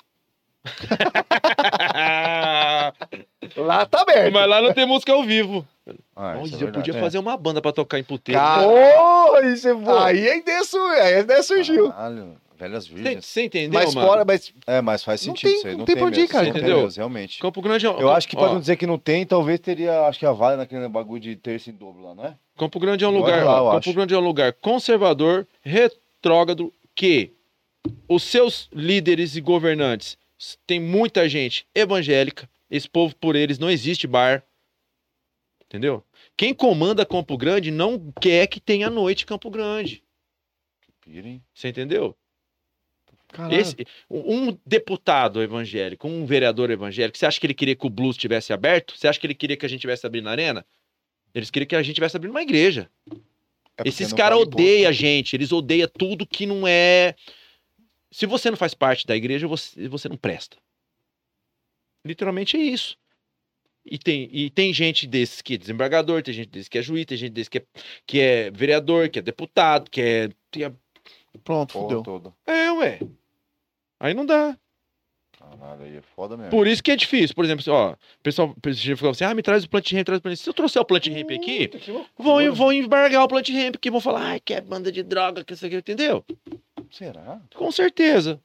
Speaker 1: Lá tá aberto.
Speaker 2: Mas lá não tem música ao vivo.
Speaker 3: Ah,
Speaker 2: Olha,
Speaker 3: isso é
Speaker 2: eu podia
Speaker 3: verdade.
Speaker 2: fazer uma banda pra tocar em puteiro.
Speaker 1: Cara,
Speaker 3: Porra, isso é bom.
Speaker 1: Aí a ideia, su... aí a ideia surgiu.
Speaker 3: Caralho, velhas
Speaker 2: Você,
Speaker 3: virgens.
Speaker 2: você entendeu,
Speaker 1: mas
Speaker 2: Ah. mano?
Speaker 1: fora, mas
Speaker 3: É, mas faz
Speaker 1: Não
Speaker 3: sentido
Speaker 1: tem-
Speaker 3: isso aí.
Speaker 1: não
Speaker 3: Não
Speaker 1: tem
Speaker 3: tem,
Speaker 1: pra onde ir,
Speaker 3: mesmo,
Speaker 1: cara,
Speaker 3: não tem
Speaker 2: entendeu?
Speaker 3: mesmo, realmente.
Speaker 2: Campo Grande é um-
Speaker 3: Eu acho que
Speaker 2: ó,
Speaker 3: pra não dizer que não tem, talvez teria, acho que a Vale naquele bagulho de terça em dobro lá, não é?
Speaker 2: Campo Grande é um
Speaker 3: Bora
Speaker 2: lugar,
Speaker 3: lá, eu
Speaker 2: Campo
Speaker 3: acho.
Speaker 2: Grande é um lugar conservador, retrógrado que os seus líderes e governantes s- tem muita gente evangélica. Esse povo por eles não existe bar. Entendeu? Quem comanda Campo Grande não quer que tenha noite em Campo Grande.
Speaker 3: Pirem.
Speaker 2: Você entendeu?
Speaker 1: Caralho.
Speaker 2: Esse, um deputado evangélico, um vereador evangélico, você acha que ele queria que o Blues tivesse aberto? Você acha que ele queria que a gente tivesse abrindo na arena? Eles queriam que a gente tivesse abrindo uma igreja.
Speaker 3: É porque
Speaker 2: Esses
Speaker 3: não
Speaker 2: caras
Speaker 3: paga imposto.
Speaker 2: odeiam a gente, eles odeiam tudo que não é. Se você não faz parte da igreja, você, você não presta. Literalmente é isso. E tem, e tem gente desses que é desembargador, tem gente desse que é juiz, tem gente desse que é, que é vereador, que é deputado, que é. que é-
Speaker 1: Pronto,
Speaker 3: Porra
Speaker 1: fudeu.
Speaker 3: toda.
Speaker 2: É, ué. Aí não dá.
Speaker 3: Caralho, aí é foda mesmo.
Speaker 2: Por isso que é difícil. Por exemplo, ó, o pessoal o pessoal ficava assim: ah, me traz o plant ramp, traz o plant ramp. Se eu trouxer o plant ramp aqui,
Speaker 3: Puta, que loucura.
Speaker 2: vão, vão embargar o plant ramp, que vão falar, ai, que é banda de droga, que isso aqui, entendeu?
Speaker 3: Será?
Speaker 2: Com certeza.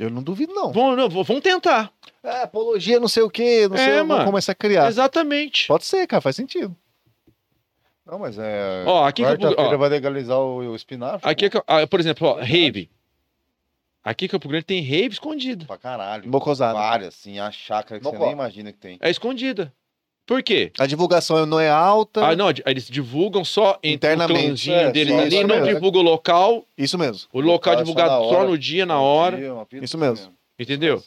Speaker 1: Eu não duvido, não.
Speaker 2: Vão, não, vão- vão tentar.
Speaker 1: É, apologia, não sei o quê, não
Speaker 2: É,
Speaker 1: sei vamos
Speaker 2: mano.
Speaker 1: começar a criar.
Speaker 2: Exatamente.
Speaker 1: Pode ser, cara, faz sentido.
Speaker 3: Não, mas é.
Speaker 2: Ó, aqui, em Campo-
Speaker 3: Quarta-feira
Speaker 2: ó,
Speaker 3: vai legalizar o, o espinafre.
Speaker 2: aqui é
Speaker 3: pô,
Speaker 2: Ca- ah, por exemplo, ó, rave. Aqui em Campo Grande tem rave escondida.
Speaker 3: Pra caralho.
Speaker 1: Bocosada.
Speaker 3: Várias, assim, a chácara que
Speaker 1: Não
Speaker 3: você
Speaker 1: pode.
Speaker 3: nem imagina que tem.
Speaker 2: É escondida. Por quê?
Speaker 1: A divulgação não é alta.
Speaker 2: Ah, não, eles divulgam só entre o
Speaker 1: Internamente,
Speaker 2: clãzinho
Speaker 3: Então, é,
Speaker 2: deles
Speaker 1: só
Speaker 2: ali,
Speaker 1: isso
Speaker 2: não
Speaker 1: mesmo.
Speaker 2: divulga o local.
Speaker 1: Isso mesmo.
Speaker 2: O local é
Speaker 3: Tá, só
Speaker 2: divulgado
Speaker 3: na
Speaker 2: só
Speaker 3: hora.
Speaker 2: no dia, na hora.
Speaker 3: Dia, uma pizza,
Speaker 1: Isso mesmo.
Speaker 2: Entendeu?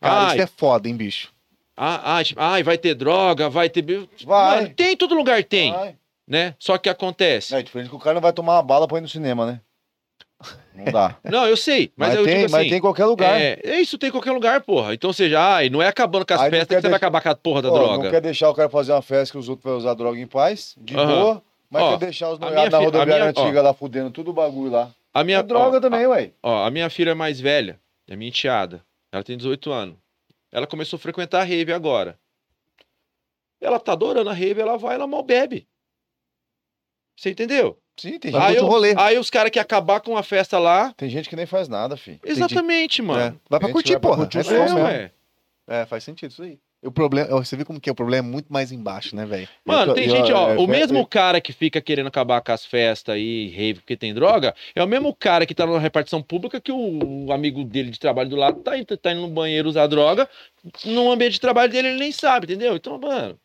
Speaker 1: Cara,
Speaker 2: Ai,
Speaker 1: isso é foda, hein, bicho.
Speaker 2: Ah, ah, tipo, ai, vai ter droga, vai ter. bi-
Speaker 3: Vai.
Speaker 2: Mano, tem, todo lugar tem,
Speaker 3: Ai.
Speaker 2: né? Só que acontece.
Speaker 3: É diferente que o cara não vai tomar uma bala pra ir no cinema, né? Não dá.
Speaker 2: Não, eu sei, mas, eu
Speaker 3: tem,
Speaker 2: digo assim.
Speaker 3: mas tem em qualquer lugar.
Speaker 2: É, é isso tem em qualquer lugar, porra. Então, ou seja, ai, não é acabando com as
Speaker 3: Aí não
Speaker 2: festas que
Speaker 3: quer
Speaker 2: você vai
Speaker 3: deixar-
Speaker 2: acabar com a porra da
Speaker 3: Ó, Não
Speaker 2: droga.
Speaker 3: quer deixar o cara fazer uma festa que os outros vão usar droga em paz, de
Speaker 2: Aham.
Speaker 3: boa, mas
Speaker 2: Ó,
Speaker 3: quer deixar os
Speaker 2: a minha
Speaker 3: noiados na
Speaker 2: fi- a
Speaker 3: rodoviária
Speaker 2: minha- ó.
Speaker 3: antiga lá fudendo tudo o bagulho lá.
Speaker 2: A minha,
Speaker 3: é droga
Speaker 2: ó,
Speaker 3: também, ué.
Speaker 2: A, ó, a minha filha mais velha, é minha enteada. Ela tem 18 anos. Ela começou a frequentar a rave agora. Ela tá adorando a rave, ela vai, ela mal bebe. Você entendeu?
Speaker 3: Sim, tem,
Speaker 1: Mas
Speaker 2: Aí,
Speaker 1: curte
Speaker 2: Ah, eu-
Speaker 1: o
Speaker 3: É.
Speaker 1: rolê. né?
Speaker 2: aí os caras querem acabar com a festa lá.
Speaker 3: tem gente que nem faz nada, fi.
Speaker 2: Exatamente, mano.
Speaker 1: É. Vai pra
Speaker 3: Gente,
Speaker 1: curtir,
Speaker 3: vai pra
Speaker 1: porra.
Speaker 3: curtir o
Speaker 1: é,
Speaker 3: né? som
Speaker 1: só
Speaker 2: É,
Speaker 3: mesmo.
Speaker 1: mesmo.
Speaker 2: ué.
Speaker 1: É, faz sentido isso aí. O problema, ó, você viu como que é? O problema é muito mais embaixo, né, velho?
Speaker 2: Mano,
Speaker 3: Eu tô-
Speaker 2: tem
Speaker 3: eu-
Speaker 2: gente, ó,
Speaker 3: é,
Speaker 2: o
Speaker 3: é-
Speaker 2: mesmo cara que fica querendo acabar com as festas aí, rave, porque tem droga, é o mesmo cara que tá na repartição pública que o, o amigo dele de trabalho do lado tá, indo- tá indo no banheiro usar droga, no ambiente de trabalho dele ele nem sabe, entendeu? Então, mano,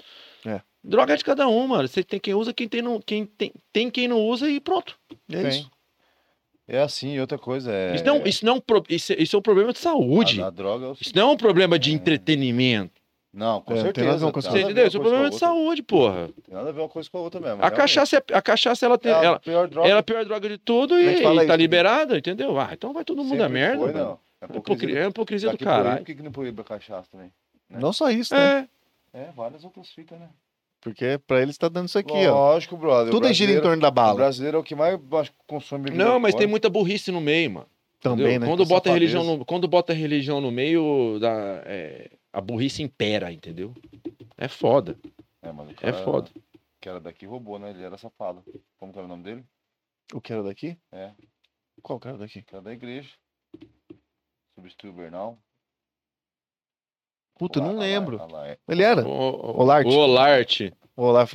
Speaker 1: É.
Speaker 2: droga é de cada um, mano. Você tem quem usa, quem tem não, quem tem, tem quem não usa e pronto.
Speaker 1: É
Speaker 3: Tem.
Speaker 1: isso.
Speaker 3: É assim, e outra coisa é. Ah,
Speaker 2: Isso, não, isso, não, é um pro- isso, é- isso é um problema de saúde.
Speaker 3: A, a droga. eu-
Speaker 2: Isso não é um problema de entretenimento.
Speaker 3: Não, com
Speaker 1: É, tem
Speaker 3: certeza.
Speaker 1: razão, com
Speaker 3: tem
Speaker 1: certeza.
Speaker 2: Você
Speaker 3: nada a ver
Speaker 2: entendeu? Isso é um
Speaker 3: uma coisa
Speaker 2: problema
Speaker 3: com
Speaker 2: de
Speaker 3: a outra.
Speaker 2: saúde, porra.
Speaker 3: Tem nada a ver uma coisa com a outra mesmo.
Speaker 2: A
Speaker 3: realmente.
Speaker 2: cachaça, é- a cachaça ela tem.
Speaker 3: é a
Speaker 2: ela-
Speaker 3: pior droga.
Speaker 2: Ela é a pior droga de tudo
Speaker 1: A
Speaker 2: e,
Speaker 1: gente fala
Speaker 2: e tá
Speaker 1: isso,
Speaker 2: liberada, entendeu? Ah, então vai todo mundo
Speaker 3: né? Sempre
Speaker 2: a merda.
Speaker 3: Foi,
Speaker 2: mano.
Speaker 3: não.
Speaker 2: É
Speaker 3: É
Speaker 2: hipocrisia, é hipocrisia do
Speaker 3: Já que proíbe,
Speaker 2: caralho.
Speaker 3: Por que, que não proíbe a cachaça também? né?
Speaker 1: Não só isso, né?
Speaker 2: É,
Speaker 3: É, várias outras fitas, né?
Speaker 1: Porque pra eles tá dando isso aqui, ó.
Speaker 3: Lógico, brother. o
Speaker 1: Tudo gira em
Speaker 3: brasileiro-
Speaker 1: torno da
Speaker 3: O
Speaker 1: bala.
Speaker 3: brasileiro é o que mais acho que consome bebida
Speaker 2: não, mas tem
Speaker 3: alcoólica.
Speaker 2: muita burrice no meio, mano.
Speaker 1: Também,
Speaker 2: entendeu?
Speaker 1: né?
Speaker 2: Quando
Speaker 3: Com
Speaker 2: bota, a
Speaker 3: safadeza.
Speaker 2: religião no, quando bota a religião no meio, da, é, a burrice impera, entendeu? É É foda.
Speaker 3: É, mano, o
Speaker 2: É
Speaker 3: cara
Speaker 2: foda.
Speaker 3: que era daqui roubou, né? Ele era safado. Como que era o nome dele?
Speaker 1: O que era daqui?
Speaker 3: É.
Speaker 1: Qual que era daqui?
Speaker 3: Que era da igreja. Substituiu o Bernal.
Speaker 1: Puta,
Speaker 3: Lá-
Speaker 1: não
Speaker 3: lá-
Speaker 1: lembro.
Speaker 3: lá- lá- é.
Speaker 1: Ele era?
Speaker 2: O
Speaker 1: Olarte.
Speaker 2: Olarte.
Speaker 1: Olá.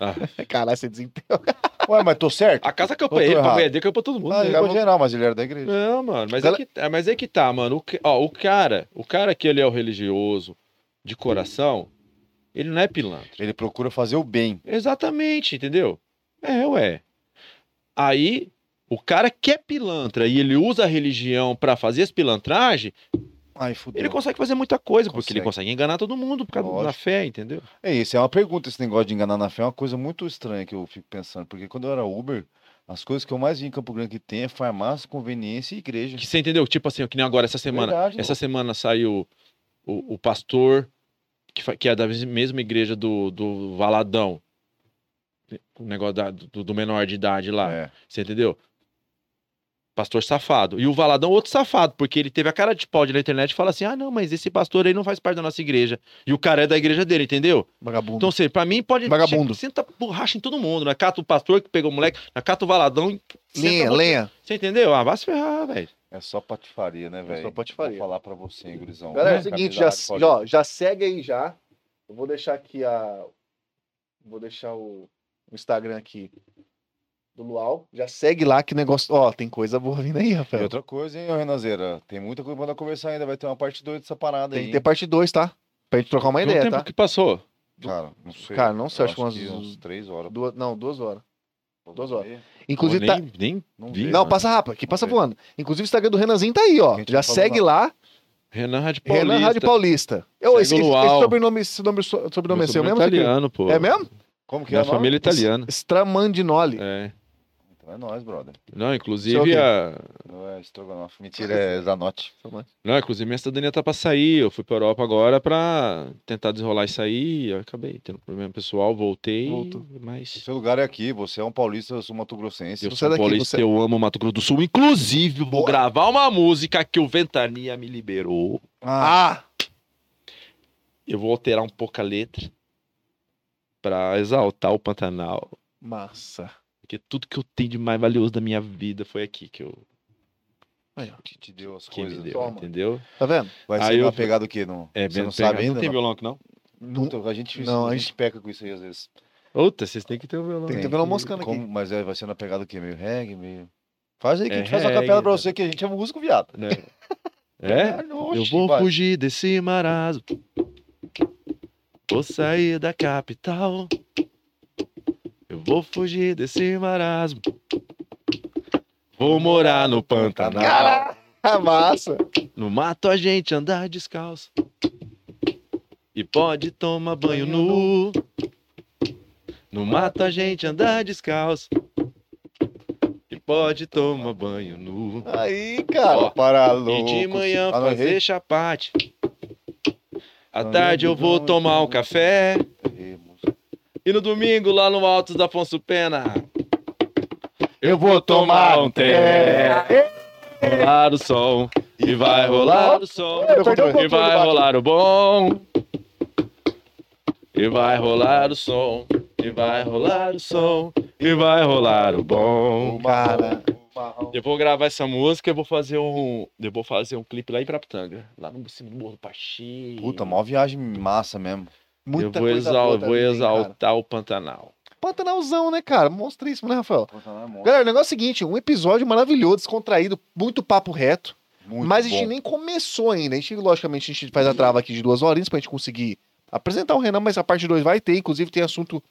Speaker 2: Ah.
Speaker 1: Caralho, você desenterrou.
Speaker 3: Ué, mas tô certo?
Speaker 1: Ah,
Speaker 2: A casa
Speaker 3: Ou
Speaker 2: campanha
Speaker 3: tô
Speaker 2: ele, pra
Speaker 3: errado?
Speaker 2: ganhar dele, campanha todo mundo.
Speaker 3: Ah,
Speaker 2: né?
Speaker 3: ele era general, mas ele era da igreja.
Speaker 2: Não, mano, mas,
Speaker 1: Ela-
Speaker 2: é que, é, mas é que tá, mano. O, que- ó, o cara, o cara que ele é o religioso de coração, ele não é pilantra.
Speaker 3: Ele procura fazer o bem.
Speaker 2: Exatamente, entendeu? É, ué. Aí, o cara que é pilantra e ele usa a religião pra fazer as pilantragens,
Speaker 3: Ai, fudeu.
Speaker 2: ele consegue fazer muita coisa, porque
Speaker 3: Consegue.
Speaker 2: ele consegue enganar todo mundo por causa da
Speaker 3: Lógico.
Speaker 2: fé, entendeu?
Speaker 3: É isso, é uma pergunta esse negócio de enganar na fé, é uma coisa muito estranha que eu fico pensando, porque quando eu era Uber, as coisas que eu mais vi em Campo Grande que tem é farmácia, conveniência e igreja.
Speaker 2: Que você entendeu? Tipo assim, que nem agora, essa semana.
Speaker 3: Verdade,
Speaker 2: Essa semana saiu o, o pastor, que, fa- que é da mes- mesma igreja do, do Valadão. O negócio da- do, do menor de idade lá.
Speaker 3: É.
Speaker 2: Você entendeu? Pastor safado. E o Valadão, outro safado, porque ele teve a cara de pau de na internet e fala assim: ah, não, mas esse pastor aí não faz parte da nossa igreja. E o cara é da igreja dele, entendeu?
Speaker 1: Vagabundo.
Speaker 2: Então, assim, pra mim pode.
Speaker 1: Vagabundo.
Speaker 2: Senta borracha em todo mundo. Na cata o pastor que pegou o moleque, na cata o Valadão. e senta
Speaker 1: lenha,
Speaker 2: no-
Speaker 1: lenha.
Speaker 2: Você entendeu? Ah, vai se ferrar, velho.
Speaker 3: É só patifaria, né, velho?
Speaker 1: só patifaria.
Speaker 3: Vou falar pra você, hein, gurizão.
Speaker 2: né,
Speaker 1: Galera, é o
Speaker 3: Muita
Speaker 1: seguinte, já,
Speaker 3: amizade, pode-
Speaker 1: ó, já segue aí já. Eu vou deixar aqui a. Vou deixar o, o Instagram aqui do Luau. Já segue lá que negócio. Ó, tem coisa boa vindo aí,
Speaker 3: E
Speaker 1: Rafael.
Speaker 3: outra coisa, hein, ô Renanzeira, tem muita coisa pra nós conversar ainda, vai ter uma parte 2 dessa parada
Speaker 1: Tem
Speaker 3: aí,
Speaker 1: que ter parte 2, tá? Pra gente trocar uma
Speaker 2: Quanto
Speaker 1: ideia,
Speaker 2: tempo
Speaker 1: tá?
Speaker 2: que passou?
Speaker 3: ter... Cara, não sei.
Speaker 1: Cara, não sei,
Speaker 3: Eu
Speaker 1: acho que umas-
Speaker 3: uns 3 horas.
Speaker 1: Duas, não, duas horas. duas horas.
Speaker 3: Não sei,
Speaker 1: Inclusive,
Speaker 2: Pô,
Speaker 1: tá.
Speaker 2: nem, nem
Speaker 3: Não,
Speaker 2: Vi,
Speaker 3: vi,
Speaker 1: Não,
Speaker 2: mano.
Speaker 1: passa rápido, aqui passa
Speaker 3: Vamos
Speaker 1: voando. Inclusive, o Instagram do Renanzinho tá aí, ó.
Speaker 3: A gente
Speaker 1: Já
Speaker 3: não falou
Speaker 1: segue lá,
Speaker 2: Renan Rádio Paulista.
Speaker 1: Renan Rádio Paulista. Eu,
Speaker 2: Segue
Speaker 1: esse,
Speaker 2: o
Speaker 1: esse,
Speaker 2: Luau.
Speaker 1: esse sobrenome, esse nome, sobrenome é seu mesmo? Rodrigo?
Speaker 2: italiano, pô.
Speaker 1: É mesmo?
Speaker 3: Como que é
Speaker 2: Minha
Speaker 3: o nome?
Speaker 2: família é italiana.
Speaker 1: Stramandinoli.
Speaker 2: É.
Speaker 3: Então é nós, brother.
Speaker 2: Não,
Speaker 1: Seu
Speaker 2: inclusive
Speaker 1: é quê?
Speaker 2: a...
Speaker 3: Não é estrogonofe. Mentira, é Zanotti.
Speaker 2: Não, inclusive minha cidadania tá pra sair. Eu fui pra Europa agora pra tentar desenrolar isso aí. Eu acabei tendo um problema pessoal, voltei.
Speaker 1: Voltou.
Speaker 2: Mas
Speaker 3: Seu lugar é aqui, você é um paulista, eu sou mato grossense.
Speaker 2: eu
Speaker 1: você
Speaker 2: sou
Speaker 1: é daqui,
Speaker 2: paulista,
Speaker 1: você-
Speaker 2: eu amo Mato Grosso do Sul. Inclusive, eu vou
Speaker 1: Boa.
Speaker 2: gravar uma música que o Ventania me liberou.
Speaker 3: Ah,
Speaker 1: Ah,
Speaker 2: Eu vou alterar um pouco a letra pra exaltar o Pantanal.
Speaker 1: massa.
Speaker 2: Porque tudo que eu tenho de mais valioso da minha vida foi aqui que eu
Speaker 1: Aí, ó.
Speaker 3: que te deu as
Speaker 2: que me
Speaker 3: coisas.
Speaker 2: deu,
Speaker 1: toma.
Speaker 2: entendeu?
Speaker 1: Tá vendo?
Speaker 3: Vai
Speaker 2: Aí
Speaker 3: ser
Speaker 2: eu-
Speaker 3: uma pegada o quê? Não,
Speaker 2: É,
Speaker 3: você
Speaker 2: bem
Speaker 3: não sabe ainda?
Speaker 2: Não tem
Speaker 3: Não?
Speaker 2: violão aqui, não?
Speaker 1: Não,
Speaker 3: Então, a, gente,
Speaker 1: Não,
Speaker 3: a,
Speaker 1: a
Speaker 3: gente peca com isso aí às vezes.
Speaker 2: Outra, vocês têm que ter o violão.
Speaker 1: Tem que ter
Speaker 2: Tem.
Speaker 1: violão moscando aqui.
Speaker 3: Como, mas é, vai ser na pegada o quê? Meio reggae, meio... Faz aí que a
Speaker 2: É
Speaker 3: gente faz uma
Speaker 2: reggae,
Speaker 3: capela pra
Speaker 2: né?
Speaker 3: você, que a gente é músico, viado.
Speaker 2: Né? É?
Speaker 3: Caralho, oxe,
Speaker 2: Eu vou
Speaker 3: vai.
Speaker 2: fugir desse marasmo. Vou sair da capital. Eu vou fugir desse marasmo. Vou morar no Pantanal.
Speaker 1: Caralho, É massa.
Speaker 2: No mato a gente anda descalço. E pode tomar banho nu. No mato a gente anda descalço. E pode tomar banho nu.
Speaker 1: Aí,
Speaker 2: Ó,
Speaker 1: cara.
Speaker 3: Para
Speaker 1: Tá
Speaker 2: E
Speaker 3: loucos.
Speaker 2: de manhã
Speaker 3: Ah, não, errei?
Speaker 2: fazer chapate. À
Speaker 3: Não,
Speaker 2: tarde eu vou
Speaker 3: não,
Speaker 2: tomar
Speaker 3: não.
Speaker 2: um café.
Speaker 3: Errei, moço.
Speaker 2: E no domingo, lá no Alto da Afonso Pena,
Speaker 1: Eu vou
Speaker 2: tomar um té. rolar o som. E vai rolar o som.
Speaker 1: Eu perdi o
Speaker 2: E
Speaker 1: controle do
Speaker 2: vai
Speaker 1: barco.
Speaker 2: rolar o bom. E vai rolar o som. E vai rolar o som. E vai rolar o bom.
Speaker 1: Cara.
Speaker 2: Eu vou gravar essa música e vou fazer um. Eu vou fazer um clipe lá em Pirapitanga. Lá no cima do Morro do Paxi.
Speaker 3: Puta, mó viagem massa mesmo.
Speaker 1: Muita
Speaker 2: eu vou,
Speaker 1: coisa
Speaker 2: exal-
Speaker 1: boa
Speaker 2: eu
Speaker 1: da
Speaker 2: vou
Speaker 1: vida, hein, cara.
Speaker 2: exaltar o Pantanal.
Speaker 1: Pantanalzão, né, cara? Monstríssimo, né, Rafael?
Speaker 3: Muito
Speaker 1: Galera, o negócio é o seguinte, um episódio maravilhoso, descontraído, muito papo reto, mas a gente
Speaker 3: bom.
Speaker 1: nem começou ainda. A gente, logicamente, a gente faz a trava aqui de duas horinhas pra gente conseguir apresentar o Renan, mas a parte 2 vai ter, inclusive tem assunto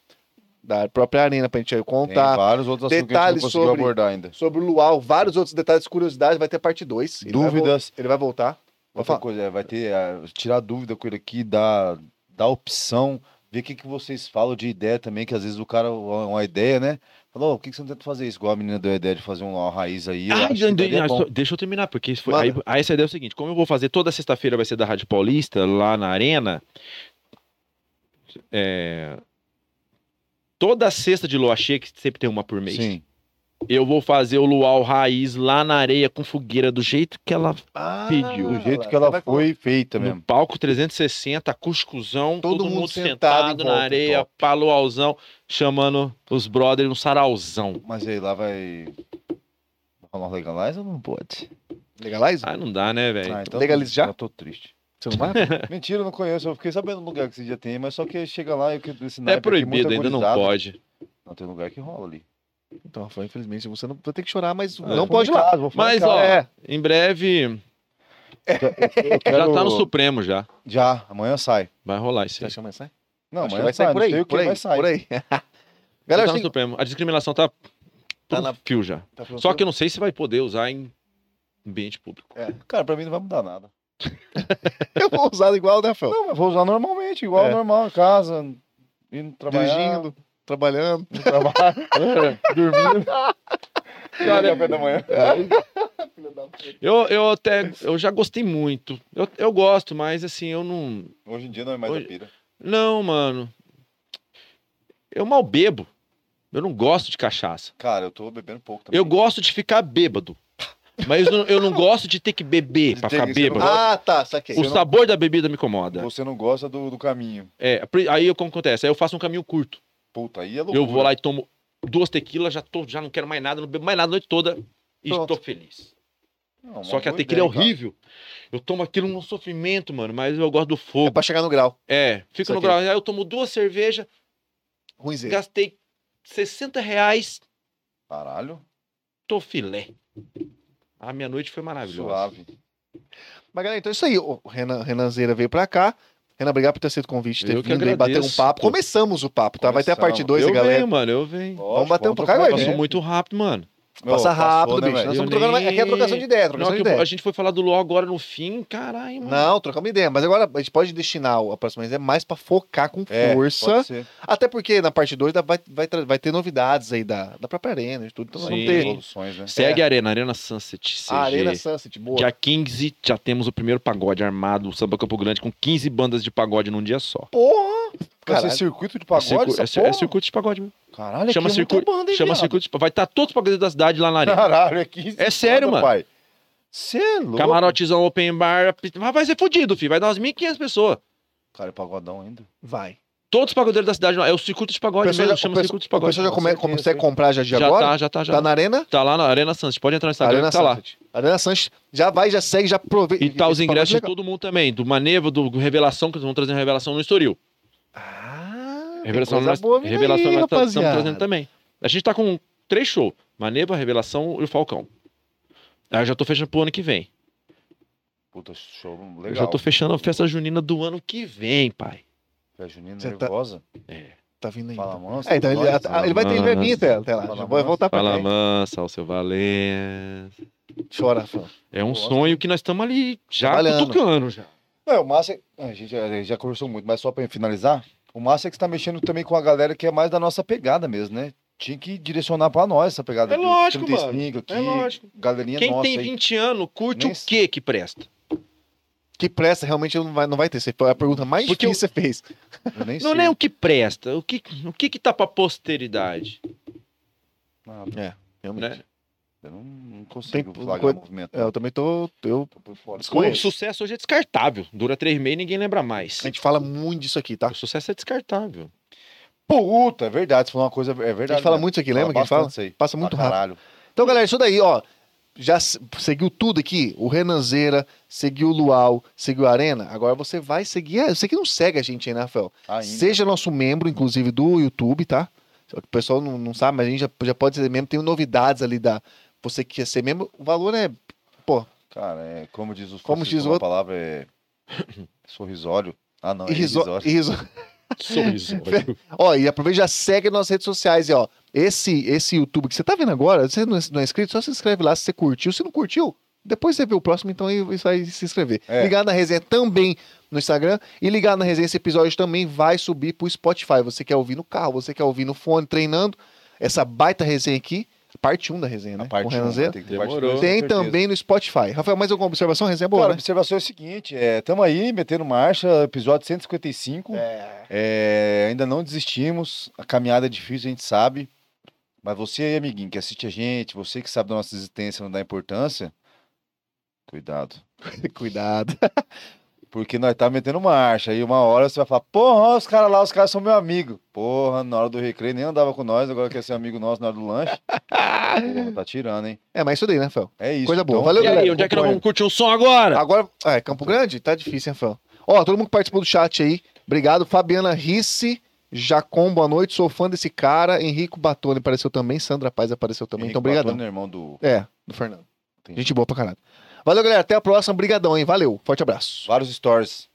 Speaker 1: da própria arena pra gente aí
Speaker 3: Tem
Speaker 1: contar.
Speaker 3: vários outros assuntos que a gente
Speaker 1: detalhes
Speaker 3: não conseguiu
Speaker 1: sobre-
Speaker 3: abordar ainda.
Speaker 1: Sobre o Luau, vários outros detalhes, curiosidades, vai ter parte 2.
Speaker 3: Dúvidas,
Speaker 1: Ele vai voltar. Vou
Speaker 3: Outra
Speaker 1: falar.
Speaker 3: coisa, é, vai ter é, tirar dúvida com ele aqui, dar, dar opção, ver o que, que vocês falam de ideia também, que às vezes o cara, uma uma ideia, né? Falou, "Ô, por que, que você não tenta fazer isso? Igual a menina deu a ideia de fazer uma raiz aí. eu
Speaker 2: Ai,
Speaker 3: acho que
Speaker 2: Dan-
Speaker 3: daria
Speaker 2: Dan-
Speaker 3: bom.
Speaker 2: só- deixa eu terminar, porque isso foi,
Speaker 1: Manda.
Speaker 2: aí, aí essa ideia é o seguinte: como eu vou fazer toda sexta-feira, vai ser da Rádio Paulista, lá na Arena. é, toda sexta de lua cheia, que sempre tem uma por mês.
Speaker 3: Sim.
Speaker 2: Eu vou fazer o luau raiz lá na areia com fogueira do jeito que ela
Speaker 1: Ah,
Speaker 2: Pediu.
Speaker 3: Do jeito que
Speaker 1: lá,
Speaker 3: ela
Speaker 1: vai
Speaker 3: foi feita
Speaker 2: no
Speaker 3: mesmo.
Speaker 2: palco 360, acústicozão, todo,
Speaker 1: Todo
Speaker 2: mundo,
Speaker 1: mundo
Speaker 2: sentado,
Speaker 1: sentado em
Speaker 2: na
Speaker 1: volta,
Speaker 2: areia,
Speaker 1: top.
Speaker 2: palualzão, chamando os brothers um sarauzão.
Speaker 3: Mas aí lá vai. Vai rolar um legalize ou não pode?
Speaker 1: Legalize?
Speaker 2: Ah, não dá, né, velho?
Speaker 3: Ah,
Speaker 1: legalize já?
Speaker 3: Eu tô triste.
Speaker 1: Você não vai?
Speaker 3: Mentira, eu não conheço. Eu fiquei sabendo do lugar que esse dia tem, mas só que chega lá e que
Speaker 2: é
Speaker 3: esse naipe aqui muito
Speaker 2: proibido, ainda não
Speaker 3: agorizado.
Speaker 2: pode.
Speaker 3: Não, tem um lugar que rola ali.
Speaker 1: Então, Rafael, infelizmente, você não vai ter que chorar, mas
Speaker 2: Ah,
Speaker 1: não
Speaker 2: eu
Speaker 1: pode ir lá.
Speaker 2: Mas, ó,
Speaker 1: É.
Speaker 2: em breve,
Speaker 3: já
Speaker 2: já tá no Supremo já.
Speaker 3: Já, amanhã sai.
Speaker 2: Vai rolar isso
Speaker 1: Você
Speaker 2: aí.
Speaker 1: acha que vai sair?
Speaker 3: Não,
Speaker 1: Acho que
Speaker 3: amanhã
Speaker 1: vai sair por
Speaker 3: não sei
Speaker 1: aí,
Speaker 3: o que
Speaker 1: por aí,
Speaker 3: vai sair.
Speaker 1: por aí.
Speaker 2: Já
Speaker 1: Galera, assim,
Speaker 2: tá no Supremo. A discriminação tá, tá
Speaker 1: na-
Speaker 2: fio já. Só que eu não sei se vai poder usar em ambiente público.
Speaker 3: Cara, pra mim não vai mudar nada.
Speaker 1: eu vou usar igual, né, Rafael?
Speaker 3: Não, eu vou usar normalmente, igual
Speaker 1: É.
Speaker 3: normal, em casa, indo trabalhar.
Speaker 1: Dirigindo, trabalhando.
Speaker 3: no trabalho, dormindo.
Speaker 2: Cara,
Speaker 3: café da manhã.
Speaker 2: Eu, eu até eu já gostei muito. Eu, eu gosto, mas assim, eu não.
Speaker 3: Hoje em dia não é mais
Speaker 2: Hoje-
Speaker 3: a pira.
Speaker 2: Não, mano. Eu mal bebo. Eu não gosto de cachaça.
Speaker 3: Cara, eu tô bebendo pouco também.
Speaker 2: Eu gosto de ficar bêbado. Mas eu não, eu não gosto de ter que beber
Speaker 3: De
Speaker 2: pra
Speaker 3: ter
Speaker 2: ficar
Speaker 3: que- você não
Speaker 2: bêbado.
Speaker 1: Ah, tá, saquei.
Speaker 2: O sabor da bebida me incomoda.
Speaker 3: Você não gosta do, do caminho.
Speaker 2: É, pri- aí o que acontece? Aí eu faço um caminho curto.
Speaker 3: Puta, aí é loucura.
Speaker 2: Eu vou lá e tomo duas tequilas, já, tô, já não quero mais nada, não bebo mais nada a noite toda e
Speaker 1: Pronto.
Speaker 2: estou feliz.
Speaker 3: Não, uma
Speaker 2: Só que a
Speaker 3: boa
Speaker 2: tequila é
Speaker 3: ideia, cara.
Speaker 2: horrível. Eu tomo aquilo num sofrimento, mano, mas eu gosto do
Speaker 1: É
Speaker 2: fogo.
Speaker 1: pra chegar no grau.
Speaker 2: É, fico
Speaker 1: Isso
Speaker 2: no
Speaker 1: aqui.
Speaker 2: grau. Aí eu tomo duas cervejas,
Speaker 1: Ruimzinho.
Speaker 2: gastei 60 reais,
Speaker 3: Caralho,
Speaker 2: tô filé. A Ah, minha noite foi maravilhosa.
Speaker 3: suave.
Speaker 1: Mas, galera, então é isso aí. O Renan, Renanzeira veio pra cá. Renan, obrigado por ter sido convite, ter
Speaker 2: Eu que
Speaker 1: vindo aí bater um
Speaker 2: agradeço,
Speaker 1: papo.
Speaker 2: pô.
Speaker 1: Começamos o papo, tá? Vai ter a parte
Speaker 3: Começamos.
Speaker 1: 2,
Speaker 2: eu
Speaker 1: galera.
Speaker 2: venho, mano, eu venho.
Speaker 3: Lógico,
Speaker 1: bater um pouco. Vai,
Speaker 3: vamos trocar
Speaker 1: vai,
Speaker 2: Passou
Speaker 3: ideia.
Speaker 2: muito rápido, mano.
Speaker 3: Meu,
Speaker 1: Passa
Speaker 3: passou,
Speaker 1: rápido,
Speaker 3: né,
Speaker 1: bicho. Nós
Speaker 3: velho?
Speaker 1: estamos
Speaker 2: Eu
Speaker 1: trocando.
Speaker 2: nem-
Speaker 1: Aqui é trocação de ideia,
Speaker 2: Não,
Speaker 1: trocação
Speaker 2: é
Speaker 1: de
Speaker 2: que eu-
Speaker 1: ideia.
Speaker 2: a gente foi falar do LOL agora no fim, caralho, mano.
Speaker 1: Não, trocamos ideia. Mas agora a gente pode destinar a próxima vez é mais pra focar com
Speaker 3: É,
Speaker 1: força.
Speaker 3: pode ser.
Speaker 1: Até porque na parte 2 vai, vai, tra- vai ter novidades aí da, da própria Arena e tudo. Então nós vamos
Speaker 2: Sim.
Speaker 1: ter
Speaker 3: Evoluções, né?
Speaker 2: Segue a Arena, Arena Sunset. CG.
Speaker 1: é. a Arena Sunset, boa.
Speaker 2: Dia 15 já temos o primeiro pagode armado, o Samba Campo Grande, com 15 bandas de pagode num dia só.
Speaker 1: Porra!
Speaker 3: Vai ser
Speaker 1: Caralho.
Speaker 3: circuito de
Speaker 2: É
Speaker 3: pagode?
Speaker 2: circu- é,
Speaker 3: essa
Speaker 2: cir- é
Speaker 3: porra?
Speaker 2: circuito de pagode mesmo. Chama
Speaker 3: Caralho, aqui é muita
Speaker 2: circuito-
Speaker 3: banda, hein,
Speaker 2: Chama
Speaker 3: viado?
Speaker 2: circuito de pagode. Vai estar todos os pagodes da cidade lá na Arena.
Speaker 3: Caralho, é 15
Speaker 2: É sério, mano.
Speaker 3: Pai. Cê é louco.
Speaker 2: Camarotezão, open bar. Mas vai ser fodido, filho. Vai dar umas 1.500 pessoas.
Speaker 3: Cara, é pagodão ainda.
Speaker 1: Vai.
Speaker 2: Todos os pagodeiros da cidade lá. É o circuito de pagode
Speaker 1: Pessoal
Speaker 2: mesmo.
Speaker 1: já-
Speaker 2: chama
Speaker 1: o pessoal-
Speaker 2: circuito de
Speaker 1: O
Speaker 2: pagode.
Speaker 1: pessoal já
Speaker 3: com
Speaker 1: come-
Speaker 3: certeza,
Speaker 1: começou a comprar já de
Speaker 2: Já
Speaker 1: agora?
Speaker 2: tá, já tá, já
Speaker 1: Tá na Arena?
Speaker 2: tá lá na Arena Sunset. Pode entrar no Instagram,
Speaker 1: Arena
Speaker 2: que tá lá.
Speaker 1: Sunset. Arena Sanches já vai, já segue, já aproveita.
Speaker 2: E tá os
Speaker 1: Esse
Speaker 2: ingressos de
Speaker 1: bagulho é legal.
Speaker 2: todo mundo também. Do Maneva, do Revelação, que eles vão trazer uma revelação no Estoril.
Speaker 1: Ah, tem
Speaker 2: Revelação
Speaker 1: coisa
Speaker 2: nós,
Speaker 1: boa vindo
Speaker 2: revelação
Speaker 1: aí,
Speaker 2: nós tá- estamos
Speaker 1: rapaziada.
Speaker 2: trazendo também. A gente tá com três shows: Maneva, Revelação e o Falcão. Ah, eu já tô fechando pro ano que vem.
Speaker 3: Puta, show legal.
Speaker 2: Eu já tô fechando a festa junina do ano que vem, pai.
Speaker 3: Fé Junina
Speaker 1: Cê tá-
Speaker 3: nervosa.
Speaker 1: Tá vindo aí.
Speaker 3: Fala
Speaker 1: então.
Speaker 3: manso.
Speaker 1: É, então ele,
Speaker 3: nós,
Speaker 1: ah, ele vai, ter, ele vai vir até, até lá.
Speaker 3: Fala
Speaker 1: Já vai
Speaker 3: manso.
Speaker 1: voltar pra
Speaker 2: Fala
Speaker 1: cá.
Speaker 2: mansa, ao seu valer.
Speaker 1: Chora, Rafael.
Speaker 2: É um
Speaker 3: Nossa.
Speaker 2: sonho que nós estamos ali já
Speaker 1: Trabalhando.
Speaker 2: cutucando já.
Speaker 3: Não, é, o Márcio. A gente já, a gente já conversou muito, mas só pra finalizar, o Márcio é que está mexendo também com a galera que é mais da nossa pegada mesmo, né? Tinha que direcionar pra nós essa pegada.
Speaker 2: É
Speaker 3: de
Speaker 2: lógico,
Speaker 3: 35 aqui,
Speaker 2: É lógico.
Speaker 3: Galerinha
Speaker 2: Quem
Speaker 3: nossa
Speaker 2: tem
Speaker 3: aí.
Speaker 2: 20 anos, curte
Speaker 3: Nem
Speaker 2: o que que presta.
Speaker 1: Que pressa realmente não vai, não vai ter. Você foi a pergunta mais
Speaker 2: Porque eu-
Speaker 1: difícil que você fez.
Speaker 3: Eu nem
Speaker 2: Não
Speaker 3: sei.
Speaker 2: é o que presta, o que o que, que tá pra posteridade,
Speaker 3: Ah,
Speaker 1: Realmente.
Speaker 2: né?
Speaker 3: eu não, não consigo
Speaker 1: Tem-
Speaker 3: flagrar
Speaker 1: coisa-
Speaker 3: o movimento.
Speaker 1: É, Eu também tô. Eu,
Speaker 3: Tô por fora.
Speaker 1: Desconheço.
Speaker 2: O sucesso hoje é descartável. Dura três meses e ninguém lembra mais.
Speaker 1: a gente fala muito disso aqui, tá?
Speaker 2: O sucesso é descartável.
Speaker 3: Puta, é verdade. Você falou uma coisa, é
Speaker 1: A
Speaker 3: verdade.
Speaker 1: gente fala
Speaker 3: né?
Speaker 1: muito isso aqui, lembra que a gente
Speaker 3: bastante
Speaker 1: fala?
Speaker 3: isso aí.
Speaker 1: Passa muito
Speaker 3: Ah,
Speaker 1: rápido.
Speaker 3: Caralho.
Speaker 1: Então, galera, isso daí, ó. Já se- seguiu tudo aqui? O Renanzeira, seguiu o Luau, seguiu a Arena. Agora você vai seguir. a- Você que não segue a gente aí, né, Rafael?
Speaker 3: Ainda.
Speaker 1: Seja nosso membro, inclusive, do YouTube, tá? O pessoal não, não sabe, mas a gente já, já pode ser membro. Tem novidades ali da. Você que quer ser membro, o valor é.
Speaker 3: Cara, é, como diz os
Speaker 1: Como
Speaker 3: fascistas,
Speaker 1: diz o
Speaker 3: uma
Speaker 1: outro-
Speaker 3: palavra é sorrisório. Ah, não, é
Speaker 1: irriso-
Speaker 3: irrisório.
Speaker 1: irriso-
Speaker 2: Sorriso.
Speaker 1: Ó, e aproveita e já segue nas redes sociais. E, ó, esse, esse YouTube que você tá vendo agora, se você não é, não é inscrito, só se inscreve lá se você curtiu. Se não curtiu, depois você vê o próximo, então aí você vai se inscrever.
Speaker 3: É.
Speaker 1: Ligar na resenha também no Instagram. E ligar na resenha, esse episódio também vai subir pro Spotify. Você quer ouvir no carro, você quer ouvir no fone, treinando. Essa baita resenha aqui, parte 1 da resenha, né?
Speaker 3: A parte
Speaker 1: Com o
Speaker 3: 1,
Speaker 1: Renan Zero.
Speaker 3: tem que ter parte
Speaker 2: Demorou.
Speaker 3: dois, com
Speaker 1: Tem
Speaker 3: certeza.
Speaker 1: também no Spotify. Rafael, mais alguma observação? Resenha
Speaker 3: Cara,
Speaker 1: boa, né?
Speaker 3: a observação é o seguinte, é, tamo aí, metendo marcha, episódio 155,
Speaker 1: né?
Speaker 3: é, ainda não desistimos, a caminhada é difícil, a gente sabe, Mas você aí, amiguinho, que assiste a gente, você que sabe da nossa existência, não dá importância, cuidado.
Speaker 1: Cuidado.
Speaker 3: Porque nós tá metendo marcha. Aí uma hora você vai falar, porra, os caras lá, os caras são meu amigo. Porra, na hora do recreio nem andava com nós, agora quer ser amigo nosso na hora do lanche. Porra, tá tirando, hein?
Speaker 1: É, mas isso daí, né, Fel?
Speaker 3: É isso.
Speaker 1: Coisa boa.
Speaker 3: Então,
Speaker 1: Valeu,
Speaker 2: E aí,
Speaker 1: galera,
Speaker 2: onde é que nós
Speaker 1: acompanha.
Speaker 2: vamos curtir um som agora?
Speaker 1: Agora, é, Campo Grande? Tá difícil, hein, Fel? Ó, todo mundo que participou do chat aí, obrigado. Fabiana Risse, Jacom, boa noite. Sou fã desse cara. Henrico Batoni apareceu também. Sandra Paz apareceu também.
Speaker 3: Henrique
Speaker 1: então, brigadão.
Speaker 3: Batoni, irmão do...
Speaker 1: É, do Fernando.
Speaker 3: Entendi.
Speaker 1: Gente boa pra caralho. Valeu, galera. Até a próxima. Brigadão, hein? Valeu. Forte abraço.
Speaker 3: Vários stories.